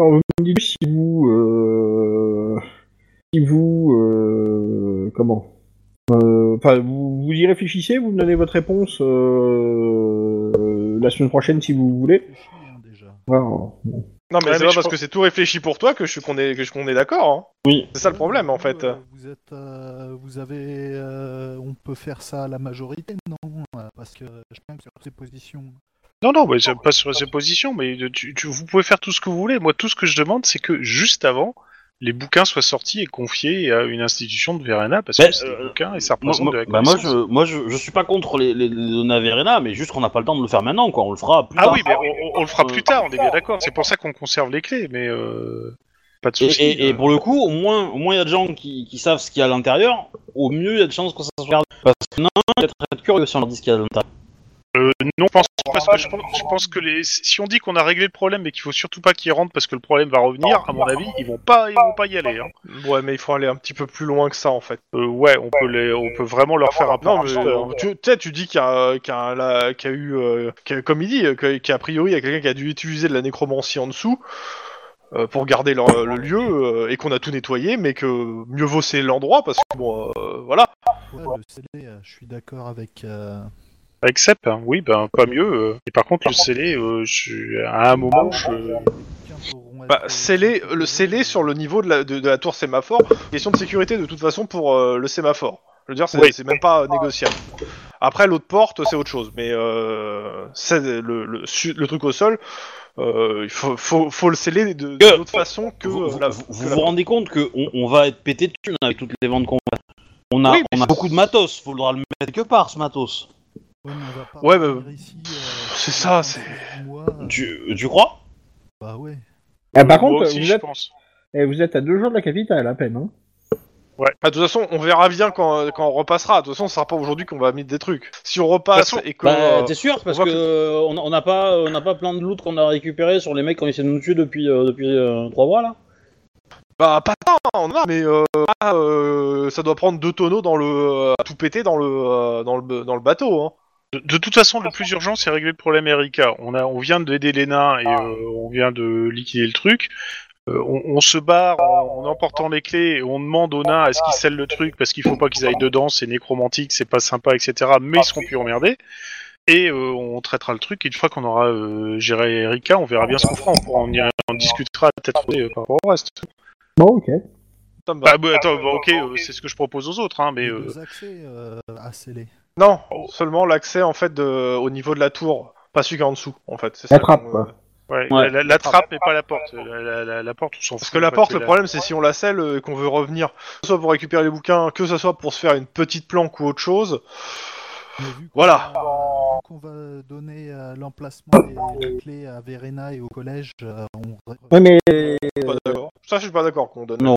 [SPEAKER 1] Alors, vous me dites si vous. euh, si vous. euh, comment Euh, Enfin, vous, vous y réfléchissez, vous me donnez votre réponse euh, la semaine prochaine si vous voulez.
[SPEAKER 6] Réfléchis, hein, déjà.
[SPEAKER 1] Voilà.
[SPEAKER 5] Non, mais
[SPEAKER 3] Ouais,
[SPEAKER 5] c'est
[SPEAKER 3] mais
[SPEAKER 5] pas
[SPEAKER 3] je
[SPEAKER 5] parce
[SPEAKER 3] pense-
[SPEAKER 5] que c'est tout réfléchi pour toi que je suis qu'on est, que je- qu'on est d'accord. hein.
[SPEAKER 2] Oui.
[SPEAKER 5] C'est ça le problème en fait.
[SPEAKER 6] Euh, Vous êtes, euh, vous avez, euh, on peut faire ça à la majorité, non euh, Parce que chacun sur ses positions.
[SPEAKER 3] Non, non, mais j'aime pas sur ces positions, mais euh, tu- tu- vous pouvez faire tout ce que vous voulez. Moi, tout ce que je demande, c'est que juste avant, les bouquins soient sortis et confiés à une institution de Verena, parce
[SPEAKER 2] Ben,
[SPEAKER 3] que c'est des
[SPEAKER 2] euh,
[SPEAKER 3] bouquins et ça
[SPEAKER 2] Moi,
[SPEAKER 3] représente
[SPEAKER 2] moi-
[SPEAKER 3] de la
[SPEAKER 2] bah, moi,
[SPEAKER 3] connaissance.
[SPEAKER 2] je, moi je, je suis pas contre les, les, les Dona Verena, mais juste qu'on n'a pas le temps de le faire maintenant, quoi. On le fera plus
[SPEAKER 3] Ah
[SPEAKER 2] tard.
[SPEAKER 3] oui, mais on- on, on le fera
[SPEAKER 2] Euh,
[SPEAKER 3] plus tard, on est bien d'accord. C'est pour ça qu'on conserve les clés, mais euh, pas de
[SPEAKER 2] Et,
[SPEAKER 3] soucis.
[SPEAKER 2] et- et
[SPEAKER 5] euh,
[SPEAKER 2] pour le coup, au moins, au moins il y a des gens qui, qui savent ce qu'il y a à l'intérieur. Au mieux, il y a de chances que ça se regarde. Parce que non, il y a très peu de curieux si on leur dit ce qu'il y a à l'intérieur.
[SPEAKER 3] Euh, non, je pense pas, parce que je pense, je pense que les, si on dit qu'on a réglé le problème mais qu'il faut surtout pas qu'ils rentrent parce que le problème va revenir, à mon avis, ils vont pas, ils vont pas y aller. hein.
[SPEAKER 5] Ouais, mais il faut aller un petit peu plus loin que ça en fait.
[SPEAKER 3] Euh, ouais, on peut les, on peut vraiment leur faire un peu.
[SPEAKER 5] Non, mais
[SPEAKER 3] un
[SPEAKER 5] euh,
[SPEAKER 3] tort.
[SPEAKER 5] tu sais, tu dis qu'il y a, euh, qu'il y a, la- qu'il y a eu, euh, qu'il y a- comme il dit, euh, que- qu'à priori il y a quelqu'un qui a dû utiliser de la nécromancie en dessous euh, pour garder le, le lieu euh, et qu'on a tout nettoyé, mais que mieux vaut c'est l'endroit parce que bon, euh, voilà.
[SPEAKER 6] Ouais, le scellé, euh, je suis d'accord avec. euh,
[SPEAKER 3] Avec Sep, hein, oui, ben pas mieux. euh. Et par contre, le scellé, euh, je- à un moment, je...
[SPEAKER 6] Tiens, pourront être-
[SPEAKER 5] Bah, sceller,
[SPEAKER 6] euh,
[SPEAKER 5] le sceller sur le niveau de la, de, de la tour sémaphore, question de sécurité de toute façon pour euh, le sémaphore. Je veux dire, c'est
[SPEAKER 3] Oui.
[SPEAKER 5] c'est même pas négociable. Après, l'autre porte, c'est autre chose, mais euh, c'est le, le, su- le truc au sol, euh, il faut, faut, faut le sceller de, de
[SPEAKER 2] Que-
[SPEAKER 5] l'autre façon que
[SPEAKER 2] vous
[SPEAKER 5] euh, la-
[SPEAKER 2] vous,
[SPEAKER 5] que
[SPEAKER 2] vous,
[SPEAKER 5] la-
[SPEAKER 2] vous rendez compte qu'on on va être pété de thunes avec toutes les ventes qu'on a on a,
[SPEAKER 5] Oui, mais
[SPEAKER 2] on a
[SPEAKER 5] c'est-
[SPEAKER 2] beaucoup de matos, faudra le mettre quelque part ce matos.
[SPEAKER 6] Ouais, mais on va pas
[SPEAKER 5] Ouais,
[SPEAKER 6] revenir
[SPEAKER 5] bah,
[SPEAKER 6] ici, euh,
[SPEAKER 5] c'est ça, c'est-
[SPEAKER 6] dans dix mois, euh,
[SPEAKER 2] Tu, tu crois
[SPEAKER 6] Bah ouais.
[SPEAKER 1] Ah, par
[SPEAKER 3] Moi
[SPEAKER 1] contre,
[SPEAKER 3] aussi,
[SPEAKER 1] vous
[SPEAKER 3] je
[SPEAKER 1] êtes,
[SPEAKER 3] pense.
[SPEAKER 1] eh, vous êtes à deux jours de la capitale à peine. Hein.
[SPEAKER 5] Ah, de toute façon, on verra bien quand, quand on repassera. De toute façon, ce sera pas aujourd'hui qu'on va mettre des trucs. Si on repasse
[SPEAKER 3] De toute
[SPEAKER 5] et que.
[SPEAKER 2] Bah,
[SPEAKER 5] euh,
[SPEAKER 2] t'es sûr Parce
[SPEAKER 5] on voit
[SPEAKER 2] que euh, on a- on n'a pas, on n'a pas plein de loot qu'on a récupéré sur les mecs qui ont essayé de nous tuer depuis euh, depuis euh, trois mois là.
[SPEAKER 5] bah, pas tant, on en a, mais euh, ah, euh, ça doit prendre deux tonneaux dans le. à tout péter dans le, euh, dans le, dans le bateau. Hein.
[SPEAKER 3] De, de toute façon, le plus urgent, c'est régler le problème Erika. On, a, on vient d'aider les nains et euh, on vient de liquider le truc. Euh, on, on se barre en, en emportant les clés et on demande aux nains à ce qu'ils scellent le truc parce qu'il faut pas qu'ils aillent dedans, c'est nécromantique, c'est pas sympa, etc. Mais ils seront plus emmerdés. Et euh, on traitera le truc. Et une fois qu'on aura euh, géré Erika, on verra bien ce qu'on fera. On, pourra- on, y- on discutera peut-être euh, par rapport au reste.
[SPEAKER 1] Bon, ok.
[SPEAKER 5] Ça me va.
[SPEAKER 3] Bah, bah, attends, bah, ok, euh, c'est ce que je propose aux autres, hein, mais.
[SPEAKER 6] les
[SPEAKER 3] euh,
[SPEAKER 6] deux accès euh, à sceller.
[SPEAKER 5] Non, seulement l'accès en fait de, au niveau de la tour, pas celui qui est en dessous en fait. c'est ça
[SPEAKER 1] La trappe,
[SPEAKER 5] qu'on, euh,
[SPEAKER 1] quoi.
[SPEAKER 2] Ouais.
[SPEAKER 3] Ouais, la, la- la trappe et pas la porte. La, la- la- la porte, on s'en fout.
[SPEAKER 5] Parce que la
[SPEAKER 3] en fait,
[SPEAKER 5] porte,
[SPEAKER 3] c'est
[SPEAKER 5] le problème c'est si on la scelle euh, et qu'on veut revenir, que ce soit pour récupérer les bouquins, que ce soit pour se faire une petite planque ou autre chose.
[SPEAKER 6] Mais vu qu'on
[SPEAKER 5] Voilà.
[SPEAKER 6] va- vu qu'on va donner euh, l'emplacement des des clés à Verena et au collège, euh, on
[SPEAKER 1] Ouais, mais
[SPEAKER 5] Pas d'accord. Ça, je suis pas d'accord qu'on donne.
[SPEAKER 2] Euh, Non.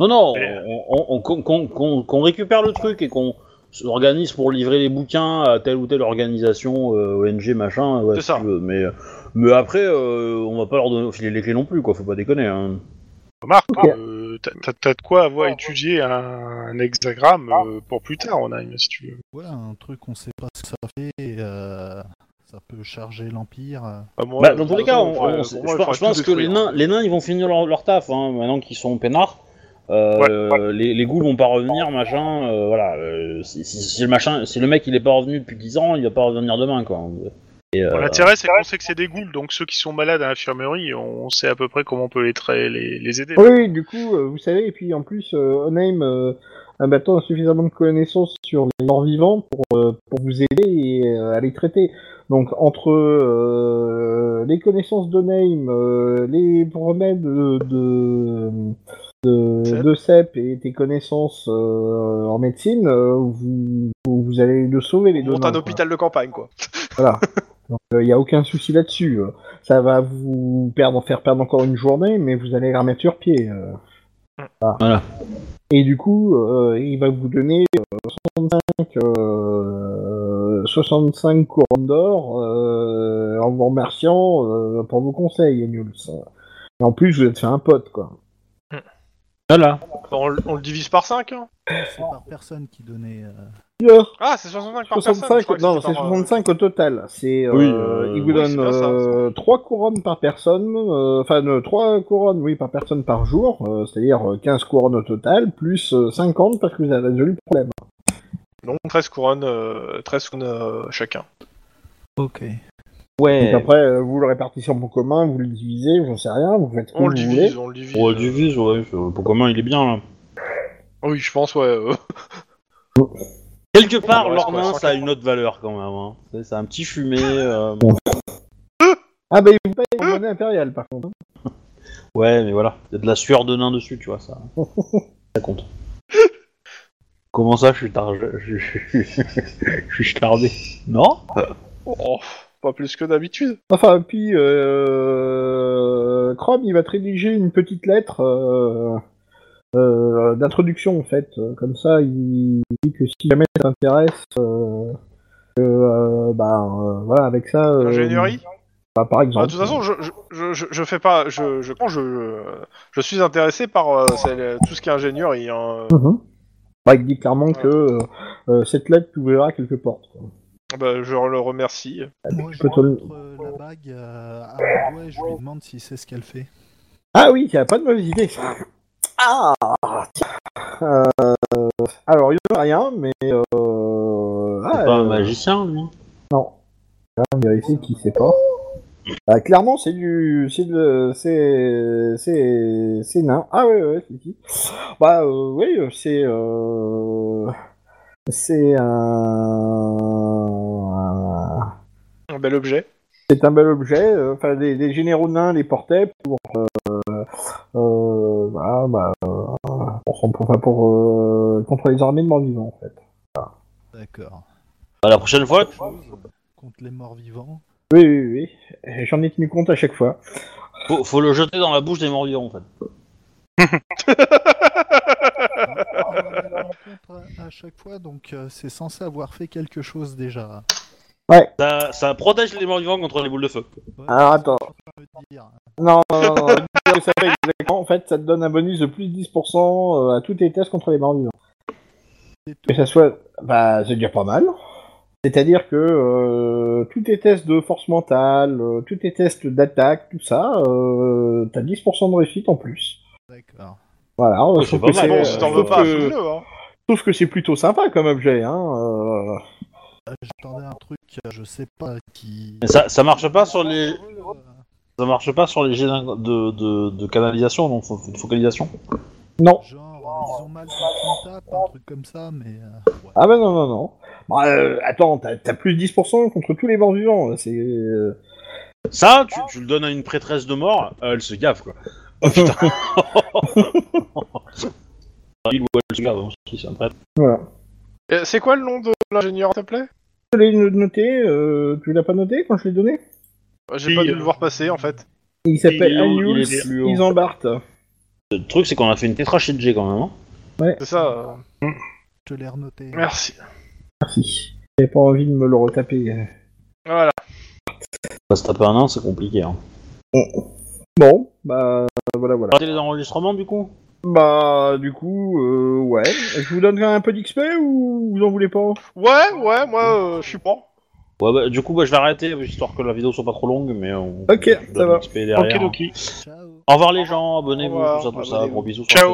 [SPEAKER 2] Non non,
[SPEAKER 3] Mais,
[SPEAKER 2] on- on- on- qu'on qu'on- qu'on- qu'on récupère le truc et qu'on s'organise pour livrer les bouquins à telle ou telle organisation, euh, ONG machin. ouais,
[SPEAKER 5] C'est
[SPEAKER 2] si
[SPEAKER 5] ça.
[SPEAKER 2] tu veux. Mais mais après, euh, on va pas leur donner filer les clés non plus quoi. Faut pas déconner. Hein.
[SPEAKER 3] Remarque,
[SPEAKER 1] Ok.
[SPEAKER 3] euh, t'as- t'as- t'as de quoi avoir étudié un, un hexagramme euh, pour plus tard, on a, si tu veux.
[SPEAKER 6] voilà un truc, on sait pas ce que ça fait, et, euh, ça peut charger l'empire. euh.
[SPEAKER 5] Ah, moi,
[SPEAKER 2] Bah,
[SPEAKER 5] de
[SPEAKER 2] dans tous
[SPEAKER 5] toute
[SPEAKER 2] les cas,
[SPEAKER 5] façon,
[SPEAKER 2] on-
[SPEAKER 5] faudrait-
[SPEAKER 2] on-
[SPEAKER 5] pour
[SPEAKER 2] je,
[SPEAKER 5] moi, il
[SPEAKER 2] pense-
[SPEAKER 5] faudrait
[SPEAKER 2] je pense
[SPEAKER 5] tout hein.
[SPEAKER 2] que les
[SPEAKER 5] détruire.
[SPEAKER 2] nains, les nains, ils vont finir leur, leur taf hein, maintenant qu'ils sont peinards. Euh, Les, les ghouls vont pas revenir, machin. euh, voilà, euh, si, si- si le machin, si le mec il est pas revenu depuis 10 ans, il va pas revenir demain quoi. Et, euh,
[SPEAKER 3] Bon, L'intérêt, c'est qu'on sait que c'est des ghouls, donc ceux qui sont malades à l'infirmerie, on sait à peu près comment on peut les, tra- les, les
[SPEAKER 5] Ah
[SPEAKER 3] aider.
[SPEAKER 1] oui, du coup, euh, vous savez, et puis en plus, euh, Onaim, euh, un bateau a suffisamment de connaissances sur les morts vivants pour, euh, pour vous aider et euh, à les traiter. Donc, entre euh, les connaissances d'Onaim, euh, les remèdes de, de, de,
[SPEAKER 5] Sep.
[SPEAKER 1] de Sep et tes connaissances euh, en médecine, euh, vous, vous, vous allez le sauver les
[SPEAKER 5] On
[SPEAKER 1] deux.
[SPEAKER 5] monte un
[SPEAKER 1] nains, quoi.
[SPEAKER 5] hôpital de campagne quoi.
[SPEAKER 1] Voilà. Donc il n'y Euh, a aucun souci là-dessus. Euh, Ça va vous perdre, faire perdre encore une journée, mais vous allez la remettre sur pied. euh. Voilà.
[SPEAKER 2] Voilà.
[SPEAKER 1] Et du coup, euh, il va vous donner euh, 65, euh, 65 couronnes d'or euh, en vous remerciant euh, pour vos conseils, Agnuls. Et en plus, vous êtes fait un pote, quoi.
[SPEAKER 2] voilà.
[SPEAKER 5] On, le- on le divise par 5 hein
[SPEAKER 6] C'est par personne qui donnait. euh,
[SPEAKER 5] Ah, c'est 65 par personne. je
[SPEAKER 1] 65,
[SPEAKER 5] crois que
[SPEAKER 1] non,
[SPEAKER 5] c'était
[SPEAKER 1] c'est
[SPEAKER 5] par, euh,
[SPEAKER 1] 65 au total. C'est, euh,
[SPEAKER 2] Oui, euh,
[SPEAKER 1] il vous
[SPEAKER 5] oui, c'est
[SPEAKER 1] donne
[SPEAKER 5] bien ça.
[SPEAKER 1] 3 couronnes par personne, euh, enfin 3 couronnes, oui, par personne par jour, euh, c'est-à-dire euh, 15 couronnes au total, plus euh, 50 parce que vous avez résolu le problème.
[SPEAKER 5] Donc 13 couronnes, euh, 13 couronnes euh, chacun.
[SPEAKER 6] Ok.
[SPEAKER 2] Ouais.
[SPEAKER 1] Donc après, euh, vous le répartissez en pot commun, vous le divisez, j'en sais rien, vous faites ce que
[SPEAKER 5] On
[SPEAKER 1] vous
[SPEAKER 5] le
[SPEAKER 1] voulez.
[SPEAKER 5] divise, on le divise.
[SPEAKER 2] Ouais, du vise, ouais. Le Pokémon, il est bien, là.
[SPEAKER 3] Ah
[SPEAKER 5] Oui, je pense, ouais. euh.
[SPEAKER 2] Quelque part,
[SPEAKER 5] Il en reste
[SPEAKER 2] leur
[SPEAKER 5] quoi,
[SPEAKER 2] main, ça a
[SPEAKER 5] 140.
[SPEAKER 2] une autre valeur, quand même. hein. C'est- C'est un petit fumé. euh,
[SPEAKER 1] Ah bah, il vous paye en monnaie impériale, par contre.
[SPEAKER 2] Ouais, mais voilà. Il y a de la sueur de nain dessus, tu vois, ça. ça compte. Comment ça, je suis tar... je- je- je- je suis tardé Non
[SPEAKER 5] Oh, pas plus que d'habitude.
[SPEAKER 1] Enfin, puis, euh... Chrome, il va te rédiger une petite lettre euh, euh, d'introduction, en fait. Comme ça, il dit que si jamais ça t'intéresse, euh, que, euh, bah, euh, voilà, avec ça... euh,
[SPEAKER 5] Ingénierie
[SPEAKER 1] bah, Par
[SPEAKER 5] Ah,
[SPEAKER 1] exemple.
[SPEAKER 5] De toute façon, je, je, je- je, je fais pas. Je, je, je, je, je suis intéressé par euh, celle- tout ce qui est ingénieur. Et, euh,
[SPEAKER 1] Mhm. Bah, il dit clairement que euh, euh, cette lettre t'ouvrira quelques portes. quoi.
[SPEAKER 5] bah, je le remercie.
[SPEAKER 6] Moi, je
[SPEAKER 1] peux te le-
[SPEAKER 6] montre euh, la bague euh, à mon doigt et je lui demande si c'est ce qu'elle fait.
[SPEAKER 1] Ah oui, il a pas de mauvaise idée. ça. Ah tiens. Euh, Alors, il n'y en a rien, mais... Euh...
[SPEAKER 2] C'est
[SPEAKER 1] ah,
[SPEAKER 2] pas un
[SPEAKER 1] euh,
[SPEAKER 2] magicien, lui.
[SPEAKER 1] Non. Là, on vérifie qui sait pas. Ah, clairement, c'est du. C'est de. C'est. C'est. C'est nain. Ah ouais, ouais, si, si. Bah, euh, oui, euh, c'est. Euh... C'est un.
[SPEAKER 5] Un bel objet.
[SPEAKER 1] C'est un bel objet. euh, Enfin, des, des généraux nains les portaient pour. Euh... euh, voilà, bah. euh, Pour, pour, enfin, pour, euh, contre les armées de morts vivants, en fait.
[SPEAKER 6] D'accord.
[SPEAKER 2] Bah, la prochaine fois,
[SPEAKER 6] Chose euh, contre les morts vivants.
[SPEAKER 1] Oui, oui, oui. J'en ai tenu compte à chaque fois.
[SPEAKER 2] faut, faut le jeter dans la bouche des morts en fait.
[SPEAKER 6] Contre à chaque fois, donc euh, c'est censé avoir fait quelque chose déjà.
[SPEAKER 2] Ça, ça protège les morts vivants contre les boules de feu.
[SPEAKER 6] Ouais,
[SPEAKER 1] Alors,
[SPEAKER 6] c'est ce que
[SPEAKER 1] attends.
[SPEAKER 6] je peux te dire.
[SPEAKER 1] Non, non, non, non, non, ça fait exactement. En fait, ça te donne un bonus de plus de 10% euh, à tous tes tests contre les morts vivants.
[SPEAKER 6] C'est tout.
[SPEAKER 1] Que ça soit. Bah, c'est déjà pas mal. C'est-à-dire que euh, tous tes tests de force mentale, euh, tous tes tests d'attaque, tout ça, euh, t'as 10% de réussite en plus.
[SPEAKER 6] D'accord.
[SPEAKER 1] Voilà, euh,
[SPEAKER 2] Ouais,
[SPEAKER 1] sauf
[SPEAKER 2] c'est pas
[SPEAKER 1] que c'est-
[SPEAKER 2] mal.
[SPEAKER 5] Bon, si t'en veux
[SPEAKER 1] sauf
[SPEAKER 5] pas,
[SPEAKER 2] euh,
[SPEAKER 1] que-
[SPEAKER 5] fous-le. Hein.
[SPEAKER 1] Sauf que c'est plutôt sympa comme objet, hein. euh.
[SPEAKER 6] Euh, J'attendais un truc, euh, je sais pas qui.
[SPEAKER 2] Mais ça, ça marche pas sur les,
[SPEAKER 6] Euh,
[SPEAKER 2] ça marche pas sur les jets d'in- de, de, de canalisation, donc fo- de focalisation.
[SPEAKER 1] Non.
[SPEAKER 6] Genre, euh, ils ont mal quand on tape, un truc comme ça, mais. euh, ouais.
[SPEAKER 1] Ah bah non, non, non. Bah, euh, attends, t'as t'as plus de 10% contre tous les morts vivants. C'est. euh,
[SPEAKER 2] Ça, tu, tu le donnes à une prêtresse de mort, euh, elle se gave quoi. Oh putain. Il ou elle se gave, hein, si c'est un prêtre.
[SPEAKER 1] Voilà.
[SPEAKER 5] Euh, C'est quoi le nom de l'ingénieur, s'il te plaît
[SPEAKER 1] Tu l'as noté, euh, tu l'as pas noté quand je l'ai donné
[SPEAKER 5] J'ai
[SPEAKER 3] Oui,
[SPEAKER 5] pas dû
[SPEAKER 3] euh,
[SPEAKER 5] le voir passer, en fait.
[SPEAKER 1] Il s'appelle
[SPEAKER 2] Il est- il
[SPEAKER 1] Annuls
[SPEAKER 2] est fluo.
[SPEAKER 1] Isambart.
[SPEAKER 2] Le truc, c'est qu'on a fait une tétrachée de jets quand même. Hein.
[SPEAKER 5] C'est ça. euh,
[SPEAKER 6] Je te l'ai renoté.
[SPEAKER 5] Merci.
[SPEAKER 1] Merci. J'avais pas envie de me le retaper.
[SPEAKER 5] Voilà.
[SPEAKER 2] Bah, se taper un nain, c'est compliqué. Hein.
[SPEAKER 1] Bon, bah voilà, voilà.
[SPEAKER 2] Arrêtez les enregistrements du coup
[SPEAKER 1] Bah du coup, euh, ouais. Je vous donne quand même un peu d'XP ou vous en voulez pas
[SPEAKER 5] Ouais, ouais, moi, euh, je suis pas.
[SPEAKER 2] Ouais, bah, du coup, bah, je vais arrêter, histoire que la vidéo soit pas trop longue, mais on.
[SPEAKER 1] Ok,
[SPEAKER 2] on donne
[SPEAKER 1] ça va.
[SPEAKER 2] XP derrière.
[SPEAKER 3] Ok, doki.
[SPEAKER 6] Ciao.
[SPEAKER 2] Au revoir les gens, abonnez-vous, tout ça, tout ça,
[SPEAKER 5] Abonnez-vous.
[SPEAKER 2] gros bisous.
[SPEAKER 3] Ciao.